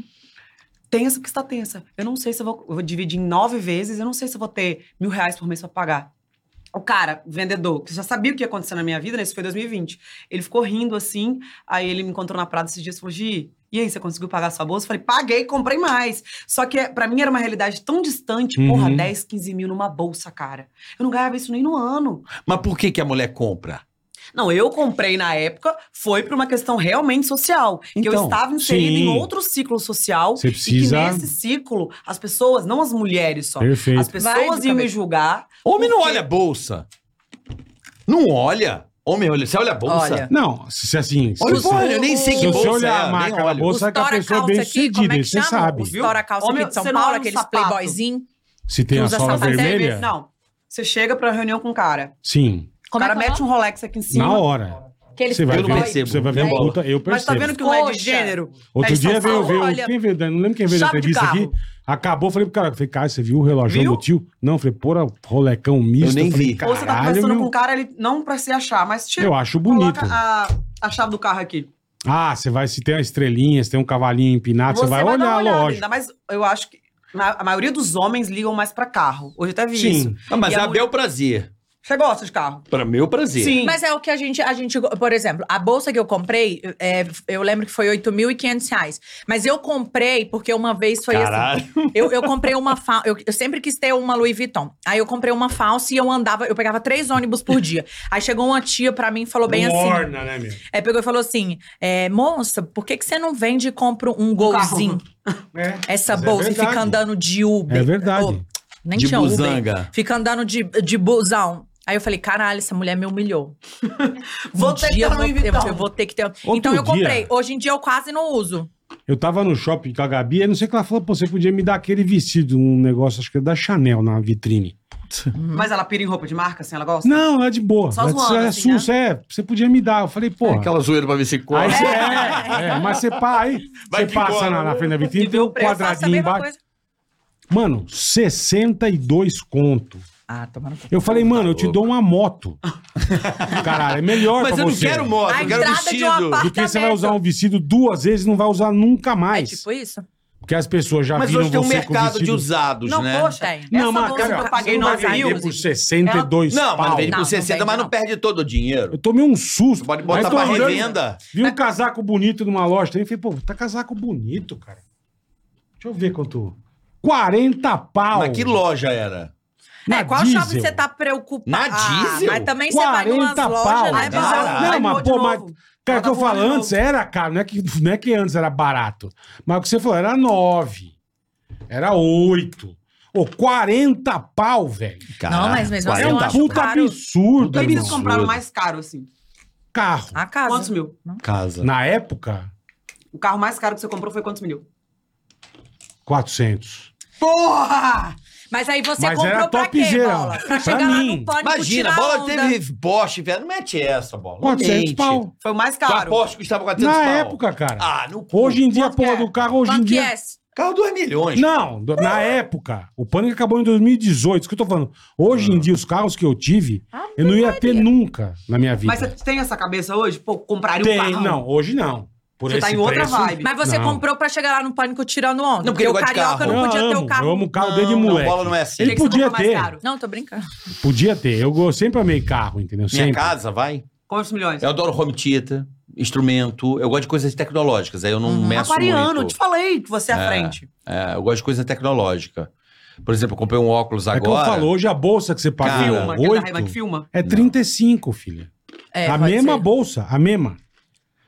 Speaker 8: tensa porque está tensa. Eu não sei se eu vou, eu vou dividir em nove vezes, eu não sei se eu vou ter mil reais por mês pra pagar. O cara, o vendedor, que já sabia o que ia acontecer na minha vida, né? Isso foi 2020. Ele ficou rindo assim, aí ele me encontrou na Prada esses dias e falou: Gi, e aí, você conseguiu pagar sua bolsa? Eu falei: paguei, comprei mais. Só que é, pra mim era uma realidade tão distante, porra,
Speaker 4: Uhum.
Speaker 8: 10, 15 mil numa bolsa, cara. Eu não ganhava isso nem no ano.
Speaker 6: Mas por que, que a mulher compra?
Speaker 8: Não, eu comprei na época, foi por uma questão realmente social. que eu
Speaker 6: Então,
Speaker 8: estava inserida
Speaker 4: sim.
Speaker 8: em outro ciclo social.
Speaker 4: Você
Speaker 8: E
Speaker 4: precisa...
Speaker 8: que nesse ciclo, as pessoas, não as mulheres só, as
Speaker 4: Perfeito.
Speaker 7: Vai,
Speaker 8: pessoas
Speaker 7: Duca,
Speaker 8: iam me
Speaker 7: vai.
Speaker 8: julgar.
Speaker 6: Homem não olha a bolsa. Não olha. Homem olha. Você olha a bolsa?
Speaker 7: Olha.
Speaker 4: Não, se se assim...
Speaker 6: Olha,
Speaker 4: se-
Speaker 6: porra, eu nem sei que
Speaker 4: Se você
Speaker 6: bolsa é,
Speaker 4: olhar a
Speaker 6: nem
Speaker 4: marca da
Speaker 6: olho.
Speaker 4: bolsa, sabe que a
Speaker 7: Tora
Speaker 4: pessoa é bem sucedida, isso você sabe.
Speaker 7: O Tora calça
Speaker 8: Homem,
Speaker 7: aqui de São
Speaker 8: você não
Speaker 7: Paulo,
Speaker 8: olha no
Speaker 7: aqueles
Speaker 8: sapato.
Speaker 7: playboyzinhos.
Speaker 4: Se tem a
Speaker 7: usa
Speaker 4: sola
Speaker 7: sapato.
Speaker 4: vermelha,
Speaker 8: Não. Você chega pra uma reunião com o cara.
Speaker 4: sim,
Speaker 8: O cara
Speaker 7: é que é o
Speaker 8: mete um Rolex aqui em cima.
Speaker 4: na hora.
Speaker 7: Aqueles
Speaker 4: Você vai
Speaker 6: Eu não
Speaker 4: ver,
Speaker 6: percebo.
Speaker 4: você vai ver
Speaker 6: Nem
Speaker 4: uma
Speaker 6: bola.
Speaker 4: puta, eu percebo.
Speaker 8: Mas tá vendo que não é de
Speaker 7: Poxa.
Speaker 8: gênero?
Speaker 4: Outro
Speaker 8: Eles
Speaker 4: dia
Speaker 8: só
Speaker 4: veio,
Speaker 8: falam,
Speaker 4: veio
Speaker 8: olha,
Speaker 4: quem veio, não lembro quem veio da
Speaker 8: chave de
Speaker 4: entrevista aqui.
Speaker 8: carro.
Speaker 4: Acabou, falei pro cara, falei, cara, você viu o relógio
Speaker 8: Viu?
Speaker 4: do tio? Não, falei, porra, rolecão misto.
Speaker 6: nem
Speaker 4: falei,
Speaker 6: vi.
Speaker 8: Ou você tá
Speaker 4: Caralho,
Speaker 8: conversando
Speaker 4: meu,
Speaker 8: com um cara, ele não pra se achar, mas tira.
Speaker 4: eu acho bonito.
Speaker 8: Coloca a, a chave do carro aqui.
Speaker 4: Ah, você vai, se tem uma estrelinha, se tem um cavalinho empinado, você, vai,
Speaker 8: dar uma
Speaker 4: olhar,
Speaker 8: olhada,
Speaker 4: lógico.
Speaker 8: Ainda mais, eu acho que na- a maioria dos homens ligam mais pra carro. Hoje eu até vi isso.
Speaker 4: Sim,
Speaker 6: Ah, mas
Speaker 8: E a
Speaker 6: a
Speaker 8: mulher-
Speaker 6: meu prazer.
Speaker 8: Você gosta de carro?
Speaker 6: Pra meu prazer.
Speaker 8: Mas
Speaker 7: Mas é o que a gente, a gente, por exemplo, a bolsa que eu comprei, é, eu lembro que foi 8.500 reais. Mas eu comprei porque uma vez foi
Speaker 6: Caralho.
Speaker 7: assim. Eu, eu comprei uma falsa. Eu, eu sempre quis ter uma Louis Vuitton. Aí eu comprei uma falsa e eu andava, eu pegava três ônibus por dia. Aí chegou uma tia pra mim e falou bem assim.
Speaker 4: morna, né, meu?
Speaker 7: Aí pegou e falou assim: é, moça, por que, que você não vende e compra um golzinho? Essa
Speaker 4: Mas é
Speaker 7: bolsa e fica
Speaker 4: verdade.
Speaker 7: andando de Uber.
Speaker 4: É verdade.
Speaker 7: Ô, nem
Speaker 6: De
Speaker 7: tinha Uber.
Speaker 6: buzanga.
Speaker 7: Fica andando de, de busão. Aí eu falei, caralho, essa mulher me humilhou.
Speaker 8: um Vou ter que ter
Speaker 7: Um eu
Speaker 8: uma
Speaker 7: vou,
Speaker 8: Louis Vuitton.
Speaker 7: eu vou ter que ter.
Speaker 4: Outro
Speaker 7: então eu
Speaker 4: dia-
Speaker 7: comprei. Hoje em dia eu quase não uso.
Speaker 4: Eu tava no shopping com a Gabi, eu não sei o que ela falou, pô, você podia me dar aquele vestido, um negócio, acho que é da Chanel na vitrine.
Speaker 8: Mas ela pira em roupa de marca, assim, ela gosta?
Speaker 4: Não, ela é de boa.
Speaker 8: Só
Speaker 4: Ela-
Speaker 8: zoando,
Speaker 4: ela é
Speaker 8: assim, né?
Speaker 4: sussa, é, você podia me dar. Eu falei, pô.
Speaker 6: É Aquela zoeira pra ver se
Speaker 4: Aí
Speaker 6: corre.
Speaker 4: você, é, é, mas você, pá, aí,
Speaker 6: Vai
Speaker 4: você
Speaker 6: que
Speaker 4: passa
Speaker 6: cola.
Speaker 4: na, na frente da vitrine, tem um
Speaker 7: Eu faço é a
Speaker 4: quadradinho
Speaker 7: mesma
Speaker 4: embaixo.
Speaker 7: coisa.
Speaker 4: Mano, 62 conto.
Speaker 7: Ah, tomando
Speaker 4: Eu falei, mano, eu te dou uma moto. Caralho, é melhor
Speaker 6: Mas
Speaker 4: pra
Speaker 6: eu não
Speaker 4: você
Speaker 6: quero moto,
Speaker 7: A
Speaker 6: eu quero
Speaker 7: entrada de uma
Speaker 6: vestido.
Speaker 7: parte-
Speaker 4: Do que você vai usar um vestido duas vezes e não vai usar nunca
Speaker 7: É
Speaker 4: mais.
Speaker 7: tipo isso?
Speaker 4: Porque as pessoas já
Speaker 6: Mas
Speaker 4: viram
Speaker 6: hoje tem um
Speaker 4: você com
Speaker 6: mercado de
Speaker 4: vestido...
Speaker 6: usados,
Speaker 8: Não,
Speaker 6: né?
Speaker 8: poxa,
Speaker 7: Tem.
Speaker 8: essa
Speaker 4: Não, mas
Speaker 8: bolsa
Speaker 4: cara,
Speaker 8: que eu
Speaker 4: você
Speaker 8: paguei
Speaker 4: não vai
Speaker 8: 9 mil, assim.
Speaker 4: vender por 62
Speaker 6: Não, mas
Speaker 4: pau.
Speaker 6: vende por
Speaker 7: Não, não
Speaker 6: 60,
Speaker 7: vende,
Speaker 6: mas não
Speaker 7: não.
Speaker 6: perde todo o dinheiro.
Speaker 4: Eu tomei um susto.
Speaker 6: Pode botar
Speaker 4: Aí tô
Speaker 6: pra
Speaker 4: olhando,
Speaker 6: revenda.
Speaker 4: Vi um casaco bonito numa loja também. Falei, pô, tá casaco bonito, cara. Deixa eu ver quanto. 40 pau.
Speaker 6: Mas que loja era?
Speaker 4: Na
Speaker 7: é, qual
Speaker 4: diesel.
Speaker 7: shopping você tá preocupado?
Speaker 6: Na diesel?
Speaker 7: mas também você vai
Speaker 4: 40
Speaker 7: numas
Speaker 4: pau.
Speaker 7: lojas,
Speaker 6: Caralho.
Speaker 7: né, bizarro?
Speaker 4: não, mas,
Speaker 8: Vai de
Speaker 4: pô, mas.
Speaker 8: novo.
Speaker 4: Cara, o que eu
Speaker 8: Vai voar
Speaker 4: falo
Speaker 8: de
Speaker 4: antes era caro. Não é, que, não é que antes era barato. Mas o que você falou era 9. Era 8. Ô, 40 pau, velho.
Speaker 7: Não, mas mesmo assim
Speaker 4: É um
Speaker 7: eu acho
Speaker 4: puta
Speaker 7: caro.
Speaker 4: absurdo,
Speaker 8: Daí eles
Speaker 4: irmão.
Speaker 8: compraram mais caro, assim.
Speaker 6: Ah.
Speaker 4: Carro.
Speaker 7: A casa.
Speaker 8: Quantos mil?
Speaker 6: Casa.
Speaker 4: Na época,
Speaker 8: O carro mais caro que você comprou foi quantos mil?
Speaker 4: 400.
Speaker 8: Porra!
Speaker 7: Mas aí você
Speaker 4: Mas era
Speaker 7: comprou pra quê,
Speaker 4: topzera.
Speaker 7: bola?
Speaker 4: Pra
Speaker 7: Pra chegar lá
Speaker 4: mim.
Speaker 7: no pânico,
Speaker 6: Imagina, a
Speaker 7: tirar
Speaker 6: bola
Speaker 7: onda.
Speaker 6: teve Porsche, velho. Não mete essa, bola. Não
Speaker 4: 400
Speaker 6: mente.
Speaker 4: pau.
Speaker 8: Foi o mais
Speaker 6: Já
Speaker 8: caro.
Speaker 6: aposto que custava 400
Speaker 4: Na
Speaker 6: pau.
Speaker 4: época, cara.
Speaker 6: Ah, no cu.
Speaker 4: hoje em dia, a
Speaker 7: Quanto que
Speaker 4: porra
Speaker 7: é?
Speaker 4: do carro, hoje em
Speaker 7: Quanto que
Speaker 4: dia.
Speaker 7: é?
Speaker 6: Carro 2 milhões.
Speaker 4: Não, do- na época. O pânico acabou em 2018. Isso que eu tô falando. Hoje
Speaker 6: Ah.
Speaker 4: em dia, os carros que eu tive, eu não ia ter nunca na minha vida.
Speaker 8: Mas você tem essa cabeça hoje? Pô, compraria um
Speaker 4: Tem,
Speaker 8: carro?
Speaker 4: não, hoje não. Por
Speaker 8: Você tá
Speaker 4: esse
Speaker 8: em outra
Speaker 4: preço,
Speaker 8: vibe.
Speaker 7: Mas você
Speaker 4: Não.
Speaker 7: comprou pra chegar lá no pânico tirando onda.
Speaker 6: Não, porque ele
Speaker 7: o
Speaker 6: gosta de
Speaker 7: carioca
Speaker 6: carro.
Speaker 7: não
Speaker 4: Eu
Speaker 7: podia ter
Speaker 4: amo,
Speaker 7: o carro.
Speaker 4: eu amo o carro dele,
Speaker 6: Não,
Speaker 4: moleque.
Speaker 6: bola não é assim.
Speaker 4: Ele
Speaker 8: que você
Speaker 4: podia
Speaker 8: comprou mais
Speaker 4: ter,
Speaker 8: caro?
Speaker 7: Não, tô brincando.
Speaker 4: podia ter. Eu go- sempre amei carro, entendeu?
Speaker 6: Minha
Speaker 4: Sempre.
Speaker 6: casa, vai.
Speaker 8: Quantos milhões?
Speaker 6: Eu adoro home theater, instrumento. Eu gosto de coisas tecnológicas. Aí eu não
Speaker 7: Uhum.
Speaker 6: meço
Speaker 8: Aquariano,
Speaker 6: muito.
Speaker 8: te falei que você é à frente.
Speaker 6: É, eu gosto de coisa tecnológica. Por exemplo, eu comprei um óculos
Speaker 4: É que eu
Speaker 6: agora.
Speaker 4: falo, hoje a bolsa que você
Speaker 6: Cara,
Speaker 4: pagou,
Speaker 8: Filma, aquele da
Speaker 4: oito,
Speaker 8: Ray-Ban que filma.
Speaker 4: é 35, filha.
Speaker 7: É,
Speaker 4: a
Speaker 7: pode
Speaker 4: mesma
Speaker 7: ser.
Speaker 4: bolsa, a mesma.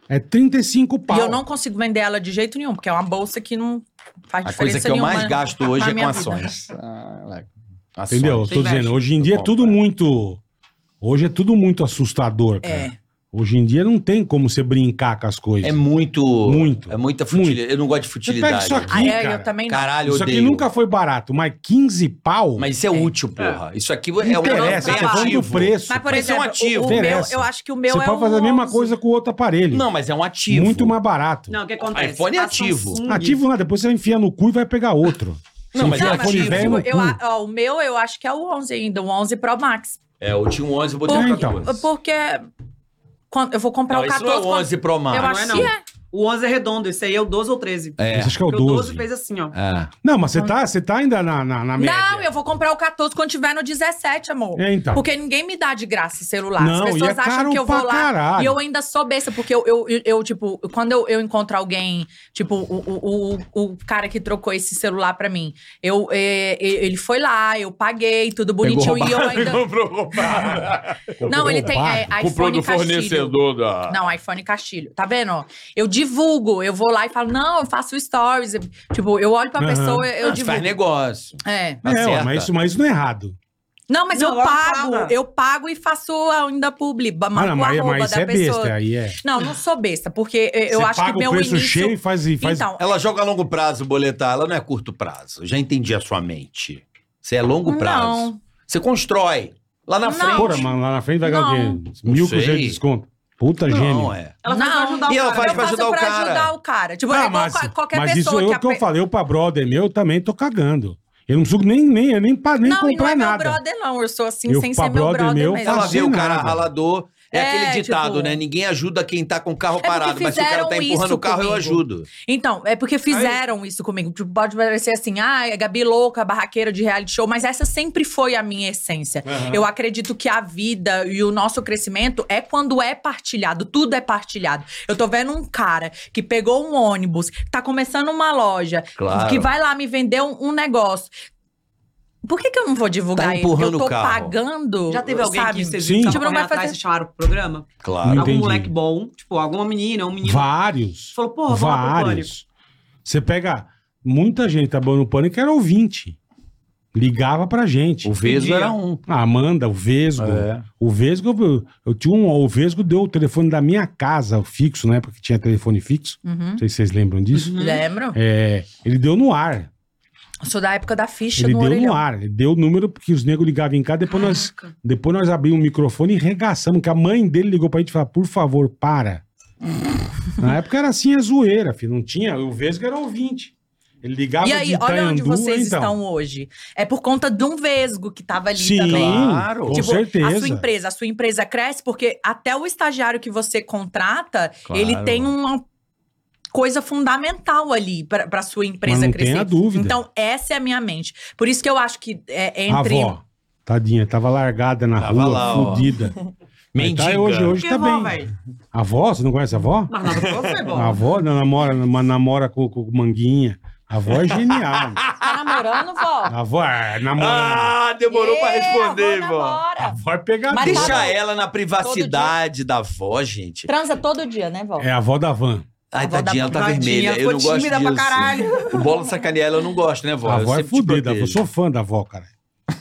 Speaker 4: É 35 pau.
Speaker 7: E eu não consigo vender ela de jeito nenhum, porque é uma bolsa que não faz
Speaker 6: A
Speaker 7: diferença
Speaker 6: coisa que eu
Speaker 7: nenhuma
Speaker 6: mais gasto hoje
Speaker 7: na
Speaker 6: é com
Speaker 7: minha vida.
Speaker 6: ações. Ah, like,
Speaker 7: Tá
Speaker 6: ações.
Speaker 4: Entendeu? Eu
Speaker 8: Você
Speaker 4: tô
Speaker 8: investe.
Speaker 4: dizendo, hoje em dia é
Speaker 6: Bom,
Speaker 4: tudo
Speaker 6: cara.
Speaker 4: muito. Hoje é tudo muito assustador, cara.
Speaker 7: É.
Speaker 4: Hoje em dia não tem como você brincar com as coisas.
Speaker 6: É muito.
Speaker 4: Muito.
Speaker 6: É muita futilidade. Eu não gosto de
Speaker 4: Você pega
Speaker 6: futilidade.
Speaker 4: isso aqui,
Speaker 7: Ah, é,
Speaker 4: cara.
Speaker 7: eu também não.
Speaker 6: Caralho, eu
Speaker 4: Isso aqui
Speaker 6: odeio.
Speaker 4: nunca foi barato, mas 15 pau.
Speaker 6: Mas isso é, útil, porra. Isso aqui é um
Speaker 4: interessa,
Speaker 6: bem
Speaker 4: você tá falando do
Speaker 6: ativo.
Speaker 4: preço.
Speaker 7: Mas, por
Speaker 6: Mas é um
Speaker 7: exemplo,
Speaker 6: ativo.
Speaker 7: o, o meu,
Speaker 4: Interessa.
Speaker 7: eu acho que o meu
Speaker 4: você
Speaker 7: é
Speaker 4: pode
Speaker 7: um
Speaker 4: fazer a mesma
Speaker 7: 11.
Speaker 4: coisa com o outro aparelho.
Speaker 6: Não, mas é um ativo.
Speaker 4: Muito mais barato. Ah,
Speaker 8: Não, o que acontece? um
Speaker 6: iPhone é
Speaker 8: A
Speaker 6: ativo.
Speaker 7: um
Speaker 8: Samsung-
Speaker 4: Ativo não, depois você enfia no cu e vai pegar outro. Você
Speaker 6: Não, mas
Speaker 4: enfia
Speaker 6: é
Speaker 7: Não,
Speaker 4: o
Speaker 7: mas
Speaker 4: iPhone
Speaker 6: ativo.
Speaker 4: velho no
Speaker 7: eu, eu,
Speaker 4: cu.
Speaker 7: a- ó, o meu eu acho que é o 11 ainda, o 11 Pro Max.
Speaker 6: É, eu tinha um 11, eu botei
Speaker 4: Por-
Speaker 6: um
Speaker 4: então.
Speaker 6: 14.
Speaker 7: Porque quando- eu vou comprar
Speaker 6: Não,
Speaker 7: o
Speaker 6: isso
Speaker 7: 14.
Speaker 6: não é
Speaker 7: quando-
Speaker 6: 11 Pro Max.
Speaker 7: eu
Speaker 8: não
Speaker 7: acho
Speaker 8: é, não.
Speaker 7: que é.
Speaker 8: O 11 é redondo, esse aí é o 12 ou 13.
Speaker 6: É.
Speaker 4: Esse acho que é o
Speaker 8: Porque
Speaker 4: 12.
Speaker 8: fez assim, ó.
Speaker 6: É.
Speaker 4: Não, mas você tá, você tá ainda na, na, na média.
Speaker 7: Não, eu vou comprar o 14 quando tiver no 17, amor.
Speaker 4: É, então.
Speaker 7: Porque ninguém me dá de graça celular.
Speaker 4: Não,
Speaker 7: As
Speaker 4: e
Speaker 7: pessoas
Speaker 4: é caro
Speaker 7: acham que eu
Speaker 4: pra
Speaker 7: vou lá.
Speaker 4: caralho.
Speaker 7: E eu ainda sou besta, porque eu, eu, eu, eu, tipo, quando eu, eu encontro alguém, tipo, o, o, o, o cara que trocou esse celular pra mim, eu, é, é, ele foi lá, eu paguei, tudo bonitinho, e eu ainda.
Speaker 10: Comprou roubado.
Speaker 7: Não, ele tem é,
Speaker 10: Comprou
Speaker 7: iPhone
Speaker 10: do
Speaker 7: Castilho.
Speaker 10: fornecedor da.
Speaker 7: Não, iPhone Castilho. Tá vendo? Eu divulgo, eu vou lá e falo, não, eu faço stories. Tipo, eu olho pra
Speaker 4: Aham.
Speaker 7: pessoa, eu
Speaker 6: Não, isso faz
Speaker 7: divulgo.
Speaker 6: negócio.
Speaker 7: É.
Speaker 6: Tá
Speaker 4: É, ó,
Speaker 6: certa.
Speaker 4: mas isso, mas isso não é errado.
Speaker 7: Não, mas
Speaker 8: Não,
Speaker 7: eu
Speaker 8: agora
Speaker 7: pago.
Speaker 8: fala.
Speaker 7: Eu pago e faço ainda publi. ba-
Speaker 4: Ah,
Speaker 7: Marco
Speaker 4: não,
Speaker 7: o
Speaker 4: mas,
Speaker 7: arroba
Speaker 4: mas isso
Speaker 7: da
Speaker 4: é besta,
Speaker 7: pessoa.
Speaker 4: aí é.
Speaker 7: Não, não sou besta, porque eh, eu
Speaker 4: Você
Speaker 7: acho que
Speaker 4: paga
Speaker 7: meu
Speaker 4: o preço
Speaker 7: início...
Speaker 4: cheio e faz... e faz...
Speaker 7: Então,
Speaker 6: Ela joga a longo prazo, boletar. Ela não é curto prazo. Já entendi a sua mente. Você é longo prazo.
Speaker 7: Não.
Speaker 6: Você constrói. Lá na
Speaker 7: Não.
Speaker 6: frente.
Speaker 4: Porra, mano, lá na frente vai ganhar
Speaker 7: Não.
Speaker 4: o quê? Mil
Speaker 6: sei.
Speaker 4: cruzeiros de desconto. Puta
Speaker 6: Não,
Speaker 4: gênio.
Speaker 6: é.
Speaker 8: Ela faz pra
Speaker 7: Não.
Speaker 6: E
Speaker 8: ajudar o
Speaker 6: ela
Speaker 8: cara.
Speaker 6: faz
Speaker 7: eu
Speaker 6: pra
Speaker 7: faço
Speaker 6: ajudar o
Speaker 7: pra
Speaker 6: cara.
Speaker 7: ajudar o cara. Tipo, é
Speaker 4: Ah,
Speaker 7: igual
Speaker 4: mas,
Speaker 7: qua- qualquer
Speaker 4: mas isso
Speaker 7: pessoa
Speaker 4: eu
Speaker 7: que...
Speaker 4: que eu
Speaker 7: ape-
Speaker 4: falei, eu pra brother meu, eu também tô cagando. Eu não preciso nem, nem, eu nem, pa- nem
Speaker 7: Não, e não
Speaker 4: comprar
Speaker 7: é
Speaker 4: nada.
Speaker 7: meu brother, não. Eu sou assim,
Speaker 4: Eu
Speaker 7: sem
Speaker 4: pra
Speaker 7: ser meu
Speaker 4: brother
Speaker 7: brother
Speaker 4: é meu,
Speaker 7: mesmo.
Speaker 6: Ela
Speaker 4: faço
Speaker 6: vê o
Speaker 4: sem
Speaker 6: cara
Speaker 4: nada.
Speaker 6: ralador. É,
Speaker 7: É,
Speaker 6: aquele ditado,
Speaker 7: tipo-
Speaker 6: né? Ninguém ajuda quem tá com o carro
Speaker 7: porque
Speaker 6: parado. Mas se o cara tá
Speaker 7: fizeram
Speaker 6: empurrando o
Speaker 7: isso
Speaker 6: carro, eu
Speaker 7: comigo.
Speaker 6: ajudo.
Speaker 7: Então, é porque fizeram isso comigo. Tipo, pode parecer assim, ah, é Gabi louca, barraqueira de reality show, mas essa sempre foi a minha essência. Eu acredito que a vida e o nosso crescimento é quando é partilhado, tudo é partilhado. Eu tô vendo um cara que pegou um ônibus, que tá começando uma loja,
Speaker 6: Claro.
Speaker 7: que vai lá me vender um, um negócio. Por que, que eu não vou divulgar
Speaker 6: Tá
Speaker 7: ele? Porque
Speaker 6: empurrando
Speaker 7: eu
Speaker 6: o
Speaker 7: tô
Speaker 6: carro.
Speaker 7: pagando.
Speaker 8: Já teve alguém
Speaker 7: sabe?
Speaker 8: que vocês
Speaker 4: Sim.
Speaker 8: viram
Speaker 7: Tipo,
Speaker 8: tipo,
Speaker 7: não vai
Speaker 8: atrás
Speaker 7: fazer-
Speaker 8: e chamaram pro programa?
Speaker 6: Claro.
Speaker 4: Não.
Speaker 8: Algum
Speaker 4: entendi.
Speaker 8: moleque bom, tipo, alguma menina, um menino.
Speaker 4: Vários.
Speaker 8: Falou, porra, vamos lá pro pânico.
Speaker 4: vários. Você pega. Muita gente tá boa no pânico era ouvinte. Ligava pra gente.
Speaker 6: O Vesgo
Speaker 8: Entendi.
Speaker 6: era um. É.
Speaker 4: A Amanda, o Vesgo. O Vesgo, eu, eu tinha um. O Vesgo deu o telefone da minha casa, o fixo, na época que tinha telefone fixo.
Speaker 7: Uhum.
Speaker 8: Hum?
Speaker 4: Não sei se vocês lembram disso.
Speaker 7: Lembro?
Speaker 4: É, ele deu no ar.
Speaker 7: Eu sou da época da ficha
Speaker 4: ele
Speaker 7: no
Speaker 4: deu
Speaker 7: orelhão.
Speaker 4: no
Speaker 6: um
Speaker 4: ar. Ele deu o número porque os negros ligavam em casa. Depois nós, depois nós abrimos o microfone e regaçamos. Que a mãe dele ligou pra gente e falou: por favor, para. Na época era assim, a zoeira, filho. Não tinha. O Vesgo era ouvinte. Ele ligava
Speaker 7: E aí,
Speaker 4: de
Speaker 7: olha onde
Speaker 4: Itaiandu,
Speaker 7: vocês
Speaker 4: então.
Speaker 7: estão hoje. É por conta de um vesgo que tava ali
Speaker 4: Sim,
Speaker 7: também.
Speaker 6: Claro.
Speaker 4: com
Speaker 7: Tipo,
Speaker 4: certeza.
Speaker 7: a sua empresa, a sua empresa cresce porque até o estagiário que você contrata,
Speaker 6: Claro.
Speaker 7: ele tem uma coisa fundamental ali pra pra sua empresa
Speaker 4: Mas não
Speaker 7: crescer.
Speaker 4: tenha dúvida.
Speaker 7: Então, essa é a minha mente. Por isso que eu acho que é, é
Speaker 4: A
Speaker 7: entre
Speaker 4: avó, tadinha, tava largada na
Speaker 6: Tava
Speaker 4: rua,
Speaker 6: lá, ó.
Speaker 4: fudida. Mas
Speaker 6: Mendiga.
Speaker 4: Tá, hoje, hoje
Speaker 8: Que
Speaker 4: tá
Speaker 8: vó,
Speaker 4: bem.
Speaker 8: velho.
Speaker 4: A avó, você não conhece a avó?
Speaker 8: Mas nada pra você,
Speaker 4: A
Speaker 8: bom.
Speaker 4: avó não, namora, ma- namora com, com manguinha. A avó é genial.
Speaker 7: tá namorando, vó.
Speaker 4: a avó é namorada.
Speaker 6: Ah, demorou pra
Speaker 7: Ê,
Speaker 6: responder,
Speaker 7: a É, avó
Speaker 6: irmão.
Speaker 7: namora.
Speaker 4: a avó é pegadora.
Speaker 7: Mas
Speaker 6: Deixa
Speaker 7: tá bom.
Speaker 6: ela na privacidade da avó, gente.
Speaker 7: Transa todo dia, né, vó?
Speaker 4: É a avó da van.
Speaker 6: Ai,
Speaker 7: A vó
Speaker 6: tadinha, ela tá
Speaker 8: Tadinha,
Speaker 6: vermelha. Eu
Speaker 8: ficou
Speaker 6: não gosto
Speaker 8: tímida pra
Speaker 6: disso.
Speaker 8: caralho.
Speaker 6: O bolo sacanear ela eu não gosto, né, vó?
Speaker 4: a
Speaker 6: Eu
Speaker 4: avó é
Speaker 6: sempre te
Speaker 4: fudida. Eu
Speaker 6: protejo.
Speaker 4: sou fã da avó, cara.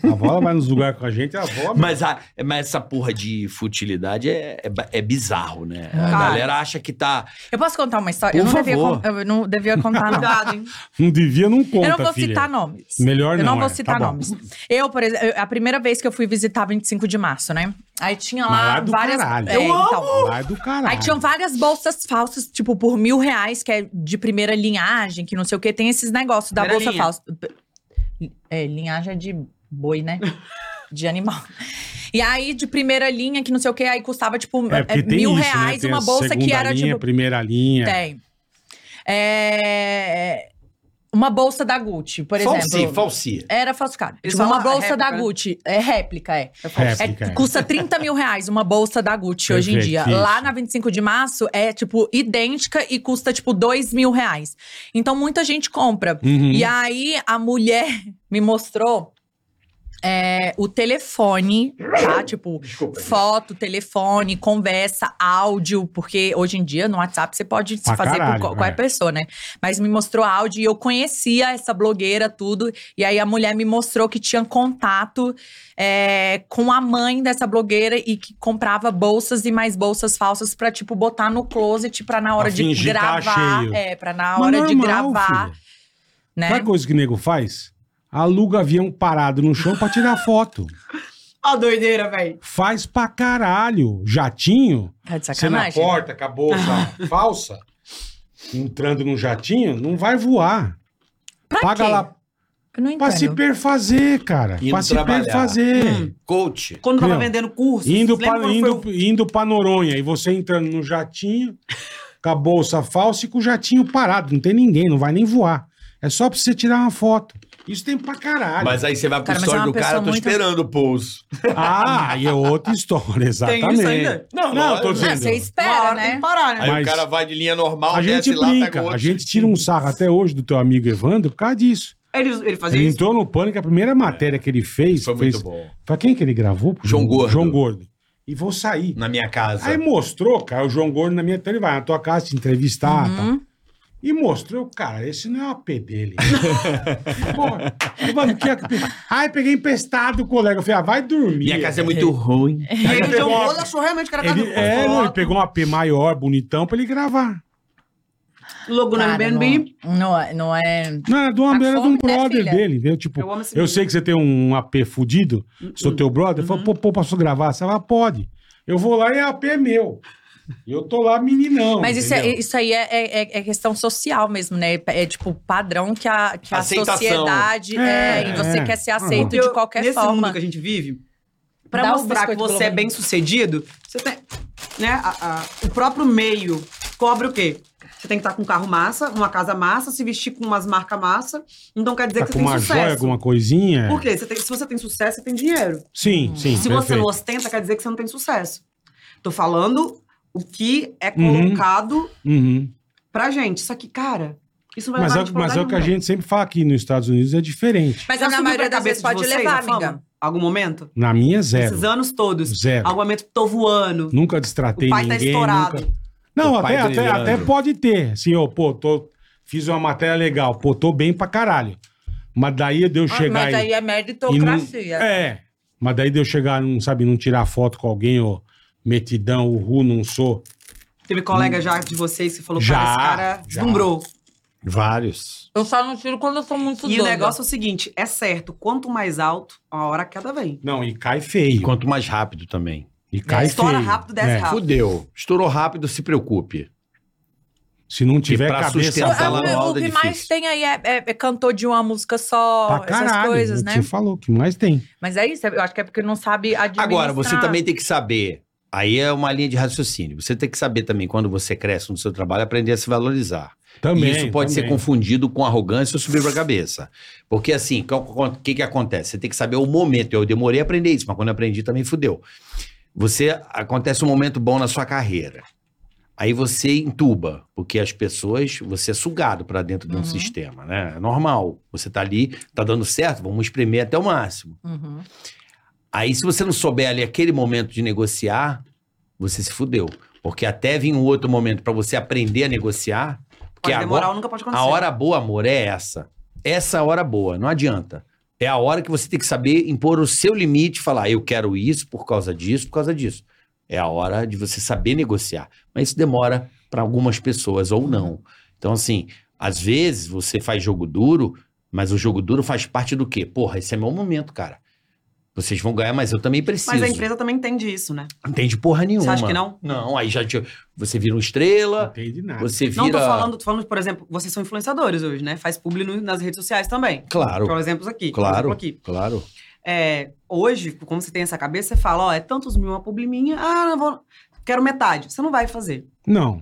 Speaker 4: A avó vai nos lugares com a gente, a avó.
Speaker 6: Mas, a- mas essa porra de futilidade é, é, ba- é bizarro, né? A
Speaker 7: Cara.
Speaker 6: galera acha que tá.
Speaker 7: Eu posso contar uma história? eu,
Speaker 6: Por
Speaker 7: não devia,
Speaker 6: favor.
Speaker 7: con- eu não devia contar, não.
Speaker 8: Cuidado, hein?
Speaker 4: Não devia, não conta.
Speaker 7: eu não vou
Speaker 4: filha.
Speaker 7: citar nomes.
Speaker 4: Melhor
Speaker 7: eu não,
Speaker 4: não,
Speaker 7: vou
Speaker 4: é. Tá
Speaker 7: citar
Speaker 4: bom.
Speaker 7: nomes. Eu, por exemplo, eu- a primeira vez que eu fui visitar 25 de março, né? Aí tinha
Speaker 4: Mas lá
Speaker 7: lá
Speaker 4: é do
Speaker 7: várias.
Speaker 4: caralho.
Speaker 7: É,
Speaker 4: Eu
Speaker 7: então.
Speaker 4: Lá é do caralho.
Speaker 7: Aí tinham várias bolsas falsas, tipo, por mil reais, que é de primeira linhagem, que não sei o que. Tem esses negócios da bolsa
Speaker 8: Primeira linha.
Speaker 7: falsa. É, linhagem é de boi, né? De animal. E aí, de primeira linha, que não sei o que, aí custava, tipo,
Speaker 4: É, porque
Speaker 7: é,
Speaker 4: tem
Speaker 7: mil
Speaker 4: isso,
Speaker 7: reais
Speaker 4: né? Tem a
Speaker 7: uma bolsa que
Speaker 4: segunda
Speaker 7: era,
Speaker 4: linha,
Speaker 7: tipo,
Speaker 4: Primeira linha.
Speaker 7: tem. É, Uma bolsa da Gucci, por
Speaker 6: Falsi,
Speaker 7: exemplo.
Speaker 6: falsi.
Speaker 7: Era falsificado.
Speaker 8: Eles
Speaker 7: Tipo, uma
Speaker 8: falam, ah,
Speaker 7: bolsa da
Speaker 8: réplica.
Speaker 7: Gucci. É réplica, é.
Speaker 4: Réplica.
Speaker 7: É,
Speaker 4: é.
Speaker 7: custa 30 mil reais uma bolsa da Gucci hoje em dia.
Speaker 4: Perfeito, isso.
Speaker 7: Lá na 25 de março é, tipo, idêntica e custa, tipo, 2 mil reais. Então muita gente compra.
Speaker 4: Uhum.
Speaker 7: E aí a mulher me mostrou é, o telefone, tá? Tipo, foto, telefone, conversa, áudio, porque hoje em dia no WhatsApp você pode se
Speaker 4: Pra
Speaker 7: fazer
Speaker 4: caralho,
Speaker 7: com qual- qualquer
Speaker 4: é.
Speaker 7: pessoa, né? Mas me mostrou áudio e eu conhecia essa blogueira, tudo. E aí a mulher me mostrou que tinha contato é, com a mãe dessa blogueira e que comprava bolsas e mais bolsas falsas pra, tipo, botar no closet pra na hora de
Speaker 4: fingir que tá
Speaker 7: gravar.
Speaker 4: cheio.
Speaker 7: É, pra na
Speaker 4: Mas
Speaker 7: hora de
Speaker 4: normal,
Speaker 7: gravar,
Speaker 4: filha.
Speaker 7: né?
Speaker 4: Sabe a coisa que o nego faz? Aluga avião parado no chão pra tirar foto.
Speaker 8: Ó, a doideira, velho.
Speaker 4: Faz pra caralho. Jatinho.
Speaker 7: Tá de
Speaker 4: Você na
Speaker 7: sacanagem. né?
Speaker 4: porta, com a bolsa falsa, entrando num jatinho, não vai voar.
Speaker 7: Pra
Speaker 4: Paga
Speaker 7: quê?
Speaker 4: lá
Speaker 7: Eu não
Speaker 4: pra se
Speaker 7: entendo.
Speaker 4: perfazer, cara.
Speaker 6: Indo
Speaker 4: pra se
Speaker 6: trabalhar.
Speaker 4: perfazer.
Speaker 6: Coach.
Speaker 8: Quando tava
Speaker 4: Meu,
Speaker 8: vendendo curso,
Speaker 4: Indo,
Speaker 8: lembra
Speaker 4: pra,
Speaker 8: quando
Speaker 4: indo,
Speaker 8: foi
Speaker 4: indo pra Noronha e você entrando no jatinho, com a bolsa falsa e com o jatinho parado. Não tem ninguém, não vai nem voar. É só pra você tirar uma foto. Isso tem pra caralho.
Speaker 6: Mas aí você vai pro
Speaker 7: Cara, mas é
Speaker 6: história do
Speaker 7: uma
Speaker 6: cara, eu
Speaker 7: pessoa
Speaker 6: tô
Speaker 7: muito-
Speaker 6: esperando o pouso.
Speaker 4: Ah, aí é outra história,
Speaker 8: Tem
Speaker 4: exatamente.
Speaker 8: isso ainda?
Speaker 4: Não, não, eu tô
Speaker 7: Ah, você
Speaker 4: dizendo.
Speaker 8: o- Uma
Speaker 7: espera,
Speaker 8: hora
Speaker 7: né?
Speaker 8: tem que parar, né?
Speaker 6: Aí
Speaker 4: Mas-
Speaker 6: o cara vai de linha normal,
Speaker 4: A gente
Speaker 6: desce lá, pega
Speaker 4: brinca,
Speaker 6: outro.
Speaker 4: a gente tira um sarro até hoje do teu amigo Evandro por causa disso.
Speaker 8: Ele, ele fazia
Speaker 4: Ele
Speaker 8: isso.
Speaker 4: entrou no pânico, a primeira matéria que ele fez.
Speaker 6: É. Foi
Speaker 4: fez
Speaker 6: muito bom.
Speaker 4: Pra quem que ele gravou? Pro
Speaker 6: João Gordo.
Speaker 4: João Gordo. E vou sair.
Speaker 6: Na minha casa.
Speaker 4: Aí mostrou, cara, o João Gordo na minha tela, ele vai na tua casa te entrevistar. tá? E mostrou, cara, esse não é o AP dele. Porra, mano, que é... Ai, peguei emprestado o colega. Eu falei, ah, vai dormir.
Speaker 6: minha casa é muito ruim.
Speaker 8: E aí o
Speaker 4: pegou
Speaker 8: João
Speaker 4: a-
Speaker 8: Gordo achou realmente que era
Speaker 4: Ele, é, não, ele pegou um AP maior, bonitão, pra ele gravar.
Speaker 8: Logo no
Speaker 7: Cara,
Speaker 8: Airbnb.
Speaker 7: Não, não, é- não é.
Speaker 4: Não, era de, uma,
Speaker 7: Tá
Speaker 4: era de
Speaker 7: fome,
Speaker 4: um
Speaker 7: né,
Speaker 4: brother
Speaker 7: filha?
Speaker 4: dele, entendeu? Tipo,
Speaker 8: Eu amo esse
Speaker 4: eu
Speaker 8: menino.
Speaker 4: sei que você tem um AP fudido, sou teu brother. Fala, pô, pô, posso gravar? Você fala, pode. Eu vou lá e AP é meu. E eu tô lá meninão,
Speaker 7: Mas isso, é,
Speaker 4: entendeu?
Speaker 7: isso aí é, é- é questão social mesmo, né? É tipo padrão que a, que a
Speaker 6: Aceitação.
Speaker 7: sociedade é,
Speaker 4: É,
Speaker 7: e você
Speaker 4: é.
Speaker 7: quer ser aceito de
Speaker 8: Eu-
Speaker 7: qualquer
Speaker 8: nesse
Speaker 7: forma.
Speaker 8: mundo que a gente vive, pra
Speaker 7: Dá o
Speaker 8: mostrar que
Speaker 7: biscoito
Speaker 8: você
Speaker 7: pelo
Speaker 8: é bem sucedido, você tem. Né, a- a- o próprio meio cobra o quê? Você tem que estar com um carro massa, uma casa massa, se vestir com umas marcas massa. Então quer dizer
Speaker 4: Tá
Speaker 8: que
Speaker 4: com
Speaker 8: você tem
Speaker 4: uma
Speaker 8: sucesso.
Speaker 4: joia, alguma coisinha.
Speaker 8: Por quê? Você tem- se você tem sucesso, você tem dinheiro.
Speaker 4: Sim, sim.
Speaker 8: Se você
Speaker 4: perfeito.
Speaker 8: não ostenta, quer dizer que você não tem sucesso. Tô falando o que é
Speaker 4: Uhum.
Speaker 8: colocado
Speaker 4: Uhum.
Speaker 8: pra gente. Só que, cara, isso não vai
Speaker 4: Mas,
Speaker 8: levar
Speaker 4: é, mas é o que a gente sempre fala aqui nos Estados Unidos é diferente.
Speaker 7: Mas na maioria das vezes pode levar, amiga.
Speaker 8: Algum momento?
Speaker 4: Na minha é zero.
Speaker 8: Esses anos todos.
Speaker 4: Zero.
Speaker 8: Algum momento tô voando.
Speaker 4: Nunca
Speaker 8: O
Speaker 4: destratei
Speaker 8: pai tá
Speaker 4: ninguém.
Speaker 8: estourado.
Speaker 4: nunca- Não,
Speaker 11: O pai
Speaker 4: até,
Speaker 11: tá
Speaker 4: até,
Speaker 11: Leandro.
Speaker 4: até pode ter. Assim, ó, pô, tô, fiz uma matéria legal. Pô, tô bem pra caralho. Mas daí de eu
Speaker 7: Ah,
Speaker 4: chegar e-
Speaker 7: mas aí é
Speaker 4: E não-
Speaker 7: meritocracia.
Speaker 4: É. Mas daí de eu chegar, não sabe, não tirar foto com alguém, ou metidão, o ru, não sou.
Speaker 8: Teve colega já de vocês que falou,
Speaker 4: Já,
Speaker 8: cara, esse cara
Speaker 4: já.
Speaker 8: deslumbrou.
Speaker 11: Vários.
Speaker 7: Eu só não tiro quando eu sou muito
Speaker 8: E
Speaker 7: doida.
Speaker 8: o negócio é o seguinte, é certo, quanto mais alto, a hora a queda vem.
Speaker 4: Não, e cai feio.
Speaker 11: Quanto mais rápido também.
Speaker 4: E cai
Speaker 8: Estoura
Speaker 4: feio.
Speaker 8: rápido, desce
Speaker 4: É.
Speaker 8: rápido.
Speaker 11: Fudeu. Estourou rápido, se preocupe.
Speaker 4: Se não tiver
Speaker 11: E pra
Speaker 4: cabeça
Speaker 7: Eu-
Speaker 11: sustentar
Speaker 4: pra
Speaker 11: tá lá
Speaker 7: eu-
Speaker 11: no
Speaker 7: o
Speaker 11: alto,
Speaker 7: que
Speaker 11: é
Speaker 7: mais
Speaker 11: difícil.
Speaker 7: tem aí é, é- é cantor de uma música só, essas
Speaker 4: caralho,
Speaker 7: coisas,
Speaker 4: o que
Speaker 7: né?
Speaker 4: você falou, o que mais tem.
Speaker 7: Mas é isso, eu acho que é porque não sabe administrar.
Speaker 6: Agora, você também tem que saber. Aí é uma linha de raciocínio. Você tem que saber também, quando você cresce no seu trabalho, aprender a se valorizar.
Speaker 4: Também,
Speaker 6: e isso pode ser
Speaker 4: também.
Speaker 6: confundido com arrogância ou subir pra cabeça. Porque assim, o que, que, que acontece? Você tem que saber o momento. Eu demorei a aprender isso, mas quando eu aprendi também fudeu. Você acontece um momento bom na sua carreira. Aí você entuba, porque as pessoas, você é sugado pra dentro de um
Speaker 7: Uhum.
Speaker 6: sistema, né? É normal. Você tá ali, tá dando certo, vamos espremer até o máximo.
Speaker 7: Uhum.
Speaker 6: Aí, se você não souber ali aquele momento de negociar, você se fudeu. Porque até vir um outro momento pra você aprender a negociar. Porque
Speaker 8: Pode demorar
Speaker 6: agora,
Speaker 8: ou nunca pode acontecer.
Speaker 6: a hora boa, amor, é essa. Essa é a hora boa, não adianta. É a hora que você tem que saber impor o seu limite, falar, eu quero isso por causa disso, por causa disso. É a hora de você saber negociar. Mas isso demora para algumas pessoas ou não. Então, assim, às vezes você faz jogo duro, mas o jogo duro faz parte do quê? Porra, esse é meu momento, cara. Vocês vão ganhar, mas eu também preciso.
Speaker 8: Mas a empresa também entende isso, né?
Speaker 6: Não entende porra nenhuma.
Speaker 8: Você acha que não?
Speaker 6: Não, aí já te- você vira um estrela,
Speaker 4: Entende nada.
Speaker 6: você vira...
Speaker 8: Não tô falando, tô falando, por exemplo, vocês são influenciadores hoje, né? Faz publi no- nas redes sociais também.
Speaker 6: Claro,
Speaker 8: Por exemplos aqui. por
Speaker 6: Claro.
Speaker 8: exemplo aqui.
Speaker 6: claro.
Speaker 8: É, hoje, como você tem essa cabeça, você fala, ó, é tantos mil uma publi minha, ah, não vou... Quero metade. Você não vai fazer.
Speaker 4: Não.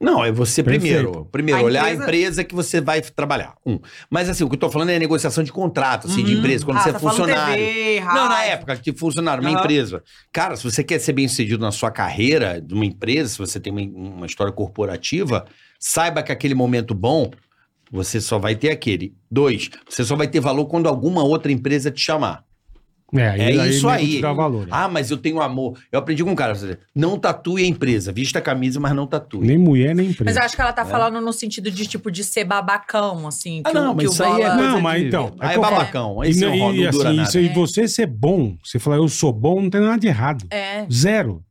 Speaker 6: Não, é você
Speaker 4: Perfeito.
Speaker 6: primeiro. Primeiro,
Speaker 8: A
Speaker 6: olhar
Speaker 8: empresa-
Speaker 6: a empresa que você vai trabalhar. Um. Mas assim, o que eu tô falando é negociação de contrato, assim, de
Speaker 8: Uhum.
Speaker 6: empresa, quando
Speaker 8: Ah,
Speaker 6: você é
Speaker 8: tá falando
Speaker 6: funcionário.
Speaker 8: TV, rádio.
Speaker 6: Não, na época que funcionário, uma
Speaker 8: Aham.
Speaker 6: empresa. Cara, se você quer ser bem sucedido na sua carreira, de uma empresa, se você tem uma, uma história corporativa, saiba que aquele momento bom, você só vai ter aquele. Dois, você só vai ter valor quando alguma outra empresa te chamar.
Speaker 4: É, aí,
Speaker 6: É isso
Speaker 4: nego te
Speaker 6: aí.
Speaker 4: Dá valor.
Speaker 6: Ah, mas eu tenho amor. Eu aprendi com um cara, você- não tatue a empresa. Vista a camisa, mas não tatue.
Speaker 4: Nem mulher, nem
Speaker 1: Mas
Speaker 4: empresa.
Speaker 1: eu acho que ela tá falando no sentido de, tipo, de ser babacão, assim.
Speaker 6: É. Ah,
Speaker 1: que o-
Speaker 6: não, mas
Speaker 1: que o
Speaker 6: isso aí é
Speaker 1: Bola-
Speaker 4: Não,
Speaker 6: coisa
Speaker 4: mas
Speaker 6: de-
Speaker 4: então, é
Speaker 6: Aí
Speaker 4: que
Speaker 6: é
Speaker 4: eu falo.
Speaker 6: babacão. Aí
Speaker 4: E,
Speaker 6: você
Speaker 4: não-
Speaker 6: não roda,
Speaker 4: e
Speaker 6: não dura
Speaker 4: assim,
Speaker 6: nada.
Speaker 4: isso, e você ser bom, você falar eu sou bom, não tem nada de errado.
Speaker 1: É.
Speaker 4: Zero.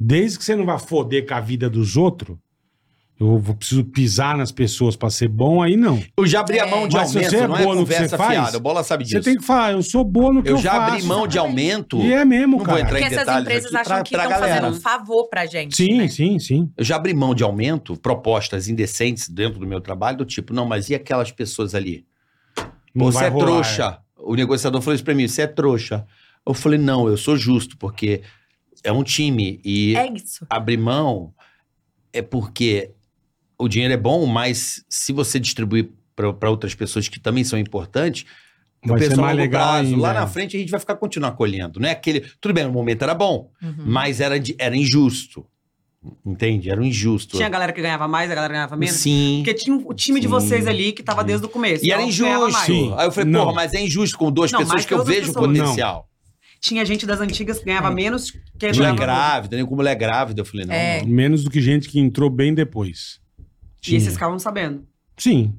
Speaker 4: Desde que você não vá foder com a vida dos outros, eu vou- preciso pisar nas pessoas pra ser bom, aí não.
Speaker 6: Eu já abri a mão de
Speaker 4: Mas se
Speaker 6: aumento,
Speaker 4: você é
Speaker 6: não é
Speaker 4: boa no que você
Speaker 6: conversa
Speaker 4: faz,
Speaker 6: fiada. O Bola sabe disso.
Speaker 4: Você tem que falar, eu sou bom no que eu,
Speaker 6: Eu já
Speaker 4: faço.
Speaker 6: abri mão de aumento.
Speaker 4: E é mesmo,
Speaker 6: Não vou
Speaker 4: cara.
Speaker 6: entrar em
Speaker 1: Porque essas
Speaker 6: detalhes
Speaker 1: empresas
Speaker 6: aqui
Speaker 1: acham
Speaker 6: pra-
Speaker 1: que
Speaker 6: pra
Speaker 1: estão
Speaker 6: galera.
Speaker 1: fazendo um favor pra gente.
Speaker 4: Sim,
Speaker 6: É.
Speaker 1: né?
Speaker 4: sim, sim.
Speaker 6: Eu já abri mão de aumento, propostas indecentes dentro do meu trabalho, do tipo, não, mas e aquelas pessoas ali?
Speaker 4: Não
Speaker 6: você
Speaker 4: vai
Speaker 6: é
Speaker 4: rolar,
Speaker 6: trouxa. O negociador falou isso pra mim, você é trouxa. Eu falei, não, eu sou justo, porque é um time e
Speaker 1: É isso.
Speaker 6: abrir mão é porque o dinheiro é bom, mas se você distribuir para outras pessoas que também são importantes,
Speaker 4: Vai ser
Speaker 6: penso a
Speaker 4: mais
Speaker 6: longo
Speaker 4: legal ainda,
Speaker 6: lá
Speaker 4: é.
Speaker 6: na frente a gente vai ficar continuar colhendo, não é aquele, tudo bem, no momento era bom,
Speaker 1: Uhum.
Speaker 6: mas era de- era injusto. Entende? Era um injusto.
Speaker 8: Tinha a galera que ganhava mais, a galera que ganhava menos.
Speaker 6: Sim.
Speaker 8: Porque tinha o time de
Speaker 6: Sim.
Speaker 8: vocês ali que tava desde o começo.
Speaker 6: E era
Speaker 8: então ganhava
Speaker 6: injusto.
Speaker 8: mais.
Speaker 4: Sim.
Speaker 6: Aí eu falei,
Speaker 4: Não.
Speaker 6: porra, mas é injusto com duas
Speaker 8: Não,
Speaker 6: pessoas
Speaker 8: mais
Speaker 6: que eu
Speaker 8: que outras
Speaker 6: vejo o
Speaker 8: pessoas.
Speaker 6: potencial.
Speaker 8: Tinha gente das antigas que
Speaker 6: É.
Speaker 8: ganhava menos, que
Speaker 6: Mulher
Speaker 8: ganhava
Speaker 6: grávida, nem com mulher grávida. Eu falei, não,
Speaker 1: É.
Speaker 6: não.
Speaker 4: Menos do que gente que entrou bem depois.
Speaker 8: E
Speaker 4: Tinha.
Speaker 8: esses ficavam sabendo.
Speaker 4: Sim.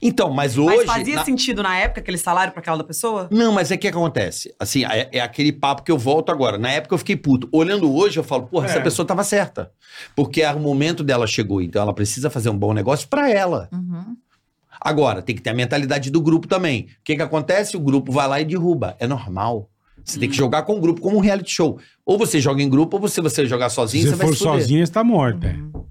Speaker 6: Então, mas hoje.
Speaker 8: Mas fazia assim.
Speaker 6: na-
Speaker 8: sentido na época aquele salário pra aquela da pessoa?
Speaker 6: Não, mas é que acontece. Assim, é, é aquele papo que eu volto agora. Na época eu fiquei puto. Olhando hoje, eu falo, porra,
Speaker 4: É.
Speaker 6: essa pessoa tava certa. Porque o momento dela chegou, então ela precisa fazer um bom negócio pra ela.
Speaker 1: Uhum.
Speaker 6: Agora, tem que ter a mentalidade do grupo também. O que, que acontece? O grupo vai lá e derruba. É normal. Você tem que jogar com o grupo como um reality show. Ou você joga em grupo, ou se você jogar sozinho,
Speaker 4: Se
Speaker 6: você
Speaker 4: você
Speaker 6: vai
Speaker 4: for
Speaker 6: se fuder.
Speaker 4: sozinha, você tá morta. é.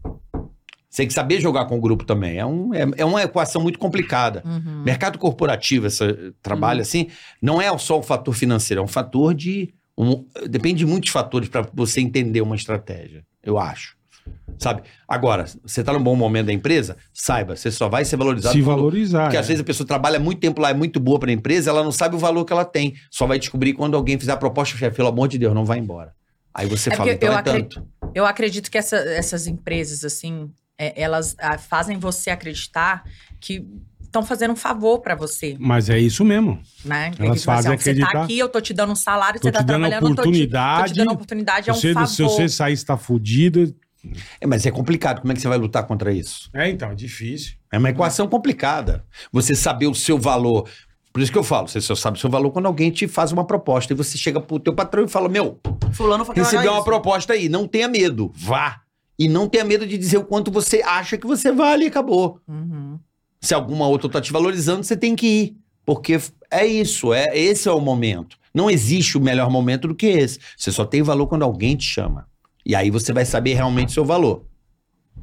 Speaker 6: Você tem que saber jogar com o grupo também. É, um, é, é uma equação muito complicada.
Speaker 1: Uhum.
Speaker 6: Mercado corporativo, esse trabalho assim, não é só o fator financeiro, é um fator de. um- depende de muitos fatores para você entender uma estratégia, eu acho. Sabe? Agora, você está num bom momento da empresa, saiba, você só vai ser valorizado.
Speaker 4: Se
Speaker 6: quando-
Speaker 4: valorizar.
Speaker 6: Porque
Speaker 4: é.
Speaker 6: às vezes a pessoa trabalha muito tempo lá, é muito boa para a empresa, ela não sabe o valor que ela tem. Só vai descobrir quando alguém fizer a proposta, chefe, pelo amor de Deus, não vai embora. Aí você
Speaker 1: É
Speaker 6: fala,
Speaker 1: porque
Speaker 6: então
Speaker 1: eu
Speaker 6: é
Speaker 1: acre-
Speaker 6: tanto.
Speaker 1: Eu acredito que essa- essas empresas, assim, é, elas ah, fazem você acreditar que estão fazendo um favor pra você,
Speaker 4: Mas é isso mesmo.
Speaker 1: né? Eles
Speaker 4: Elas
Speaker 1: falam assim,
Speaker 4: fazem
Speaker 1: ó, você
Speaker 4: acreditar.
Speaker 1: tá aqui, eu tô te dando um salário,
Speaker 4: Tô
Speaker 1: você tá
Speaker 4: te dando
Speaker 1: trabalhando, eu tô te, tô
Speaker 4: oportunidade.
Speaker 1: te dando oportunidade, é um
Speaker 4: Você-
Speaker 1: favor.
Speaker 4: se você sair, você tá fudido.
Speaker 6: É, mas é complicado, como é que você vai lutar contra isso?
Speaker 4: É, então, é difícil.
Speaker 6: É uma equação complicada. Você saber o seu valor. Por isso que eu falo, você só sabe o seu valor quando alguém te faz uma proposta e você chega pro teu patrão e fala: "Meu,
Speaker 8: Fulano
Speaker 1: é
Speaker 8: foi
Speaker 6: recebeu uma
Speaker 8: isso.
Speaker 6: proposta aí, não tenha medo, vá". E não tenha medo de dizer o quanto você acha que você vale e acabou.
Speaker 1: Uhum.
Speaker 6: Se alguma outra tá te valorizando, você tem que ir, porque é isso, é esse é o momento. Não existe o melhor momento do que esse. Você só tem valor quando alguém te chama. E aí você vai saber realmente o seu valor.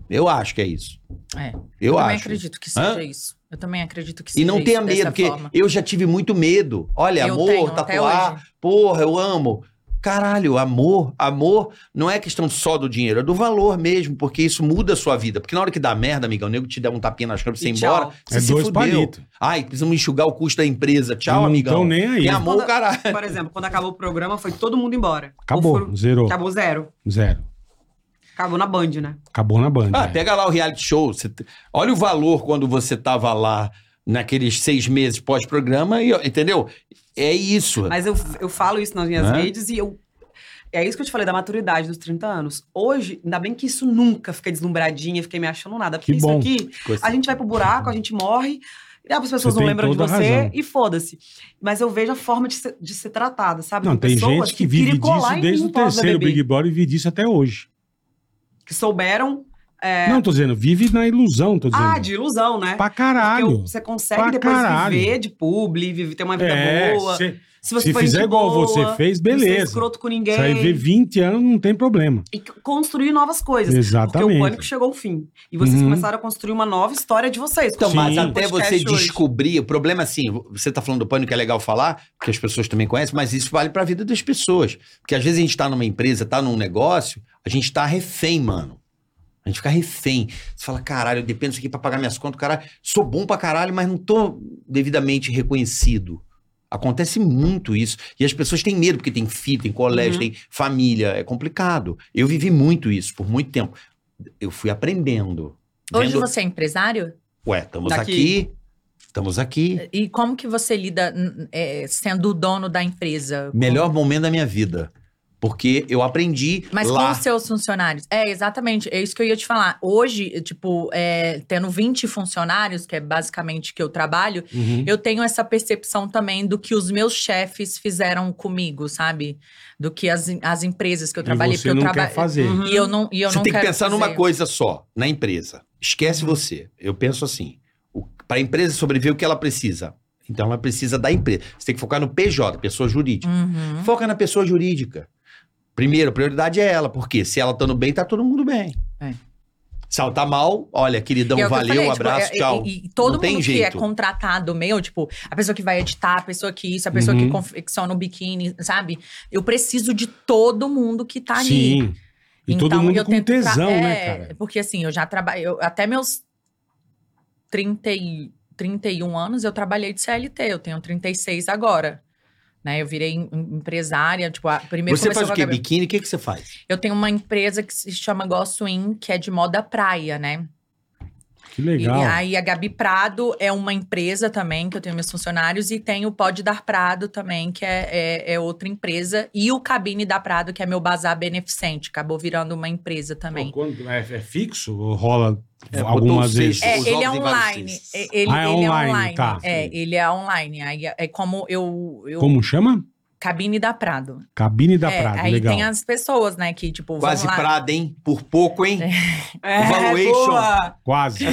Speaker 6: Eu acho que é isso.
Speaker 1: É.
Speaker 6: Eu,
Speaker 1: também
Speaker 6: acho.
Speaker 1: acredito que seja
Speaker 6: Hã?
Speaker 1: isso. Eu também acredito que seja
Speaker 6: E não
Speaker 1: isso
Speaker 6: tenha medo,
Speaker 1: dessa
Speaker 6: porque
Speaker 1: forma.
Speaker 6: eu já tive muito medo. Olha,
Speaker 1: Eu
Speaker 6: amor,
Speaker 1: tenho até
Speaker 6: tatuar,
Speaker 1: hoje.
Speaker 6: porra, eu amo. Caralho, amor, amor não é questão só do dinheiro, é do valor mesmo, porque isso muda a sua vida. Porque na hora que dá merda, amigão, o nego te der um tapinha nas câmeras pra
Speaker 8: E
Speaker 6: você ir
Speaker 8: tchau.
Speaker 6: embora, você
Speaker 4: É
Speaker 6: se
Speaker 4: dois
Speaker 6: fudeu.
Speaker 4: palitos.
Speaker 6: Ai, precisamos enxugar o custo da empresa. Tchau,
Speaker 4: não
Speaker 6: amigão.
Speaker 4: tão nem aí.
Speaker 6: Quem amou,
Speaker 8: Quando-
Speaker 6: caralho.
Speaker 8: Por exemplo, quando acabou o programa, foi todo mundo embora.
Speaker 4: Acabou,
Speaker 8: Ou foram-
Speaker 4: zerou.
Speaker 8: Acabou zero.
Speaker 4: Zero.
Speaker 8: Acabou na Band, né?
Speaker 4: Acabou na banda.
Speaker 6: Ah,
Speaker 4: é.
Speaker 6: pega lá o reality show. Você te- Olha o valor quando você tava lá naqueles seis meses pós-programa, e, ó, entendeu? É isso.
Speaker 8: Mas eu, eu falo isso nas minhas
Speaker 6: Né?
Speaker 8: redes e eu. É isso que eu te falei da maturidade dos 30 anos. Hoje, ainda bem que isso nunca fiquei deslumbradinha, fiquei me achando nada. Porque
Speaker 4: Que
Speaker 8: isso
Speaker 4: bom.
Speaker 8: aqui,
Speaker 6: Ficou assim.
Speaker 8: a gente vai pro buraco, a gente morre. Ah, as pessoas
Speaker 4: Você
Speaker 8: não
Speaker 4: tem
Speaker 8: lembram de
Speaker 4: toda a
Speaker 8: você
Speaker 4: razão.
Speaker 8: e foda-se. Mas eu vejo a forma de ser, de ser tratada, sabe?
Speaker 4: Não, tem
Speaker 8: pessoas
Speaker 4: gente que vive
Speaker 8: queria colar
Speaker 4: disso
Speaker 8: em
Speaker 4: desde
Speaker 8: mim
Speaker 4: o
Speaker 8: por causa da
Speaker 4: terceiro
Speaker 8: BBB,
Speaker 4: Big Brother e vive disso até hoje.
Speaker 8: Que souberam. é,
Speaker 4: Não, tô dizendo, vive na ilusão, tô dizendo.
Speaker 8: ah, de ilusão, né?
Speaker 4: Pra
Speaker 8: Porque
Speaker 4: caralho.
Speaker 8: o- você consegue
Speaker 4: Pra
Speaker 8: depois
Speaker 4: caralho.
Speaker 8: viver de publi, viver, ter uma vida
Speaker 4: É,
Speaker 8: boa.
Speaker 4: se-
Speaker 8: se
Speaker 4: se
Speaker 8: for gente
Speaker 4: fizer igual
Speaker 8: boa,
Speaker 4: você fez,
Speaker 8: Não ser
Speaker 4: beleza.
Speaker 8: escroto com
Speaker 4: Você vai
Speaker 8: ninguém.
Speaker 4: ver 20 anos, não tem problema.
Speaker 8: E c- construir novas coisas. Porque o
Speaker 4: Exatamente.
Speaker 8: pânico chegou ao fim. E vocês
Speaker 4: Uhum.
Speaker 8: começaram a construir uma nova história de vocês.
Speaker 6: Então, mas
Speaker 4: Sim.
Speaker 6: até você
Speaker 8: Podcast hoje.
Speaker 6: descobrir, o problema é assim, você tá falando do pânico, que é legal falar, porque as pessoas também conhecem, mas isso vale pra vida das pessoas. Porque às vezes a gente tá numa empresa, tá num negócio, a gente tá refém, mano. A gente fica refém. Você fala, caralho, eu dependo disso aqui pra pagar minhas contas, caralho. Sou bom pra caralho, mas não tô devidamente reconhecido. Acontece muito isso. E as pessoas têm medo, porque tem filho, tem colégio,
Speaker 8: Uhum.
Speaker 6: tem família. É complicado. Eu vivi muito isso por muito tempo. Eu fui aprendendo.
Speaker 7: Hoje
Speaker 6: Vendo-
Speaker 7: você é empresário?
Speaker 6: Ué, estamos
Speaker 7: Tá
Speaker 8: Daqui.
Speaker 6: aqui. Estamos aqui.
Speaker 7: E como que você lida n- é, sendo o dono da empresa?
Speaker 6: Melhor momento da minha vida. Porque eu aprendi
Speaker 7: Mas com
Speaker 6: lá.
Speaker 7: os seus funcionários. É, exatamente. É isso que eu ia te falar. Hoje, tipo, é, tendo 20 funcionários, que é basicamente que eu trabalho,
Speaker 4: Uhum.
Speaker 7: eu tenho essa percepção também do que os meus chefes fizeram comigo, sabe? Do que as, as empresas que eu trabalhei.
Speaker 4: e você
Speaker 7: porque
Speaker 4: não
Speaker 7: eu traba-
Speaker 4: quer fazer.
Speaker 8: Uhum.
Speaker 7: E eu não, e eu
Speaker 6: você
Speaker 7: não
Speaker 6: tem que
Speaker 7: quero
Speaker 6: pensar numa
Speaker 7: fazer. Uhum.
Speaker 6: coisa só, na empresa. Esquece você. Eu penso assim: para a empresa sobreviver, o que ela precisa? Então ela precisa da empresa. Você tem que focar no PJ, pessoa jurídica.
Speaker 7: Uhum.
Speaker 6: Foca na pessoa jurídica. Primeiro, a prioridade é ela, porque se ela estando bem, tá todo mundo bem.
Speaker 7: É.
Speaker 6: Se ela tá mal, olha, queridão,
Speaker 7: E é o que eu
Speaker 6: valeu,
Speaker 7: falei, tipo,
Speaker 6: abraço,
Speaker 7: é-
Speaker 6: tchau.
Speaker 7: E, e todo
Speaker 6: Não tem
Speaker 7: mundo que é
Speaker 6: jeito.
Speaker 7: contratado meu, tipo, a pessoa que vai editar, a pessoa que isso, a pessoa
Speaker 4: Uhum.
Speaker 7: que confecciona o biquíni, sabe? Eu preciso de todo mundo que tá ali.
Speaker 4: Sim. E todo mundo com
Speaker 7: Então, tento tra-
Speaker 4: tesão, né,
Speaker 7: É,
Speaker 4: cara?
Speaker 7: Porque assim, eu já trabalho. Até meus 30 e, 31 anos eu trabalhei de CLT, eu tenho 36 agora. Né, eu virei em- em- empresária, tipo, a primeiro
Speaker 6: Você
Speaker 7: comecei
Speaker 6: faz
Speaker 7: com
Speaker 6: o
Speaker 7: a
Speaker 6: quê?
Speaker 7: Gabi-
Speaker 6: Biquíni? O que, que você faz?
Speaker 7: Eu tenho uma empresa que se chama Goswin, que é de moda praia, né?
Speaker 4: Que
Speaker 7: E
Speaker 4: legal.
Speaker 7: aí a Gabi Prado é uma empresa também, que eu tenho meus funcionários, e tem o Pode Dar Prado também, que é, é, é outra empresa, e o Cabine da Prado, que é meu bazar beneficente, acabou virando uma empresa também.
Speaker 4: Pô, quando- é, é fixo ou rola
Speaker 6: É, botou um
Speaker 4: algumas vezes?
Speaker 6: sexto.
Speaker 7: É,
Speaker 6: Os
Speaker 7: ele é
Speaker 6: jogos em vários
Speaker 7: online.
Speaker 6: países.
Speaker 7: É, Ele,
Speaker 4: Ah, é
Speaker 7: ele
Speaker 4: online,
Speaker 7: é online.
Speaker 4: tá.
Speaker 7: É,
Speaker 4: Sim.
Speaker 7: ele é online. Aí é é como eu. eu
Speaker 4: Como chama?
Speaker 7: Cabine da Prado.
Speaker 4: Cabine da
Speaker 7: é,
Speaker 4: Prada,
Speaker 7: aí
Speaker 4: legal.
Speaker 7: tem as pessoas, né, que, tipo, vão
Speaker 6: Quase
Speaker 7: lá.
Speaker 6: Prada, hein? Por pouco, hein?
Speaker 8: É,
Speaker 6: Valuation.
Speaker 8: boa.
Speaker 4: Quase.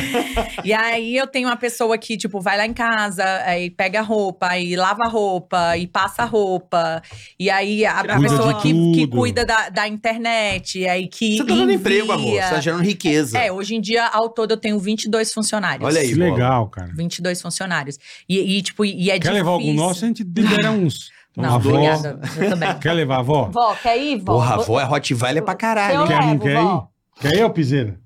Speaker 7: E aí eu tenho uma pessoa que, tipo, vai lá em casa, aí pega roupa, aí lava roupa, e passa roupa. E aí a, a
Speaker 8: Tira
Speaker 7: pessoa
Speaker 8: foto.
Speaker 7: que,
Speaker 4: Cuida de
Speaker 7: que
Speaker 4: tudo.
Speaker 7: cuida da, da internet, aí que.
Speaker 6: Você tá dando
Speaker 7: envia.
Speaker 6: emprego, amor. Você tá gerando riqueza.
Speaker 7: É, hoje em dia, ao todo, eu tenho 22 funcionários.
Speaker 6: Olha aí.
Speaker 4: que legal, cara.
Speaker 7: 22 funcionários. E, e, tipo, e
Speaker 4: Quer
Speaker 7: é difícil.
Speaker 4: levar algum nosso? A gente libera uns.
Speaker 7: Não,
Speaker 4: avó.
Speaker 7: obrigada. Eu também.
Speaker 4: Quer levar a avó?
Speaker 7: Vó, quer ir, vó?
Speaker 6: Porra, a
Speaker 7: Vó-
Speaker 6: avó é Rottweiler
Speaker 7: Então,
Speaker 6: pra caralho.
Speaker 7: Eu
Speaker 4: quer, não
Speaker 7: levo,
Speaker 4: quer
Speaker 7: um vó.
Speaker 4: ir? Quer ir, ô Piseira?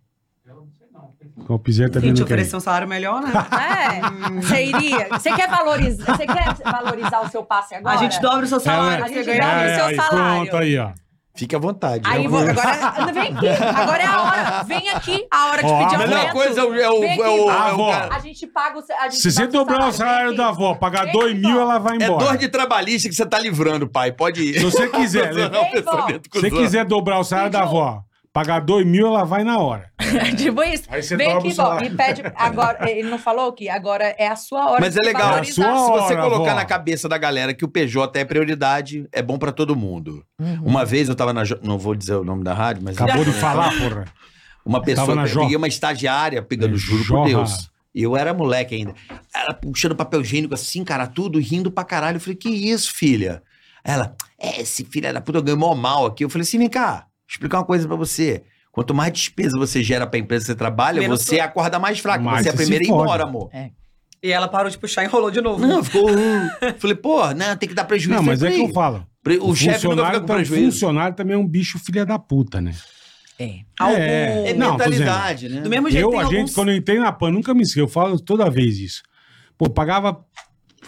Speaker 4: Tá O Piseira também
Speaker 8: Enfim, te
Speaker 4: não quer ir.
Speaker 8: oferecer um salário melhor, né?
Speaker 7: É, você iria. Você quer, valorizar, você quer valorizar o seu passe agora?
Speaker 8: A gente dobra o seu salário.
Speaker 4: Ela-
Speaker 8: você
Speaker 7: A gente
Speaker 8: ganha.
Speaker 7: dobra o seu
Speaker 4: é. aí,
Speaker 7: salário.
Speaker 4: Pronto, aí, ó.
Speaker 6: Fique à vontade.
Speaker 7: Aí
Speaker 6: É
Speaker 7: vou,
Speaker 6: um-
Speaker 7: agora. Vem aqui. Agora é a hora. Vem aqui a hora de
Speaker 4: Ó,
Speaker 7: pedir
Speaker 4: a
Speaker 7: aumento.
Speaker 4: melhor
Speaker 6: coisa é o- é o-
Speaker 7: Vem aqui,
Speaker 6: é o-
Speaker 7: vó.
Speaker 4: é o cara-
Speaker 7: A gente paga o. A gente
Speaker 4: Se você
Speaker 7: paga
Speaker 4: dobrar o salário
Speaker 7: vem
Speaker 4: da
Speaker 7: aqui.
Speaker 4: avó, pagar
Speaker 7: Vem
Speaker 4: dois
Speaker 7: aqui,
Speaker 4: mil,
Speaker 7: vó.
Speaker 4: ela vai
Speaker 6: É
Speaker 4: embora.
Speaker 6: dor de trabalhista que você tá livrando, pai. Pode ir.
Speaker 4: Se você quiser,
Speaker 6: Não,
Speaker 4: né?
Speaker 6: não,
Speaker 7: Ei,
Speaker 6: pessoal,
Speaker 7: vó.
Speaker 6: dentro com
Speaker 4: Se você
Speaker 6: os outros.
Speaker 4: quiser dobrar o salário da avó, pagar dois mil, ela vai na hora.
Speaker 7: tipo isso.
Speaker 4: Aí você
Speaker 7: vem
Speaker 4: dobra
Speaker 7: aqui,
Speaker 4: o
Speaker 7: vó.
Speaker 4: salário.
Speaker 7: E pede. Agora, ele não falou que agora é a sua hora.
Speaker 6: Mas
Speaker 7: de
Speaker 6: é legal.
Speaker 7: valorizar.
Speaker 4: É a sua
Speaker 6: Se você
Speaker 4: Ora,
Speaker 6: colocar
Speaker 4: vó.
Speaker 6: na cabeça da galera que o PJ é prioridade, é bom pra todo mundo. Uma vez eu tava na. jo- Não vou dizer o nome da rádio, mas.
Speaker 4: Acabou de falar, porra.
Speaker 6: Uma
Speaker 4: Tava
Speaker 6: pessoa,
Speaker 4: na
Speaker 6: eu
Speaker 4: Jó.
Speaker 6: peguei uma estagiária, pegando
Speaker 4: É,
Speaker 6: juro por
Speaker 4: Jorra.
Speaker 6: Deus. E eu era moleque ainda. Ela puxando papel higiênico assim, cara, tudo, rindo pra caralho. Eu falei, que isso, filha? Ela, é, esse filho da puta ganhou mó mal aqui. Eu falei assim, vem cá, vou explicar uma coisa pra você. Quanto mais despesa você gera pra empresa que você trabalha,
Speaker 8: Menos
Speaker 6: você acorda mais fraco.
Speaker 4: Mais
Speaker 6: você é a
Speaker 4: você se
Speaker 6: primeira a ir
Speaker 4: fode.
Speaker 6: embora, amor.
Speaker 8: E ela parou de puxar e enrolou de novo.
Speaker 6: Não, ficou... "Uh." falei, pô, não, tem que dar prejuízo.
Speaker 4: Não,
Speaker 6: Eu
Speaker 4: mas é
Speaker 6: falei,
Speaker 4: que eu
Speaker 6: "Peraí,
Speaker 4: falo.
Speaker 6: pre- O chefe não vai
Speaker 4: funcionário tá um
Speaker 6: ficar com
Speaker 4: tam-
Speaker 6: prejuízo.
Speaker 4: funcionário também é um bicho filha da puta, né?
Speaker 7: É.
Speaker 8: Algum-
Speaker 4: É, não, tô dizendo.
Speaker 6: né?
Speaker 8: Do mesmo jeito
Speaker 4: Eu,
Speaker 8: tem
Speaker 4: a gente,
Speaker 8: alguns...
Speaker 4: quando eu entrei na PAN, nunca me esqueci. Eu falo toda vez isso. Pô, pagava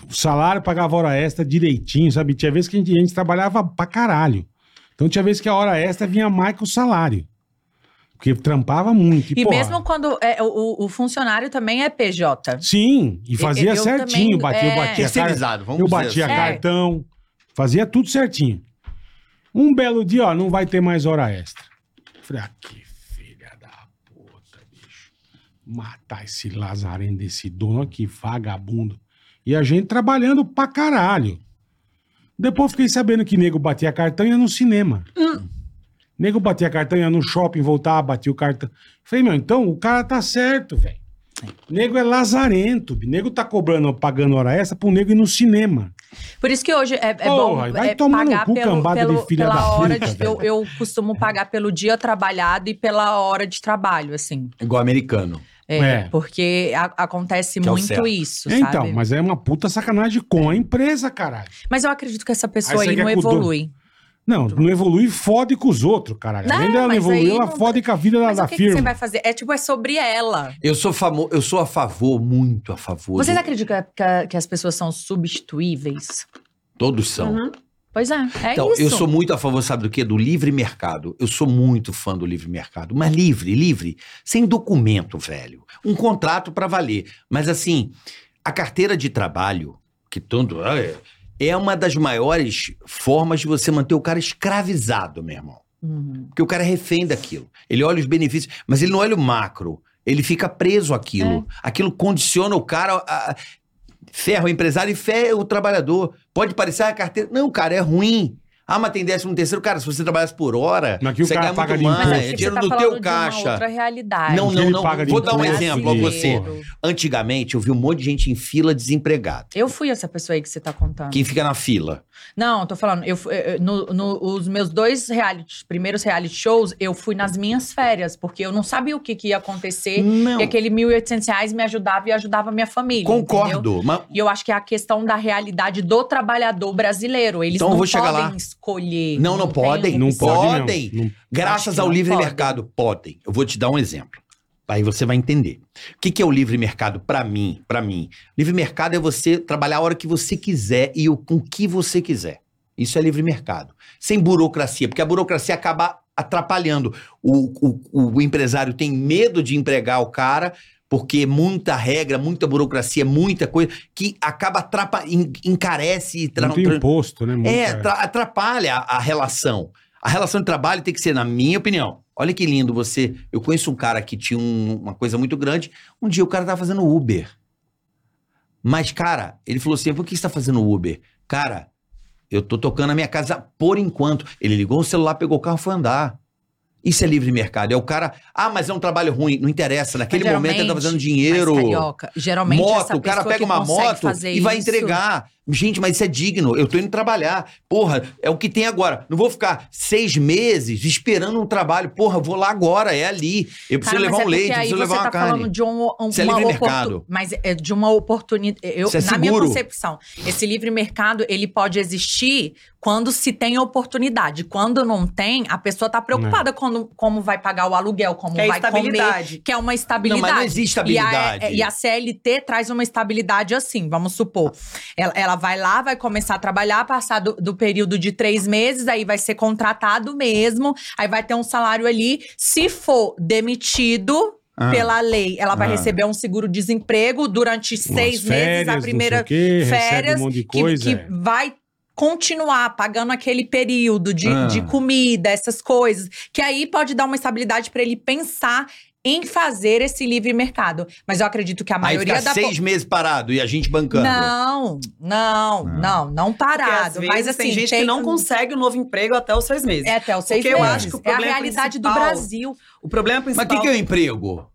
Speaker 4: salário, pagava hora extra direitinho, sabe? Tinha vezes que a gente, a gente trabalhava pra caralho. Então tinha vezes que a hora extra vinha mais que o salário. Porque trampava muito. E,
Speaker 7: E
Speaker 4: porra,
Speaker 7: mesmo quando é, o, o funcionário também é PJ.
Speaker 4: Sim, e fazia
Speaker 7: Eu- eu
Speaker 4: certinho.
Speaker 7: também,
Speaker 4: batia,
Speaker 7: é.
Speaker 4: eu batia. car-
Speaker 6: Terceirizado, vamos
Speaker 4: Eu
Speaker 6: dizer
Speaker 4: batia
Speaker 6: assim.
Speaker 7: É.
Speaker 4: cartão, fazia tudo certinho. Um belo dia, ó, não vai ter mais hora extra. Falei, ah, que filha da puta, bicho. Matar esse lazarento desse dono aqui, vagabundo. E a gente trabalhando pra caralho. Depois fiquei sabendo que nego batia cartão e ia no cinema. Nego batia cartão, ia no shopping, voltava, batia o cartão. Falei, meu, então o cara tá certo, velho. Nego é lazarento. bi. Nego tá cobrando, pagando hora extra pro nego ir no cinema.
Speaker 7: Por isso que hoje é, é
Speaker 4: Porra,
Speaker 7: bom
Speaker 4: vai
Speaker 7: é,
Speaker 4: tomar no
Speaker 7: pagar
Speaker 4: cu,
Speaker 7: pelo,
Speaker 4: cambada de
Speaker 7: pelo-
Speaker 4: filha
Speaker 7: pela
Speaker 4: da
Speaker 7: hora
Speaker 4: puta,
Speaker 7: de, eu, eu costumo pagar pelo dia trabalhado e pela hora de trabalho, assim.
Speaker 6: Igual americano.
Speaker 7: É,
Speaker 4: É.
Speaker 7: Porque a- acontece
Speaker 6: Que é o
Speaker 7: muito
Speaker 6: certo.
Speaker 7: isso, sabe? É.
Speaker 4: Então, mas é uma puta sacanagem com a empresa, caralho.
Speaker 7: Mas eu acredito que essa pessoa
Speaker 4: Aí
Speaker 7: aí,
Speaker 4: você quer
Speaker 7: não
Speaker 4: que o dono-
Speaker 7: evolui.
Speaker 4: Não, não evolui, fode com os outros, caralho.
Speaker 7: Não,
Speaker 4: Além dela não
Speaker 7: mas aí
Speaker 4: evoluir, ela
Speaker 7: não-
Speaker 4: fode com a vida da,
Speaker 7: Mas
Speaker 4: da
Speaker 7: o que, que
Speaker 4: firma.
Speaker 7: você vai fazer? É tipo, é sobre ela.
Speaker 6: Eu sou famo... eu sou a favor, muito a favor.
Speaker 7: Vocês
Speaker 6: do-
Speaker 7: acreditam que, a- que as pessoas são substituíveis?
Speaker 6: Todos são.
Speaker 7: Pois é, é
Speaker 6: então,
Speaker 7: isso.
Speaker 6: eu sou muito a favor, sabe do quê? Do livre mercado. Eu sou muito fã do livre mercado. Mas livre, livre, sem documento, velho. Um contrato pra valer. Mas assim, a carteira de trabalho, que tanto ah, é, é uma das maiores formas de você manter o cara escravizado, meu irmão.
Speaker 7: Uhum.
Speaker 6: Porque o cara é refém daquilo. Ele olha os benefícios, mas ele não olha o macro. Ele fica preso
Speaker 7: É.
Speaker 6: àquilo. Aquilo condiciona o cara. A... Ferra o empresário e ferra o trabalhador. Pode parecer a carteira. Não, cara, é ruim. Ah, mas tem décimo terceiro. Cara, se você trabalhasse por hora,
Speaker 4: Mas que o
Speaker 6: você
Speaker 4: cara
Speaker 6: ganha
Speaker 4: paga
Speaker 6: muito
Speaker 4: de
Speaker 6: mais.
Speaker 7: Mas
Speaker 4: imposto.
Speaker 7: aqui
Speaker 6: É
Speaker 7: você
Speaker 6: dinheiro
Speaker 7: tá
Speaker 6: do
Speaker 7: falando
Speaker 6: teu
Speaker 7: de uma
Speaker 6: caixa.
Speaker 7: outra realidade.
Speaker 6: Não,
Speaker 4: Que ele paga de
Speaker 6: Vou dar um
Speaker 4: imposto,
Speaker 6: exemplo a você.
Speaker 4: porra.
Speaker 7: Brasileiro.
Speaker 6: Antigamente, eu vi um monte de gente em fila desempregada.
Speaker 7: Eu fui essa pessoa aí que você tá contando.
Speaker 6: Quem fica na fila?
Speaker 7: Não, tô falando, eu fui, eh, eh, no, no- os meus dois reality, primeiros reality shows, eu fui nas minhas férias, porque eu não sabia o que, que ia acontecer.
Speaker 6: Não.
Speaker 7: E é aquele 1.800 reais me ajudava e ajudava a minha família. entendeu?
Speaker 6: Concordo. Mas
Speaker 7: E eu acho que é a questão da realidade do trabalhador brasileiro. Eles
Speaker 6: Então eu
Speaker 7: não
Speaker 6: vou chegar
Speaker 7: podem
Speaker 6: lá.
Speaker 7: escolher.
Speaker 6: Não, não
Speaker 7: tem
Speaker 6: podem.
Speaker 4: Não
Speaker 7: opção.
Speaker 4: pode,
Speaker 6: Podem.
Speaker 4: não. Não-
Speaker 6: Graças
Speaker 7: que
Speaker 6: ao
Speaker 7: não
Speaker 6: livre
Speaker 7: podem.
Speaker 6: mercado, podem. Eu vou te dar um exemplo. Aí você vai entender. O que, que é o livre mercado para mim? Para mim, livre mercado é você trabalhar a hora que você quiser e o- com o que você quiser. Isso é livre mercado. Sem burocracia, porque a burocracia acaba atrapalhando. O, o- o empresário tem medo de empregar o cara, porque é muita regra, muita burocracia, muita coisa que acaba atrapa, en- encarece e tra-
Speaker 4: Muito
Speaker 6: tra-
Speaker 4: imposto, né?
Speaker 6: é,
Speaker 4: muito-
Speaker 6: atra- atrapalha a a relação. A relação de trabalho tem que ser, na minha opinião. Olha que lindo você. Eu conheço um cara que tinha um- uma coisa muito grande. Um dia o cara tava fazendo Uber. Mas, cara, ele falou assim: por que você tá fazendo Uber? Cara, eu tô tocando a minha casa por enquanto. Ele ligou o celular, pegou o carro e foi andar. Isso é livre mercado. É o cara. Ah, mas é um trabalho ruim. Não interessa. Naquele
Speaker 7: Mas,
Speaker 6: momento ele tá
Speaker 7: geralmente,
Speaker 6: fazendo dinheiro.
Speaker 7: Mas, carioca, geralmente
Speaker 6: Moto,
Speaker 7: essa
Speaker 6: o cara
Speaker 7: pessoa
Speaker 6: pega
Speaker 7: que
Speaker 6: uma
Speaker 7: consegue
Speaker 6: moto
Speaker 7: fazer
Speaker 6: e vai
Speaker 7: isso-
Speaker 6: entregar. Gente, mas isso é digno. Eu tô indo trabalhar. Porra, é o que tem agora. Não vou ficar seis meses esperando um trabalho. Porra, eu vou lá agora, é ali. Eu preciso
Speaker 7: Cara, mas
Speaker 6: levar
Speaker 7: é
Speaker 6: um
Speaker 7: porque
Speaker 6: leite, eu
Speaker 7: aí
Speaker 6: preciso
Speaker 7: você
Speaker 6: levar
Speaker 7: tá
Speaker 6: uma carne.
Speaker 7: falando de um, um,
Speaker 6: Isso é
Speaker 7: uma
Speaker 6: livre
Speaker 7: oportu-
Speaker 6: mercado.
Speaker 7: Mas é de uma oportunidade. Eu,
Speaker 6: Isso é
Speaker 7: na minha
Speaker 6: seguro.
Speaker 7: concepção, esse livre mercado ele pode existir quando se tem oportunidade. Quando não tem, a pessoa tá
Speaker 6: Né.
Speaker 7: preocupada quando, como vai pagar o aluguel, como
Speaker 8: Que é
Speaker 7: vai
Speaker 8: estabilidade.
Speaker 7: comer, que é uma estabilidade.
Speaker 6: Não, mas não existe
Speaker 7: E a,
Speaker 6: estabilidade.
Speaker 7: e a CLT traz uma estabilidade assim, vamos supor. Ela, ela vai lá, vai começar a trabalhar, passar do, do período de três meses, aí vai ser contratado mesmo, aí vai ter um salário ali. Se for demitido.
Speaker 4: Ah.
Speaker 7: Pela lei, ela vai
Speaker 6: Ah.
Speaker 7: receber um seguro-desemprego durante
Speaker 4: umas
Speaker 7: seis
Speaker 4: férias,
Speaker 7: meses, a
Speaker 4: não
Speaker 7: primeira
Speaker 4: sei o quê, recebe
Speaker 7: férias,
Speaker 4: um monte de
Speaker 7: que-
Speaker 4: coisa,
Speaker 7: que,
Speaker 4: é.
Speaker 7: vai continuar pagando aquele período de,
Speaker 6: Ah.
Speaker 7: de comida, essas coisas, que aí pode dar uma estabilidade para ele pensar em fazer esse livre mercado. Mas eu acredito que a
Speaker 6: Aí
Speaker 7: maioria
Speaker 6: fica
Speaker 7: da po-
Speaker 6: seis meses parado e a gente bancando.
Speaker 7: não, não, não, não
Speaker 8: Porque às
Speaker 7: parado.
Speaker 8: vezes
Speaker 7: mas assim,
Speaker 8: tem gente que não consegue o novo emprego até os seis meses.
Speaker 7: É até os seis
Speaker 8: Porque eu
Speaker 7: meses.
Speaker 8: acho que o
Speaker 7: é a
Speaker 8: problema
Speaker 7: realidade do
Speaker 8: principal-
Speaker 7: Brasil.
Speaker 8: O problema
Speaker 6: Mas
Speaker 8: principal...
Speaker 6: o que, que é o emprego?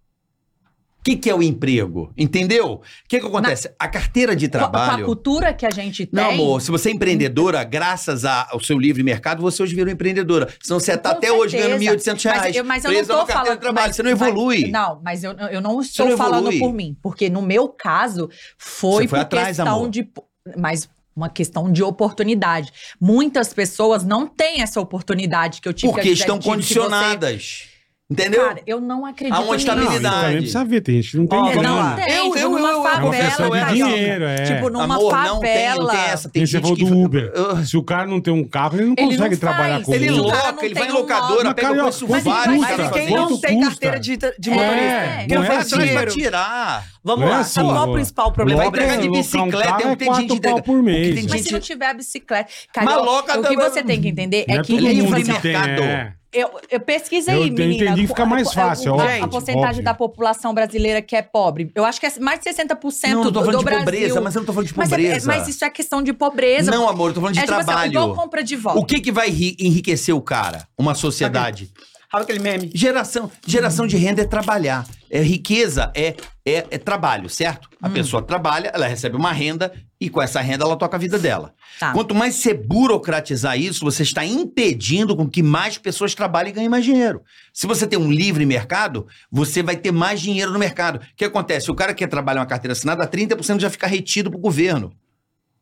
Speaker 6: O que, que é o emprego? Entendeu? O que, que acontece? A carteira de
Speaker 7: Com a- Com a
Speaker 6: trabalho.
Speaker 7: cultura que a gente tem. Então.
Speaker 6: Não, amor, se você é empreendedora, graças a- ao seu livre mercado, você hoje virou empreendedora. Senão você tá
Speaker 7: Com
Speaker 6: até hoje ganhando
Speaker 7: certeza.
Speaker 6: 1.800 reais.
Speaker 7: Mas eu, mas eu
Speaker 6: presa
Speaker 7: não
Speaker 6: numa
Speaker 7: tô
Speaker 6: carteira
Speaker 7: falando.
Speaker 6: de trabalho,
Speaker 7: mas-
Speaker 6: você não
Speaker 7: mas-
Speaker 6: evolui.
Speaker 7: não, mas eu, eu não estou
Speaker 6: não
Speaker 7: falando
Speaker 6: evolui.
Speaker 7: por mim. Porque no meu caso, foi,
Speaker 6: Você foi
Speaker 7: por
Speaker 6: atrás,
Speaker 7: questão
Speaker 6: amor.
Speaker 7: de. Mas uma questão de oportunidade. Muitas pessoas não têm essa oportunidade que eu tive.
Speaker 6: porque
Speaker 7: que a
Speaker 6: estão
Speaker 7: Gisele tive, que
Speaker 6: condicionadas. Entendeu? tá
Speaker 7: Você... Cara, eu não acredito
Speaker 6: Há uma
Speaker 7: nisso.
Speaker 4: Não, isso também
Speaker 6: habilidade.
Speaker 4: precisa ver, tem gente que não tem né?
Speaker 8: Ó,
Speaker 7: É,
Speaker 4: grana.
Speaker 7: Não
Speaker 8: Vamos lá.
Speaker 7: tem.
Speaker 6: Eu-
Speaker 7: tipo,
Speaker 6: eu-
Speaker 7: numa
Speaker 6: eu- eu-
Speaker 4: É uma
Speaker 7: favela,
Speaker 4: questão de
Speaker 7: Carioca.
Speaker 4: dinheiro, é.
Speaker 7: Tipo, numa
Speaker 6: Amor,
Speaker 7: favela.
Speaker 6: não tem, não tem essa. Tem
Speaker 4: Tem você
Speaker 6: gente
Speaker 4: falou
Speaker 6: que...
Speaker 4: do Uber.
Speaker 6: Ah,
Speaker 4: Se o cara não tem um carro, ele não
Speaker 7: Ele não
Speaker 4: consegue
Speaker 7: faz.
Speaker 4: trabalhar com
Speaker 6: Ele
Speaker 7: Se
Speaker 4: Uber.
Speaker 7: o cara
Speaker 6: louca,
Speaker 7: não
Speaker 6: ele
Speaker 7: tem
Speaker 6: vai
Speaker 7: um
Speaker 6: no locadora,
Speaker 4: Mas,
Speaker 6: pega o
Speaker 4: Carioca,
Speaker 6: preço
Speaker 4: mas
Speaker 7: ele vai-
Speaker 6: vários.
Speaker 7: mas
Speaker 6: cara,
Speaker 8: Mas quem
Speaker 6: fazer
Speaker 8: não
Speaker 6: isso. assim,
Speaker 4: Quanto
Speaker 8: tem
Speaker 4: custa?
Speaker 8: carteira de, de
Speaker 7: É.
Speaker 8: motorista?
Speaker 7: É.
Speaker 8: Quem
Speaker 4: Não
Speaker 8: não
Speaker 4: é
Speaker 6: Vai
Speaker 8: faz
Speaker 6: atrás pra
Speaker 8: dinheiro?
Speaker 6: tirar.
Speaker 8: Vamos
Speaker 4: Não é
Speaker 8: lá.
Speaker 4: assim,
Speaker 8: Sabe qual
Speaker 4: amor.
Speaker 8: o principal problema?
Speaker 6: Logo
Speaker 8: Vai
Speaker 6: entrega
Speaker 8: pegar
Speaker 6: é de
Speaker 4: Logo,
Speaker 6: bicicleta,
Speaker 4: alocar um carro
Speaker 6: não
Speaker 4: é
Speaker 6: tem gente
Speaker 4: quatro pau
Speaker 6: entregando.
Speaker 4: por
Speaker 6: O que
Speaker 4: mês.
Speaker 6: tem
Speaker 7: Mas
Speaker 6: gente-
Speaker 7: se não tiver bicicleta. Cara,
Speaker 6: Maloca
Speaker 7: o que
Speaker 6: também-
Speaker 7: você tem que entender
Speaker 4: Não
Speaker 7: é
Speaker 4: é
Speaker 7: que
Speaker 4: todo
Speaker 6: ele
Speaker 4: mundo
Speaker 6: faz
Speaker 4: que
Speaker 6: assim,
Speaker 4: tem,
Speaker 6: mercado.
Speaker 4: é.
Speaker 7: Eu, eu pesquisei,
Speaker 4: Eu
Speaker 7: menina.
Speaker 4: entendi que fica
Speaker 7: a-
Speaker 4: mais
Speaker 7: a-
Speaker 4: fácil,
Speaker 7: A,
Speaker 4: óbvio,
Speaker 7: a porcentagem
Speaker 4: óbvio.
Speaker 7: da população brasileira que é pobre. Eu acho que é mais de 60%
Speaker 6: Não, eu tô
Speaker 7: do,
Speaker 6: falando
Speaker 7: do
Speaker 6: de
Speaker 7: Brasil.
Speaker 6: pobreza, mas eu não tô falando de
Speaker 7: Mas é- é-
Speaker 6: pobreza.
Speaker 7: mas isso é questão de pobreza.
Speaker 6: Não, amor, eu tô falando de
Speaker 7: é tipo assim,
Speaker 6: trabalho.
Speaker 7: igual compra de volta.
Speaker 6: o que que vai ri- enriquecer o cara?
Speaker 7: Tá
Speaker 6: Uma sociedade.
Speaker 8: Sabe aquele meme?
Speaker 6: Geração, geração de renda é trabalhar. É riqueza, é, é, é trabalho, certo? A pessoa trabalha, ela recebe uma renda e com essa renda ela toca a vida dela.
Speaker 7: Tá.
Speaker 6: Quanto mais você burocratizar isso, você está impedindo com que mais pessoas trabalhem e ganhem mais dinheiro. Se você tem um livre mercado, você vai ter mais dinheiro no mercado. O que acontece? O cara que quer trabalhar uma carteira assinada, 30% já fica retido para o governo.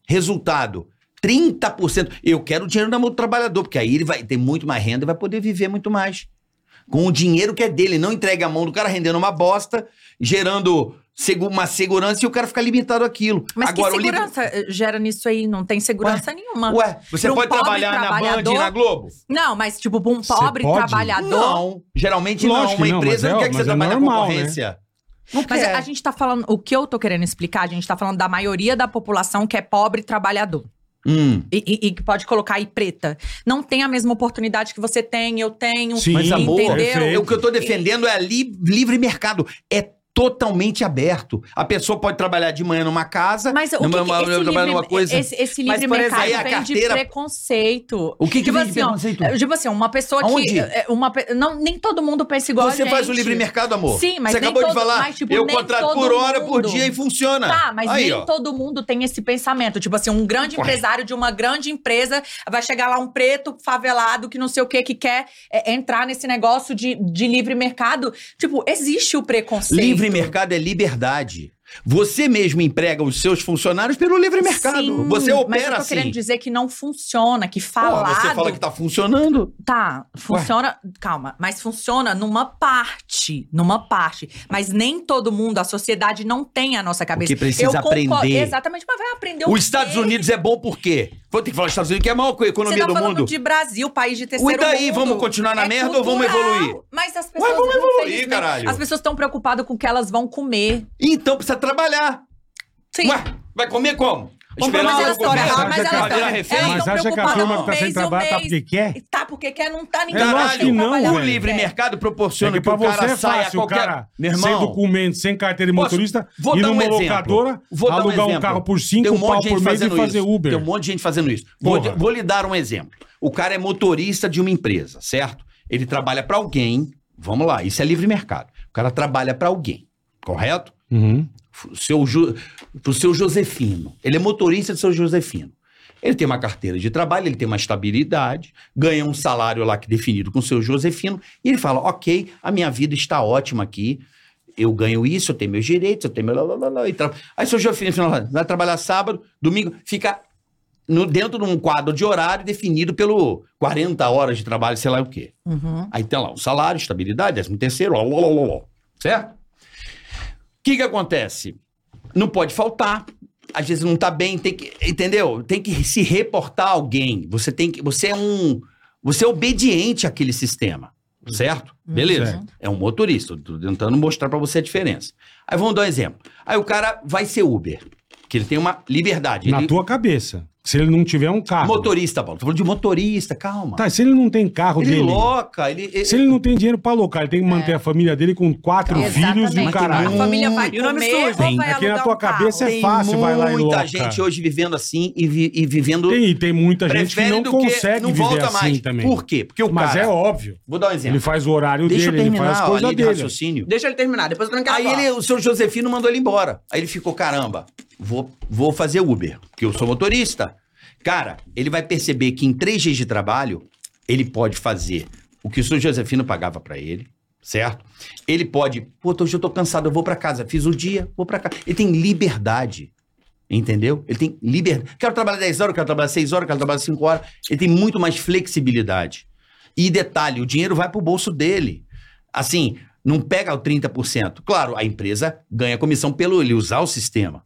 Speaker 6: Resultado. 30%. Eu quero o dinheiro na mão do trabalhador, porque aí ele vai ter muito mais renda e vai poder viver muito mais. Com o dinheiro que é dele, não entrega a mão do cara rendendo uma bosta, gerando segu- uma segurança e o cara fica limitado àquilo.
Speaker 7: Mas
Speaker 6: Agora,
Speaker 7: que
Speaker 6: o livre-
Speaker 7: segurança eh, gera nisso aí? Não tem segurança nenhuma.
Speaker 6: Ué, você
Speaker 7: Pra um
Speaker 6: pode
Speaker 7: pobre
Speaker 6: trabalhar na Band e
Speaker 7: trabalhador-
Speaker 6: na Globo?
Speaker 7: Não, mas tipo, pra um
Speaker 4: Você
Speaker 7: pobre
Speaker 4: pode?
Speaker 7: trabalhador...
Speaker 6: Não, geralmente
Speaker 4: Lógico
Speaker 6: não. Uma
Speaker 4: que não,
Speaker 6: empresa
Speaker 4: mas
Speaker 6: não
Speaker 4: é-
Speaker 6: quer que você
Speaker 4: mas é
Speaker 6: trabalhe na
Speaker 4: normal,
Speaker 6: concorrência. Não
Speaker 7: Mas
Speaker 6: quer.
Speaker 7: a gente tá falando... O que eu tô querendo explicar, a gente tá falando da maioria da população que é pobre trabalhador.
Speaker 6: Hum.
Speaker 7: E- E e que pode colocar aí preta. Não tem a mesma oportunidade que você tem, eu tenho.
Speaker 4: Sim,
Speaker 6: Mas amor,
Speaker 7: entendeu?
Speaker 6: é o que eu tô defendendo é a li- livre mercado. É totalmente aberto. A pessoa pode trabalhar de manhã numa casa,
Speaker 7: Mas o que,
Speaker 6: numa,
Speaker 7: que
Speaker 6: numa-
Speaker 7: esse livre,
Speaker 6: trabalhar numa coisa.
Speaker 7: esse, esse
Speaker 8: Mas,
Speaker 7: livre
Speaker 8: por exemplo,
Speaker 7: mercado
Speaker 6: aí a
Speaker 7: vem de
Speaker 6: carteira-
Speaker 7: preconceito.
Speaker 6: O que que
Speaker 7: tipo
Speaker 6: vem de
Speaker 7: assim, ó,
Speaker 6: preconceito?
Speaker 7: Tipo assim, uma pessoa
Speaker 6: Aonde?
Speaker 7: que... é, Uma, pe- não, nem todo mundo pensa igual
Speaker 6: Você
Speaker 7: a gente.
Speaker 6: faz o livre mercado, amor.
Speaker 7: Sim, mas
Speaker 6: Você
Speaker 7: nem
Speaker 6: acabou de
Speaker 7: todo-
Speaker 6: falar,
Speaker 7: mas, tipo,
Speaker 6: eu
Speaker 7: nem
Speaker 6: contrato
Speaker 7: todo
Speaker 6: por hora, por
Speaker 7: mundo.
Speaker 6: dia e funciona.
Speaker 7: Tá, mas
Speaker 6: Aí,
Speaker 7: nem
Speaker 6: ó.
Speaker 7: todo mundo tem esse pensamento. Tipo assim, um grande empresário de uma grande empresa vai chegar lá um preto favelado que não sei o que que quer é, entrar nesse negócio de, de livre mercado. Tipo, existe o preconceito.
Speaker 6: Livre mercado é liberdade. Você mesmo emprega os seus funcionários pelo livre mercado.
Speaker 7: Sim,
Speaker 6: você
Speaker 7: mas eu
Speaker 6: opera
Speaker 7: tô
Speaker 6: assim.
Speaker 7: querendo dizer que não funciona, que falado...
Speaker 6: Porra, você fala que tá funcionando.
Speaker 7: Tá, funciona. Calma, mas funciona numa parte. Numa parte. Mas nem todo mundo, a sociedade não tem a nossa cabeça.
Speaker 6: que precisa
Speaker 7: Eu concordo-
Speaker 6: aprender.
Speaker 7: Exatamente, mas vai aprender o
Speaker 6: Os
Speaker 7: quê?
Speaker 6: Estados Unidos é bom por quê? Vou ter que falar dos Estados Unidos, que é a maior
Speaker 7: Você
Speaker 6: economia
Speaker 7: tá
Speaker 6: do
Speaker 7: falando
Speaker 6: mundo.
Speaker 7: de Brasil, país de terceiro
Speaker 6: E daí,
Speaker 7: mundo.
Speaker 6: vamos continuar na merda ou vamos
Speaker 7: cultural.
Speaker 6: evoluir?
Speaker 7: Mas as pessoas.
Speaker 6: vamos evoluir,
Speaker 7: infelizmente,
Speaker 6: caralho.
Speaker 7: As pessoas estão preocupadas com o que elas vão comer.
Speaker 6: Então precisa trabalhar.
Speaker 7: Sim.
Speaker 6: Ué, vai comer como?
Speaker 7: Mas
Speaker 6: Esperar
Speaker 7: elas
Speaker 6: o
Speaker 7: estão
Speaker 4: comer,
Speaker 6: governo
Speaker 7: ah,
Speaker 4: acha
Speaker 7: mas
Speaker 4: que
Speaker 7: elas
Speaker 4: a-
Speaker 6: virar
Speaker 7: tão-
Speaker 6: refém?
Speaker 7: elas
Speaker 4: Mas
Speaker 7: tão
Speaker 4: acha que a
Speaker 7: preocupadas
Speaker 4: turma que
Speaker 7: um
Speaker 4: tá sem
Speaker 7: mês, um
Speaker 4: trabalho tá
Speaker 7: mês.
Speaker 4: porque quer?
Speaker 7: Tá, porque quer, não tá ninguém.
Speaker 6: Caralho,
Speaker 7: consegue
Speaker 4: não,
Speaker 7: trabalhar.
Speaker 6: O
Speaker 4: velho.
Speaker 6: livre mercado proporciona
Speaker 4: É que
Speaker 6: que
Speaker 4: pra
Speaker 6: o
Speaker 4: você
Speaker 6: cara
Speaker 4: é
Speaker 6: saia a
Speaker 4: fácil, o
Speaker 6: qualquer...
Speaker 4: cara
Speaker 6: Meu
Speaker 4: sem
Speaker 6: irmão,
Speaker 4: documento, sem carteira de
Speaker 6: Posso-
Speaker 4: motorista,
Speaker 6: vou
Speaker 4: ir
Speaker 6: dar um
Speaker 4: numa
Speaker 6: exemplo.
Speaker 4: locadora,
Speaker 6: Vou dar um
Speaker 4: alugar um
Speaker 6: exemplo.
Speaker 4: carro por
Speaker 6: tem
Speaker 4: 5
Speaker 6: um monte
Speaker 4: pau
Speaker 6: de gente
Speaker 4: por mês e
Speaker 6: fazendo
Speaker 4: fazer
Speaker 6: isso.
Speaker 4: Uber.
Speaker 6: Tem um monte de gente fazendo isso. Vou,
Speaker 4: Porra.
Speaker 6: vou lhe dar um exemplo. O cara é motorista de uma empresa, certo? Ele trabalha pra alguém. Vamos lá, isso é livre mercado. O cara trabalha pra alguém, correto?
Speaker 4: Uhum.
Speaker 6: o seu, Ju- pro seu Josefino. Ele é motorista do seu Josefino. Ele tem uma carteira de trabalho, ele tem uma estabilidade, ganha um salário lá que definido com o seu Josefino, e ele fala: ok, a minha vida está ótima aqui. Eu ganho isso, eu tenho meus direitos, eu tenho meu. Lá, lá, lá, lá, e tra... Aí seu Josefino fala, vai trabalhar sábado, domingo, fica no, dentro de um quadro de horário definido pelo 40 horas de trabalho, sei lá o quê. Aí tem lá o salário, estabilidade, 13 terceiro, lá, lá, lá, lá, lá. certo? O que que acontece? Não pode faltar. Às vezes não tá bem, tem que, entendeu? Tem que se reportar a alguém. Você tem que, você é um, você é obediente àquele sistema, certo? Beleza. É um motorista, eu tô tentando mostrar pra você a diferença. Aí vamos dar um exemplo. Aí o cara vai ser Uber, que ele tem uma liberdade.
Speaker 4: Na
Speaker 6: ele,
Speaker 4: tua cabeça. Se ele não tiver um carro.
Speaker 6: Motorista, Paulo. Tô falando de motorista, calma.
Speaker 4: Tá, se ele não tem carro
Speaker 6: ele É.
Speaker 4: dele.
Speaker 6: loca, ele. ele-
Speaker 4: Se ele não tem dinheiro pra alocar, ele tem que manter a família dele com quatro filhos e um
Speaker 7: Exatamente.
Speaker 4: caralho.
Speaker 7: A família vai
Speaker 8: E o nome
Speaker 7: comer
Speaker 8: surge,
Speaker 7: ou
Speaker 4: hein?
Speaker 7: vai
Speaker 4: Aqui na
Speaker 7: alugar
Speaker 4: tua
Speaker 7: um carro.
Speaker 4: cabeça é
Speaker 6: Tem
Speaker 4: fácil, vai lá e
Speaker 6: muita
Speaker 4: loca.
Speaker 6: gente hoje vivendo assim e, vi- e vivendo.
Speaker 4: Tem, e tem muita gente que
Speaker 6: prefere
Speaker 4: não
Speaker 6: do
Speaker 4: consegue
Speaker 6: não
Speaker 4: viver
Speaker 6: volta
Speaker 4: assim
Speaker 6: mais.
Speaker 4: também.
Speaker 6: Por quê? Porque o
Speaker 4: Mas
Speaker 6: cara.
Speaker 4: é óbvio.
Speaker 6: Vou dar um exemplo.
Speaker 4: Ele faz o horário
Speaker 6: Deixa
Speaker 4: dele,
Speaker 6: eu
Speaker 4: ele faz
Speaker 6: terminar
Speaker 4: as
Speaker 6: a
Speaker 4: coisas
Speaker 6: linha de
Speaker 4: dele.
Speaker 6: raciocínio.
Speaker 8: Deixa ele terminar, depois eu não quero
Speaker 6: Aí ele, o seu Josefino mandou ele embora. Aí ele ficou, caramba, vou, vou fazer Uber, porque eu sou motorista. Cara, ele vai perceber que em três dias de trabalho, ele pode fazer o que o seu Josefino pagava pra ele, certo? Ele pode, pô, hoje eu tô cansado, eu vou pra casa. Fiz o dia, vou pra casa. Ele tem liberdade, entendeu? Ele tem liberdade. Quero trabalhar 10 horas, quero trabalhar 6 horas, quero trabalhar 5 horas. Ele tem muito mais flexibilidade. E detalhe, o dinheiro vai pro bolso dele. Assim, não pega o 30%. Claro, a empresa ganha comissão pelo ele usar o sistema,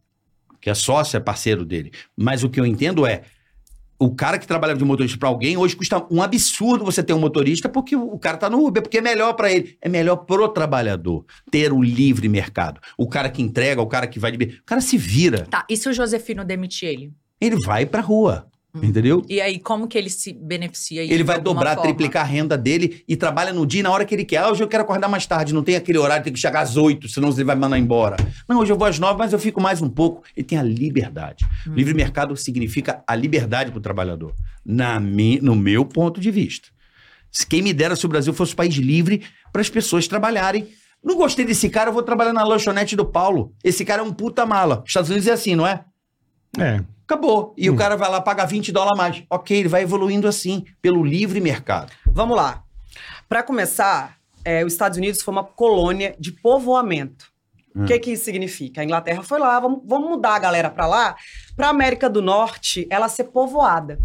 Speaker 6: que é sócio, é parceiro dele. Mas o que eu entendo é, o cara que trabalhava de motorista para alguém, hoje custa um absurdo você ter um motorista porque o cara tá no Uber, porque é melhor para ele. É melhor pro trabalhador ter o livre mercado. O cara que entrega, o cara que vai de... O cara se vira.
Speaker 7: Tá, e se o Josefino demitir ele?
Speaker 6: Ele vai pra rua. Entendeu?
Speaker 7: E aí, como que ele se beneficia?
Speaker 6: Ele vai dobrar, triplicar a renda dele e trabalha no dia e na hora que ele quer. Ah, hoje eu quero acordar mais tarde, não tem aquele horário, tem que chegar às oito, senão você vai mandar embora. Não, hoje eu vou às nove, mas eu fico mais um pouco. Ele tem a liberdade. Livre mercado significa a liberdade para o trabalhador, na mi- no meu ponto de vista. Se quem me dera se o Brasil fosse um país livre para as pessoas trabalharem. Não gostei desse cara, eu vou trabalhar na lanchonete do Paulo. Esse cara é um puta mala. Estados Unidos é assim, não é?
Speaker 4: É.
Speaker 6: Acabou. E o cara vai lá pagar 20 dólares a mais. Ok, ele vai evoluindo assim, pelo livre mercado.
Speaker 8: Vamos lá. Para começar, é, os Estados Unidos foi uma colônia de povoamento. O que, que isso significa? A Inglaterra foi lá, vamos, vamos mudar a galera para lá, para a América do Norte ela ser povoada.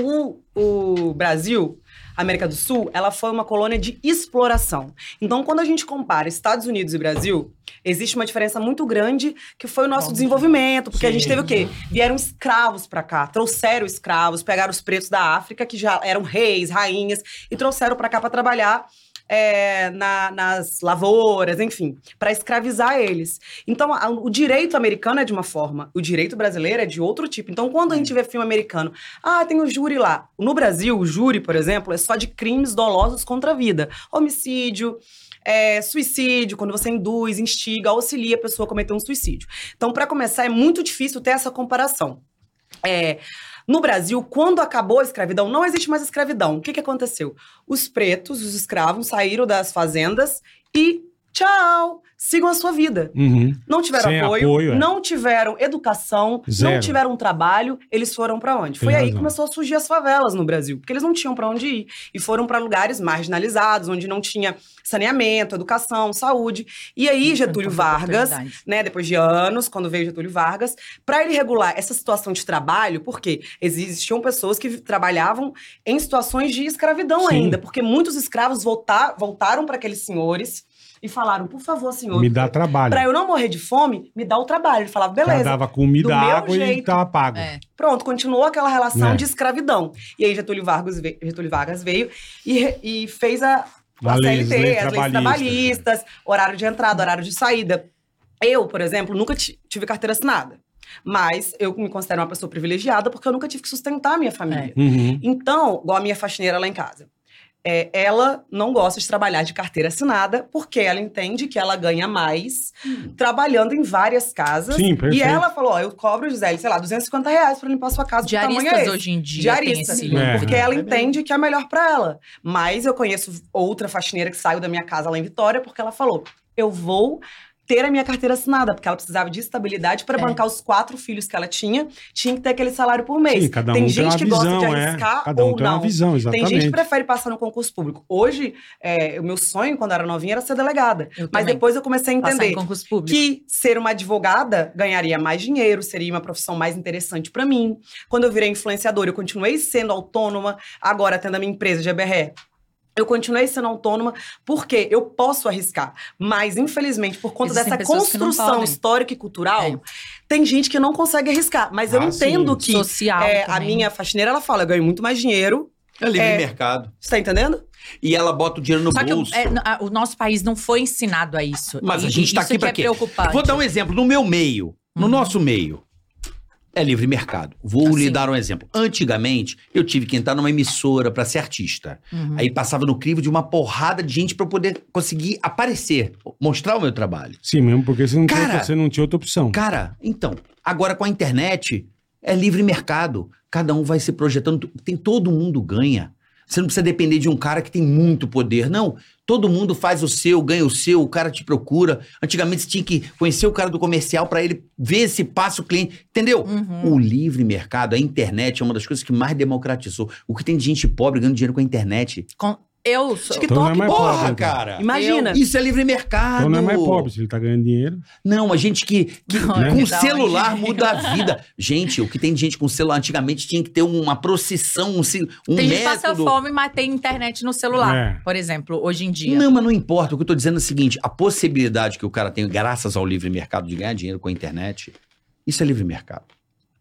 Speaker 8: O, o Brasil, a América do Sul, ela foi uma colônia de exploração. Então, quando a gente compara Estados Unidos e Brasil, existe uma diferença muito grande que foi o nosso desenvolvimento, porque a gente teve o quê? Vieram escravos para cá, trouxeram escravos, pegaram os pretos da África, que já eram reis, rainhas, e trouxeram para cá para trabalhar é, na- nas lavouras, enfim, para escravizar eles. Então, a- o direito americano é de uma forma, o direito brasileiro é de outro tipo. Então, quando a gente vê filme americano, ah, tem o júri lá. No Brasil, o júri, por exemplo, é só de crimes dolosos contra a vida. Homicídio, é, suicídio, quando você induz, instiga, auxilia a pessoa a cometer um suicídio. Então, para começar, é muito difícil ter essa comparação. É, no Brasil, quando acabou a escravidão, não existe mais escravidão. O que, que aconteceu? Os pretos, os escravos, saíram das fazendas e tchau! Sigam a sua vida.
Speaker 4: Uhum.
Speaker 8: Não tiveram
Speaker 4: Sem
Speaker 8: apoio,
Speaker 4: apoio, é.
Speaker 8: não tiveram educação,
Speaker 4: Zero.
Speaker 8: não tiveram trabalho, eles foram pra onde?
Speaker 4: Tem
Speaker 8: Foi aí que
Speaker 4: razão.
Speaker 8: começou a surgir as favelas no Brasil, porque eles não tinham pra onde ir e foram pra lugares marginalizados, onde não tinha saneamento, educação, saúde. E aí
Speaker 7: é
Speaker 8: Getúlio Vargas, né, depois de anos, quando veio Getúlio Vargas, pra ele regular essa situação de trabalho, porque existiam pessoas que trabalhavam em situações de escravidão
Speaker 4: Sim.
Speaker 8: ainda, porque muitos escravos voltar, voltaram pra aqueles senhores e falaram: "Por favor, senhor,
Speaker 4: Me dá um trabalho.
Speaker 8: Pra eu não morrer de fome, me dá o trabalho. Ele falava,
Speaker 4: Já
Speaker 8: beleza.
Speaker 4: dava comida,
Speaker 8: Do meu
Speaker 4: água e
Speaker 8: jeito.
Speaker 4: tava pago.
Speaker 7: É.
Speaker 8: Pronto, continuou aquela relação
Speaker 4: É.
Speaker 8: de escravidão. E aí Getúlio Vargas, ve- Getúlio Vargas veio e, re- e fez a, a
Speaker 4: As leis-
Speaker 8: CLT,
Speaker 4: leis
Speaker 8: as
Speaker 4: né,
Speaker 8: leis
Speaker 4: trabalhistas.
Speaker 8: trabalhistas, horário de entrada, horário de saída. Eu, por exemplo, nunca ti- tive carteira assinada. Mas eu me considero uma pessoa privilegiada porque eu nunca tive que sustentar a minha família.
Speaker 4: Uhum.
Speaker 8: Então, igual a minha faxineira lá em casa. É, ela não gosta de trabalhar de carteira assinada porque ela entende que ela ganha mais trabalhando em várias casas.
Speaker 4: Hum. Sim, perfeito.
Speaker 8: E ela falou: ó, eu cobro, Gisele, sei lá, 250 reais pra limpar sua casa. do tamanho é
Speaker 7: Diaristas
Speaker 8: esse.
Speaker 7: hoje em dia
Speaker 8: Diarista.
Speaker 7: tem esse...
Speaker 4: É.
Speaker 8: Porque ela entende que é melhor pra ela. Mas eu conheço outra faxineira que saiu da minha casa lá em Vitória porque ela falou: eu vou ter a minha carteira assinada, porque ela precisava de estabilidade para
Speaker 7: É.
Speaker 8: bancar os quatro filhos que ela tinha, tinha que ter aquele salário por mês.
Speaker 4: Sim, cada um
Speaker 8: é tem
Speaker 4: tem,
Speaker 8: gente
Speaker 4: uma
Speaker 8: que
Speaker 4: visão,
Speaker 8: gosta de
Speaker 4: é.
Speaker 8: arriscar
Speaker 4: Cada um
Speaker 8: ou
Speaker 4: tem
Speaker 8: não.
Speaker 4: uma visão,
Speaker 8: Tem
Speaker 4: exatamente.
Speaker 8: gente que prefere passar no concurso público. Hoje, é, o meu sonho, quando eu era novinha, era ser delegada.
Speaker 7: Eu
Speaker 8: Mas
Speaker 7: também.
Speaker 8: depois eu comecei a
Speaker 7: Passar em
Speaker 8: entender
Speaker 7: concurso público.
Speaker 8: que ser uma advogada ganharia mais dinheiro, seria uma profissão mais interessante pra mim. Quando eu virei influenciadora, eu continuei sendo autônoma, agora tendo a minha empresa de EBRE. Eu continuei sendo autônoma porque eu posso arriscar, mas infelizmente por conta
Speaker 7: Existem
Speaker 8: dessa
Speaker 7: pessoas que não
Speaker 8: construção
Speaker 7: podem.
Speaker 8: histórica e cultural,
Speaker 7: É.
Speaker 8: tem gente que não consegue arriscar. Mas eu
Speaker 4: Ah,
Speaker 8: entendo
Speaker 4: sim.
Speaker 8: que
Speaker 7: Social
Speaker 8: é, a
Speaker 7: também.
Speaker 8: minha faxineira ela fala, eu ganho muito mais dinheiro.
Speaker 6: É livre
Speaker 8: É.
Speaker 6: mercado.
Speaker 8: Você tá entendendo?
Speaker 6: E ela bota o dinheiro no
Speaker 7: Só que
Speaker 6: bolso.
Speaker 7: é, n- a- o nosso país não foi ensinado a isso.
Speaker 6: Mas a
Speaker 7: E-
Speaker 6: gente tá
Speaker 7: isso
Speaker 6: aqui
Speaker 7: que
Speaker 6: pra
Speaker 7: é
Speaker 6: quê?
Speaker 7: preocupante.
Speaker 6: Vou dar um exemplo. No meu meio, no
Speaker 7: Uhum.
Speaker 6: nosso meio, é livre mercado. Vou lhe
Speaker 7: Assim.
Speaker 6: dar um exemplo. Antigamente, eu tive que entrar numa emissora pra ser artista.
Speaker 7: Uhum.
Speaker 6: Aí passava no crivo de uma porrada de gente pra eu poder conseguir aparecer, mostrar o meu trabalho.
Speaker 4: Sim, mesmo porque você não, tinha
Speaker 6: Cara,
Speaker 4: outra- você não tinha outra opção.
Speaker 6: Cara, então, agora com a internet, é livre mercado. Cada um vai se projetando, tem todo mundo ganha. Você não precisa depender de um cara que tem muito poder, não. Todo mundo faz o seu, ganha o seu, o cara te procura. Antigamente você tinha que conhecer o cara do comercial pra ele ver se passa o cliente, entendeu? O livre mercado, a internet é uma das coisas que mais democratizou. O que tem de gente pobre ganhando dinheiro com a internet?
Speaker 7: Com- Eu sou...
Speaker 4: Então não é mais
Speaker 6: Porra,
Speaker 4: pobre. então.
Speaker 6: cara!
Speaker 8: Imagina.
Speaker 6: Isso é livre mercado.
Speaker 4: Então não é mais pobre se ele tá ganhando dinheiro.
Speaker 6: Não, a gente que, que
Speaker 7: Olha,
Speaker 6: com
Speaker 7: da
Speaker 6: celular
Speaker 7: onde?
Speaker 6: muda a vida. Gente, o que tem de gente com celular antigamente tinha que ter uma procissão, um, ci- um
Speaker 7: Tem gente que passa
Speaker 6: método.
Speaker 7: fome, mas tem internet no celular,
Speaker 4: É.
Speaker 7: por exemplo, hoje em dia.
Speaker 6: Não, mas não importa. O que eu tô dizendo é o seguinte: a possibilidade que o cara tem, graças ao livre mercado, de ganhar dinheiro com a internet, isso é livre mercado.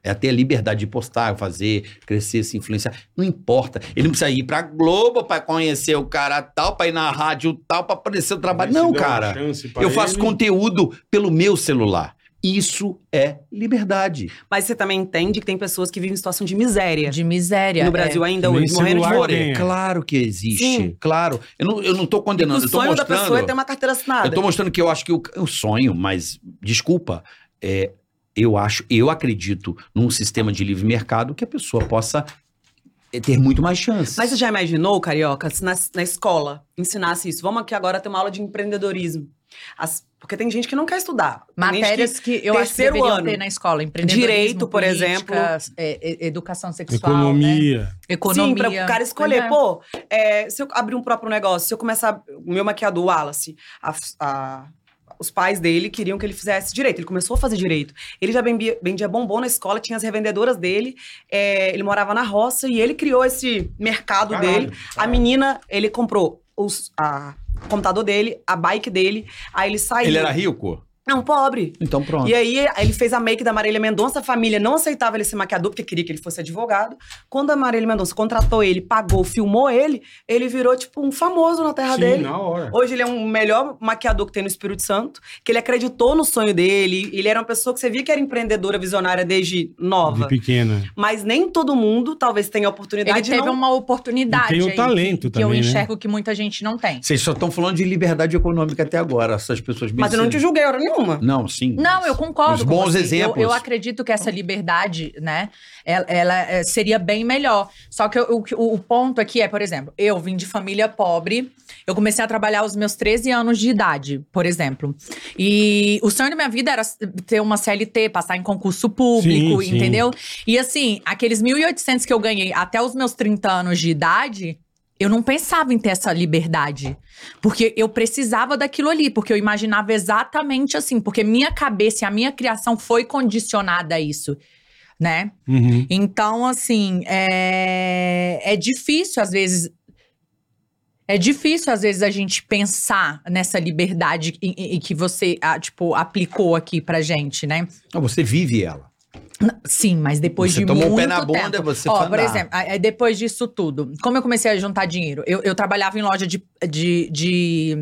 Speaker 6: É até a liberdade de postar, fazer, crescer, se influenciar. Não importa. Ele não precisa ir pra Globo pra conhecer o cara tal, pra ir na rádio tal, pra aparecer o trabalho. Não, cara. Eu faço conteúdo pelo meu celular. Isso é liberdade.
Speaker 8: Mas você também entende que tem pessoas que vivem em situação de miséria.
Speaker 7: De miséria. é.
Speaker 8: no Brasil ainda
Speaker 4: Nem
Speaker 8: hoje, morrendo de
Speaker 4: celular
Speaker 8: fome.
Speaker 4: tem.
Speaker 6: É Claro que existe.
Speaker 8: Sim.
Speaker 6: Claro. Eu não, eu não tô
Speaker 8: O
Speaker 6: condenando, eu tô
Speaker 8: sonho da pessoa é
Speaker 6: mostrando.
Speaker 8: ter uma carteira assinada.
Speaker 6: Eu tô mostrando que eu acho que o, o sonho, mas desculpa, é, eu acho, eu acredito num sistema de livre mercado que a pessoa possa é, ter muito mais chances.
Speaker 8: Mas você já imaginou, Carioca, se na, na escola ensinasse isso? Vamos aqui agora ter uma aula de empreendedorismo. As- porque tem gente que não quer estudar. Tem gente
Speaker 7: Matérias que, eu acho que
Speaker 8: terceiro
Speaker 7: deveriam
Speaker 8: ano.
Speaker 7: ter na escola. Empreendedorismo,
Speaker 8: Direito, por
Speaker 7: política,
Speaker 8: exemplo.
Speaker 7: é, é, educação sexual, né?
Speaker 4: Economia.
Speaker 7: Economia.
Speaker 8: Sim, pra o cara
Speaker 7: Pois
Speaker 8: escolher.
Speaker 7: é.
Speaker 8: Pô, é, se eu abrir um próprio negócio, se eu começar. O meu maquiador, o Wallace, a- a- os pais dele queriam que ele fizesse direito. Ele começou a fazer direito. Ele já vendia, vendia bombom na escola, tinha as revendedoras dele. é, ele morava na roça e ele criou esse mercado
Speaker 4: Caralho,
Speaker 8: dele. A menina, ele comprou os- a- o computador dele, a bike dele. Aí ele saiu.
Speaker 6: Ele era É rico?
Speaker 8: Não, pobre.
Speaker 6: Então pronto.
Speaker 8: E aí ele fez a make da Marília Mendonça, a família não aceitava ele ser maquiador, porque queria que ele fosse advogado. Quando a Marília Mendonça contratou ele, pagou, filmou ele, ele virou, tipo, um famoso na terra
Speaker 4: Sim,
Speaker 8: dele.
Speaker 4: na hora.
Speaker 8: Hoje ele é um melhor maquiador que tem no Espírito Santo, que ele acreditou no sonho dele, ele era uma pessoa que você via que era empreendedora, visionária desde
Speaker 4: De
Speaker 8: nova.
Speaker 4: pequena.
Speaker 8: Mas nem todo mundo talvez tenha a oportunidade
Speaker 7: Ele
Speaker 8: de
Speaker 7: teve
Speaker 8: não...
Speaker 7: uma oportunidade.
Speaker 4: E tem o
Speaker 7: aí
Speaker 4: talento
Speaker 7: que, que eu
Speaker 4: também, né?
Speaker 7: enxergo que muita gente não tem.
Speaker 6: Vocês só estão falando de liberdade econômica até agora, essas pessoas bem
Speaker 8: Mas eu não te
Speaker 6: cedo.
Speaker 8: julguei hora nenhuma.
Speaker 6: Não, sim.
Speaker 7: Não, eu concordo.
Speaker 6: Os
Speaker 7: com
Speaker 6: bons
Speaker 7: você. Eu-
Speaker 6: exemplos.
Speaker 7: Eu, acredito que essa liberdade, né, ela, ela, eh, seria bem melhor. Só que o, o- o ponto aqui é, por exemplo, eu vim de família pobre, eu comecei a trabalhar aos meus 13 anos de idade, por exemplo. E o sonho da minha vida era ter uma CLT, passar em concurso público,
Speaker 4: Sim, sim.
Speaker 7: entendeu? E assim, aqueles 1.800 que eu ganhei até os meus 30 anos de idade. Eu não pensava em ter essa liberdade. Porque eu precisava daquilo ali, porque eu imaginava exatamente assim, porque minha cabeça e a minha criação foi condicionada a isso, né?
Speaker 4: Uhum.
Speaker 7: Então, assim, é, é difícil às vezes. É difícil, às vezes, a gente pensar nessa liberdade e, que você, ah, tipo, aplicou aqui pra gente, né?
Speaker 6: Não, você vive ela.
Speaker 7: Sim, mas depois
Speaker 6: Você
Speaker 7: de
Speaker 6: tomou
Speaker 7: muito
Speaker 6: o pé na
Speaker 7: tempo-
Speaker 6: bunda, você
Speaker 7: Ó,
Speaker 6: foi
Speaker 7: por
Speaker 6: andar.
Speaker 7: exemplo, a- a- depois disso tudo, como eu comecei a juntar dinheiro? Eu, eu trabalhava em loja de, de, de-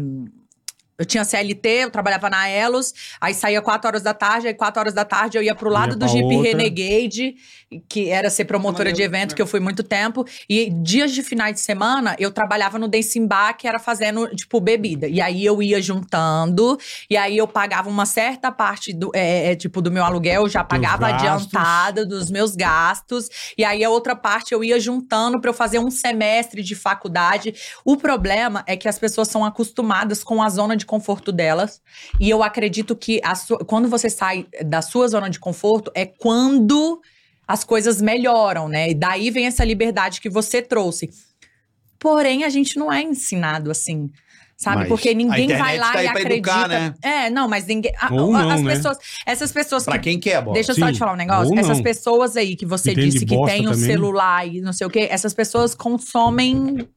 Speaker 7: Eu tinha CLT, eu trabalhava na Elos, aí saía 4 horas da tarde, aí 4 horas da tarde eu ia pro lado
Speaker 4: Ia
Speaker 7: do
Speaker 4: pra
Speaker 7: Jeep
Speaker 4: outra.
Speaker 7: Renegade, que era ser promotora de evento, que eu fui muito tempo. E dias de finais de semana, eu trabalhava no Dancing Bar, que era fazendo, tipo, bebida. E aí eu ia juntando, e aí eu pagava uma certa parte, do, é, é, tipo, do meu aluguel, eu já pagava
Speaker 4: gastos.
Speaker 7: adiantada dos meus gastos. E aí a outra parte eu ia juntando pra eu fazer um semestre de faculdade. O problema é que as pessoas são acostumadas com a zona de conforto delas. E eu acredito que a sua- quando você sai da sua zona de conforto é quando as coisas melhoram, né? E daí vem essa liberdade que você trouxe. Porém, a gente não é ensinado assim. Sabe?
Speaker 6: Mas
Speaker 7: Porque
Speaker 6: a
Speaker 7: ninguém
Speaker 6: internet
Speaker 7: vai lá
Speaker 6: tá aí
Speaker 7: e
Speaker 6: pra
Speaker 7: acredita.
Speaker 6: educar, né?
Speaker 7: É, não, mas ninguém. a-
Speaker 4: Ou
Speaker 7: a-
Speaker 4: não,
Speaker 7: as
Speaker 4: né?
Speaker 7: pessoas. Essas pessoas
Speaker 6: Pra
Speaker 7: que
Speaker 6: quem quer, bola.
Speaker 7: Deixa eu só
Speaker 4: Sim,
Speaker 7: te falar um negócio.
Speaker 4: ou
Speaker 7: Essas
Speaker 4: não.
Speaker 7: pessoas aí que você
Speaker 4: Que tem de
Speaker 7: disse que
Speaker 4: bosta
Speaker 7: tem o
Speaker 4: também.
Speaker 7: celular e não sei o quê, essas pessoas consomem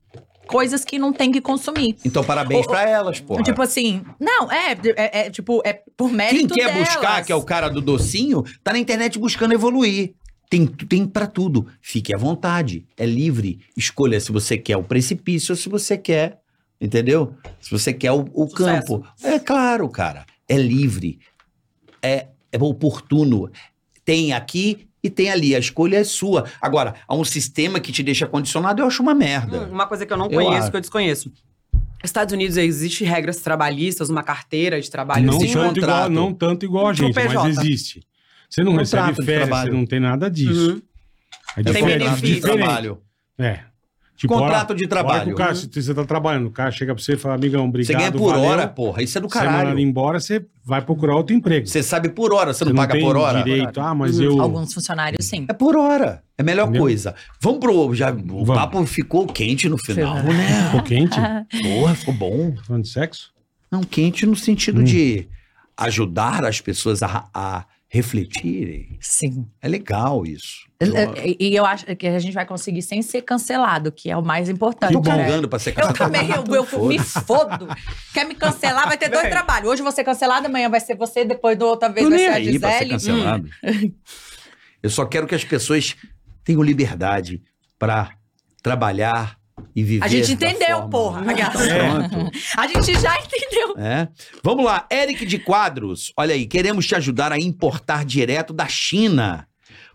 Speaker 7: coisas que não tem que consumir.
Speaker 6: Então parabéns
Speaker 7: Ô, ô,
Speaker 6: pra elas, porra.
Speaker 7: Tipo assim, não, é, é, é, tipo, é por
Speaker 6: Quem
Speaker 7: mérito
Speaker 6: quer
Speaker 7: delas.
Speaker 6: buscar, que é o cara do docinho, tá na internet buscando evoluir. Tem, tem para tudo. Fique à vontade. É livre. Escolha se você quer o precipício ou se você quer. Entendeu? Se você quer o, o
Speaker 8: Sucesso.
Speaker 6: campo. É claro, cara. É livre. É, é oportuno. Tem aqui e tem ali. A escolha é sua. Agora, há um sistema que te deixa condicionado, eu acho uma merda.
Speaker 7: Uhum.
Speaker 8: Hum, Uma coisa que eu não
Speaker 6: Eu
Speaker 8: conheço,
Speaker 6: acho.
Speaker 8: que eu desconheço. Estados Unidos existe regras trabalhistas, uma carteira de trabalho.
Speaker 4: Não
Speaker 8: assim,
Speaker 6: existe
Speaker 4: tanto, igual,
Speaker 6: contrato.
Speaker 4: não tanto igual a
Speaker 8: Tipo
Speaker 4: gente, mas
Speaker 8: PJ.
Speaker 4: existe. Você não
Speaker 6: Contrato
Speaker 4: recebe
Speaker 6: de
Speaker 4: férias, você
Speaker 6: trabalho.
Speaker 4: não tem nada disso.
Speaker 8: Uhum.
Speaker 4: É
Speaker 6: É
Speaker 8: Tem
Speaker 4: diferente,
Speaker 6: contrato de
Speaker 8: benefício.
Speaker 4: diferente.
Speaker 6: trabalho.
Speaker 4: É.
Speaker 6: Contrato de
Speaker 4: a hora- a hora que
Speaker 6: trabalho.
Speaker 4: o cara, se você tá trabalhando, o cara chega pra você e fala, amigão, obrigado,
Speaker 6: Você ganha por
Speaker 4: valeu.
Speaker 6: hora, porra. Isso é do
Speaker 4: Você manda ele
Speaker 6: caralho.
Speaker 4: embora, você vai procurar outro emprego.
Speaker 6: Você sabe por hora, você, não, paga
Speaker 4: tem
Speaker 6: por hora. Uhum.
Speaker 4: direito. Ah, mas eu...
Speaker 7: Alguns funcionários, sim.
Speaker 6: É por hora. É a melhor
Speaker 4: Entendeu?
Speaker 6: coisa. Vamos pro. Já, o
Speaker 4: Vamos.
Speaker 6: papo ficou quente no final, né?
Speaker 4: Ficou um quente?
Speaker 8: Ah.
Speaker 6: Porra, ficou bom.
Speaker 4: Falando de sexo?
Speaker 6: Não, quente no sentido
Speaker 4: Hum.
Speaker 6: de ajudar as pessoas a, a refletirem.
Speaker 7: Sim.
Speaker 6: É legal isso.
Speaker 7: E-
Speaker 6: Eu,
Speaker 7: E e eu acho que a gente vai conseguir sem ser cancelado, que é o mais importante.
Speaker 6: tô
Speaker 7: né?
Speaker 6: cagando pra ser
Speaker 7: Eu
Speaker 6: cancelado.
Speaker 7: também, eu, eu me fodo. Quer me cancelar, vai ter dois trabalhos. Hoje eu vou ser cancelado, amanhã vai ser você, depois da outra vez
Speaker 6: Tô
Speaker 7: vai
Speaker 6: nem
Speaker 7: ser a
Speaker 6: aí pra ser
Speaker 7: Gisele. Hum.
Speaker 6: cancelado. Eu só quero que as pessoas tenham liberdade para trabalhar e viver.
Speaker 7: Hum. A gente
Speaker 6: da
Speaker 7: entendeu,
Speaker 6: forma-
Speaker 7: porra.
Speaker 6: Pronto.
Speaker 7: A gente já entendeu.
Speaker 6: É. Vamos lá, Eric de Quadros. Olha aí, queremos te ajudar a importar direto da China.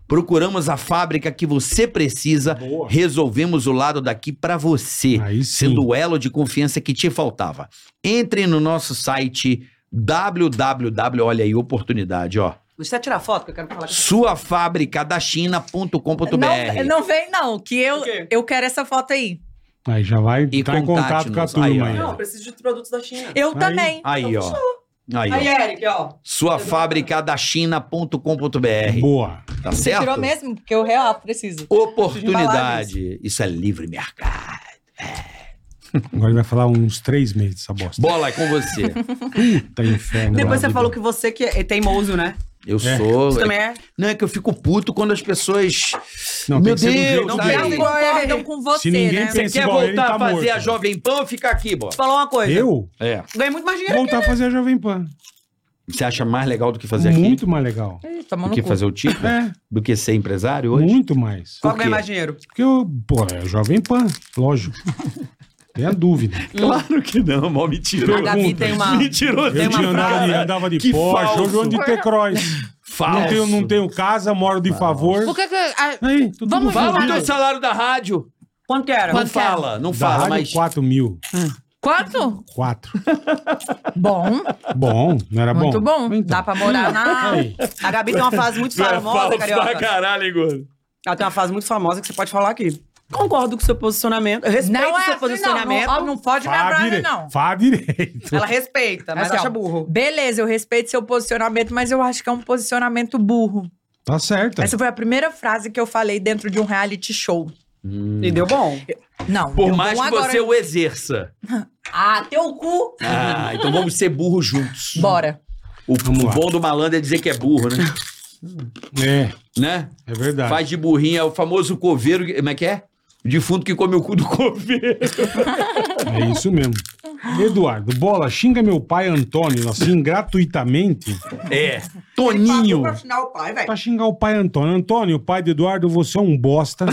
Speaker 6: Procuramos a fábrica que você precisa,
Speaker 4: Boa.
Speaker 6: resolvemos o lado daqui pra você.
Speaker 4: Aí
Speaker 6: Esse
Speaker 4: sim.
Speaker 6: duelo de confiança que te faltava. Entre no nosso site www, olha aí, oportunidade, ó.
Speaker 8: Deixa eu tirar foto que eu quero falar com
Speaker 7: Não,
Speaker 6: Suafabricadachina.com.br.
Speaker 7: não vem, não, que eu,
Speaker 8: O quê?
Speaker 7: eu quero essa foto aí.
Speaker 4: Aí já vai
Speaker 6: E
Speaker 4: tá em contato com a
Speaker 6: contate-nos. Aí,
Speaker 4: turma
Speaker 6: ó.
Speaker 4: aí.
Speaker 8: Não, eu preciso de produtos da China.
Speaker 7: Eu
Speaker 4: Aí.
Speaker 7: também.
Speaker 6: Aí, ó.
Speaker 8: Aí,
Speaker 6: Aí, ó.
Speaker 8: Eric, ó.
Speaker 6: Suafabricadachina.com.br.
Speaker 4: Boa.
Speaker 6: Tá
Speaker 7: Você tirou
Speaker 6: certo?
Speaker 7: mesmo, porque eu real preciso.
Speaker 6: Oportunidade. Isso é livre mercado.
Speaker 4: Agora ele vai falar uns três meses essa bosta.
Speaker 6: Bola é com você.
Speaker 4: Puta inferno. da
Speaker 8: Depois você
Speaker 4: vida.
Speaker 8: falou que você que é teimoso, né?
Speaker 6: Eu
Speaker 4: É.
Speaker 8: Você
Speaker 6: sou.
Speaker 8: também é?
Speaker 6: Não é que eu fico puto quando as pessoas.
Speaker 4: Não, tem
Speaker 6: Meu
Speaker 4: que ser do
Speaker 6: Deus,
Speaker 4: jeito
Speaker 6: não
Speaker 4: dele.
Speaker 7: Não
Speaker 6: Aí.
Speaker 7: concordam com você,
Speaker 4: Se ninguém
Speaker 7: né?
Speaker 4: pensa-
Speaker 6: Quer
Speaker 4: igual ele,
Speaker 6: voltar
Speaker 4: tá
Speaker 6: a fazer
Speaker 4: morto.
Speaker 6: a Jovem Pan? Fica aqui, bola.
Speaker 8: Falar uma coisa.
Speaker 4: Eu?
Speaker 6: É.
Speaker 8: Ganhei muito mais dinheiro.
Speaker 4: Voltar a fazer a Jovem Pan.
Speaker 6: Você acha mais legal do que fazer aqui?
Speaker 4: muito mais legal.
Speaker 7: Ih,
Speaker 6: Do
Speaker 7: Tomando
Speaker 6: que
Speaker 7: cu.
Speaker 6: fazer o título?
Speaker 4: É,
Speaker 6: Do que ser empresário hoje?
Speaker 4: muito mais.
Speaker 8: Qual
Speaker 6: Por
Speaker 8: ganha
Speaker 6: quê?
Speaker 8: mais dinheiro?
Speaker 4: Porque eu, pô, é Jovem Pan, lógico. Tem a dúvida.
Speaker 6: Claro que não, mó mentiroso.
Speaker 8: A Gabi tem uma.
Speaker 6: Mentiroso.
Speaker 4: Eu
Speaker 8: uma
Speaker 4: tinha andava
Speaker 8: frase-
Speaker 4: de, andava de
Speaker 6: Que
Speaker 4: Porsche,
Speaker 6: falso.
Speaker 4: hoje eu ando de T-Cross.
Speaker 6: Falso.
Speaker 4: Não tenho, não tenho casa, moro de favor.
Speaker 2: Por que que... a-
Speaker 4: Aí, tudo
Speaker 2: Vamos
Speaker 4: bem.
Speaker 6: Fala o
Speaker 2: Não.
Speaker 6: teu Então, salário da rádio.
Speaker 8: Quanto que era?
Speaker 6: Não
Speaker 2: Quanto que é?
Speaker 6: fala, não
Speaker 4: Da
Speaker 6: fala,
Speaker 4: rádio,
Speaker 6: mas...
Speaker 4: 4 mil.
Speaker 2: Quanto?
Speaker 4: 4.
Speaker 7: Bom,
Speaker 4: Bom, não era
Speaker 7: muito bom.
Speaker 4: bom? Então.
Speaker 7: Dá pra morar na...
Speaker 4: Aí,
Speaker 8: A Gabi tem uma frase muito famosa,
Speaker 6: pra
Speaker 8: carioca.
Speaker 6: caralho, hein, gordo.
Speaker 8: Ela tem uma frase muito famosa que você pode falar aqui. Concordo com o seu posicionamento. Eu respeito
Speaker 7: Não é
Speaker 8: o seu
Speaker 7: assim, não.
Speaker 8: posicionamento.
Speaker 7: Não, não pode me
Speaker 4: fala,
Speaker 7: abrir,
Speaker 4: dire...
Speaker 7: não.
Speaker 4: fala direito.
Speaker 8: Ela respeita, mas
Speaker 7: Assim, ó,
Speaker 8: acha burro.
Speaker 7: Beleza, eu respeito seu posicionamento, mas eu acho que é um posicionamento burro.
Speaker 4: Tá certo.
Speaker 7: Essa foi a primeira frase que eu falei dentro de um reality show.
Speaker 8: E deu bom.
Speaker 7: Não,
Speaker 6: Por
Speaker 7: eu
Speaker 6: mais
Speaker 7: vou
Speaker 6: que
Speaker 7: agora- um
Speaker 6: você o exerça.
Speaker 7: Ah, teu cu!
Speaker 6: Ah, então vamos ser burros juntos.
Speaker 7: Bora.
Speaker 6: O,
Speaker 4: Vamos
Speaker 6: o
Speaker 4: lá.
Speaker 6: bom do malandro é dizer que é burro, né?
Speaker 4: É,
Speaker 6: né?
Speaker 4: é verdade.
Speaker 6: Faz de burrinho, é o famoso coveiro. que- Como é que é? O defunto que come o cu do coveiro.
Speaker 4: É isso mesmo. Eduardo, bola, xinga meu pai Antônio assim gratuitamente
Speaker 6: É. Toninho.
Speaker 8: final, pai, velho.
Speaker 4: pra xingar o pai Antônio. Antônio, pai de Eduardo, você é um bosta.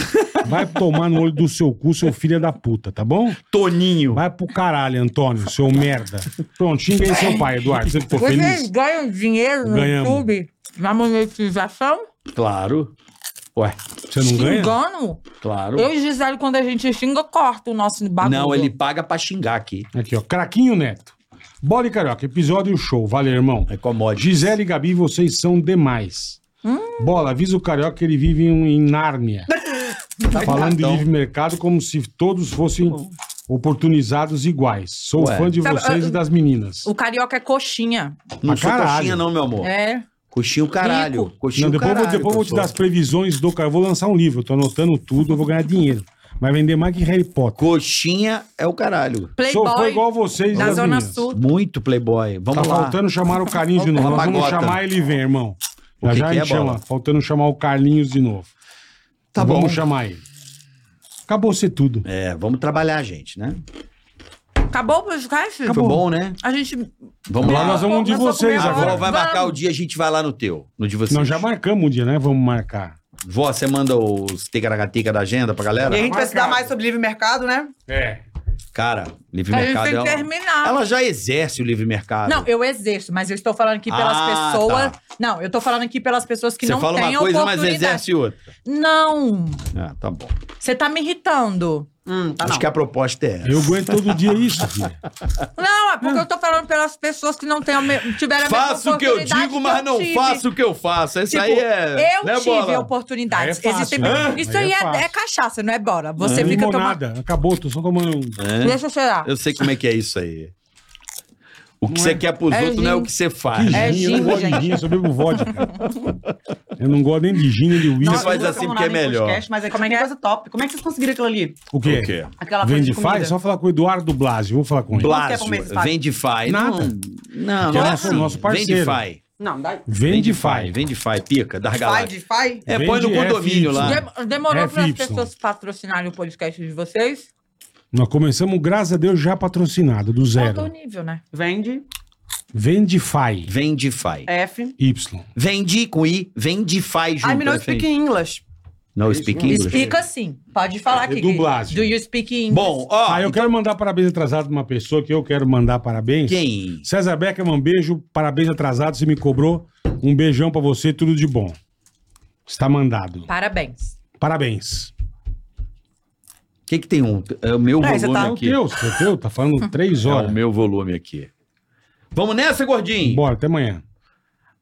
Speaker 4: Vai tomar no olho do seu cu, seu filho da puta, tá bom?
Speaker 6: Toninho.
Speaker 4: Vai pro caralho, Antônio, seu merda. Pronto, xinga aí seu pai, Eduardo. Você ficou
Speaker 7: Vocês
Speaker 4: feliz?
Speaker 7: ganham dinheiro no
Speaker 4: Ganhamos.
Speaker 7: YouTube? Na monetização?
Speaker 6: Claro. Ué,
Speaker 4: Você não ganha?
Speaker 7: Engano?
Speaker 6: claro.
Speaker 7: Eu e Gisele, quando a gente xinga, corta o nosso bagulho.
Speaker 6: Não, ele paga pra xingar aqui.
Speaker 4: Aqui, ó. Craquinho Neto. Bola e Carioca, episódio show. Valeu, irmão.
Speaker 6: É commodity.
Speaker 4: Gisele e Gabi, vocês são demais. Bola, avisa o Carioca que ele vive em, em Nárnia. Tá falando de
Speaker 6: Então.
Speaker 4: livre mercado como se todos fossem oportunizados iguais. Sou
Speaker 6: Ué.
Speaker 4: fã de
Speaker 7: Sabe,
Speaker 4: vocês
Speaker 7: eu-
Speaker 4: e das meninas.
Speaker 7: O carioca é coxinha.
Speaker 6: Não
Speaker 4: Ah,
Speaker 6: sou
Speaker 4: caralho.
Speaker 6: coxinha, não, meu amor.
Speaker 7: É.
Speaker 6: Coxinha o caralho. Coxinha
Speaker 4: Não,
Speaker 6: o
Speaker 4: depois eu vou-
Speaker 6: caralho.
Speaker 4: depois eu vou te
Speaker 6: pessoal.
Speaker 4: dar as previsões do cara. Eu vou lançar um livro, eu tô anotando tudo, eu vou ganhar dinheiro. Vai vender mais que Harry Potter.
Speaker 6: Coxinha é o caralho.
Speaker 4: Sou fã
Speaker 7: Playboy
Speaker 4: igual vocês e
Speaker 7: da
Speaker 4: das
Speaker 7: Zona
Speaker 4: meninas.
Speaker 7: Sul.
Speaker 6: Muito playboy. Vamos
Speaker 4: tá
Speaker 6: lá.
Speaker 4: faltando chamar o Carlinhos de novo. Nós vamos
Speaker 6: Pagota.
Speaker 4: chamar ele e vem, irmão.
Speaker 6: O
Speaker 4: Já
Speaker 6: que
Speaker 4: já a
Speaker 6: que é,
Speaker 4: gente chama.
Speaker 6: Bola?
Speaker 4: Faltando chamar o Carlinhos de novo.
Speaker 6: Tá
Speaker 4: vamos
Speaker 6: bom.
Speaker 4: chamar ele. Acabou ser tudo.
Speaker 6: É, vamos trabalhar, gente, né?
Speaker 7: Acabou o podcast?
Speaker 6: Foi bom, né?
Speaker 7: A gente.
Speaker 6: Vamos
Speaker 4: Agora
Speaker 6: lá.
Speaker 4: nós vamos um de
Speaker 7: Nós vamos um
Speaker 4: vocês
Speaker 7: comer
Speaker 6: A
Speaker 4: agora.
Speaker 6: Vó
Speaker 7: agora.
Speaker 6: vai
Speaker 7: Vamos.
Speaker 6: marcar o dia, a gente vai lá no teu, no de vocês.
Speaker 4: Nós já marcamos um dia, né? Vamos marcar.
Speaker 6: Vó, você manda os ticaracatica da agenda pra galera?
Speaker 8: E a gente vai
Speaker 4: Marcado.
Speaker 8: estudar mais sobre livre mercado, né?
Speaker 4: É.
Speaker 6: Cara, livre
Speaker 7: A gente
Speaker 6: mercado
Speaker 7: tem que
Speaker 6: ela,
Speaker 7: terminar.
Speaker 6: ela já exerce o livre mercado.
Speaker 7: Não, eu exerço, mas eu estou falando aqui pelas
Speaker 6: Ah,
Speaker 7: pessoas.
Speaker 6: tá.
Speaker 7: Não, eu estou falando aqui pelas pessoas que
Speaker 6: Você
Speaker 7: não
Speaker 6: fala
Speaker 7: têm
Speaker 6: uma coisa, mas
Speaker 7: oportunidade.
Speaker 6: exerce outra.
Speaker 7: Não,
Speaker 6: Ah, tá bom.
Speaker 7: você tá me irritando.
Speaker 8: Hum, tá
Speaker 6: Acho
Speaker 8: não.
Speaker 6: que a proposta é essa.
Speaker 4: Eu aguento todo dia isso, filho.
Speaker 7: Não, é
Speaker 4: Hum.
Speaker 7: porque eu tô falando pelas pessoas que não têm a me... tiveram a mesma
Speaker 6: Faço o que eu
Speaker 7: oportunidade
Speaker 6: digo, mas não
Speaker 7: tive.
Speaker 6: faço o que eu faço. Isso
Speaker 7: Tipo,
Speaker 6: aí é.
Speaker 7: eu
Speaker 6: né,
Speaker 7: tive
Speaker 6: Bola?
Speaker 7: oportunidades.
Speaker 4: Aí é fácil,
Speaker 7: Existem-
Speaker 4: né?
Speaker 7: Isso
Speaker 4: Aí
Speaker 7: aí
Speaker 4: é
Speaker 7: é,
Speaker 4: fácil.
Speaker 7: é cachaça, não é bora. Você
Speaker 4: Não,
Speaker 7: fica tomando.
Speaker 4: limonada. Acabou, tô só tomando. um.
Speaker 6: É,
Speaker 7: Deixa eu cheirar.
Speaker 6: Eu sei como é que é isso aí. O que
Speaker 4: Não
Speaker 6: você
Speaker 4: é-
Speaker 6: quer pros
Speaker 7: É
Speaker 6: outros não é
Speaker 7: gin.
Speaker 6: o que você
Speaker 4: Que
Speaker 6: faz.
Speaker 4: gin,
Speaker 7: É
Speaker 4: eu não
Speaker 7: gin,
Speaker 4: gosto de
Speaker 7: gente.
Speaker 4: gin, eu só bebo vodka. Eu não gosto nem de gin, nem de
Speaker 8: Não,
Speaker 4: uísque.
Speaker 6: Você faz
Speaker 8: nunca
Speaker 6: assim
Speaker 8: fomos
Speaker 6: porque
Speaker 8: lá
Speaker 6: é
Speaker 8: em
Speaker 6: melhor.
Speaker 8: podcast, mas aqui Como é que é? coisa top. Como é que vocês conseguiram aquilo ali?
Speaker 4: O quê?
Speaker 6: O quê?
Speaker 8: Aquela coisa
Speaker 4: Vende
Speaker 8: de comida.
Speaker 4: faz? Só falar com o Eduardo Blasi. Vou
Speaker 6: Um
Speaker 4: falar com ele.
Speaker 8: Quanto tempo mês
Speaker 6: Blásio,
Speaker 8: você paga?
Speaker 6: Vendify.
Speaker 4: Nada.
Speaker 6: Não, não,
Speaker 4: Porque
Speaker 6: não
Speaker 4: é
Speaker 6: é
Speaker 4: nosso-
Speaker 6: assim.
Speaker 4: nosso parceiro.
Speaker 6: Vendify.
Speaker 8: Não, dá.
Speaker 4: Vende faz.
Speaker 6: Vendify, pica, das
Speaker 8: Fai
Speaker 6: galáxias.
Speaker 8: de fai?
Speaker 6: É, põe no
Speaker 4: Vende
Speaker 6: condomínio
Speaker 4: FY.
Speaker 6: lá.
Speaker 7: Dem- Demorou para
Speaker 4: FY.
Speaker 7: as pessoas patrocinarem o podcast de vocês?
Speaker 4: Nós começamos, graças a Deus, já patrocinado, do
Speaker 7: Falta o
Speaker 4: zero.
Speaker 7: nível, né?
Speaker 8: Vende
Speaker 4: Vende faz.
Speaker 6: Vendify.
Speaker 8: F.
Speaker 4: Y.
Speaker 6: Vendi com I, Vendify junto.
Speaker 8: I know
Speaker 6: é feio.
Speaker 8: speak English.
Speaker 6: No speak English.
Speaker 7: Explica sim. Pode falar
Speaker 4: É
Speaker 7: aqui.
Speaker 4: dublagem.
Speaker 7: Do you speak English?
Speaker 6: Bom, ó.
Speaker 7: Então-
Speaker 4: Ah, eu quero mandar parabéns atrasado pra uma pessoa que eu quero mandar parabéns.
Speaker 6: Quem?
Speaker 4: César Beckerman, um beijo, parabéns atrasado, você me cobrou. Um beijão pra você, tudo de bom. Está mandado.
Speaker 7: Parabéns.
Speaker 4: Parabéns.
Speaker 6: O que que tem um? É o meu
Speaker 8: É, você
Speaker 6: volume
Speaker 8: tá-
Speaker 4: Meu
Speaker 6: aqui.
Speaker 4: Deus, meu Deus, tá falando três
Speaker 6: É o
Speaker 4: horas.
Speaker 6: meu volume aqui. Vamos nessa, gordinho?
Speaker 4: Bora, até amanhã.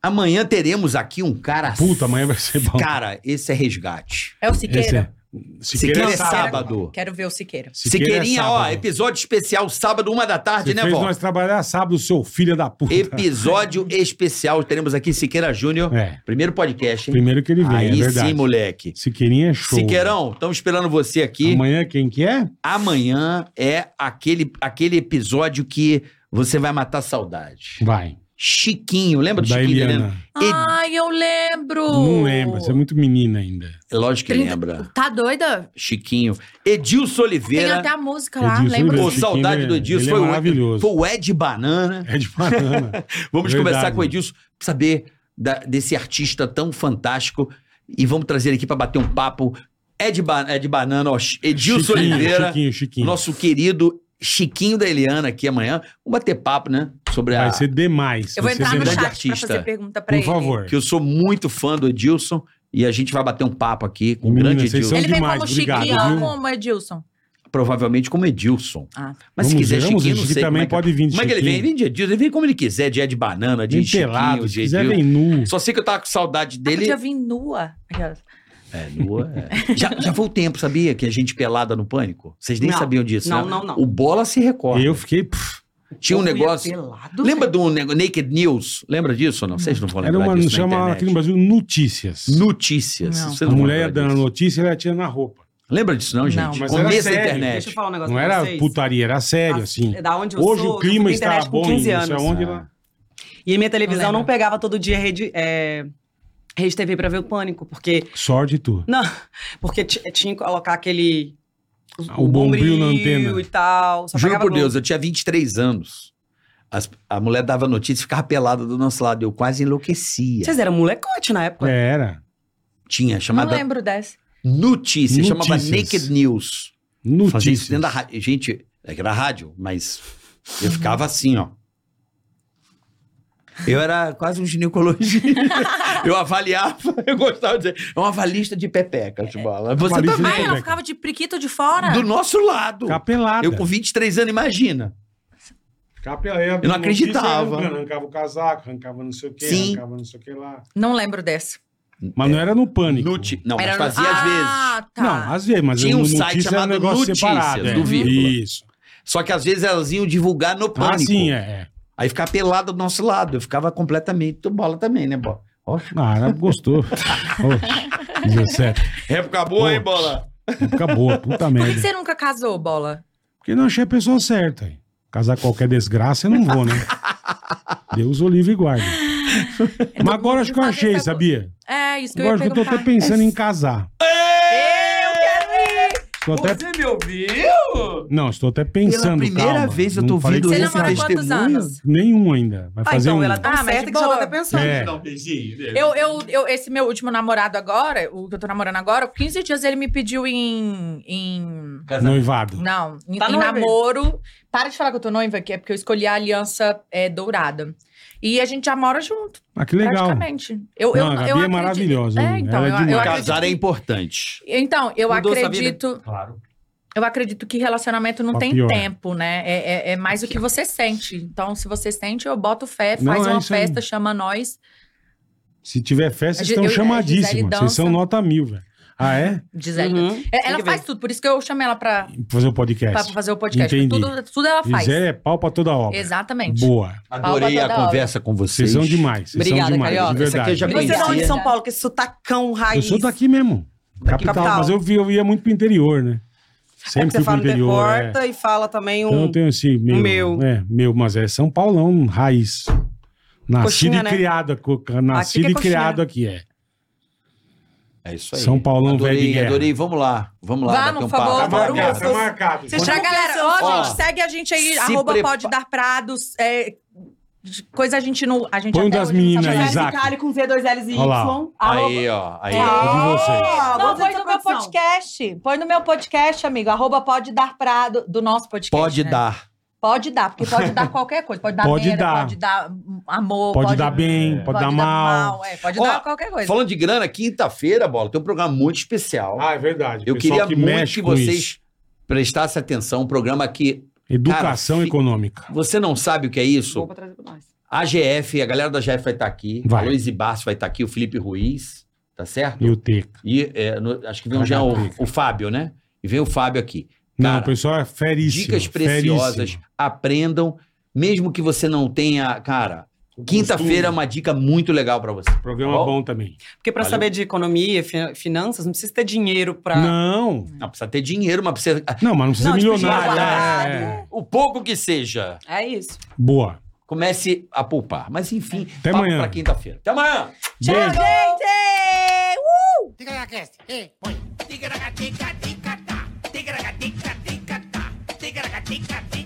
Speaker 6: Amanhã teremos aqui um cara...
Speaker 4: Puta, amanhã vai ser bom.
Speaker 6: Cara, esse é resgate.
Speaker 7: É o
Speaker 4: Esse
Speaker 7: Siqueira.
Speaker 4: é- Siqueira
Speaker 6: Siqueira
Speaker 4: é
Speaker 6: é
Speaker 4: sábado. é
Speaker 6: sábado.
Speaker 7: Quero ver o Siqueira.
Speaker 6: Siqueirinha, ó,
Speaker 4: sábado.
Speaker 6: episódio especial, sábado, uma da tarde,
Speaker 4: Você
Speaker 6: né,
Speaker 4: fez
Speaker 6: vó?
Speaker 4: nós trabalhar sábado, seu filho da puta.
Speaker 6: Episódio especial, teremos aqui Siqueira Júnior.
Speaker 4: É,
Speaker 6: Primeiro podcast, hein?
Speaker 4: primeiro que ele vem,
Speaker 6: Aí
Speaker 4: é verdade.
Speaker 6: sim, moleque.
Speaker 4: Siqueirinha é show.
Speaker 6: Siqueirão, estamos esperando você aqui.
Speaker 4: Amanhã quem que é?
Speaker 6: Amanhã é aquele, aquele episódio que você vai matar saudade.
Speaker 4: Vai.
Speaker 6: Chiquinho, lembra do
Speaker 4: da
Speaker 6: Chiquinho? né?
Speaker 4: Eliana.
Speaker 6: Ed-
Speaker 7: Ai, eu lembro.
Speaker 4: Não lembra, você é muito menina ainda.
Speaker 6: É Lógico que
Speaker 7: Trinta-
Speaker 6: lembra.
Speaker 7: Tá doida?
Speaker 6: Chiquinho. Edilson
Speaker 7: Tem
Speaker 6: Oliveira.
Speaker 7: até a música lá,
Speaker 4: Edilson
Speaker 7: lembro.
Speaker 6: Pô,
Speaker 4: Chiquinho,
Speaker 6: saudade do
Speaker 4: ele-
Speaker 6: Edilson.
Speaker 4: ele é
Speaker 6: Foi o-
Speaker 4: maravilhoso.
Speaker 6: Foi o Ed Banana.
Speaker 4: É de banana.
Speaker 6: Vamos
Speaker 4: Verdade.
Speaker 6: conversar com o Edilson, pra saber da- desse artista tão fantástico e vamos trazer ele aqui para bater um papo. Ed, ba Ed Banana, ó, Edilson
Speaker 4: Chiquinho,
Speaker 6: Oliveira,
Speaker 4: Chiquinho, Chiquinho.
Speaker 6: nosso querido Chiquinho da Eliana aqui amanhã. Vamos bater papo, né? Sobre a.
Speaker 4: Vai ser demais.
Speaker 7: Eu vou
Speaker 4: vai ser
Speaker 7: entrar no
Speaker 4: demais.
Speaker 7: chat
Speaker 6: artista.
Speaker 7: pra fazer pergunta pra
Speaker 4: Por
Speaker 7: ele.
Speaker 4: favor.
Speaker 6: Que eu sou muito fã do Edilson e a gente vai bater um papo aqui com o
Speaker 4: Menina,
Speaker 6: grande
Speaker 4: vocês
Speaker 6: Edilson.
Speaker 4: são-
Speaker 7: Ele vem
Speaker 4: demais,
Speaker 7: como
Speaker 4: obrigado,
Speaker 7: Chiquinho ou
Speaker 4: viu?
Speaker 7: como Edilson?
Speaker 6: Provavelmente como Edilson.
Speaker 7: Ah.
Speaker 6: Mas se
Speaker 4: Vamos
Speaker 6: quiser
Speaker 4: ver, vamos ver,
Speaker 6: Chiquinho, não
Speaker 4: Chiquinho
Speaker 6: sei
Speaker 4: também
Speaker 6: como é
Speaker 4: pode
Speaker 6: que...
Speaker 4: vir de
Speaker 6: Como é que ele vem?
Speaker 4: Chiquinho.
Speaker 6: Ele vem de Edilson, ele vem como ele quiser, de Ed Banana, de
Speaker 4: Vem pelado,
Speaker 6: Chiquinho,
Speaker 4: se
Speaker 6: de
Speaker 4: quiser
Speaker 6: Edilson.
Speaker 4: vem nu.
Speaker 6: Só sei que eu tava com saudade
Speaker 7: Ele...
Speaker 6: dele.
Speaker 7: Podia vir nua. Aquelas.
Speaker 6: É, nua. é. já, já foi o tempo, sabia? Que a gente pelada no pânico? Vocês nem
Speaker 8: Não,
Speaker 6: sabiam disso,
Speaker 8: não,
Speaker 6: né?
Speaker 8: não, não.
Speaker 6: O Bola se recorda.
Speaker 4: Eu fiquei. pff,
Speaker 6: Tinha um
Speaker 8: Eu ia
Speaker 6: negócio.
Speaker 8: pelado,
Speaker 6: Lembra do nego- Naked News? Lembra disso ou não? Vocês não vão
Speaker 4: era
Speaker 6: lembrar
Speaker 4: uma.
Speaker 6: disso na
Speaker 4: Chama
Speaker 6: internet.
Speaker 4: aqui no Brasil notícias.
Speaker 6: Notícias.
Speaker 7: Não.
Speaker 6: Vocês
Speaker 4: a
Speaker 6: não vão
Speaker 4: mulher ia
Speaker 6: lembrar
Speaker 4: dando
Speaker 6: disso.
Speaker 4: notícia e ela tinha na roupa.
Speaker 6: Lembra disso não, gente?
Speaker 4: mas era
Speaker 6: Começo da
Speaker 4: sério.
Speaker 8: Deixa eu
Speaker 6: internet.
Speaker 8: falar um negócio
Speaker 4: Não
Speaker 8: pra
Speaker 4: era
Speaker 8: vocês.
Speaker 4: putaria, era sério,
Speaker 8: Ah,
Speaker 4: assim.
Speaker 8: Da onde eu
Speaker 4: Hoje
Speaker 8: sou,
Speaker 4: o
Speaker 8: eu
Speaker 4: clima
Speaker 8: fui pra
Speaker 4: está
Speaker 8: internet
Speaker 4: bom,
Speaker 8: com
Speaker 4: é
Speaker 8: 15
Speaker 4: não sei
Speaker 8: anos. né?
Speaker 4: aonde.
Speaker 6: Ah.
Speaker 4: lá.
Speaker 8: E minha televisão
Speaker 7: Não
Speaker 8: não,
Speaker 7: lembro.
Speaker 8: pegava todo dia rede, é, rede TV pra ver o Pânico, porque...
Speaker 4: Sorte tu.
Speaker 8: Não, porque ti- tinha que colocar aquele...
Speaker 4: Ah, o bombril na antena.
Speaker 8: e tal. Só
Speaker 6: Juro
Speaker 8: pegava
Speaker 6: por
Speaker 8: Globo.
Speaker 6: Deus, eu tinha 23 anos. As- a mulher dava notícia e ficava pelada do nosso lado. Eu quase enlouquecia.
Speaker 8: Vocês eram molecote na
Speaker 4: É,
Speaker 8: época. Ah,
Speaker 4: Era.
Speaker 6: Tinha chamada
Speaker 7: Não lembro dessa.
Speaker 6: notícia, chamava
Speaker 4: Notícias.
Speaker 6: Naked News. Fazia isso
Speaker 4: Notícias.
Speaker 6: dentro da rádio. Gente, é que era rádio, mas eu ficava assim, ó. Eu era quase um ginecologista. eu avaliava, eu gostava de dizer. É um avalista de pepeca, de bola. Você
Speaker 4: Avalista de
Speaker 6: também.
Speaker 7: Ah, ela
Speaker 4: Rebeca.
Speaker 7: ficava de priquito de fora?
Speaker 6: Do nosso lado.
Speaker 4: Capelada.
Speaker 6: Eu com 23 anos, imagina.
Speaker 4: Capelada. Eu
Speaker 6: não acreditava.
Speaker 4: Arrancava o casaco, arrancava não sei o quê,
Speaker 6: Sim. É.
Speaker 4: arrancava não sei o que lá.
Speaker 7: Não lembro dessa.
Speaker 4: Mas não era no pânico.
Speaker 6: Nute... Não,
Speaker 7: Era-
Speaker 6: mas fazia às vezes.
Speaker 7: Ah, tá.
Speaker 4: Não, às vezes, mas
Speaker 6: Tinha
Speaker 4: no
Speaker 6: um site
Speaker 4: notícia era um
Speaker 6: chamado
Speaker 4: negócio
Speaker 6: Notícias,
Speaker 4: separado. é.
Speaker 6: do vírgula.
Speaker 4: Isso.
Speaker 6: Só que às vezes elas iam divulgar no pânico.
Speaker 4: Ah, sim, é. é.
Speaker 6: Aí ficava pelada do nosso lado. Eu ficava completamente. Tu bola também, né, bola? Ó,
Speaker 4: Ah, era- gostou. Oxe, 17.
Speaker 6: época boa, hein,
Speaker 4: Pô.
Speaker 6: bola?
Speaker 4: Acabou, puta
Speaker 7: Por que que
Speaker 4: merda.
Speaker 7: você nunca casou, Bola?
Speaker 4: Porque não achei a pessoa certa. hein? Casar qualquer desgraça, eu não vou, né? Deus o livre e guarde. Mas agora acho que eu
Speaker 7: É, fazer
Speaker 4: achei,
Speaker 7: essa-
Speaker 4: sabia?
Speaker 7: É, isso que
Speaker 4: Agora acho
Speaker 7: eu
Speaker 4: que
Speaker 7: ia
Speaker 4: eu tô
Speaker 7: perguntar.
Speaker 4: até pensando em casar. Eu quero ir! Estou até...
Speaker 8: me ouviu?
Speaker 4: Não, estou até pensando,
Speaker 6: Pela primeira
Speaker 4: calma.
Speaker 6: vez eu
Speaker 4: Não
Speaker 6: tô
Speaker 4: falei
Speaker 6: ouvindo
Speaker 4: que
Speaker 7: Você
Speaker 4: eu
Speaker 6: esse
Speaker 4: vou
Speaker 7: namorou
Speaker 4: casar.
Speaker 7: quantos anos?
Speaker 4: Nenhum ainda. Vai
Speaker 8: Ah,
Speaker 4: fazer
Speaker 8: então
Speaker 4: um...
Speaker 8: ela tá
Speaker 7: Ah, mas
Speaker 8: certa
Speaker 7: de
Speaker 8: que já
Speaker 7: boa.
Speaker 8: tá até pensando.
Speaker 4: É.
Speaker 7: Eu, eu, eu, esse meu último namorado agora, o que eu tô namorando agora, 15 dias ele me pediu em. em
Speaker 4: Noivado.
Speaker 7: não, em,
Speaker 8: Tá
Speaker 7: em
Speaker 8: noiva.
Speaker 7: namoro. Para de falar que eu tô noiva aqui, é porque eu escolhi a aliança é, dourada. E a gente já mora junto,
Speaker 4: Ah, que legal.
Speaker 7: praticamente. Eu, eu,
Speaker 4: Não, a Gabi
Speaker 7: eu
Speaker 4: é
Speaker 7: acredito-
Speaker 4: maravilhosa,
Speaker 7: É,
Speaker 4: hein?
Speaker 7: então,
Speaker 4: Ela é
Speaker 7: eu, eu
Speaker 4: demais.
Speaker 7: acredito
Speaker 6: Casar é
Speaker 7: que-
Speaker 6: importante.
Speaker 7: Então, eu
Speaker 8: Mudou sua
Speaker 7: acredito.
Speaker 6: Claro.
Speaker 7: Eu acredito que relacionamento não
Speaker 4: Pra
Speaker 7: tem
Speaker 4: pior.
Speaker 7: tempo, né? É, é- é mais o que você sente. Então, se você sente, eu boto fé,
Speaker 4: Não,
Speaker 7: faz
Speaker 4: é
Speaker 7: uma
Speaker 4: isso aí.
Speaker 7: festa, chama nós.
Speaker 4: Se tiver festa,
Speaker 7: A
Speaker 4: vocês
Speaker 7: Gi-
Speaker 4: estão
Speaker 7: eu- a Gisele
Speaker 4: chamadíssimas. Vocês
Speaker 7: dança.
Speaker 4: são nota mil, velho. Ah, é?
Speaker 7: Gisele.
Speaker 8: Uhum.
Speaker 7: É, Ela
Speaker 8: que
Speaker 7: faz
Speaker 8: ver.
Speaker 7: tudo, por isso que eu chamei ela pra,
Speaker 4: Fazer o
Speaker 7: pra
Speaker 4: podcast.
Speaker 7: fazer o podcast.
Speaker 4: Entendi.
Speaker 7: Tudo, tudo ela faz.
Speaker 4: Gisele é pau pra toda obra.
Speaker 7: Exatamente.
Speaker 4: Boa.
Speaker 6: Adorei
Speaker 7: Palma
Speaker 6: a
Speaker 7: toda
Speaker 6: conversa com
Speaker 4: Vocês
Speaker 6: vocês.
Speaker 4: são demais. Vocês
Speaker 8: Obrigada,
Speaker 4: são demais,
Speaker 8: Carioca.
Speaker 4: de
Speaker 6: Essa aqui eu
Speaker 4: verdade.
Speaker 6: já
Speaker 8: E você é de onde
Speaker 6: Conhecia.
Speaker 8: em São Paulo, com esse sotacão
Speaker 4: É. Eu
Speaker 8: raiz?
Speaker 4: sou daqui mesmo. Capital,
Speaker 8: capital.
Speaker 4: mas eu, vi- eu ia muito pro interior, né? Sempre
Speaker 8: É que
Speaker 4: fui
Speaker 8: você
Speaker 4: pro
Speaker 8: fala no
Speaker 4: interior. é.
Speaker 8: porta e fala também
Speaker 4: Então eu
Speaker 8: um...
Speaker 4: tenho esse meu.
Speaker 8: meu.
Speaker 4: É, meu, mas é São Paulão, raiz. Nascido
Speaker 8: Coxinha,
Speaker 4: e
Speaker 8: né?
Speaker 4: criado. co- Nascido
Speaker 8: que é
Speaker 4: e
Speaker 8: coxinha.
Speaker 4: criado aqui, é.
Speaker 6: É isso aí.
Speaker 4: São Paulão, velho de
Speaker 6: adorei,
Speaker 4: guerra.
Speaker 6: adorei. Vamos lá. Vamos lá. um
Speaker 7: Vamos, por
Speaker 6: papo.
Speaker 7: favor, Tá marcado,
Speaker 8: tá
Speaker 4: marcado.
Speaker 7: Tchau, galera. Ó,
Speaker 6: Ó,
Speaker 7: gente, segue a gente aí,
Speaker 6: se
Speaker 7: arroba
Speaker 6: prepa-
Speaker 7: pode dar prados. é, de coisa a gente não. A gente
Speaker 4: Põe um
Speaker 7: até
Speaker 4: das
Speaker 7: hoje não
Speaker 4: meninas
Speaker 7: sabe
Speaker 4: aí,
Speaker 7: fazer.
Speaker 4: Isaac.
Speaker 8: Cali com Z2Lzinho.
Speaker 4: Olha lá.
Speaker 8: Arroba-
Speaker 6: Aí, ó. Aí,
Speaker 4: É
Speaker 7: né?
Speaker 4: de vocês.
Speaker 7: Não,
Speaker 8: vamos
Speaker 7: põe
Speaker 8: essa
Speaker 7: no meu
Speaker 8: condição.
Speaker 7: podcast. Põe no meu podcast, amigo. Arroba pode dar pra, do, do nosso podcast.
Speaker 6: Pode
Speaker 7: né?
Speaker 6: dar.
Speaker 7: Pode dar, porque pode dar qualquer coisa. Pode dar
Speaker 4: Pode
Speaker 7: merda,
Speaker 4: dar.
Speaker 7: pode dar amor.
Speaker 4: Pode dar bem, pode dar mal.
Speaker 7: é, pode
Speaker 6: Ó,
Speaker 7: dar qualquer coisa.
Speaker 6: Falando de grana, quinta-feira, bola, tem um programa muito especial.
Speaker 4: Ah, é verdade.
Speaker 6: Eu
Speaker 4: Pessoal
Speaker 6: queria muito
Speaker 4: mexe
Speaker 6: que
Speaker 4: com
Speaker 6: vocês
Speaker 4: isso.
Speaker 6: prestassem atenção. Um programa que
Speaker 4: Educação
Speaker 6: Cara, fica-
Speaker 4: econômica.
Speaker 6: você não sabe o que é isso.
Speaker 8: Vou pra trazer pra nós.
Speaker 6: A GF, a galera da GF vai estar aqui.
Speaker 4: Vai.
Speaker 6: A Luiz Ibarcio vai estar aqui, o Felipe Ruiz, tá certo?
Speaker 4: E o Teca.
Speaker 6: E é, no- acho que vem o,
Speaker 4: Vai
Speaker 6: Jean,
Speaker 4: dar
Speaker 6: o-
Speaker 4: pica.
Speaker 6: o Fábio, né? E vem o Fábio aqui.
Speaker 4: Não,
Speaker 6: Cara,
Speaker 4: o pessoal é feríssimo.
Speaker 6: Dicas preciosas,
Speaker 4: feríssimo.
Speaker 6: aprendam, mesmo que você não tenha. Cara, quinta-feira é uma dica muito legal pra você. tá
Speaker 4: Programa
Speaker 6: Ó.
Speaker 4: bom também.
Speaker 8: Porque pra
Speaker 6: Valeu.
Speaker 8: saber de economia, fi- finanças, não precisa ter dinheiro pra...
Speaker 4: Não.
Speaker 6: Não precisa ter dinheiro, mas precisa. ah,
Speaker 4: Não, mas não precisa
Speaker 8: Não,
Speaker 4: ser
Speaker 8: tipo,
Speaker 4: milionário.
Speaker 8: guardado.
Speaker 4: é, é.
Speaker 6: O pouco que seja,
Speaker 8: É isso.
Speaker 4: Boa.
Speaker 6: comece a poupar. Mas enfim,
Speaker 4: Até
Speaker 6: papo
Speaker 4: amanhã.
Speaker 6: pra quinta-feira. Até amanhã!
Speaker 4: Beijo.
Speaker 7: Uh!
Speaker 2: Tigaracast, ei, põe. Tigaracatica, ticatá. Tigaractica, ticatá. Tigaracatica, ticatá.